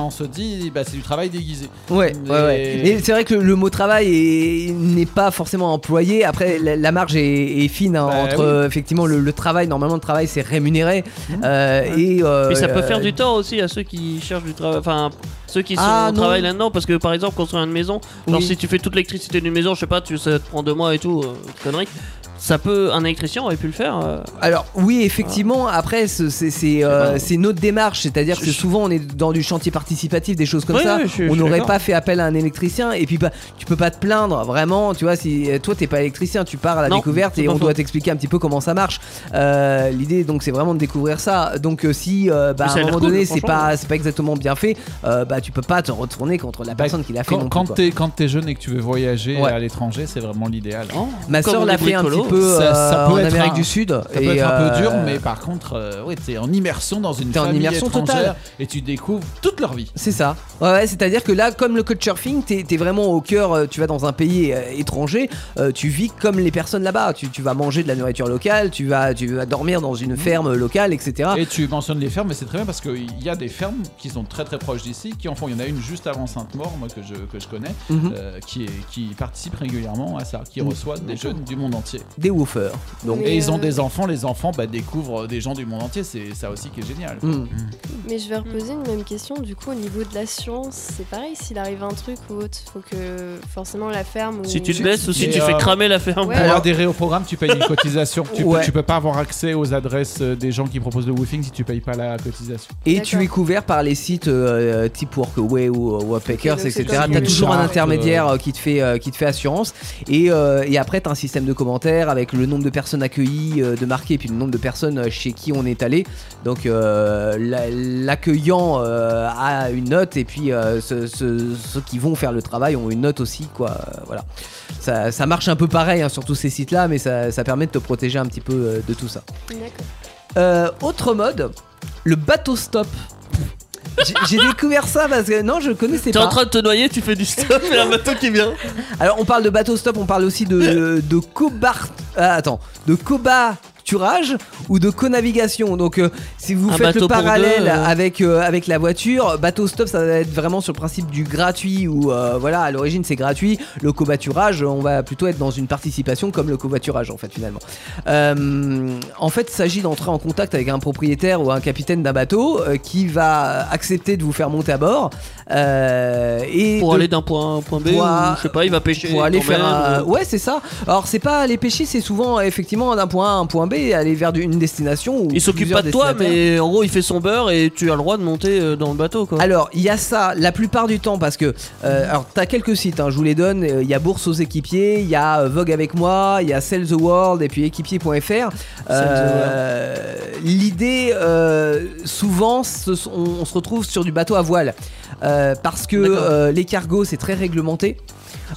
on se dit bah, c'est du travail déguisé.
Ouais, ouais, ouais.
Mais-
Mais c'est vrai que le, le mot travail est- n'est pas forcément employé. Après, la, la marge est, est fine hein,
Bah,
entre
oui. Mmh.
euh, effectivement le, le travail. Normalement, le travail c'est rémunéré euh, et euh,
Mais ça peut
euh,
faire du tort aussi à ceux qui cherchent du travail. Enfin, ceux qui sont
Ah,
au
non.
travail là-dedans. Parce que par exemple, construire une maison, genre
Oui.
si tu fais toute l'électricité d'une maison, je sais pas, tu, ça te prend deux mois et tout, euh, conneries. Ça peut, un électricien aurait pu le faire. euh.
Alors oui, effectivement. Après, ce- c'est c'est euh, c'est notre démarche, c'est-à-dire que
Je-
souvent on est dans du chantier participatif, des choses comme
Ouais,
ça.
ouais, je suis- je
on
suis
n'aurait
d'accord.
pas fait appel à un électricien. Et puis bah, tu peux pas te plaindre vraiment. Tu vois, si euh, toi t'es pas électricien, tu pars à la
Non,
découverte
c'est
et
pas
on
faux.
doit t'expliquer un petit peu comment ça marche. Euh, L'idée donc c'est vraiment de découvrir ça. Donc euh, si euh, bah,
Mais ça
à un
a l'air
moment
cool,
donné c'est
franchement.
pas c'est pas exactement bien fait, euh, bah tu peux pas te retourner contre la
Bah,
personne qui l'a fait.
Quand,
non plus,
quand
quoi.
t'es- quand t'es jeune et que tu veux voyager
Ouais.
à l'étranger, c'est vraiment l'idéal.
Ma
Comme
soeur
on
l'a
est
fait un
bricolo,
petit peu
ça- ça
euh,
peut
en
être
Amérique
un-
du Sud.
Ça peut
et,
être un peu dur,
euh,
mais par contre, euh, ouais, t'es en immersion dans une
T'es en
famille
immersion
étrangère
totale.
et tu découvres toute leur vie.
C'est ça. Ouais, ouais, c'est-à-dire que là, comme le coach surfing, t'es t'es vraiment au cœur, euh, tu vas dans un pays euh, étranger, euh, tu vis comme les personnes là-bas. Tu, tu vas manger de la nourriture locale, tu vas, tu vas dormir dans une ferme locale, etc.
Et tu mentionnes les fermes, mais c'est très bien parce qu'il y a des fermes qui sont très très proches d'ici, qui en font. Il y en a une juste avant Sainte-Maure, moi que je, que je connais,
Mhm.
euh, qui, est- qui participe régulièrement à ça, qui reçoit des jeunes du monde entier.
Des woofers. Donc.
Mais,
et ils ont
euh,
des enfants, les enfants bah, découvrent des gens du monde entier, c'est ça aussi qui est génial.
Mm.
Mais je vais reposer une même question. Du coup, au niveau de l'assurance, c'est pareil. S'il arrive un truc ou autre, faut que forcément la ferme. Ou...
Si tu te blesses ou si
Mais,
tu
euh,
fais cramer la ferme.
Ouais.
Pour
Alors-
adhérer au programme, tu payes une cotisation. tu,
Ouais.
peux, tu peux pas avoir accès aux adresses euh, des gens qui proposent le woofing si tu payes pas la cotisation.
Et tu
D'accord.
es couvert par les sites euh, type Workaway ou euh, Webpackers,
Ok, donc c'est
etc.
comme
T'as
une
toujours un
charte,
intermédiaire euh, qui, te fait, euh, qui te fait assurance. Et, euh, et après, t'as un système de commentaires avec le nombre de personnes accueillies, euh, de marquées, et puis le nombre de personnes euh, chez qui on est allé. Donc euh, la- l'accueillant euh, a une note, et puis euh, ceux, ceux- ceux qui vont faire le travail ont une note aussi, quoi. Euh, Voilà. Ça, ça marche un peu pareil hein, sur tous ces sites-là, mais ça, ça permet de te protéger un petit peu
Ah
euh, de tout ça.
D'accord.
Euh, autre mode, le bateau stop. J'ai- J'ai découvert ça parce que non, je connaissais
T'es
pas.
en train de te noyer, tu fais du stop, il y a un bateau qui vient.
Alors on parle de bateau stop, on parle aussi de de cobart. ah, attends, de cobaturage ou de co-navigation. Donc euh, si vous
Un
faites
bateau
le
pour
parallèle
deux, euh.
avec euh, avec la voiture, bateau stop ça va être vraiment sur le principe du gratuit où euh, voilà, à l'origine c'est gratuit, le cobaturage, on va plutôt être dans une participation comme le covoiturage en fait finalement. Euh, en fait, il s'agit d'entrer en contact avec un propriétaire ou un capitaine d'un bateau euh, qui va accepter de vous faire monter à bord euh, et
Pour
de-
aller d'un point A à un point B,
Pour
ou
a-
je sais pas, il va pêcher.
pour aller
quand
faire
même, euh,
un...
ou-
ouais c'est ça alors c'est pas aller pêcher c'est souvent effectivement d'un point A à un point B et aller vers du- une destination ou
Il s'occupe
plusieurs
pas de toi,
destinataires.
mais en gros, il fait son beurre et tu as le droit de monter euh, dans le bateau, quoi.
alors il y a ça la plupart du temps parce que euh, alors t'as quelques sites hein, je vous les donne Euh, il y a Bourse aux équipiers il y a euh, Vogue avec moi il y a Sell the World et puis équipier.fr Euh, l'idée euh, souvent ce sont- on, on se retrouve sur du bateau à voile Euh, parce que
D'accord.
euh, les cargos c'est très réglementé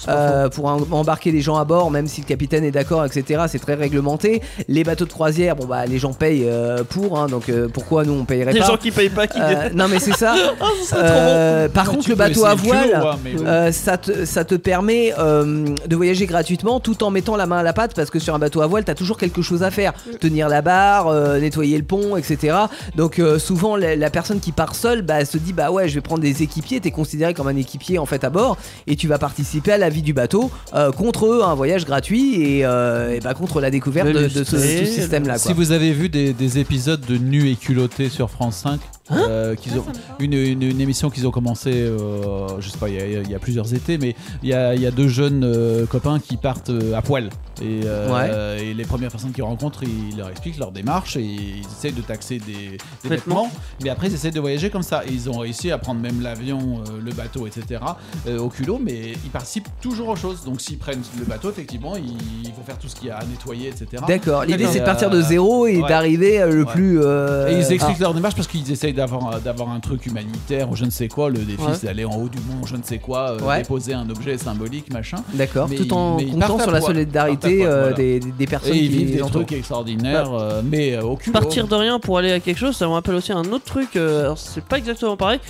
Euh, pour en- embarquer les gens à bord, même si le capitaine est d'accord, etc. C'est très réglementé. Les bateaux de croisière, bon bah les gens payent euh, pour, hein, donc euh, pourquoi nous on payerait
Les
pas
gens qui payent pas, qui
Euh, Non mais c'est ça.
serait
Euh, par
Non,
contre
tu
le
peux
bateau à
essayer le
voile,
culot, hein, mais bon.
euh, ça, te, ça te permet euh, de voyager gratuitement tout en mettant la main à la pâte parce que sur un bateau à voile, t'as toujours quelque chose à faire. Tenir la barre, euh, nettoyer le pont, etc. Donc euh, souvent la, la personne qui part seule, bah, elle se dit bah ouais, je vais prendre des équipiers. T'es considéré comme un équipier en fait à bord et tu vas participer à la vie du bateau euh, contre eux, un voyage gratuit et, euh, et bah, contre la découverte
Le
de, de ce,
lustré, le-
système là.
Si vous avez vu des, des épisodes de Nus et culottés sur France 5, euh, qu'ils ont, une, une- une émission qu'ils ont commencé, euh, je sais pas, il y a- il y, a- il y a plusieurs étés, mais il y a, il y a deux jeunes euh, copains qui partent euh, à poil. Et, euh, et les premières personnes qu'ils rencontrent, ils leur expliquent leur démarche et ils essayent de taxer des, des
Vêtements.
vêtements. Mais après, ils essayent de voyager comme ça. Et ils ont réussi à prendre même l'avion, euh, le bateau, etc. euh, au culot, mais ils participent toujours aux choses. Donc s'ils prennent le bateau, effectivement, ils, ils vont faire tout ce qu'il y a à nettoyer, etc.
D'accord, l'idée
D'accord.
c'est de partir de
Euh,
zéro et
ouais.
d'arriver euh, le
Ouais.
plus. euh,
Et ils
ah.
expliquent leur démarche parce qu'ils essayent d'avoir euh, d'avoir un truc humanitaire ou je ne sais quoi. Le défi,
Ouais.
c'est d'aller en haut du mont, je ne sais quoi, euh,
Ouais.
déposer un objet symbolique, machin.
D'accord,
Mais
tout en
ils- mais ils
comptant
partent à
sur la
poil. Ils
solidarité
partent à
euh,
poil, voilà.
des, des- des personnes
Et ils
qui
vivent des
les entourent.
trucs extraordinaires, euh, mais euh, au culot.
Partir de rien pour aller à quelque chose, ça me rappelle aussi un autre truc. euh, alors, c'est pas exactement pareil.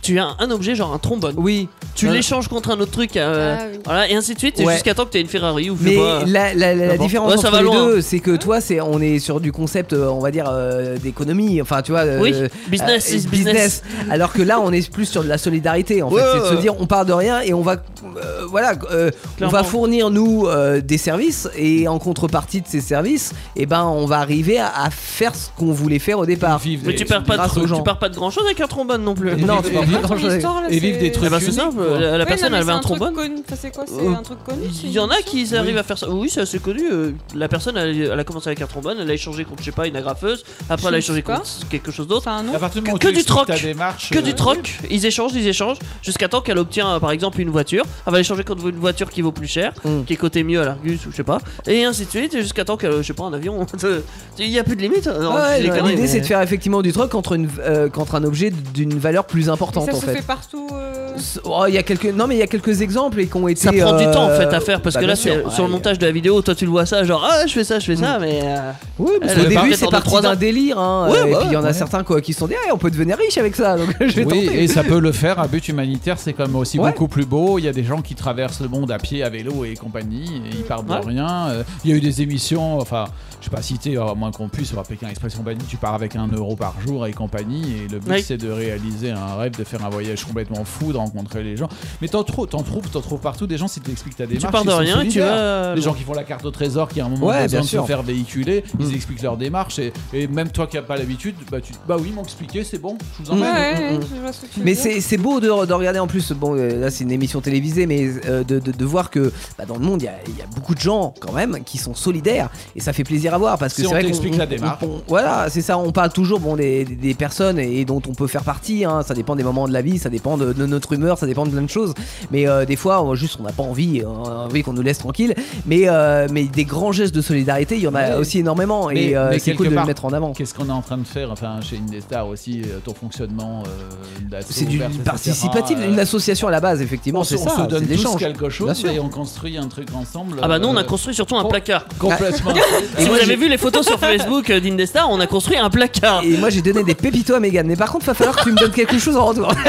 Tu as un objet, genre un trombone.
Oui,
Tu
Euh,
l'échanges contre un autre truc. euh,
Ah oui.
Voilà, et ainsi de suite, et
Ouais.
jusqu'à temps que t'aies une Ferrari ou je sais
mais
pas.
la, la- la
D'abord.
différence
Ouais, ça
entre
va
les
loin,
deux, c'est que toi, c'est on est sur du concept, euh, on va dire, euh, d'économie, enfin tu vois. euh,
Oui,
euh,
business
euh,
is business.
Alors que là, on est plus sur de la solidarité, en fait.
Ouais,
c'est de
ouais.
se dire, on part de rien et on va, euh, voilà, euh, on
Clairement.
va fournir nous euh, des services et en contrepartie de ces services, et ben, on va arriver à, à faire ce qu'on voulait faire au départ.
Ils vivent
Mais
des-
tu perds pas de
grâce aux
truc,
gens.
tu perds pas de grand chose avec un trombone non plus.
Et
Non,
vivent-
tu parles
vivent-
pas trop
Ton histoire, là,
et vivre
c'est-
des trucs.
Eh ben c'est
uniques,
simple,
quoi.
la, la
Ouais,
personne
non, mais
elle avait
c'est
un
truc
trombone.
connu. Enfin, c'est quoi C'est
Euh,
un truc connu c'est
Il
une
y en a
émission
qui arrivent à faire ça. Oui, c'est assez connu. euh, La personne elle, elle a commencé avec un trombone, elle a échangé contre, je sais pas, une agrafeuse. Après, elle a
Je
échangé
sais pas. Ah,
contre quelque chose d'autre.
Enfin, un nom.
À partir du moment
Que
où
du
tu expliques
troc.
ta démarche,
Que
euh,
du troc, ils échangent, ils échangent, jusqu'à temps qu'elle obtient euh, par exemple une voiture, elle va échanger contre une voiture qui vaut plus cher,
Mm.
qui est cotée mieux à l'Argus ou je sais pas, et ainsi de suite, et jusqu'à temps qu'elle, je sais pas, un avion, il y a plus de limite. Non,
Ah ouais,
je dis des conneries,
L'idée
mais-
c'est de faire effectivement du troc contre, une, euh, contre un objet d'une valeur plus
Mais
importante
ça
en
se fait,
fait.
partout. euh,
S- oh, il y a quelques non mais il y a quelques exemples et qui ont été.
Ça prend du
euh,
temps en fait à faire parce
bah,
que là
bien sûr,
c'est-
ouais. Mm.
sur le montage de la vidéo toi tu le vois ça genre ah je fais ça je fais ça mais euh,
Oui, parce
Elle
qu'au
est
début
parfaite en
c'est
deux,
parti
trois ans.
d'un délire hein,
Ouais,
euh, et
bah
puis il y en a
ouais.
certains quoi qui se sont dit ah, on peut devenir riche avec ça donc je vais
Oui,
tenter.
et ça peut le faire à but humanitaire, c'est quand même aussi
Ouais.
beaucoup plus beau. Il y a des gens qui traversent le monde à pied, à vélo et compagnie, et ils partent de
Ouais.
rien. Euh, Il y a eu des émissions, enfin, je sais pas citer, à moins qu'on puisse, sur Pékin Express et compagnie, tu pars avec un euro par jour et compagnie, et le but
Ouais.
c'est de réaliser un rêve, de faire un voyage complètement fou, de rencontrer les gens. Mais t'en trou- t'en trouves, t'en trouves partout des gens si tu expliques ta démarche.
tu pars de
ils sont
rien et tu
solidaires.
vas euh,
Les gens qui font la carte au trésor, qui à un moment
Ouais,
ont
bien
besoin de se
sûr.
faire véhiculer,
Mm.
ils expliquent leur démarche. Et, et même toi qui n'as pas l'habitude, bah, tu, bah oui, ils m'ont expliqué, c'est bon, je vous
Mm.
emmène.
Ouais, ouais,
mm,
je vois ce que tu veux
Mais
dire.
c'est c'est beau de, de regarder en plus, bon euh, là c'est une émission télévisée, mais euh, de, de- de voir que bah, dans le monde il y a- il y, a beaucoup de gens quand même qui sont solidaires et ça fait plaisir à voir parce que
Si
c'est
on
vrai
t'explique
qu'on-
la
on-
démarche.
on- voilà, c'est ça, on parle toujours bon, des, des- des personnes et, dont on peut faire partie, hein, ça dépend des moments de la vie, ça dépend de, de notre rumeurs, ça dépend de plein de choses. Mais euh, des fois, on- juste, on n'a pas envie, hein, on a envie qu'on nous laisse tranquille. Mais, euh, mais des grands gestes de solidarité, il y en a
Ouais.
aussi énormément.
Mais-
et euh,
mais
c'est cool
quelque
de
part,
le mettre en avant.
Qu'est-ce qu'on est en train de faire enfin, chez Indestar aussi, euh, ton fonctionnement euh, d'assaut
C'est du
ouverte, etc.,
participatif,
euh,
une association à la base, effectivement.
on
C'est
se,
ça,
on se
c'est
donne
de
tous
l'échange.
quelque
Bien
chose
sûr.
et on construit un truc ensemble.
Ah bah nous on a
euh,
construit surtout un placard.
Complètement.
Si vous
moi,
avez
j'ai-
vu les photos sur Facebook euh, d'Indestar, on a construit un placard.
Et moi j'ai donné des pépitos à Megan, mais par contre, va falloir que tu me donnes quelque chose en retour.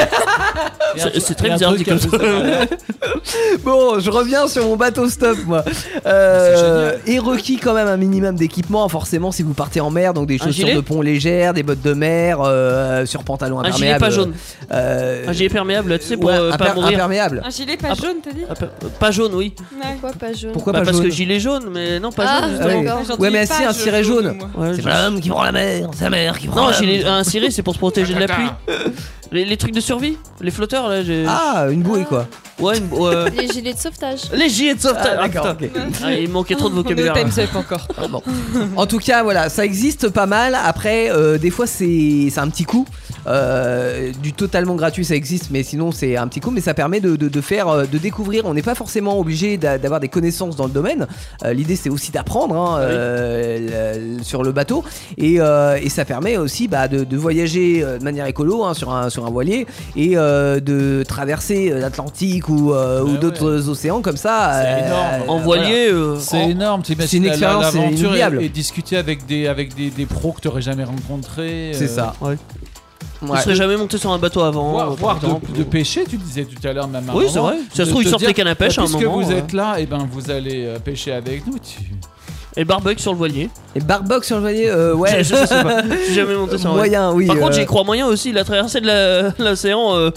C'est c'est très
Et un
bizarre
truc
dit comme
un
ça.
peu sympa.
Bon, je reviens sur mon bateau stop, moi. Euh, et requis quand même un minimum d'équipement, forcément, si vous partez en mer, donc des
Un
chaussures
gilet
de pont légères, des bottes de mer, euh, sur pantalon
Un
imperméable.
gilet pas jaune.
Euh,
Un gilet perméable, tu sais, pour
ouais,
euh, pas
imper-
mourir.
imperméable.
Un gilet pas
Ah,
jaune, t'as dit
Ah, pa- euh, Pas jaune, oui.
Ah.
Pourquoi pas jaune
Pourquoi
Bah,
pas
parce
jaune
que gilet jaune, mais non, pas
Ah,
jaune.
Ah oui.
d'accord.
J'entends
Ouais, mais
pas
si, un
je-
ciré jaune.
moi.
Ouais,
C'est
je-
l'homme qui prend la mer, sa mère qui prend
Non,
la
gilet- un ciré, c'est pour se protéger de la pluie. Les, les trucs de survie, les flotteurs, là, j'ai.
Ah, une bouée quoi.
Ouais, une- ouais.
Les gilets de sauvetage.
Les gilets de sauvetage.
Ah, d'accord,
Ah, putain. Ah, il manquait trop de vocabulaire. là.
encore.
En tout cas, voilà, ça existe pas mal. Après, euh, des fois, c'est c'est un petit coup. Euh, du totalement gratuit, ça existe, mais sinon, c'est un petit coup. Mais ça permet de, de- de faire, euh, de découvrir. On n'est pas forcément obligé d'a- d'avoir des connaissances dans le domaine. Euh, L'idée, c'est aussi d'apprendre hein,
Ah
euh, le- sur le bateau. Et, euh, et ça permet aussi bah, de, de voyager euh, de manière écolo hein, sur, un, sur un voilier et euh, de traverser euh, l'Atlantique ou, euh, ou
Ah Ouais,
d'autres océans comme ça. euh,
C'est énorme.
En
Voilà.
voilier, euh,
C'est
en-
énorme, tu
C'est une expérience, c'est
l'aventure
inoubliable.
et, et discuter avec des, avec des, des pros que tu n'aurais jamais rencontrés.
C'est
euh,
ça.
ouais.
Ouais.
il serait jamais monté sur un bateau avant. euh,
Voir,
par
voir
exemple.
de, de pêcher, tu disais tout à l'heure, même à un
Oui, c'est
moment,
vrai. Ça
de
se trouve,
te
ils sortent
dire, bah,
les cannes à pêche à un
Puisque
moment, hein. euh.
vous
ouais.
êtes là, et ben vous allez euh, pêcher avec nous. tu-
Et barbecue sur le voilier.
Et Barbox sur le voilier, euh, ouais.
je, je sais pas. Je suis jamais monté sur un voilier.
Moyen, oui.
Par contre,
euh,
j'y crois moyen aussi. La traversée de la- l'océan, euh,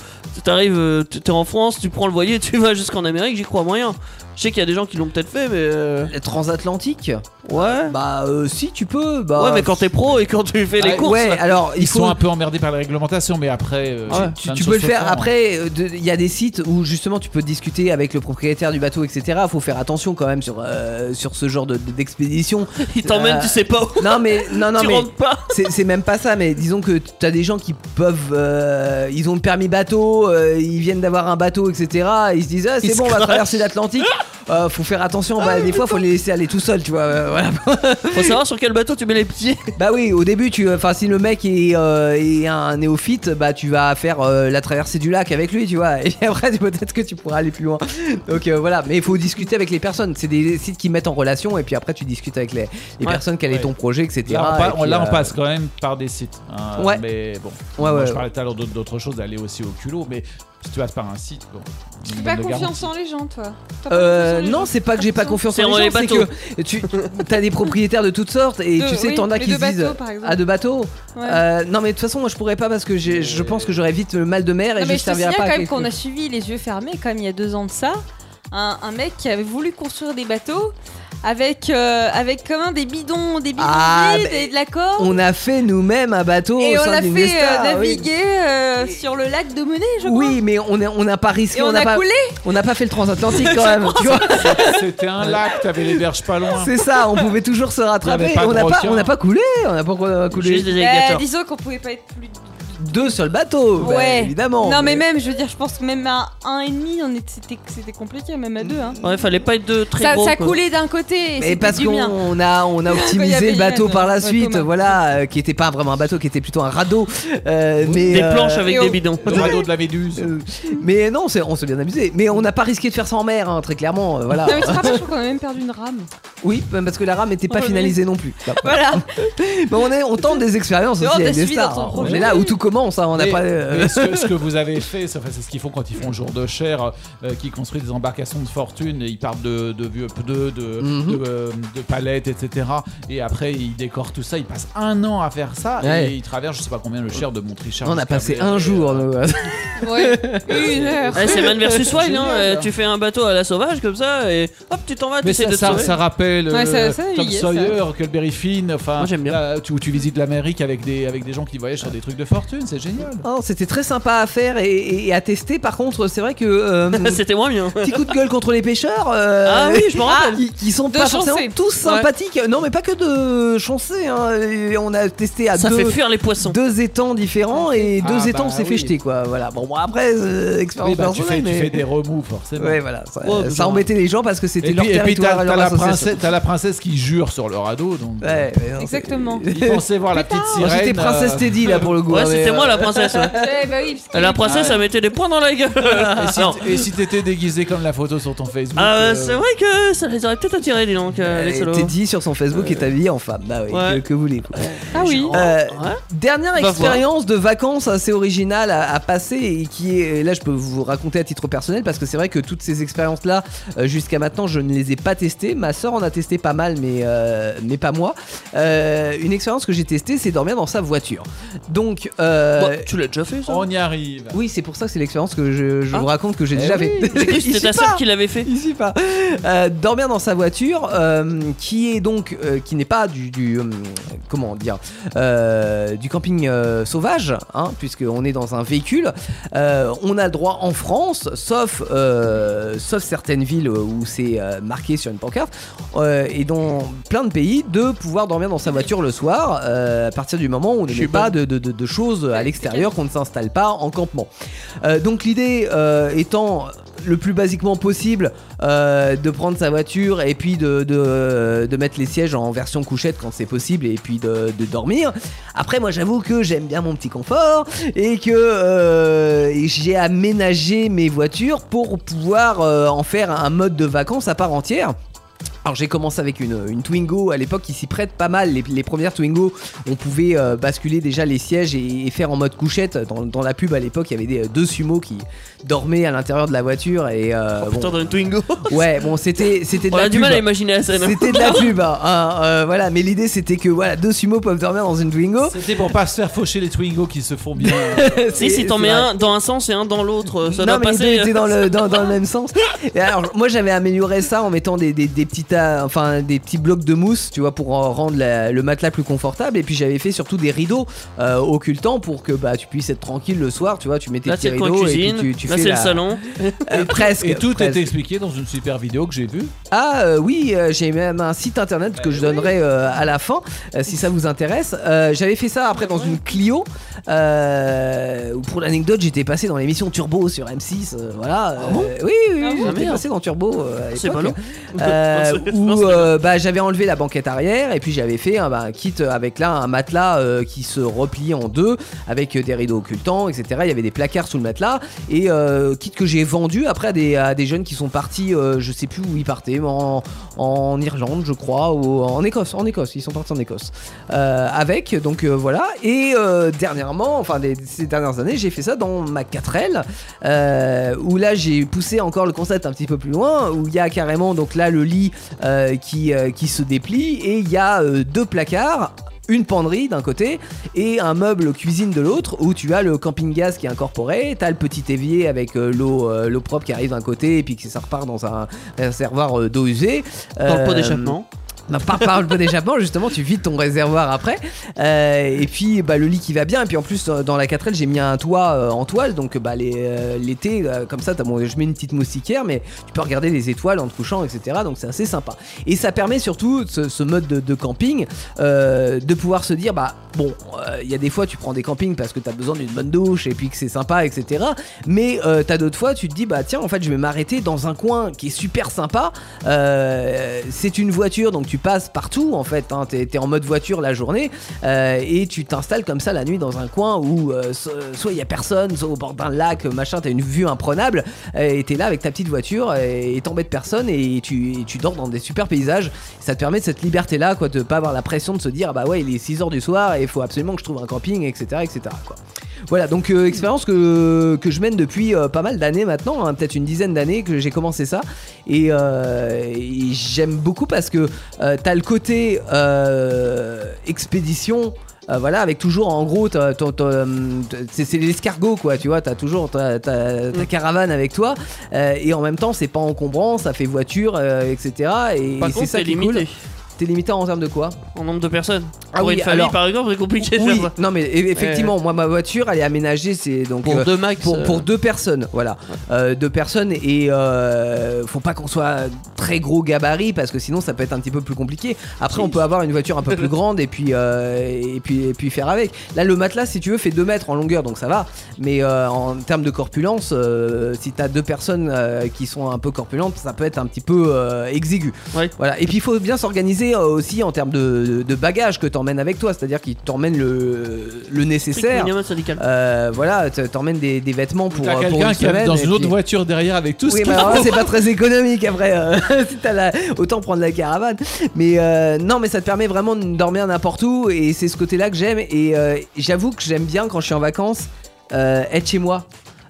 t'arrives, euh, t'es en France, tu prends le voilier, tu vas jusqu'en Amérique, j'y crois moyen. Je sais qu'il y a des gens qui l'ont peut-être fait, mais. euh,
la transatlantique
Ouais.
Bah, euh, si tu peux. Bah, Ah,
ouais, mais quand t'es pro et quand tu fais les
Ouais,
courses.
Ouais, alors il
Ils
faut.
sont un peu emmerdés par la réglementation, mais après. euh,
Ouais.
plein
Tu,
de
tu peux
choses
le
se hein.
faire
font.
après. euh, de- Il y a des sites où justement tu peux discuter avec le propriétaire du bateau, etc. Faut faire attention quand même sur, euh, sur ce genre de- de- d'expédition.
Il t'emmène,
Euh,
tu sais pas où.
non, mais. Non, non,
tu
mais.
rentres pas.
C'est c'est même pas ça, mais disons que t'as des gens qui peuvent. euh, ils ont le permis bateau, euh, ils viennent d'avoir un bateau, etc. Ils se disent, ah,
Ils
c'est
se
bon, on va
crachent.
traverser l'Atlantique. Euh, faut faire attention,
Ah,
bah, des fois faut les laisser aller tout seul, tu vois. euh, voilà.
Faut savoir sur quel bateau tu mets les pieds.
Bah oui, au début, tu, enfin, si le mec est, euh, est un néophyte, bah tu vas faire euh, la traversée du lac avec lui, tu vois. Et après, peut-être que tu pourras aller plus loin. Donc euh, voilà, mais il faut discuter avec les personnes. C'est des sites qui mettent en relation, et puis après, tu discutes avec les, les
Ouais.
personnes, quel est
Ouais.
ton projet, etc.
Là, on, pa-
Et puis,
on- là, on
euh,
passe quand même par des sites. hein,
Ouais.
Mais bon,
Ouais,
moi,
ouais,
je
ouais.
parlais tout à l'heure d'autres d'autres choses, d'aller aussi au culot, mais si tu passes par un site, bon.
J'ai
minimum
pas
de
confiance
garantie.
en les gens, toi. T'as pas
Euh,
confiance en les
non,
gens.
c'est pas que j'ai pas
Attention.
confiance
C'est
en les
dans
gens, c'est
les
que tu as des propriétaires de toutes sortes et
De-
tu sais,
oui,
t'en as
les
qui
deux
se disent
bateaux, par exemple.
ah de bateaux.
Ouais.
Euh, non, mais de toute façon, moi je pourrais pas parce que j'ai- je pense que j'aurais vite le mal de mer et
Non,
je
mais je te
servirai
signale
pas. à
quand même
quelque-
qu'on a suivi les yeux fermés, quand même, il y a deux ans de ça, un, un mec qui avait voulu construire des bateaux avec, euh, avec quand même des bidons, des bidons
Ah,
vides
mais
et de la corde.
On a fait nous-mêmes un bateau
Et
au
on
sein
l'a fait
d'une
euh,
Vesta, oui.
naviguer euh, sur le lac de Monet, je crois.
Oui, mais on n'a on n'a pas risqué,
Et on,
n'a
a
pas,
coulé.
on n'a pas fait le transatlantique quand même. tu vois.
C'était un lac, t'avais les berges pas loin.
c'est ça, on pouvait toujours se rattraper.
avait pas
On
de
n'a pas,
requin.
on n'a pas coulé, on n'a pas euh, coulé
Juste des
Bah,
alligators.
disons qu'on pouvait pas être plus.
deux sur le bateau, bah,
Ouais.
évidemment.
non, mais même, je veux dire, je pense que même à un et demi, on était- c'était c'était compliqué, même à deux. Hein.
Ouais, fallait pas être de très
Ça,
gros.
ça
quoi.
coulait d'un côté. Et
Mais
c'était
parce
du
qu'on
mien.
on a, on a
y
optimisé
avait
le bateau
Yann,
par la
ouais,
suite,
Thomas.
voilà, euh, qui était pas vraiment un bateau, qui était plutôt un radeau. euh, mais,
Des
euh,
planches avec
et
des
on-
bidons.
Le radeau de la Méduse.
euh, mais non, c'est- on s'est bien amusé. Mais on n'a pas risqué de faire ça en mer, hein, très clairement. euh, voilà.
Non, mais tu te rappelles, je crois qu'on a même perdu une rame.
Oui, parce que la rame n'était pas
Oh, Oui. Bah,
finalisée non plus.
Voilà.
Mais on, est, on tente des expériences
Mais on
aussi avec
te
des
suit dans
stars.
ton
hein. On
projet.
est là où tout commence, hein, on n'a
Mais-
pas. euh,
mais ce, que, ce que vous avez fait, c'est enfin, c'est ce qu'ils font quand ils font jour de chair, euh, qui construisent des embarcations de fortune, et ils partent de, de vieux pneus, de,
Mhm.
de, euh, de palettes, etc. Et après, ils décorent tout ça, ils passent un an à faire ça,
Ouais.
et ils traversent, je sais pas combien, le Cher de Montrichard.
on a
jusqu'à
passé
Blé-
un jour. nous.
Ouais. Une heure.
Ouais, Ah, c'est Man versus Wild, hein.
Génial.
euh, tu fais un bateau à la sauvage comme ça et hop, tu t'en vas, tu
Mais
essaies
ça,
de te
ça,
sauver.
ça rappelle
Ouais, ça-
euh,
ça,
Tom
y est, ça.
Sawyer, Culberry Finn, enfin,
Moi, j'aime bien.
là, tu- où tu visites l'Amérique avec des, avec des gens qui voyagent sur des trucs de fortune. chaîne, c'est génial.
Oh, c'était très sympa à faire et, et à tester. Par contre, c'est vrai que euh,
C'était moins bien.
petit coup de gueule contre les pêcheurs. euh,
Ah oui, je me rappelle.
Qui, qui sont
De
pas forcément
Chancé.
tous sympathiques. Non, mais pas que de chancé. hein. Et On a testé à
Ça
deux,
fait fuir les poissons.
deux étangs différents et
Ah,
deux
bah
étangs on s'est fait
oui.
jeter quoi. Voilà. Bon, bon, après euh, expérience
Oui, bah, tu, fais,
personnelle,
tu
mais-
fais des remous, forcément.
Ouais, voilà. Ça,
Ouais,
ça
genre-
embêtait les gens parce que c'était
Et
leur
puis, et puis
territoire
t'as
et leur
t'as la,
association.
princesse- t'as la princesse qui jure sur le radeau. Donc,
Ouais, ouais, non, c'est-
Exactement.
Il pensait voir la petite
Moi,
sirène.
J'étais princesse
euh,
Teddy là pour le coup.
Ouais,
hein, mais,
c'était moi
euh,
la princesse. ouais.
Eh bah oui, parce que-
Ah
La princesse, elle mettait des points dans la gueule. Non.
Et si t'étais déguisé comme la photo sur ton Facebook
Ah,
euh,
euh, c'est vrai que ça les aurait peut-être attirés, dis donc, euh, les
euh,
solos.
Teddy sur son Facebook est habillé en femme. Bah oui,
Ouais.
que, que voulez-vous.
Ah oui.
Euh,
Ouais.
Dernière
voir.
expérience de vacances assez originale à, à passer et qui est et là je peux vous raconter à titre personnel parce que c'est vrai que toutes ces expériences là jusqu'à maintenant je ne les ai pas testées. Ma soeur en a testé pas mal mais euh, mais pas moi. Euh, une expérience que j'ai testée c'est dormir dans sa voiture. Donc euh,
Bah, tu l'as déjà fait ça
On y arrive.
oui c'est pour ça que c'est l'expérience que je, je
Ah.
vous raconte que j'ai
Eh
déjà
oui.
fait.
J'ai cru que
Il
c'était
suit
ta
pas.
soeur qui l'avait fait.
Il suit pas. Euh, dormir dans sa voiture, euh, qui est donc, euh, qui n'est pas du, du, hum, comment dire, euh, du camping euh, sauvage, hein, puisque on est dans un véhicule. Euh, on a le droit en France, sauf, euh, sauf certaines villes où c'est euh, marqué sur une pancarte, euh, et dans plein de pays, de pouvoir dormir dans sa voiture le soir, euh, à partir du moment où on
Je
n'a
suis
pas de, de- de- de choses à l'extérieur, qu'on ne s'installe pas en campement. Euh, donc l'idée euh, étant le plus basiquement possible euh, de prendre sa voiture et puis de, de, de mettre les sièges en version couchette quand c'est possible et puis de, de dormir. Après moi j'avoue que j'aime bien mon petit confort et que euh, et j'ai aménagé mes voitures pour pouvoir euh, en faire un mode de vacances à part entière. Alors j'ai commencé avec une, une Twingo à l'époque qui s'y prête pas mal. Les, les premières Twingo, on pouvait euh, basculer déjà les sièges et, et faire en mode couchette. Dans, dans la pub à l'époque, il y avait des, euh, deux sumo qui dormaient à l'intérieur de la voiture et euh, bon,
Oh, Putain, dans une Twingo.
ouais bon c'était c'était de
On
la
a du
pub.
mal à imaginer la scène.
C'était de la pub, hein, hein, euh, voilà. Mais l'idée c'était que voilà, deux sumo peuvent dormir dans une Twingo.
C'était pour pas se faire faucher les Twingo qui se font bien.
Si, si t'en mets un dans un sens et un dans l'autre, euh, ça
non, mais les
doit
deux
passer. euh,
étaient dans le, dans, dans le même sens. Et alors, moi, j'avais amélioré ça en mettant des, des, des petits tas- enfin, des petits blocs de mousse, tu vois, pour euh, rendre la- le matelas plus confortable. Et puis, j'avais fait surtout des rideaux euh, occultants pour que bah, tu puisses être tranquille le soir, tu vois. Tu mets tes
Là,
petits
c'est le coin
rideaux et
cuisine.
puis tu, tu
Là,
fais
c'est le
la-
salon.
Euh, presque.
Et tout est
presque.
expliqué dans une super vidéo que j'ai vue.
Ah euh, oui, euh, j'ai même un site internet que je donnerai euh, à la fin euh, si ça vous intéresse. Euh, J'avais fait ça après dans une Clio. Euh, pour l'anecdote, j'étais passé dans l'émission Turbo sur M6. euh, voilà. Euh, oui, oui, oui,
bon Ah,
j'étais
merde.
passé dans Turbo. euh, à
C'est pas
l'époque.
long.
Euh,
Je pense
où
que-
euh, bah, j'avais enlevé la banquette arrière et puis j'avais fait un, bah, un kit avec là un matelas euh, qui se replie en deux avec euh, des rideaux occultants, etc. Il y avait des placards sous le matelas et euh, kit que j'ai vendu après à des, à des jeunes qui sont partis, euh, je sais plus où ils partaient, mais en, en Irlande, je crois, ou en Écosse, en Écosse, ils sont partis en Écosse euh, avec. Donc euh, voilà. Et euh, dernièrement, enfin des- ces dernières années, j'ai fait ça dans ma 4L euh, où là j'ai poussé encore le concept un petit peu plus loin, où il y a carrément donc là le lit euh, qui, euh, qui se déplie et il y a euh, deux placards. Une penderie d'un côté et un meuble cuisine de l'autre où tu as le camping gaz qui est incorporé, t'as le petit évier avec euh, l'eau euh, l'eau propre qui arrive d'un côté et puis que ça repart dans un réservoir euh, d'eau usée.
Dans le pot
Euh,
d'échappement.
non, pas par le pot d'échappement, justement, tu vides ton réservoir après. Euh, et puis, bah, le lit qui va bien. Et puis, en plus, euh, dans la 4L, j'ai mis un toit euh, en toile. Donc, bah, les, euh, l'été, euh, comme ça, t'as, bon, je mets une petite moustiquaire, mais tu peux regarder les étoiles en te couchant, etc. Donc, c'est assez sympa. Et ça permet surtout, ce, ce mode de, de camping, euh, de pouvoir se dire, bah, bon, euh, il y a des fois, tu prends des campings parce que t'as besoin d'une bonne douche et puis que c'est sympa, etc. Mais euh, t'as d'autres fois, tu te dis, bah, tiens, en fait, je vais m'arrêter dans un coin qui est super sympa. Euh, c'est une voiture, donc tu passes partout en fait. Hein, t'es, t'es en mode voiture la journée euh, et tu t'installes comme ça la nuit dans un coin où euh, so- soit il y a personne, soit au bord d'un lac, machin, t'as une vue imprenable euh, et t'es là avec ta petite voiture et et t'embêtes personne et tu, et tu dors dans des super paysages. Ça te permet de cette liberté là, quoi, de pas avoir la pression de se dire ah bah ouais, il est 6h du soir et il faut absolument que je trouve un camping, etc. etc. quoi. Voilà, donc euh, expérience que, que je mène depuis euh, pas mal d'années maintenant, hein, peut-être une dizaine d'années que j'ai commencé ça. Et, euh, et j'aime beaucoup parce que euh, t'as le côté euh, expédition. euh, voilà, avec toujours en gros, t'as- t'as- t'as, hum, t'as- c'est c'est l'escargot quoi, tu vois, t'as toujours ta, ta- ta caravane avec toi, euh, et en même temps, c'est pas encombrant, ça fait voiture, euh, etc. Et,
Par
et c'est
contre,
ça
c'est
qui est cool.
limité.
T'es limité en termes de quoi
En nombre de personnes.
Ah
Pour
oui,
une famille,
alors-
par exemple, c'est compliqué de
Oui,
faire ça.
non mais e- effectivement, moi ma voiture elle est aménagée, c'est donc
Pour
euh,
deux max.
pour,
euh,
pour deux personnes, voilà. Euh, deux personnes et euh, faut pas qu'on soit très gros gabarit parce que sinon ça peut être un petit peu plus compliqué. Après on peut avoir une voiture un peu plus grande et puis euh, et puis et puis faire avec. Là le matelas si tu veux fait 2 mètres en longueur donc ça va, mais euh, en termes de corpulence, euh, si t'as deux personnes euh, qui sont un peu corpulentes, ça peut être un petit peu euh, exigu.
Ouais.
Voilà. Et puis il faut bien s'organiser euh, aussi en termes de, de- de bagages que t'emmènes avec toi, c'est-à-dire qu'ils t'emmènent le le
strict
nécessaire.
minimum syndical.
Euh, voilà, t- t'emmènes des, des vêtements pour,
T'as
euh, pour
quelqu'un
une
qui habite
semaine
dans
et
une autre
puis-
voiture derrière avec tout ce
Oui,
qu'il
mais alors là,
faut.
c'est pas très économique après. euh, si t'as la- Autant prendre la caravane. Mais euh, non, mais ça te permet vraiment de dormir n'importe où. Et c'est ce côté-là que j'aime. Et euh, j'avoue que j'aime bien quand je suis en vacances euh, être chez moi.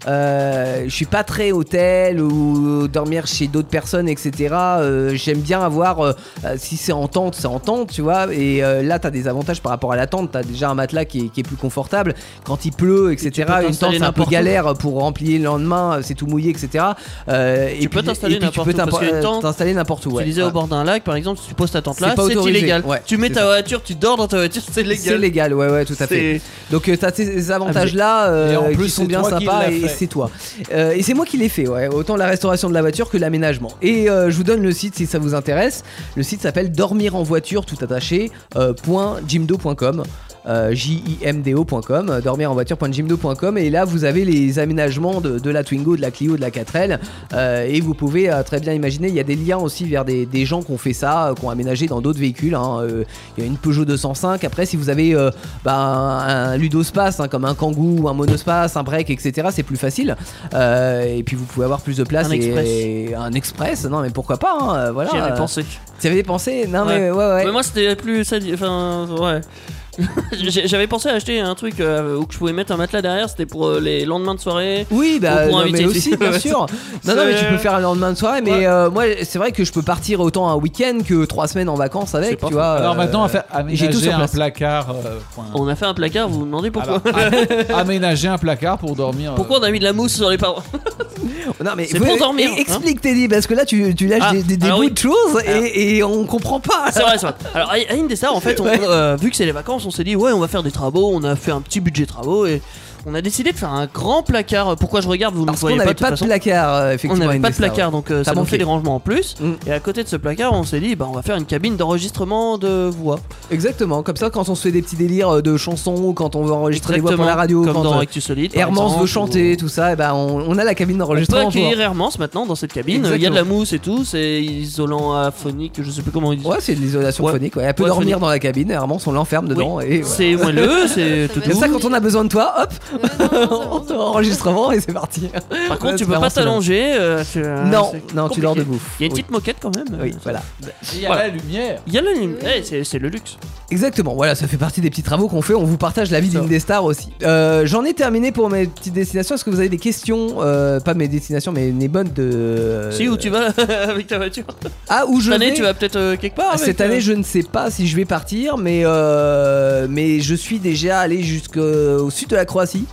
Euh, je suis pas très hôtel ou dormir chez d'autres personnes, etc. Euh, J'aime bien avoir, euh, euh, si c'est en tente, c'est en tente, tu vois. Et euh, là, t'as des avantages par rapport à la tente. T'as déjà un matelas qui est, qui est plus confortable. Quand il pleut, etc.
tu peux
une tente,
t'installer
c'est un peu
n'importe où.
galère pour remplir le lendemain. C'est tout mouillé, etc. Euh, et
Tu peux
puis-
t'installer
et puis tu
n'importe
peux
où, parce qu'il y a une
t'impo- euh,
tente.
t'installer n'importe où.
Tu
ouais.
disais au
Ouais.
bord d'un lac, par exemple, si tu poses ta tente là,
C'est pas
c'est
autorisé,
illégal.
ouais,
tu mets
c'est
ta
ça.
voiture, tu dors dans ta voiture, c'est
C'est
légal.
légal, ouais, ouais, tout à fait.
C'est-
Donc euh, t'as ces avantages là
Et en plus,
qui sont
c'est
bien
toi qui
sympas
l'as
et
fait.
c'est toi. Euh, et c'est moi qui l'ai fait, ouais. Autant la restauration de la voiture que l'aménagement. Et euh, je vous donne le site si ça vous intéresse. Le site s'appelle dormir en voiture tout attaché euh, point jimdo.com. euh, jimdo.com euh, dormir en voiture.jimdo.com et là vous avez les aménagements de, de la Twingo, de la Clio, de la 4L euh, et vous pouvez euh, très bien imaginer il y a des liens aussi vers des, des gens qui ont fait ça euh, qui ont aménagé dans d'autres véhicules hein. Euh, il y a une Peugeot 205 après si vous avez euh, bah, un ludospace hein, comme un kangou ou un monospace un break etc c'est plus facile Euh, et puis vous pouvez avoir plus de place
Un
et-
express.
et un express non mais pourquoi pas hein, euh, voilà
J'y avais
Euh,
pensé.
tu avais pensé non
Ouais.
mais ouais ouais
Mais moi, c'était plus. ça- Enfin, ouais. J'ai- J'avais pensé à acheter un truc euh, où que je pouvais mettre un matelas derrière, c'était pour euh, les lendemains de soirée.
Oui, bah,
Ou pour
non,
inviter
mais aussi,
les-
bien sûr. Non, non, mais tu
C'est-
peux faire un lendemain de soirée. Mais
Ouais.
euh, moi, c'est vrai que je peux partir autant un week-end que trois semaines en vacances
C'est
avec,
pas
tu vois.
Alors
euh,
maintenant, on va faire
j'ai tout
aménager
sur
un
place.
placard. euh, point.
On a fait un placard, vous vous demandez pourquoi.
Alors, am- aménager un placard pour dormir. euh,
Pourquoi on a mis de la mousse sur les parois
Non, mais
C'est pour dormir, hein.
et- Explique, Teddy, parce que là, tu, tu lâches
Ah,
des, des, des
alors
bouts
oui. Ah.
de choses et-
Alors.
et, on comprend pas.
C'est vrai, c'est vrai. Alors, à à Indestar, en fait, on-
Ouais.
euh, vu que c'est les vacances, on s'est dit, ouais, on va faire des travaux, on a fait un petit budget travaux et on a décidé de faire un grand placard. Pourquoi je regarde, vous ne
Parce
voyez
qu'on
pas,
n'avait
de toute
pas, de
façon.
placard, euh,
On
effectivement.
n'avait pas de
Indestar,
placard, donc euh,
T'as
ça nous
manqué.
fait des rangements en plus.
Mm.
Et à côté de ce placard, on s'est dit, bah, on va faire une cabine d'enregistrement de voix.
ouais. Exactement, comme ça, quand on se fait des petits délires euh, de chansons, ou quand on veut enregistrer des voix pour
Exactement,
la radio,
comme
quand
dans
euh,
Actu Solide. par
Hermance veut
exemple,
chanter,
ou-
tout ça, et ben on, on a la cabine
On peut
d'enregistrement. pour-
accueillir Hermance maintenant dans cette cabine. Il y a de la mousse et tout, c'est isolant à phonique, je sais plus comment ils disent.
Ouais, c'est de l'isolation
Ouais.
phonique. ouais. Elle peut
Ouais,
dormir
phonique.
dans la cabine, et Hermance, on l'enferme dedans. Et voilà.
C'est moelleux, c'est tout
va
Comme
doux.
ça, quand on a besoin de toi, hop,
Non, non,
enregistrement et c'est parti.
Par contre,
Ouais,
tu
c'est
peux
vraiment
pas t'allonger. euh, c'est-
Non,
Euh, c'est
non, tu dors
compliqué.
debout.
Il y a une
Oui.
petite moquette quand même.
Oui, voilà.
Il y a
Voilà.
la lumière.
Il y a le. eh, c'est c'est le luxe.
Exactement, voilà, ça fait partie des petits travaux qu'on fait, on vous partage la vie
Ça.
d'une des stars aussi. Euh, J'en ai terminé pour mes petites destinations, est-ce que vous avez des questions euh, Pas mes destinations, mais mes bonnes de...
Si, où tu vas avec ta voiture.
Ah, où Euh, je
Cette année,
vais Ah,
tu vas peut-être euh, quelque part.
Cette année, je ne sais pas si je vais partir, mais, euh, mais je suis déjà allé jusqu'au sud de la Croatie.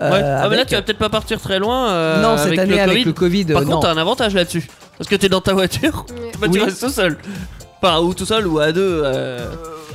Euh,
Ah, mais là,
avec-
tu vas peut-être pas partir très loin. euh,
Non, cette
avec
année,
le
avec
Covid.
le Covid,
Par
euh, non.
contre, t'as un avantage là-dessus. Parce que t'es dans ta voiture. Bah,
Oui.
tu restes tout seul. Enfin, ou tout seul ou à deux. euh,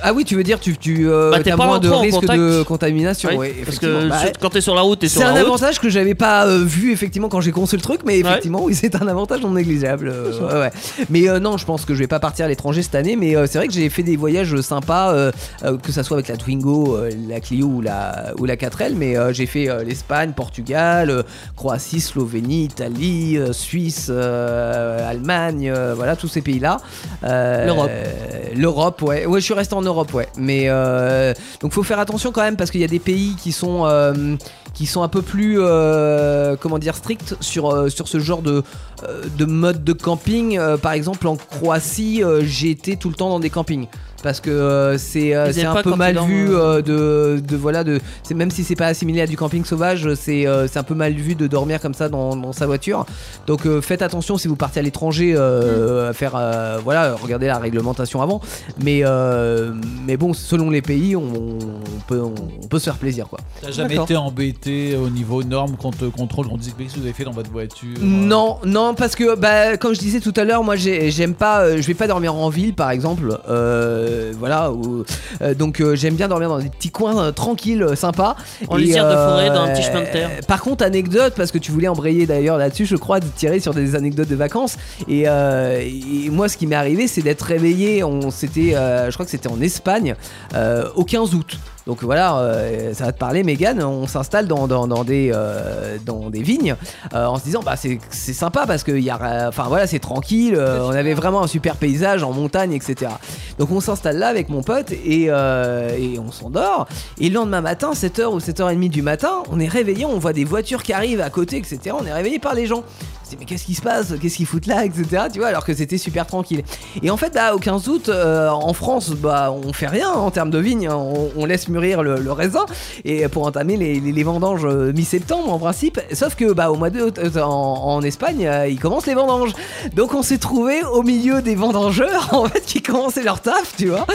Ah oui, tu veux dire, tu, tu euh,
Bah, t'es
t'as
pas
moins
en
de
train, en
risque
contact.
de contamination.
ouais.
ouais,
parce
effectivement.
que
Bah,
sur- quand t'es sur la route, t'es sur
C'est
la
un
route.
avantage que j'avais pas euh, vu effectivement quand j'ai consulté le truc, mais
Ouais.
effectivement oui c'est un avantage non négligeable. euh, ouais, ouais. Mais euh, non, je pense que je vais pas partir à l'étranger cette année, mais euh, c'est vrai que j'ai fait des voyages sympas, euh, euh, que ça soit avec la Twingo, euh, la Clio ou la ou la 4L, mais euh, j'ai fait euh, l'Espagne, Portugal, euh, Croatie, Slovénie, Italie, euh, Suisse, euh, Allemagne, euh, voilà tous ces pays là.
L'Europe.
L'Europe, ouais. Ouais, je suis resté en Europe, ouais. Mais euh, donc faut faire attention quand même parce qu'il y a des pays qui sont euh, qui sont un peu plus euh, comment dire stricts sur euh, sur ce genre de euh, de mode de camping. Euh, par exemple en Croatie, euh, j'ai été tout le temps dans des campings. parce que euh, c'est euh,
Ils
c'est
aiment
un
pas
peu
quand
mal
t'es dans,
vu
euh,
euh, de, de- voilà de c'est même si c'est pas assimilé à du camping sauvage euh, c'est euh, c'est un peu mal vu de dormir comme ça dans, dans sa voiture donc euh, faites attention si vous partez à l'étranger
Mm.
euh, à faire euh, voilà regardez la réglementation avant mais euh, mais bon selon les pays on, on peut on, on peut se faire plaisir quoi
T'as jamais
D'accord.
été embêté au niveau normes qu'on te contrôle, qu'on te dit qu'est-ce que vous avez fait dans votre voiture euh,
Non, non, parce que bah, comme je disais tout à l'heure, moi j'ai- j'aime pas, euh, je vais pas dormir en ville par exemple, Euh, voilà, ou- euh, donc euh, j'aime bien dormir dans des petits coins euh, tranquilles, euh, sympas.
En
Et, euh,
lisière de forêt, dans un petit chemin de terre.
Par contre, anecdote, parce que tu voulais embrayer d'ailleurs là-dessus, je crois, de tirer sur des anecdotes de vacances. Et, euh, et moi, ce qui m'est arrivé, c'est d'être réveillé. On s'était, euh, je crois que c'était en Espagne, euh, au 15 août. Donc voilà, euh, ça va te parler, Mégane. On s'installe dans, dans, dans des, euh, dans des vignes euh, en se disant, bah c'est c'est sympa parce que il y a, euh, enfin voilà, c'est tranquille. euh, on avait vraiment un super paysage en montagne, etc. Donc on s'installe là avec mon pote et, euh, et on s'endort. Et le lendemain matin, 7h ou 7h30 du matin, on est réveillé, on voit des voitures qui arrivent à côté, etc. On est réveillé par les gens. On se dit, mais qu'est-ce qui se passe Qu'est-ce qu'ils foutent là etc. Tu vois, alors que c'était super tranquille. Et en fait, bah, au 15 août, euh, en France, bah, on fait rien en termes de vignes. hein. On, on laisse mûrir le, le raisin et pour entamer les, les- les vendanges euh, mi-septembre en principe. Sauf que bah, au mois d'août, euh, en, en Espagne, euh, ils commencent les vendanges. Donc on s'est trouvé au milieu des vendangeurs en fait qui commençaient leur taf, tu vois.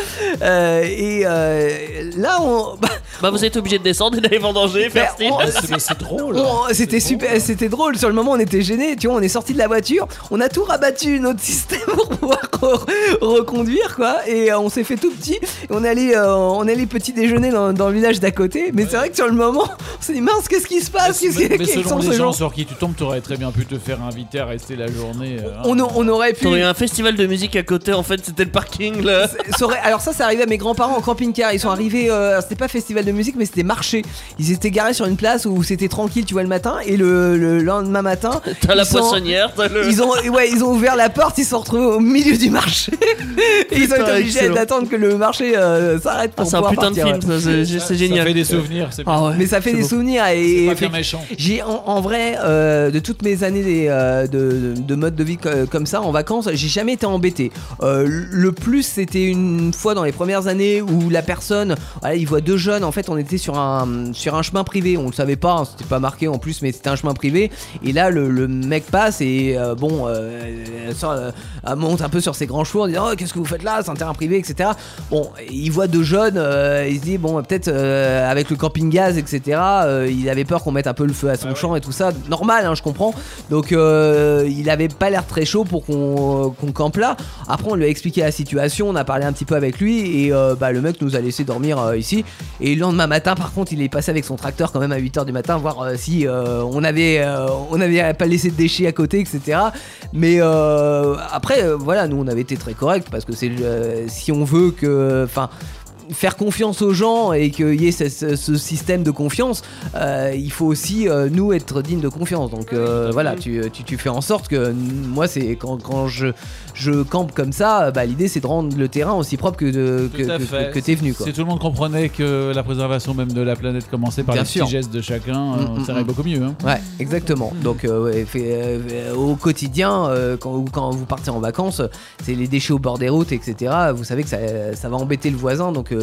Euh, et euh, là, on. bah,
Bah vous êtes obligé de descendre et d'aller vendanger, faire style.
on-
C'est- mais c'est drôle
Oh, c'était super, c'était drôle. Sur le moment, on était gênés. Tu vois, on est sorti de la voiture, on a tout rabattu notre système pour pouvoir re- reconduire, quoi. Et euh, on s'est fait tout petit. Et on est allé, euh, on est allé petit déjeuner dans, dans le village d'à côté. Mais c'est vrai que sur le moment, on s'est dit mince, qu'est-ce qui se passe Qu'est-ce
Mais,
qui-
mais
quels
selon
sont ces
les gens
gens
sur qui tu tombes, t'aurais très bien pu te faire inviter à rester la journée. euh,
on,
hein.
on aurait pu.
T'aurais eu un festival de musique à côté, en fait c'était le parking là.
Ça aurait- Alors ça, c'est arrivé à mes grands-parents en camping-car. Ils sont arrivés, euh, c'était pas festival de musique, mais c'était marché. Ils étaient garés sur une place où c'était tranquille, tu vois, le matin. Et le, le lendemain matin,
T'as la
ils sont-
poissonnière, t'as le.
Ils ont, ouais, ils ont ouvert la porte, ils se sont retrouvés au milieu du marché. Et ils ont été
Putain,
obligés
excellent.
d'attendre que le marché euh, s'arrête
Ah,
pour
c'est un
pouvoir
putain
partir.
de film, ça, c'est- c'est
Ça
génial.
fait des souvenirs, c'est
Ah ouais.
Mais ça fait
C'est
des
beau.
souvenirs et
pas bien méchant.
j'ai en, en vrai euh, de toutes mes années des, euh, de, de- de mode de vie co- comme ça en vacances, j'ai jamais été embêté. Euh, le plus c'était une fois dans les premières années où la personne, voilà, il voit deux jeunes. En fait, on était sur un sur un chemin privé, on le savait pas, hein, c'était pas marqué en plus, mais c'était un chemin privé. Et là, le, le mec passe et euh, bon, euh, elle sort, euh, elle monte un peu sur ses grands chevaux en disant Oh, qu'est-ce que vous faites là, c'est un terrain privé, etc. Bon, il voit deux jeunes, euh, il se dit bon, peut-être euh, avec le camping gaz, etc. euh, il avait peur qu'on mette un peu le feu à son champ et tout ça. Normal, hein, je comprends. Donc, euh, il avait pas l'air très chaud pour qu'on euh, qu'on campe là. Après, on lui a expliqué la situation, on a parlé un petit peu avec lui et euh, bah, le mec nous a laissé dormir euh, ici. Et le lendemain matin, par contre, il est passé avec son tracteur quand même à 8h du matin, voir euh, si euh, on avait euh, on avait pas laissé de déchets à côté, etc. Mais euh, après, euh, voilà, nous on avait été très corrects parce que c'est euh, si on veut que, enfin. Faire confiance aux gens et qu'il y ait ce, ce- ce système de confiance, euh, il faut aussi euh, nous être dignes de confiance. Donc euh, voilà, tu, tu, tu fais en sorte que euh, moi, c'est quand, quand je, je campe comme ça, euh, bah, l'idée c'est de rendre le terrain aussi propre que, de- que,
Tout à
que-
fait.
que- que t'es venu. Quoi.
Si tout le monde comprenait que la préservation même de la planète commençait par
Bien
les
sûr.
petits gestes de chacun, euh,
Mm, mm,
ça irait
mm.
beaucoup mieux. hein.
Ouais, exactement. Donc euh, ouais, fait, euh, euh, au quotidien, euh, quand, ou quand vous partez en vacances, euh, c'est les déchets au bord des routes, etc. Vous savez que ça, ça va embêter le voisin, donc euh,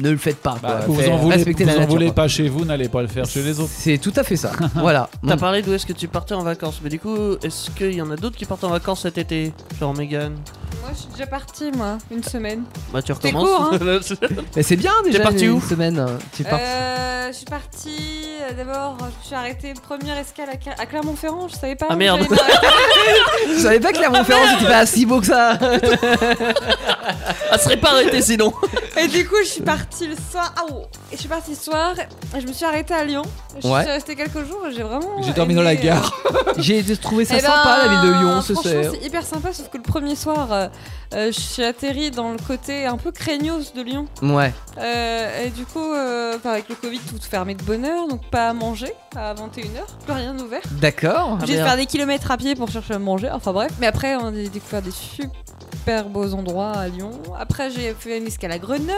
ne le faites pas.
Bah,
quoi.
vous
Fait-
en voulez,
respectez
vous
la
en
nature,
voulez
quoi.
pas chez vous, n'allez pas le faire chez les autres.
C'est tout à fait ça. voilà.
T'as
Mm.
parlé d'où est-ce que tu partais en vacances, mais du coup, est-ce qu'il y en a d'autres qui partent en vacances cet été Genre Megan
Moi, je suis déjà partie, moi, une semaine.
Bah tu
C'était
recommences.
Mais c'est bien déjà.
parti
une
où
semaine. euh, Tu pars.
Euh, je suis partie. euh, D'abord, je me suis arrêtée première escale à, Cla- à Clermont-Ferrand. Je savais pas.
Ah,
où
merde.
j'allais m'arrêter.
Je savais pas que Clermont-Ferrand c'était pas si beau que ça.
ah, serait pas arrêté sinon
Et du coup, je suis partie le soir. Ah, oh. Et je suis partie le soir. Et je me suis arrêtée à Lyon. Je
Ouais.
suis restée quelques jours. et J'ai vraiment.
J'ai dormi dans la
aimé, euh,
gare.
J'ai trouvé ça
Eh ben,
sympa la ville de Lyon ce
franchement,
soir.
C'est hyper sympa, sauf que le premier soir, euh, euh, je suis atterri dans le côté un peu craignos de Lyon.
Ouais.
Euh, et du coup, euh, enfin, avec le Covid, tout fermé de bonne heure, donc pas à manger à 21h, plus rien ouvert.
D'accord.
J'ai dû
merde.
faire des kilomètres à pied pour chercher à manger, enfin bref. Mais après, on a découvert des super super beaux endroits à Lyon. Après, j'ai fait une escale à Grenoble.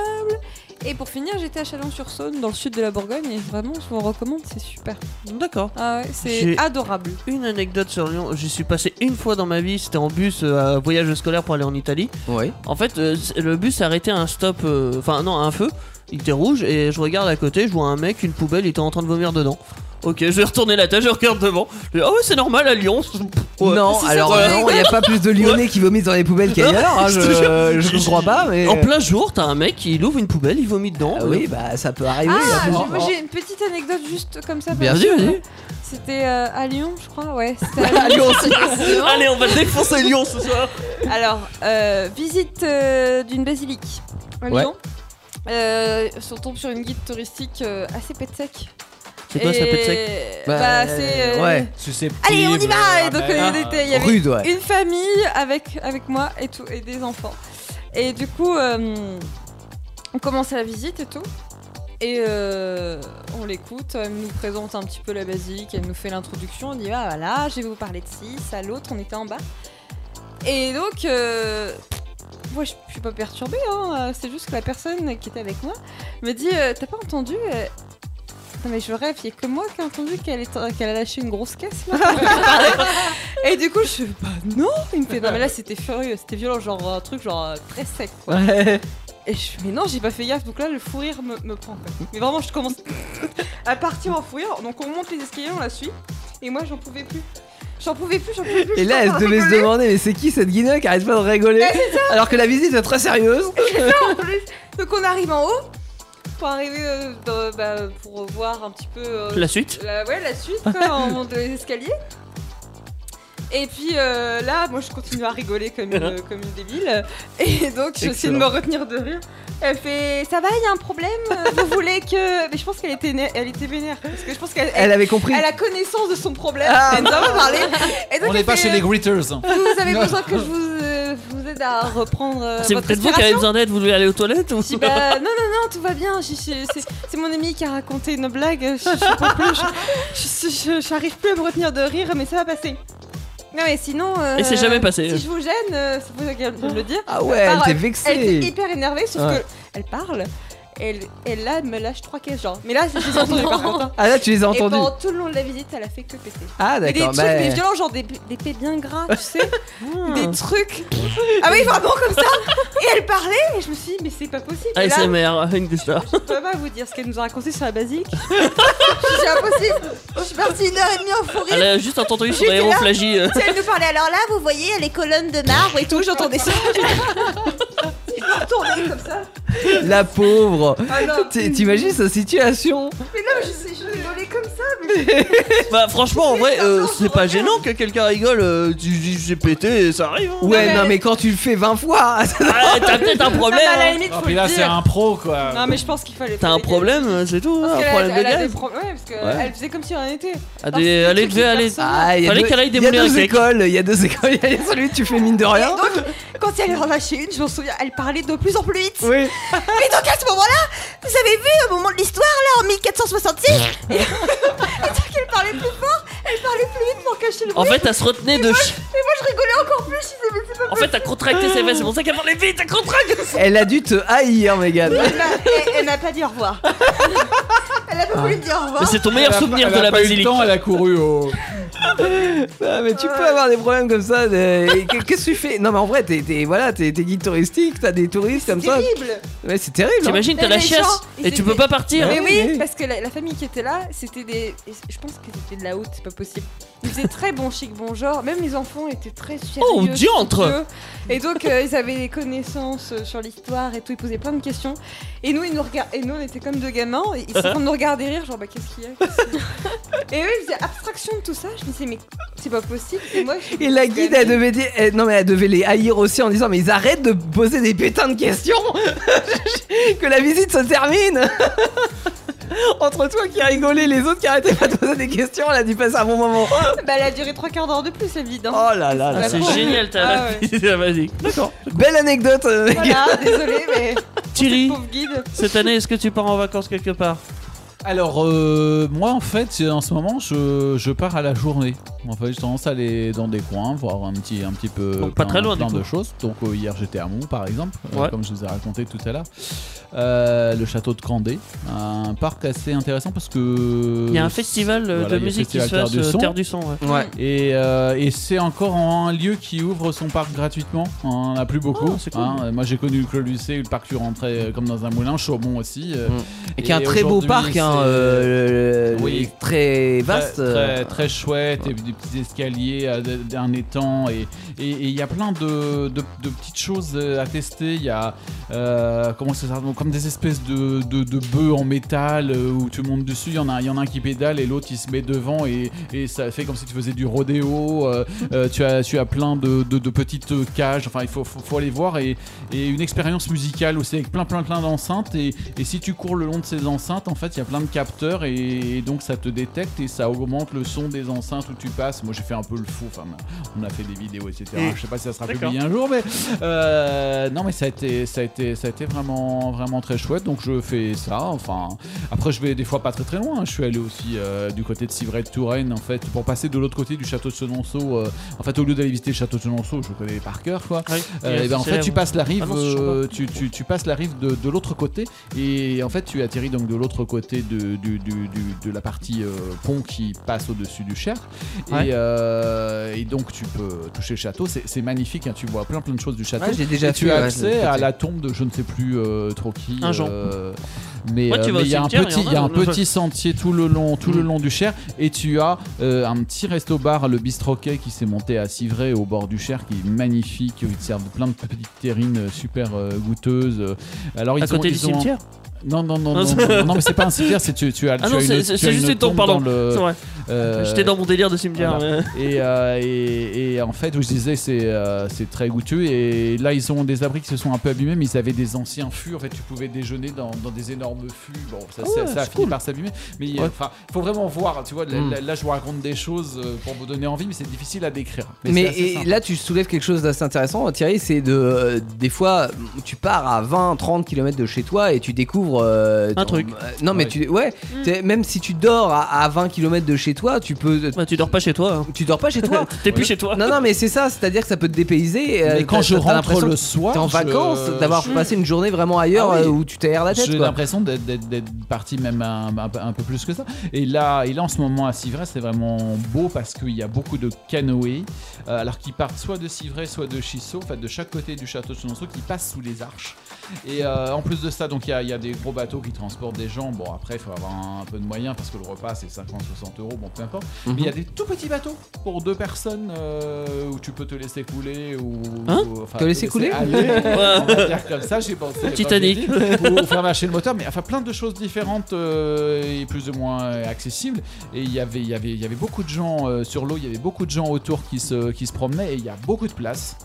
Et pour finir, j'étais à Chalon-sur-Saône, dans le sud de la Bourgogne. Et vraiment, je vous recommande, c'est super.
D'accord.
Ah ouais, c'est
J'ai-
adorable.
Une anecdote sur Lyon, j'y suis passé une fois dans ma vie, c'était en bus euh, à voyage scolaire pour aller en Italie.
Oui.
En fait, euh, c- le bus s'est arrêté à un stop, euh, enfin non, à un feu. Il était rouge et je regarde à côté, je vois un mec, une poubelle, il était en train de vomir dedans. Ok, je vais retourner la tête, je regarde devant. Je dis, ah ouais, c'est normal à Lyon. Ouais.
Non,
Si,
alors
c'est-
non, il n'y a pas plus de Lyonnais qui vomissent dans les poubelles qu'ailleurs. hein, je
Je te
ne
jure.
crois pas, mais.
En plein jour, t'as un mec, il ouvre une poubelle, il vomit dedans.
Ah oui, bah ça peut arriver. hein.
Ah, j'ai- moi, j'ai une petite anecdote juste comme ça.
Bien
parce
sûr,
que
vas-y.
C'était euh, à Lyon, je crois. Ouais, c'était à Lyon.
Allez, on, Allez, on va défoncer Lyon ce soir.
Alors, euh, visite euh, d'une basilique à
Ouais.
Lyon. Euh, on tombe sur une guide touristique euh, assez pète sec.
C'est quoi ça,
Et-
pète sec
Bah,
Bah,
c'est. euh,
ouais.
Allez, on y va Et
Ah,
donc, euh, il était- il y avait
Rude, ouais.
une famille avec, avec moi et, tout, et des enfants. Et du coup, euh, on commence la visite et tout. Et euh, on l'écoute, elle nous présente un petit peu la basique, elle nous fait l'introduction, on dit ah voilà, je vais vous parler de ci, ça, l'autre, on était en bas. Et donc, euh, moi je je suis pas perturbée, hein, euh, c'est juste que la personne qui était avec moi me dit euh, T'as pas entendu euh, Non mais je rêve, il y a que moi qui ai entendu qu'elle est- qu'elle a lâché une grosse caisse là. Et du coup, je fais Bah non Il me fait Non mais là c'était furieux, c'était violent, genre un truc genre euh, très sec quoi. Et je fais, mais non, j'ai pas fait gaffe, donc là le fou rire me, me prend. quoi. Mais vraiment, je commence à partir en fou rire. Donc on monte les escaliers, on la suit. Et moi, j'en pouvais plus. J'en pouvais plus, j'en pouvais plus.
Et là, elle
j'étais en train
devait se
rigoler.
demander, mais c'est qui cette guinée qui arrête pas de rigoler Alors que la visite est très sérieuse.
En plus. Donc on arrive en haut pour arriver euh, dans- bah, pour voir un petit peu euh,
La suite
la, ouais, la suite quoi, en montant les escaliers. Et puis euh, là, moi je continue à rigoler comme
Uh-huh.
une, comme une débile. Et donc j'essaie de me
Excellent.
retenir de rire. Elle fait Ça va, il y a un problème Vous voulez que. Mais je pense qu'elle était, né- elle était vénère. Parce que je pense qu'elle
Elle avait compris.
elle a connaissance de son problème. elle nous en a parlé. Et donc,
Ah. On
elle
n'est pas
fait,
chez
euh,
les hein. Gritters.
Vous avez besoin que je vous, euh, vous aide à reprendre euh,
C'est
votre
peut-être vous qui avez
respiration
besoin d'aide, vous voulez aller aux toilettes ou
je dis, bah, non, non, non, tout va bien. j'ai- j'ai- C'est c'est mon ami qui a raconté une blague. Je- Je comprends plus. je- je- je- je- J'arrive plus à me retenir de rire, mais ça va passer. Non, mais sinon. euh,
Et c'est jamais passé.
Si je vous gêne, euh, c'est pour ça qu'elle vient de le dire.
Ah ouais, elle
Par-
était
Elle était
vexée.
hyper énervée, sauf
Ouais.
que elle parle. Elle, elle là, elle me lâche trois caisses, genre. Mais là, je les ai entendues par contre. hein.
Ah là, tu les as
Et
entendus.
pendant tout le long de la visite, elle a fait que péter.
Ah
Mais des
d'accord.
trucs
bah,
mais violents, genre des, des pets bien gras, tu sais. des trucs. Ah oui, vraiment comme ça. Et elle parlait, et je me suis dit, mais c'est pas possible.
Ah,
Et là,
ASMR, une des stars.
je peux pas vous dire ce qu'elle nous a raconté sur la basique. c'est impossible. Je suis partie une heure et demie en fou
Elle
Oh, rire.
a juste entendu son
J'étais là.
aéroflagie. euh.
Tu sais, Elle nous parlait alors là, vous voyez les colonnes de marbre et tout, j'entendais ça. Je me retournais comme ça.
La pauvre.
Ah non,
T- T'imagines sa situation
mais non, je sais, je rigolais comme ça.
Bah franchement, en vrai, euh, c'est pas gênant que quelqu'un rigole. euh, Tu dis j'ai pété et ça arrive. hein.
Ouais,
mais-
non mais quand tu le fais 20 fois,
Ah, T'as peut-être un
Ah, mais
problème.
à la
hein.
limite,
Oh,
faut
puis là,
le
c'est
dire.
un pro, quoi.
Non, mais je pense qu'il fallait.
T'as un problème, euh, c'est tout. hein,
Parce
Un
qu'elle
problème
a-
de
elle a des
gaz.
pro- Ouais, parce qu'elle
Ouais.
faisait comme si rien n'était.
Ah,
parce
des-
que le
Allez,
truc
devait
est
aller.
personnel.
Ah, il y a
Fallait
deux,
qu'elle aille
il y a
démolir
deux
les mecs.
écoles, il y a deux écoles, il y a celui que tu fais mine de
Ah
Et
rien.
donc, quand elle en lâchait une, je m'en souviens, elle parlait de plus en plus vite.
Oui.
Et donc à ce moment-là, vous avez vu au moment de l'histoire, là, en 1466 Et et donc elle parlait plus fort, elle parlait plus vite pour cacher le
En
bruit.
fait, elle se retenait de. ch-
Et moi, je rigolais encore plus, je disais, mais c'est pas
En fait, t'as contracté ses fesses. C'est pour ça qu'elle parlait vite. T'as contracté.
Elle a dû te haïr, Megan.
Elle m'a- Elle elle m'a pas dit au revoir. Elle a pas voulu me dire au
Mais
revoir.
c'est ton
Elle
meilleur
a-
souvenir
elle
de
a
la
pas eu le
basilique.
temps, elle a couru au.
Ah, mais tu peux avoir des problèmes comme ça. de- Qu'est- Qu'est-ce que tu fais Non, mais en vrai, t'es t'es- voilà, t'es t'es guide touristique, t'as des touristes comme ça.
Terrible
Ouais, c'est terrible. hein.
T'imagines, t'as
Mais
la
les
chasse
gens, ils
et tu peux
étaient-
pas partir.
Mais
Ah oui,
oui,
oui.
parce que la, la famille qui était là, c'était des. et c- Je pense que c'était de la haute, c'est pas possible. Ils faisaient très bon chic, bon genre. Même les enfants étaient très sérieux.
Oh, diantre
studieux. Et donc, euh, ils avaient des connaissances euh, sur l'histoire et tout. Ils posaient plein de questions. Et nous, ils nous regard- et nous on était comme deux gamins. Et ils sont en train de nous regarder rire, genre, bah, qu'est-ce qu'il y a Qu'est-ce qu'il y a Et eux, ils faisaient abstraction de tout ça. Je me disais, mais c'est pas possible. Et moi, je-
Et la guide, elle devait dire. elle- non, mais elle devait les haïr aussi en disant Mais ils arrêtent de poser des putains de questions Que la visite se termine Entre toi qui rigolais, les autres qui arrêtaient pas de poser des questions, elle a dû passer un bon moment.
Bah, elle a duré trois quarts d'heure de plus, elle vide. hein.
Oh là là là.
Ah, C'est
Ah,
génial, t'as
ah,
la
ouais.
c'est la basilique.
Belle anecdote, euh, Megan.
Voilà, désolé, mais.
Thierry,
Pauvre guide.
cette année, est-ce que tu pars en vacances quelque part
euh,
Alors, euh, moi, en fait, en ce moment, je, je pars à la journée.
En fait, j'ai tendance à aller dans des coins, voir un petit, un petit peu
Donc, pas
plein-
très loin, du
plein
coup.
de choses. Donc euh, hier j'étais à Mont, par exemple, euh,
Ouais.
comme je vous ai raconté tout à l'heure. Euh, le château de Candé, un parc assez intéressant parce que
Il y a un festival euh,
Voilà, il y a
de
le
musique qui se
festival
passe,
Terre du
euh,
Son.
Terre du Son. ouais.
Ouais.
Et, euh, et c'est encore un lieu qui ouvre son parc gratuitement. On en a plus beaucoup.
Ah, c'est cool.
hein. Moi j'ai connu le Clos Lucé, le parc tu rentrais euh, comme dans un moulin, Chaumont aussi. euh,
Mm. Et qui est un très beau
aujourd'hui,
parc, hein,
c'est-
euh, le- le-
Oui.
très
Très-
vaste. euh,
Très, très chouette, et des petits escaliers, à d- un étang, et et- et il y a plein de, de- de petites choses euh, à tester. Il y a euh, comment ça s'appelle comme des espèces de, de, de bœufs en métal euh, où tu montes dessus. Il y, en a- il y en a un qui pédale et l'autre il se met devant, et, et ça fait comme si tu faisais du rodéo. euh, euh, tu, as, tu as plein de, de- de petites cages, enfin il faut, faut, faut aller voir, et, et une expérience musicale aussi avec plein plein plein d'enceintes. Et, et si tu cours le long de ces enceintes, en fait, il y a plein de capteurs et, et donc ça te détecte et ça augmente le son des enceintes où tu passes. Moi, j'ai fait un peu le fou. Enfin, on a fait des vidéos, etc. Je sais pas si ça sera
D'accord.
publié un jour, mais euh, non, mais ça a été, ça a été, ça a été vraiment, vraiment très chouette. Donc je fais ça. Enfin, après, je vais des fois pas très très loin. Je suis allé aussi euh, du côté de Civray-Touraine, en fait, pour passer de l'autre côté du château de Chenonceau. euh, en fait, au lieu d'aller visiter le château de Chenonceau, je le connais par cœur, quoi.
Ouais,
Euh,
il
eh
y
ben,
a-
en
c'est
fait,
là
tu
où-
passes la rive,
Ah non, c'est
euh,
Chambord.
tu, tu- tu passes la rive de, de l'autre côté, et en fait, tu atterris donc de l'autre côté de, du- du- du- de la partie euh, pont qui passe au-dessus du Cher.
Ouais.
Et, euh, et donc, tu peux toucher le château. C'est c'est magnifique, hein, tu vois plein plein de choses du château.
Ouais, j'ai déjà
Et tu
fait,
as
ouais,
accès
de
à
côté.
la tombe de je ne sais plus euh, trop qui.
Un Jean.
euh, mais
Ouais, tu
euh,
vas
mais il y a
au
un
cimetière,
petit,
il y en a
il y a un
dans le-
petit sentier tout le long, tout le
Mm.
long du Cher, et tu as euh, un petit resto-bar, le Bistroquet, qui s'est monté à Civray, au bord du Cher, qui est magnifique. où Ils te servent plein de petites terrines euh, super euh, goûteuses. Alors ils
À
ont-
côté du
ils ont-
cimetière
Non non non
Ah,
non,
c'est-
non, non, mais c'est pas un cimetière, c'est tu, tu as.
Ah
tu
non,
as une-
c'est-
tu
c'est
as une
juste les
tombe
tombes,
dans
pardon.
le-
C'est vrai.
euh,
J'étais dans mon délire de cimetière.
voilà.
mais-
et, euh, et, et en fait, où je disais, c'est euh, c'est très goûteux. Et là, ils ont des abris qui se sont un peu abîmés, mais ils avaient des anciens fûts. En fait, tu pouvais déjeuner dans, dans des énormes fûts. Bon, ça,
Ah
ça-
ouais,
ça a
c'est
fini
cool.
par s'abîmer. Mais
Ouais.
enfin, faut vraiment voir. Tu vois, là,
Mm.
là- là, je vous raconte des choses euh, pour vous donner envie, mais c'est difficile à décrire.
Mais,
c'est assez
et
simple.
là, tu soulèves quelque chose d'assez intéressant, Thierry. C'est de. euh, des fois, tu pars à 20-30 km de chez toi et tu découvres. euh,
Un
ton-
truc.
euh, non, mais
Ouais.
tu. Ouais. t'es- Même si tu dors à, à 20 km de chez toi, tu peux.
Bah, tu dors pas chez toi. hein.
Tu dors pas chez toi.
T'es plus chez toi.
non, non, mais c'est ça. C'est-à-dire que ça peut te dépayser. euh,
Mais quand
t'as-
je
t'as
rentre
l'impression
le
que
soir,
T'es en
je-
vacances, d'avoir
je-
passé une journée vraiment ailleurs
Ah oui.
euh, où tu t'aères la tête.
J'ai
quoi.
l'impression d'être- d'être d'être parti même un, un peu- un peu plus que ça. Et là, et là en ce moment à Civray, c'est vraiment beau parce qu'il y a beaucoup de canoës, euh, alors qu'ils partent soit de Civray, soit de Chissot, enfin de chaque côté du château de Chenonceau, qui passent sous les arches. Et euh, en plus de ça, donc il y, a- il y a des gros bateaux qui transportent des gens. Bon, après, il faut avoir un, peu de moyens parce que le repas c'est 50-60 euros, bon, peu importe. Mais il
Mhm.
y a des tout petits bateaux pour deux personnes euh, où tu peux te laisser couler ou.
Hein
ou- enfin,
Te laisser couler
aller, On va dire comme ça, j'ai pensé. quand je l'ai
Titanic.
dit ou faire marcher le moteur, mais enfin plein de choses différentes euh, et plus ou moins euh, accessibles. Et il y avait, il y avait, il y avait beaucoup de gens euh, sur l'eau, il y avait beaucoup de gens autour qui se, qui se promenaient et il y a beaucoup de place.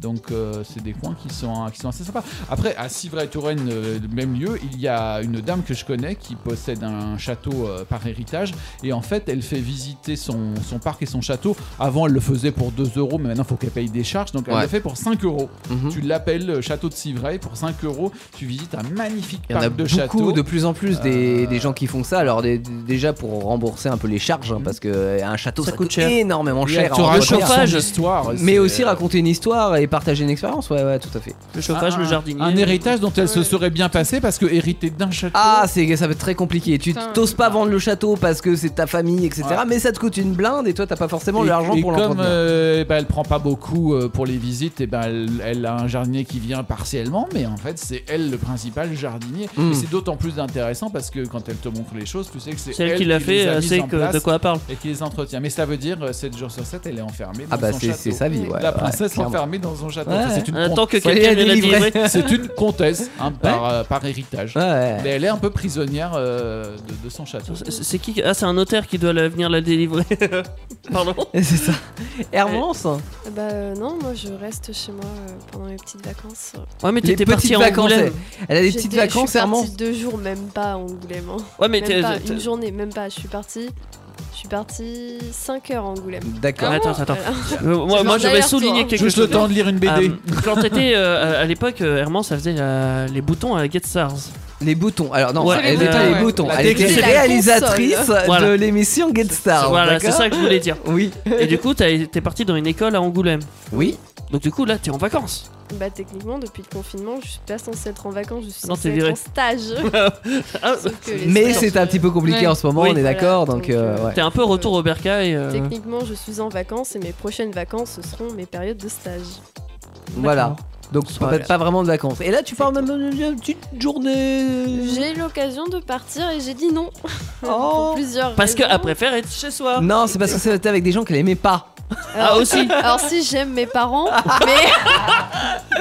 Donc euh, c'est des coins qui sont, qui sont assez sympas. Après à Civray-Touraine, euh, le même lieu, il y a une dame que je connais qui possède un château euh, par héritage et en fait elle fait visiter son, son parc et son château. Avant elle le faisait pour 2 euros, mais maintenant il faut qu'elle paye des charges, donc elle
Ouais.
le fait pour 5 euros.
Mhm.
Tu l'appelles euh, Château de Civray pour 5 euros. Tu visites un magnifique
Il y en a
parc de
beaucoup,
châteaux.
de plus en plus des,
Euh,
des gens qui font ça. Alors des- déjà pour rembourser un peu les charges, hein, parce que euh, un château ça,
Ça coûte
coûte
cher.
énormément
Et elle
cher.
te
à
raconte
entretenir.
chauffage.
son histoire.
mais
C'est,
aussi
euh,
raconter une histoire et partager une expérience. Ouais, ouais, tout à fait.
Le chauffage,
Ah, un-
le jardinier.
Un héritage dont elle se serait bien passée parce que hériter d'un château.
Ah, c'est ça peut être très compliqué. Tu
Putain.
t'oses pas vendre le château parce que c'est ta famille, etc.
Ouais.
Mais ça te coûte une blinde et toi t'as pas forcément
et,
Ah, l'argent
et
pour
comme
l'entretenir.
euh, eh ben, elle prend pas beaucoup euh, pour les visites, et ben elle, elle a un jardinier qui vient partiellement, mais en fait c'est elle le principal jardinier.
Mm.
Et c'est d'autant plus intéressant parce que quand elle te montre les choses, tu sais que c'est
Celle qui l'a fait,
les a
euh,
mises
sait
en
que
place
de quoi elle parle.
et qui les entretient. Mais ça veut dire euh, 7 jours sur 7 elle est enfermée dans
Ah bah
son
c'est
château.
c'est sa vie. Ouais,
La
ouais,
princesse
clairement.
enfermée dans son château.
Ouais.
Ça, C'est une
Attends que
Faut aller
quelqu'un
la
vienne la
délivrer.
livrer.
C'est une comtesse hein, par, euh, par héritage.
Ouais, ouais.
Mais elle est un peu prisonnière euh, de, de son château.
C'est- C'est qui Ah, c'est un notaire qui doit la- venir la délivrer. Pardon
C'est ça. Hermance,
Ah Bah euh, non, moi je reste chez moi euh, pendant les petites vacances.
Ouais, mais
les
t'étais
petites
parti en
vacances. Elle,
Angoulême.
eh.
elle a des
J'étais-
petites vacances,
Je suis partie
Hermance.
deux jours, même pas en Angoulême. hein.
Ouais, mais t'es.
Même pas
t'es-
une journée, même pas. Je suis partie. Je suis partie 5 heures en Angoulême.
D'accord.
Attends, attends.
Voilà.
Euh, Moi,
C'est
moi
genre
je vais
d'aller-retour,
souligner
hein.
quelque
Juste
chose.
le temps de lire une BD.
Euh, quand t'étais euh, à- à l'époque, euh, Herman, ça faisait euh, les boutons à Get Stars.
Les boutons. Alors non,
Ouais,
elle
les
n'était pas
boutons,
les
ouais.
boutons.
La
Elle était
technique.
réalisatrice
La
Voilà.
de l'émission Get Star.
Voilà,
d'accord
c'est ça que je voulais dire.
Oui.
Et du coup, t'as- t'es parti dans une école à Angoulême.
Oui.
Donc du coup, là, t'es en vacances.
Bah techniquement, depuis le confinement, je suis pas censée être en vacances, je suis
Non,
censée
t'es
être
virée.
en stage.
Ah,
Sauf que les
Mais
stages,
c'est un
euh,
petit peu compliqué
Ouais.
en ce moment,
Oui.
on est d'accord.
Voilà,
donc
donc,
euh,
euh,
ouais.
T'es un peu retour au berca et... euh,
Techniquement, je suis en vacances et mes prochaines vacances, ce seront mes périodes de stage.
voilà. Donc
Voilà.
peut-être pas vraiment de vacances. Et là, tu pars même une petite journée.
J'ai eu l'occasion de partir et j'ai dit non.
Oh.
Pour plusieurs
Parce
raisons.
qu'elle préfère être chez soi.
Non, c'est parce que c'était avec des gens qu'elle aimait pas.
Ah aussi
Alors si j'aime mes parents, mais,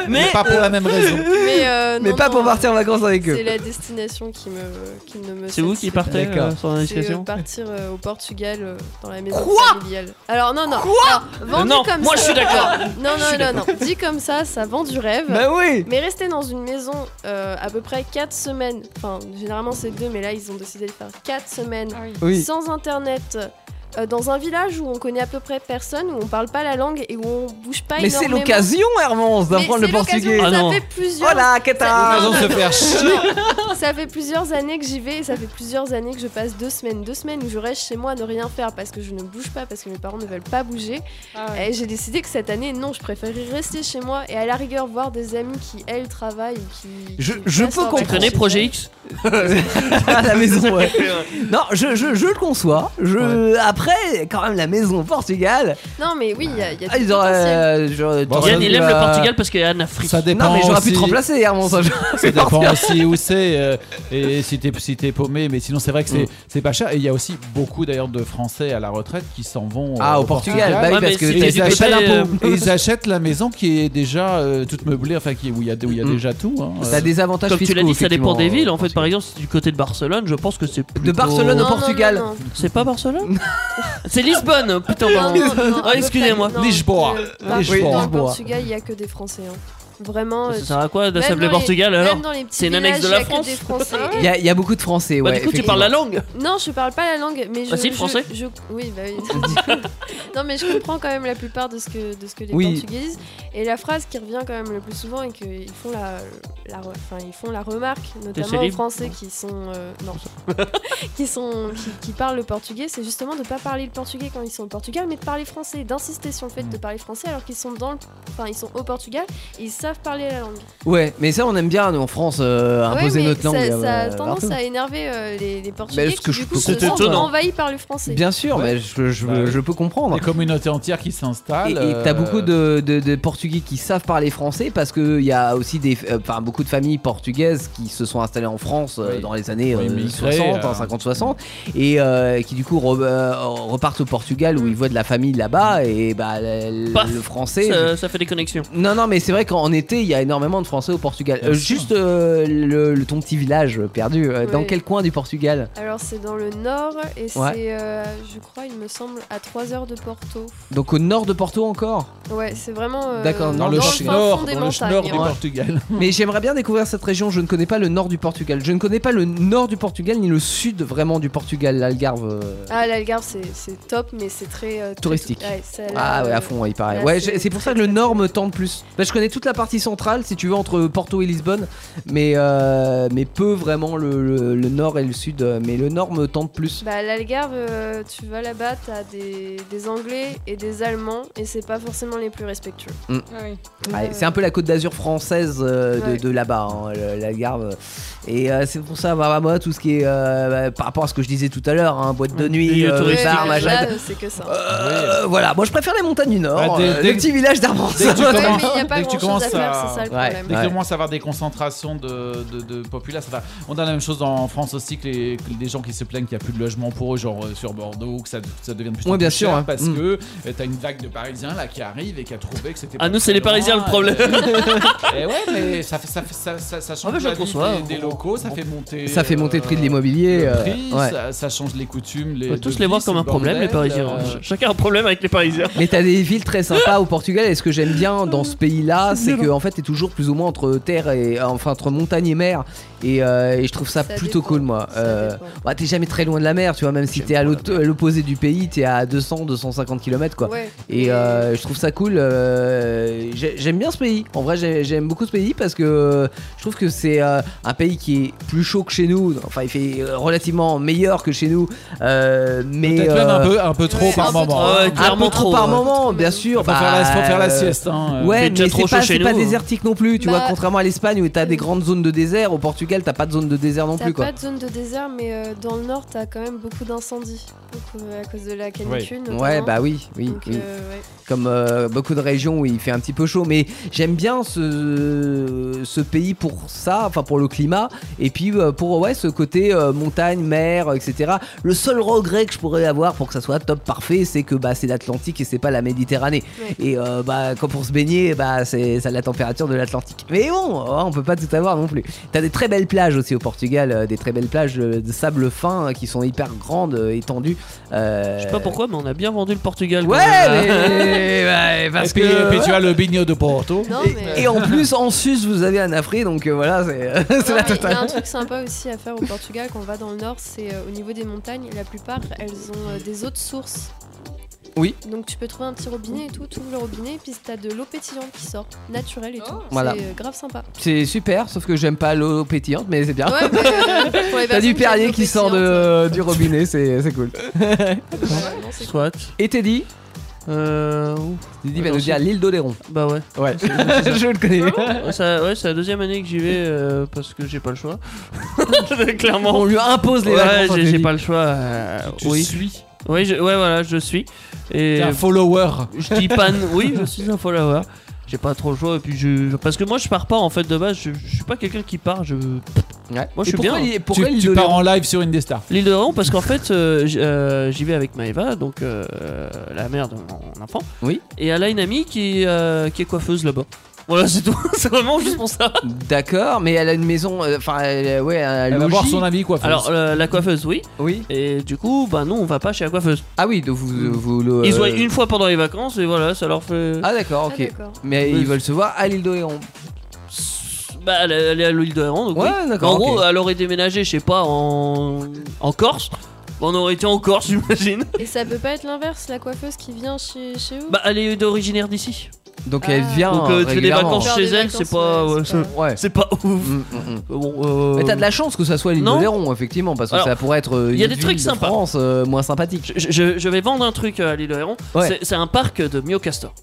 Mais
Pas pour la même raison.
mais, euh,
Mais
non,
pas
non,
pour partir en vacances avec
C'est
eux.
la destination qui me, qui ne me.
c'est vous
satisfait
qui partez
D'accord.
euh,
pas.
sans
C'est euh,
indication
partir euh, au Portugal euh, dans la maison
Quoi
familiale. Alors non non. Quoi vendu
Non,
comme
moi,
ça-
je suis d'accord.
Non
Je suis
non non non. Dit comme ça, ça vend du rêve.
Bah oui
Mais rester dans une maison euh, à peu près 4 semaines, enfin généralement c'est 2 mais là ils ont décidé de faire 4 semaines
Oui.
sans internet, euh, dans un village où on connaît à peu près personne, où on parle pas la langue et où on bouge pas
Mais c'est
énormément.
l'occasion, Hermance, d'apprendre
Mais
le
c'est l'occasion,
portugais.
Ah non.
Ça fait plusieurs,
Voilà, Kata
Raison de
se faire
ça fait plusieurs années que j'y vais et ça fait plusieurs années que je passe 2 semaines, 2 semaines où je reste chez moi à ne rien faire parce que je ne bouge pas, parce que mes parents ne veulent pas bouger.
Ah
Et j'ai décidé que cette année, non, je préférais rester chez moi et à la rigueur voir des amis qui, elles, travaillent ou qui...
Je-
qui
je
passent
peux
leur vacances
Prenez
chez
Projet
elles.
X.
à la maison, ouais. Non, je, je, je le conçois. Je... Après, quand même, la maison au Portugal.
Non, mais oui, il y a, il y a
Ah,
du
ils auraient.
potentiel.
euh, j'aurais-
Bon,
j'aurais
Yann, il
dû,
aime le
euh,
Portugal Oh, parce qu'il y a en Afrique.
Ça dépend.
Non, mais j'aurais pu te
aussi-
remplacer, Hermance. hein,
Ça
j'aurais pu
dépend
partir.
aussi où c'est euh, et si t'es si t'es paumé, mais sinon c'est vrai que c'est
Mm.
c'est pas cher. Et il y a aussi beaucoup d'ailleurs de Français à la retraite qui s'en vont euh,
Ah, au Portugal, bah oui,
Ouais,
parce
mais
que
si
t'as-
tu
ils
payes
t'as
pas
pas
les-
d'impôts.
Et ils achètent la maison qui est déjà euh, toute meublée, enfin qui, où il y a, où il y a
Mm.
déjà tout. hein.
T'as des avantages
euh, Comme tu
fiscaux.
l'as dit, ça dépend des
effectivement,
villes. En fait, par
Portugal.
exemple, si du côté de Barcelone, je pense que c'est plutôt-
Barcelone au
Non, non,
Portugal.
non, non.
C'est pas Barcelone C'est Lisbonne, oh, putain. pardon.
Non, non, non,
Ah, excusez-moi.
non,
Lisboa.
euh, par-
Lisboa.
Dans le
Lisboa.
Portugal, il n'y a que des Français. hein. Vraiment.
Ça
euh,
sert à quoi
même
d'assembler le
dans les-
Portugal
même
alors
dans les petits
C'est une annexe de
villages, il y a
la
que
France.
des Français.
Il y, a- il y a beaucoup de Français,
Bah,
ouais.
du coup, tu parles la langue
Non, je parle pas la langue, mais je.
Ah si, le
je-
français.
je- Oui, bah oui. non, mais je comprends quand même la plupart de ce que, de ce que les
Oui.
Portugais disent. Et la phrase qui revient quand même le plus souvent et qu'ils font la, la, re- enfin, ils font la remarque, notamment aux
célib
Français qui sont. euh, non. qui, sont qui, qui parlent le portugais, c'est justement de pas parler le portugais quand ils sont au Portugal, mais de parler français, d'insister sur le fait de
Mm.
parler français alors qu'ils sont dans le. Enfin, ils sont au Portugal et ils savent parler la langue.
Ouais, mais ça, on aime bien, nous, en France, euh,
Ouais,
imposer
mais
notre langue.
ça,
euh,
ça a
partout.
tendance à énerver euh, les, les Portugais
Mais ce
qui
que je
du
peux hein.
coup se sentent
comprendre.
envahis par le français.
Bien sûr, mais je, je-
Bah,
je peux comprendre.
Des communautés entières qui
Et
s'installent.
et t'as
euh,
beaucoup de, de- de Portugais qui savent parler français parce qu'il y a aussi des, euh, enfin, beaucoup de familles portugaises qui se sont installées en France euh,
Oui.
dans les années
Oui,
euh,
immigrées,
60,
euh,
hein, 50-60, et euh, qui du coup re- euh, repartent au Portugal où ils voient de la famille là-bas et bah, le,
Paf.
le français.
ça, ça fait des connexions.
Non, non, mais c'est vrai qu'en été, il y a énormément de Français au Portugal.
Bien
Euh,
sûr.
juste euh, le, le- ton petit village perdu, euh, dans
Oui.
quel coin du Portugal
Alors c'est dans le nord et
Ouais.
c'est, euh, je crois, il me semble, à 3 heures de Porto.
Donc au nord de Porto encore
Ouais, c'est vraiment. euh,
D'accord,
dans le
Dans le
ch-
fin
nord,
fond des
dans le ch-
montagnes,
nord du
ouais.
Portugal.
Hmm.
Mais j'aimerais bien découvrir cette région. Je ne connais pas le nord du Portugal. Je ne connais pas le nord du Portugal ni le sud vraiment du Portugal, l'Algarve. euh,
Ah, l'Algarve, c'est, c'est top, mais c'est très euh, très-
Touristique.
ouais, ça a l'air,
Ah ouais, à
euh,
fond, ouais, il paraît.
là,
Ouais,
c'est
j'ai- c'est pour ça que le nord me tente plus. Bah, je connais toute la partie centrale, si tu veux, entre Porto et Lisbonne, mais, euh, mais peu vraiment le, le- le nord et le sud. euh, Mais le nord me tente plus.
Bah, l'Algarve, euh, tu vas là-bas, t'as des, des Anglais et des Allemands, et c'est pas forcément les plus respectueux.
Eh.
ah
Ouais, Ah, c'est un peu la côte d'Azur française euh, de,
Ouais.
de là-bas, hein, le- l'Algarve. Et euh, c'est pour ça, bah, bah, moi, tout ce qui est euh, bah, par rapport à ce que je disais tout à l'heure, hein, boîte de nuit,
Milieu
euh,
touristique.
bar, machin,
là, euh, c'est que ça.
Euh, voilà, moi je préfère les montagnes du Nord,
Bah, dès-
euh,
dès
le
que-
petit village d'Armand.
dès que tu
Ouais,
commences-
mais il n'y a
dès
pas
que tu
grand-chose à
commences
faire,
à-
c'est ça le
Ouais.
problème.
Dès que
Ouais.
tu commences à avoir des concentrations de, de, de populace, ça va. on a la même chose en France aussi que les, que les gens qui se plaignent qu'il n'y a plus de logement pour eux, genre euh, sur Bordeaux, que ça, ça devient de plus en
Ouais,
plus
bien sûr,
cher
hein.
parce
Mm.
que euh, t'as une vague de Parisiens là qui arrive et qui a trouvé que c'était.
Ah,
pas
nous,
très
c'est les
loin,
Parisiens le
et-
problème.
Et ouais, mais ça, fait- ça, fait- ça, ça, ça change
Ah, mais je
la
le
vie
conçois.
des, des locaux, ça fait monter.
Ça fait monter le prix de
euh,
l'immobilier.
le
euh,
prix,
ouais.
ça, ça change les coutumes. Les
On peut tous
devis,
les voir
c'est
comme
le
un problème, les
bordel,
Parisiens.
euh,
Ch- Chacun a un problème avec les Parisiens.
Mais t'as des villes très sympas au Portugal et ce que j'aime bien dans ce pays-là, c'est que en fait t'es toujours plus ou moins entre terre et enfin entre montagne et mer et, euh, et je trouve ça,
Ça
plutôt
dépend,
cool moi.
ça
Euh,
dépend.
bah, t'es jamais très loin de la mer, tu vois, même si
J'aime
t'es à
pas la
l'auto- à l'opposé du pays, t'es à 200-250 km quoi.
Ouais.
Et euh, je trouve ça cool. euh, j'ai- j'aime bien ce pays. En vrai, j'ai- j'aime beaucoup ce pays parce que euh, je trouve que c'est euh, un pays qui est plus chaud que chez nous. Enfin, il fait euh, relativement meilleur que chez nous. euh, mais
Peut-être même un
euh,
peu, un peu trop
ouais,
par
un peu
moment.
trop.
hein.
Ouais,
un peu
clairement
trop
trop,
par
ouais.
moment, bien sûr.
Faut faire la- faut faire la
euh,
sieste. hein.
Ouais,
fait déjà
mais
trop
c'est pas,
chaud chez
c'est pas
nous, hein.
désertique non plus, tu
Bah-
vois. Contrairement à l'Espagne où t'as des grandes zones de désert, au Portugal t'as pas de zone de désert non
T'as
plus, quoi.
pas de zone de désert, mais euh, dans le nord, t'as quand même beaucoup d'incendies. Donc, euh, à cause de la canicule.
Ouais,
notamment.
bah oui, oui,
Donc,
oui.
euh, ouais.
comme euh, beaucoup de régions où il fait un petit peu chaud. Mais j'aime bien ce, ce pays pour ça, enfin pour le climat, et puis euh, pour ouais, ce côté euh, montagne, mer, euh, etc. Le seul regret que je pourrais avoir pour que ça soit top parfait, c'est que bah, c'est l'Atlantique et c'est pas la Méditerranée. Et euh, bah, quand pour se baigner, bah, c'est ça la température de l'Atlantique. Mais bon, hein, on peut pas tout avoir non plus. T'as des très belles plages aussi au Portugal, euh, des très belles plages euh, de sable fin euh, qui sont hyper grandes, euh, étendues. Euh,
Je sais pas pourquoi, mais on a bien vendu le Portugal. quand
Ouais,
même, hein. là.
mais- ouais,
Et
parce
puis,
que.
et puis tu as le bigno de Porto.
Non,
Et-
mais.
Et, en plus, en sus, vous avez un afri, donc euh, voilà, c'est c'est
Non,
la
mais Il y a un
totale.
truc sympa aussi à faire au Portugal quand on va dans le nord, c'est euh, au niveau des montagnes, la plupart elles ont euh, des eaux de source.
Oui.
Donc tu peux trouver un petit robinet et tout, tu ouvres le robinet et puis t'as de l'eau pétillante qui sort, naturelle et tout.
Oh. Voilà.
C'est euh, grave sympa.
C'est super, sauf que j'aime pas l'eau pétillante, mais c'est bien.
Ouais, mais, euh, pour les
Ah. T'as
personnes
du
aiment
Perrier
l'eau euh,
qui sort de, du robinet, c'est c'est cool.
pétillante, euh, vraiment, c'est cool.
Soit.
Et Teddy
Euh. ouh.
Teddy
Ouais,
va
j'en
nous dire
sais.
l'île d'Oléron.
Bah ouais.
Ouais, je le connais.
Ouais, ça- ouais, c'est la deuxième année que j'y vais euh, parce que j'ai pas le choix.
On
Clairement.
lui impose les
Ouais,
vacances, hein,
j'ai-
Teddy.
j'ai pas le choix. euh,
Tu
oui.
suis.
Oui, je- ouais, voilà, je suis. Et
T'es un follower.
je dis pan. Oui, je suis un follower. J'ai pas trop le choix. Et puis je... Parce que moi, je pars pas en fait de base. Je, je suis pas quelqu'un qui part. Je...
Ouais.
Moi, je
Et
suis
pourquoi
bien.
il- Pourquoi
tu,
l'île
tu pars
d'Oléron
en live sur Indestar.
L'île de Rome, parce qu'en fait, euh, j- euh, j'y vais avec Maeva, donc euh, la mère de mon enfant.
Oui.
Et elle a une amie qui, euh, qui est coiffeuse là-bas. Voilà, c'est tout. c'est vraiment juste pour ça.
D'accord, mais elle a une maison, euh, enfin, elle- ouais, un
Elle va
logis.
voir son ami quoi.
Alors, euh, la coiffeuse, oui.
Oui.
Et du coup, bah, nous, on va pas chez la coiffeuse.
Ah oui, donc vous, vous le.
Euh.
euh,
Ils se voient une fois pendant les vacances et voilà, ça leur fait.
Ah d'accord,
Ah,
ok.
d'accord.
Mais
Oui.
ils veulent se voir à l'île d'Oléron.
Bah, elle, elle est à l'île de Rome, donc oui.
Ouais, d'accord.
En gros,
ok.
elle aurait déménagé, je sais pas, en... en Corse. On aurait été en Corse, j'imagine.
Et ça peut pas être l'inverse, la coiffeuse qui vient chez, chez vous
Bah, elle est d'originaire d'ici.
Donc
Ah.
elle vient.
Donc, euh, tu fais des
régulièrement.
vacances
Faire
chez
des
elle,
vacances,
c'est pas.
ouais,
ouais,
c'est
c'est-
Ouais.
C'est pas ouf.
Mm, mm, mm.
Bon, euh,
Mais t'as de la chance que ça soit l'île
non.
d'Oléron, effectivement, parce que
Alors,
ça pourrait être euh,
il y a
une
des
ville
trucs
de
sympas.
France euh, moins sympathique.
je, je- je vais vendre un truc à l'île Héron.
Ouais.
C'est- C'est un parc de miocastors.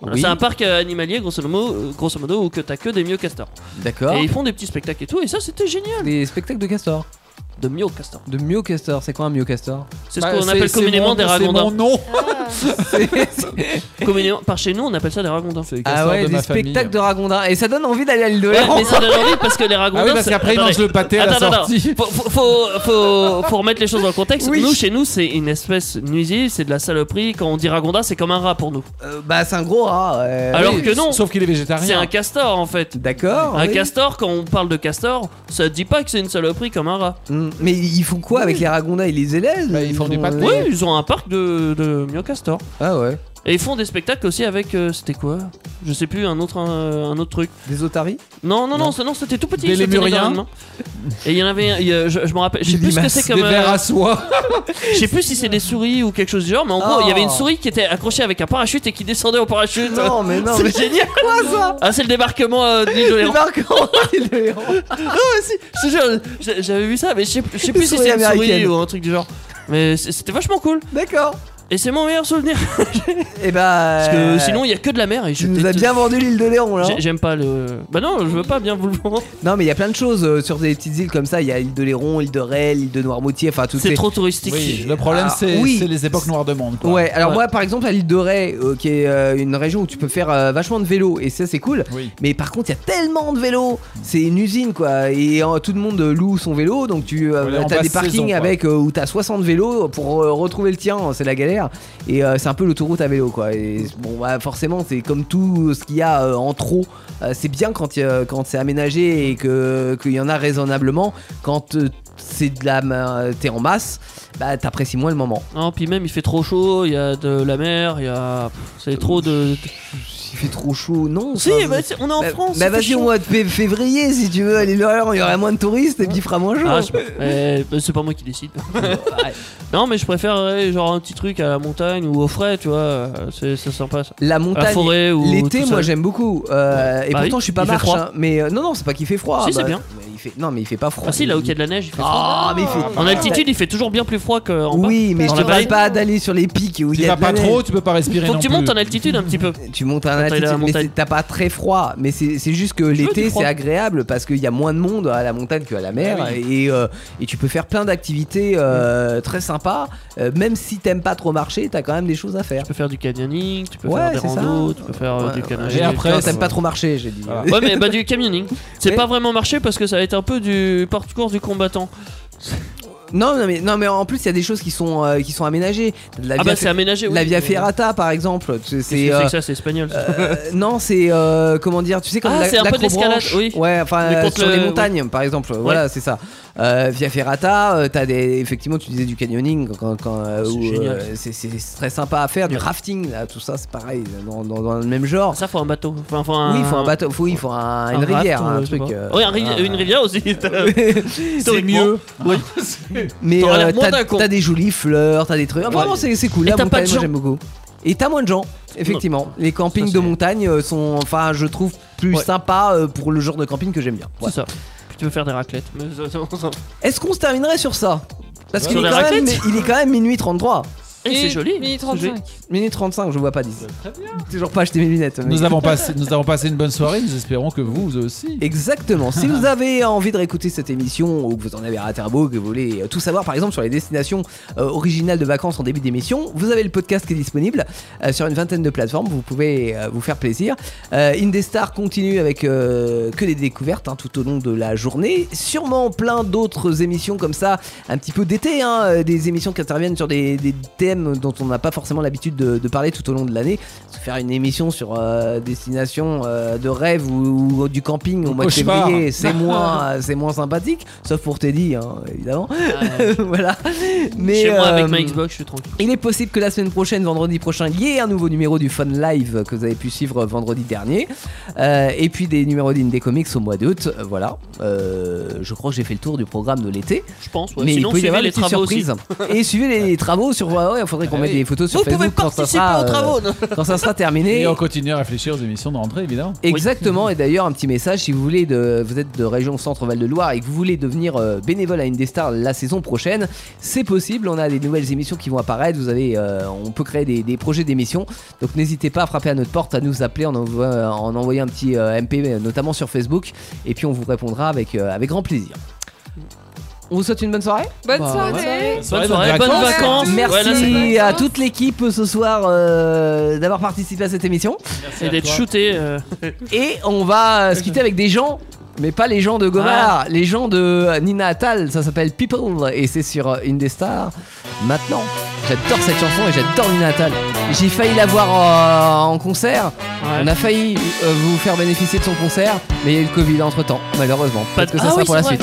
Voilà,
Oui.
C'est un parc euh, animalier, grosso modo, euh, grosso modo où que t'as que des miocastors.
D'accord.
Et ils font des petits spectacles et tout, et ça c'était génial.
Des spectacles de castors.
De miocastors.
De miocastors. C'est quoi un miocastor
Bah, C'est ce qu'on appelle communément des
C'est mon
ragondins.
nom.
bah,
Ah,
Communément- par chez nous, on appelle ça des ragondins.
C'est les
Ah
castors
ouais,
de
des
ma famille.
spectacles de ragondins. Et ça donne envie d'aller à l'île
Ouais,
d'Oléron.
mais ça donne envie parce que les ragondins.
Ah oui, parce
c'est-
qu'après ils
Attendez.
mangent le pâté à la
Attends, attends,
sortie.
Faut, faut, faut, faut- faut remettre les choses dans le contexte.
Oui.
Nous, chez nous, c'est une espèce nuisible, c'est de la saloperie. Quand on dit ragondin, c'est comme un rat pour nous.
Euh, bah c'est un gros rat. euh,
Ah
Alors
oui.
que non,
Sauf qu'il est
c'est un
végétarien.
castor en fait.
D'accord.
Ah
Un
oui.
castor, quand on parle de castor, ça te dit pas que c'est une saloperie comme un rat.
Mm. Mais ils font quoi avec les ragondins Ils les élèvent
Bah, ils font du
ont-
pâté.
Oui, ils ont un parc de, de miocastor.
Ah ouais.
Et ils font des spectacles aussi avec. euh, c'était quoi Je sais plus, un autre, euh, un autre truc.
Des otaries
Non, non, non, ça- non, c'était tout petit.
Des
ça tenait dans la
lémuriens.
main. Et il y en avait. un- il y a- je, je me rappelle. Je sais
Des
plus ce que
limaces,
c'est
Des
comme.
vers
euh,
à soie.
je sais plus si c'est des souris ou quelque chose du genre, mais en gros, il y avait une
Oh.
souris qui était accrochée avec un parachute et qui descendait au parachute.
Non, mais non. Mais...
c'est génial.
Quoi ça
Ah, c'est le débarquement euh, de l'île de
Les
l'Héron.
marquants l'île d'Oléron.
Je te jure, j'a- J'avais vu ça, mais je sais plus je sais plus si
Souris
c'est une souris
américaine.
ou un truc du genre. Mais c- c'était vachement cool.
D'accord.
Et c'est mon meilleur souvenir.
Et bah.
Parce que sinon, il y a que de la mer. Et je
tu nous as
déteste-
bien vendu hein. l'île de Léon là.
J'ai- J'aime pas le. Bah non, je veux pas bien vous le vendre.
Non, mais il y a plein de choses euh, sur des petites îles comme ça. Il y a l'île de Léron, l'île de Ré, l'île de Noirmoutier, enfin tout
C'est trop touristique.
Oui, le problème
Ah,
c'est
oui.
c'est les époques noires de monde. quoi.
Ouais, alors
Ouais.
moi par exemple à l'île de Ré, euh, qui est euh, une région où tu peux faire euh, vachement de vélo, et ça c'est cool,
Oui.
mais par contre il y a tellement de vélos, c'est une usine quoi, et euh, tout le monde euh, loue son vélo, donc tu euh,
Voilà, en
t'as
basse
des parkings
saison, quoi.
avec euh, où t'as 60 vélos pour euh, retrouver le tien, c'est la galère, et euh, c'est un peu l'autoroute à vélo quoi, et bon bah forcément c'est comme tout ce qu'il y a euh, en trop, euh, c'est bien quand, il y a- quand c'est aménagé et que- qu'il y en a raisonnablement, quand euh, c'est de la ma- euh, t'es en masse, bah t'apprécies moins le moment.
Non, puis même, il fait trop chaud, il y a de la mer, il y a. Pff, C'est trop de.
Il fait trop chaud, non
Si,
enfin,
bah, c'est- on est en
bah-
France.
Bah
il fait
vas-y au
chaud.
mois de fé- février si tu veux, à l'île d'Orléans, il y aurait moins de touristes et puis il fera moins chaud.
Ah, je- euh, bah, c'est pas moi qui décide. Non, mais je préfère euh, genre un petit truc à la montagne ou au frais, tu vois. euh, C'est c'est sympa ça.
La montagne,
La forêt ou
l'été,
Ah, tout
moi
seul.
j'aime beaucoup. Euh, Et
Bah
pourtant,
oui,
je suis pas
il fait
marche.
froid.
hein, mais euh, non, non, c'est pas qu'il fait froid.
Si, c'est
bah,
bien.
mais il fait... Non, mais il fait pas froid.
Ah si, là où
Il-
il y a de la neige, il fait froid.
Ah, mais il fait.
En altitude, il fait toujours bien plus froid qu'en bas.
Oui, mais
Dans
je te
la
parle
vallée.
pas d'aller sur les pics où il
Tu
y a
vas
de la
pas
neige.
trop, tu peux pas respirer.
Faut
non
que tu
plus.
montes en altitude un petit peu.
Tu montes à
Quand t'as la
altitude, mais
montagne.
c'est- t'as pas très froid. Mais c'est c'est juste que
veux du
l'été,
froid.
c'est agréable parce qu'il y a moins de monde à la montagne qu'à la mer.
Ah
et, euh, et tu peux faire plein d'activités euh, très sympas. Euh, même si t'aimes pas trop marcher, t'as quand même des choses à faire.
Tu peux faire du canyoning, tu peux
Ouais,
faire des
c'est ça.
randos, tu peux faire euh,
Ouais,
du canyoning.
Et après,
Non,
ça-
t'aimes pas trop marcher, j'ai dit.
Voilà.
Ouais, mais bah du camioning. C'est
Mais-
pas vraiment marché parce que ça va être un peu du parcours du combattant.
Non, non, mais, non, mais en plus, il y a des choses qui sont, euh, qui sont aménagées. T'as de La
ah
via,
bah c'est aménagé. oui.
la via
Mais-
ferrata, par exemple. Tu sais,
Qu'est-ce que
C'est.
c'est
euh,
que ça, c'est espagnol. ça.
euh, non, c'est euh, comment dire, tu sais comme
Ah,
la-
c'est un peu de
l'acrobranche.
l'escalade, oui.
Ouais, enfin
Mais
euh,
contre
sur
le-
les montagnes, par exemple. Voilà, c'est ça. Euh, via ferrata, euh, t'as des, effectivement, tu disais du canyoning quand, quand euh,
C'est
où, euh,
génial.
c'est c'est très sympa à faire, du rafting, là, tout ça, c'est pareil, dans, dans- dans le même genre.
Ça faut un bateau. Enfin, faut un...
oui, il faut un bateau, faut, il faut un- Ah, une
raft,
rivière,
euh,
un
je sais
truc.
pas.
euh,
Oui, un rivi-
un-
une rivière aussi.
C'est
Historiquement.
mieux.
Mais
T'auras l'air
euh,
moins
t'as
d'un con.
t'as des jolies fleurs, t'as des trucs. Ah, Vraiment,
Ouais.
c'est c'est cool.
Et
La
t'as pas
montagne,
de
moi
gens.
j'aime beaucoup. Et t'as moins de gens, effectivement. Les campings
Ça,
de
c'est-
montagne euh, sont, enfin, je trouve plus
Ouais.
sympas euh, pour le genre de camping que j'aime bien. Ouais.
C'est ça. Puis tu peux faire des raclettes. Mais ça- ça- ça-
Est-ce qu'on se terminerait sur ça Parce
Ouais.
qu'il
Sur
est,
les
quand même-
raclettes
il est quand même minuit 33.
Et c'est joli.
Minute
C'est joli.
35.
Minute 35, je vois pas 10. Toujours pas acheté mes lunettes. mais-
Nous avons, passé, nous avons passé une bonne soirée, nous espérons que vous aussi.
Exactement. Si vous avez envie de réécouter cette émission ou que vous en avez raté un beau, que vous voulez euh, tout savoir par exemple sur les destinations euh, originales de vacances en début d'émission, vous avez le podcast qui est disponible euh, sur une vingtaine de plateformes. Vous pouvez euh, vous faire plaisir. Euh, Indestar continue avec euh, que des découvertes hein, tout au long de la journée. Sûrement plein d'autres émissions comme ça, un petit peu d'été, hein, euh, des émissions qui interviennent sur des, des thèmes dont on n'a pas forcément l'habitude de, de parler tout au long de l'année. Parce que Faire une émission sur euh, destination euh, de rêve ou, ou du camping au mois de
cauchemar.
février, c'est moins, c'est moins sympathique, sauf pour Teddy, hein, évidemment.
Ouais.
voilà. Mais
Chez moi avec
euh,
ma Xbox, je suis tranquille.
il est possible que la semaine prochaine, vendredi prochain, il y ait un nouveau numéro du Fun Live que vous avez pu suivre vendredi dernier. Euh, et puis des numéros d'Indé Comics au mois d'août. Euh, Voilà. Euh, je crois que j'ai fait le tour du programme de l'été.
Je pense. Ouais.
mais
Sinon,
il peut y
suivez
avoir des
les
petites
travaux aussi. Ah
surprises. et suivez les, travaux sur. ouais, ouais, il faudrait qu'on mette des photos sur
Vous pouvez
Facebook quand ça,
participer
sera,
aux
euh,
travaux. non
quand ça sera terminé.
Et on continue à réfléchir aux émissions de rentrée, évidemment.
Exactement, et d'ailleurs un petit message si vous voulez de vous êtes de région Centre-Val de Loire et que vous voulez devenir euh, bénévole à Indestar la saison prochaine, c'est possible, on a des nouvelles émissions qui vont apparaître, vous avez euh, on peut créer des, des projets d'émissions. Donc n'hésitez pas à frapper à notre porte, à nous appeler en, envoie- en envoyant un petit euh, MP euh, notamment sur Facebook et puis on vous répondra avec euh, avec grand plaisir. On vous souhaite une bonne soirée.
Bonne
Bah,
soirée.
Bonne soirée, bonnes
vacances.
vacances. Ouais, là, c'est-
Merci à toute l'équipe ce soir euh, d'avoir participé à cette émission.
Et d'être shooté. euh,
Et on va euh, se quitter avec des gens, mais pas les gens de Gomard, les gens de euh, Nina Attal, ça s'appelle People, et c'est sur euh, Indestar. Maintenant, j'adore cette chanson et j'adore Nina Attal. J'ai failli la voir euh, en concert,
ouais.
on a failli euh, vous faire bénéficier de son concert, mais il y a eu le Covid entre temps, malheureusement.
Pas
Peut-être que
de-
ça
Ah
sera
oui,
pour la
c'est
suite.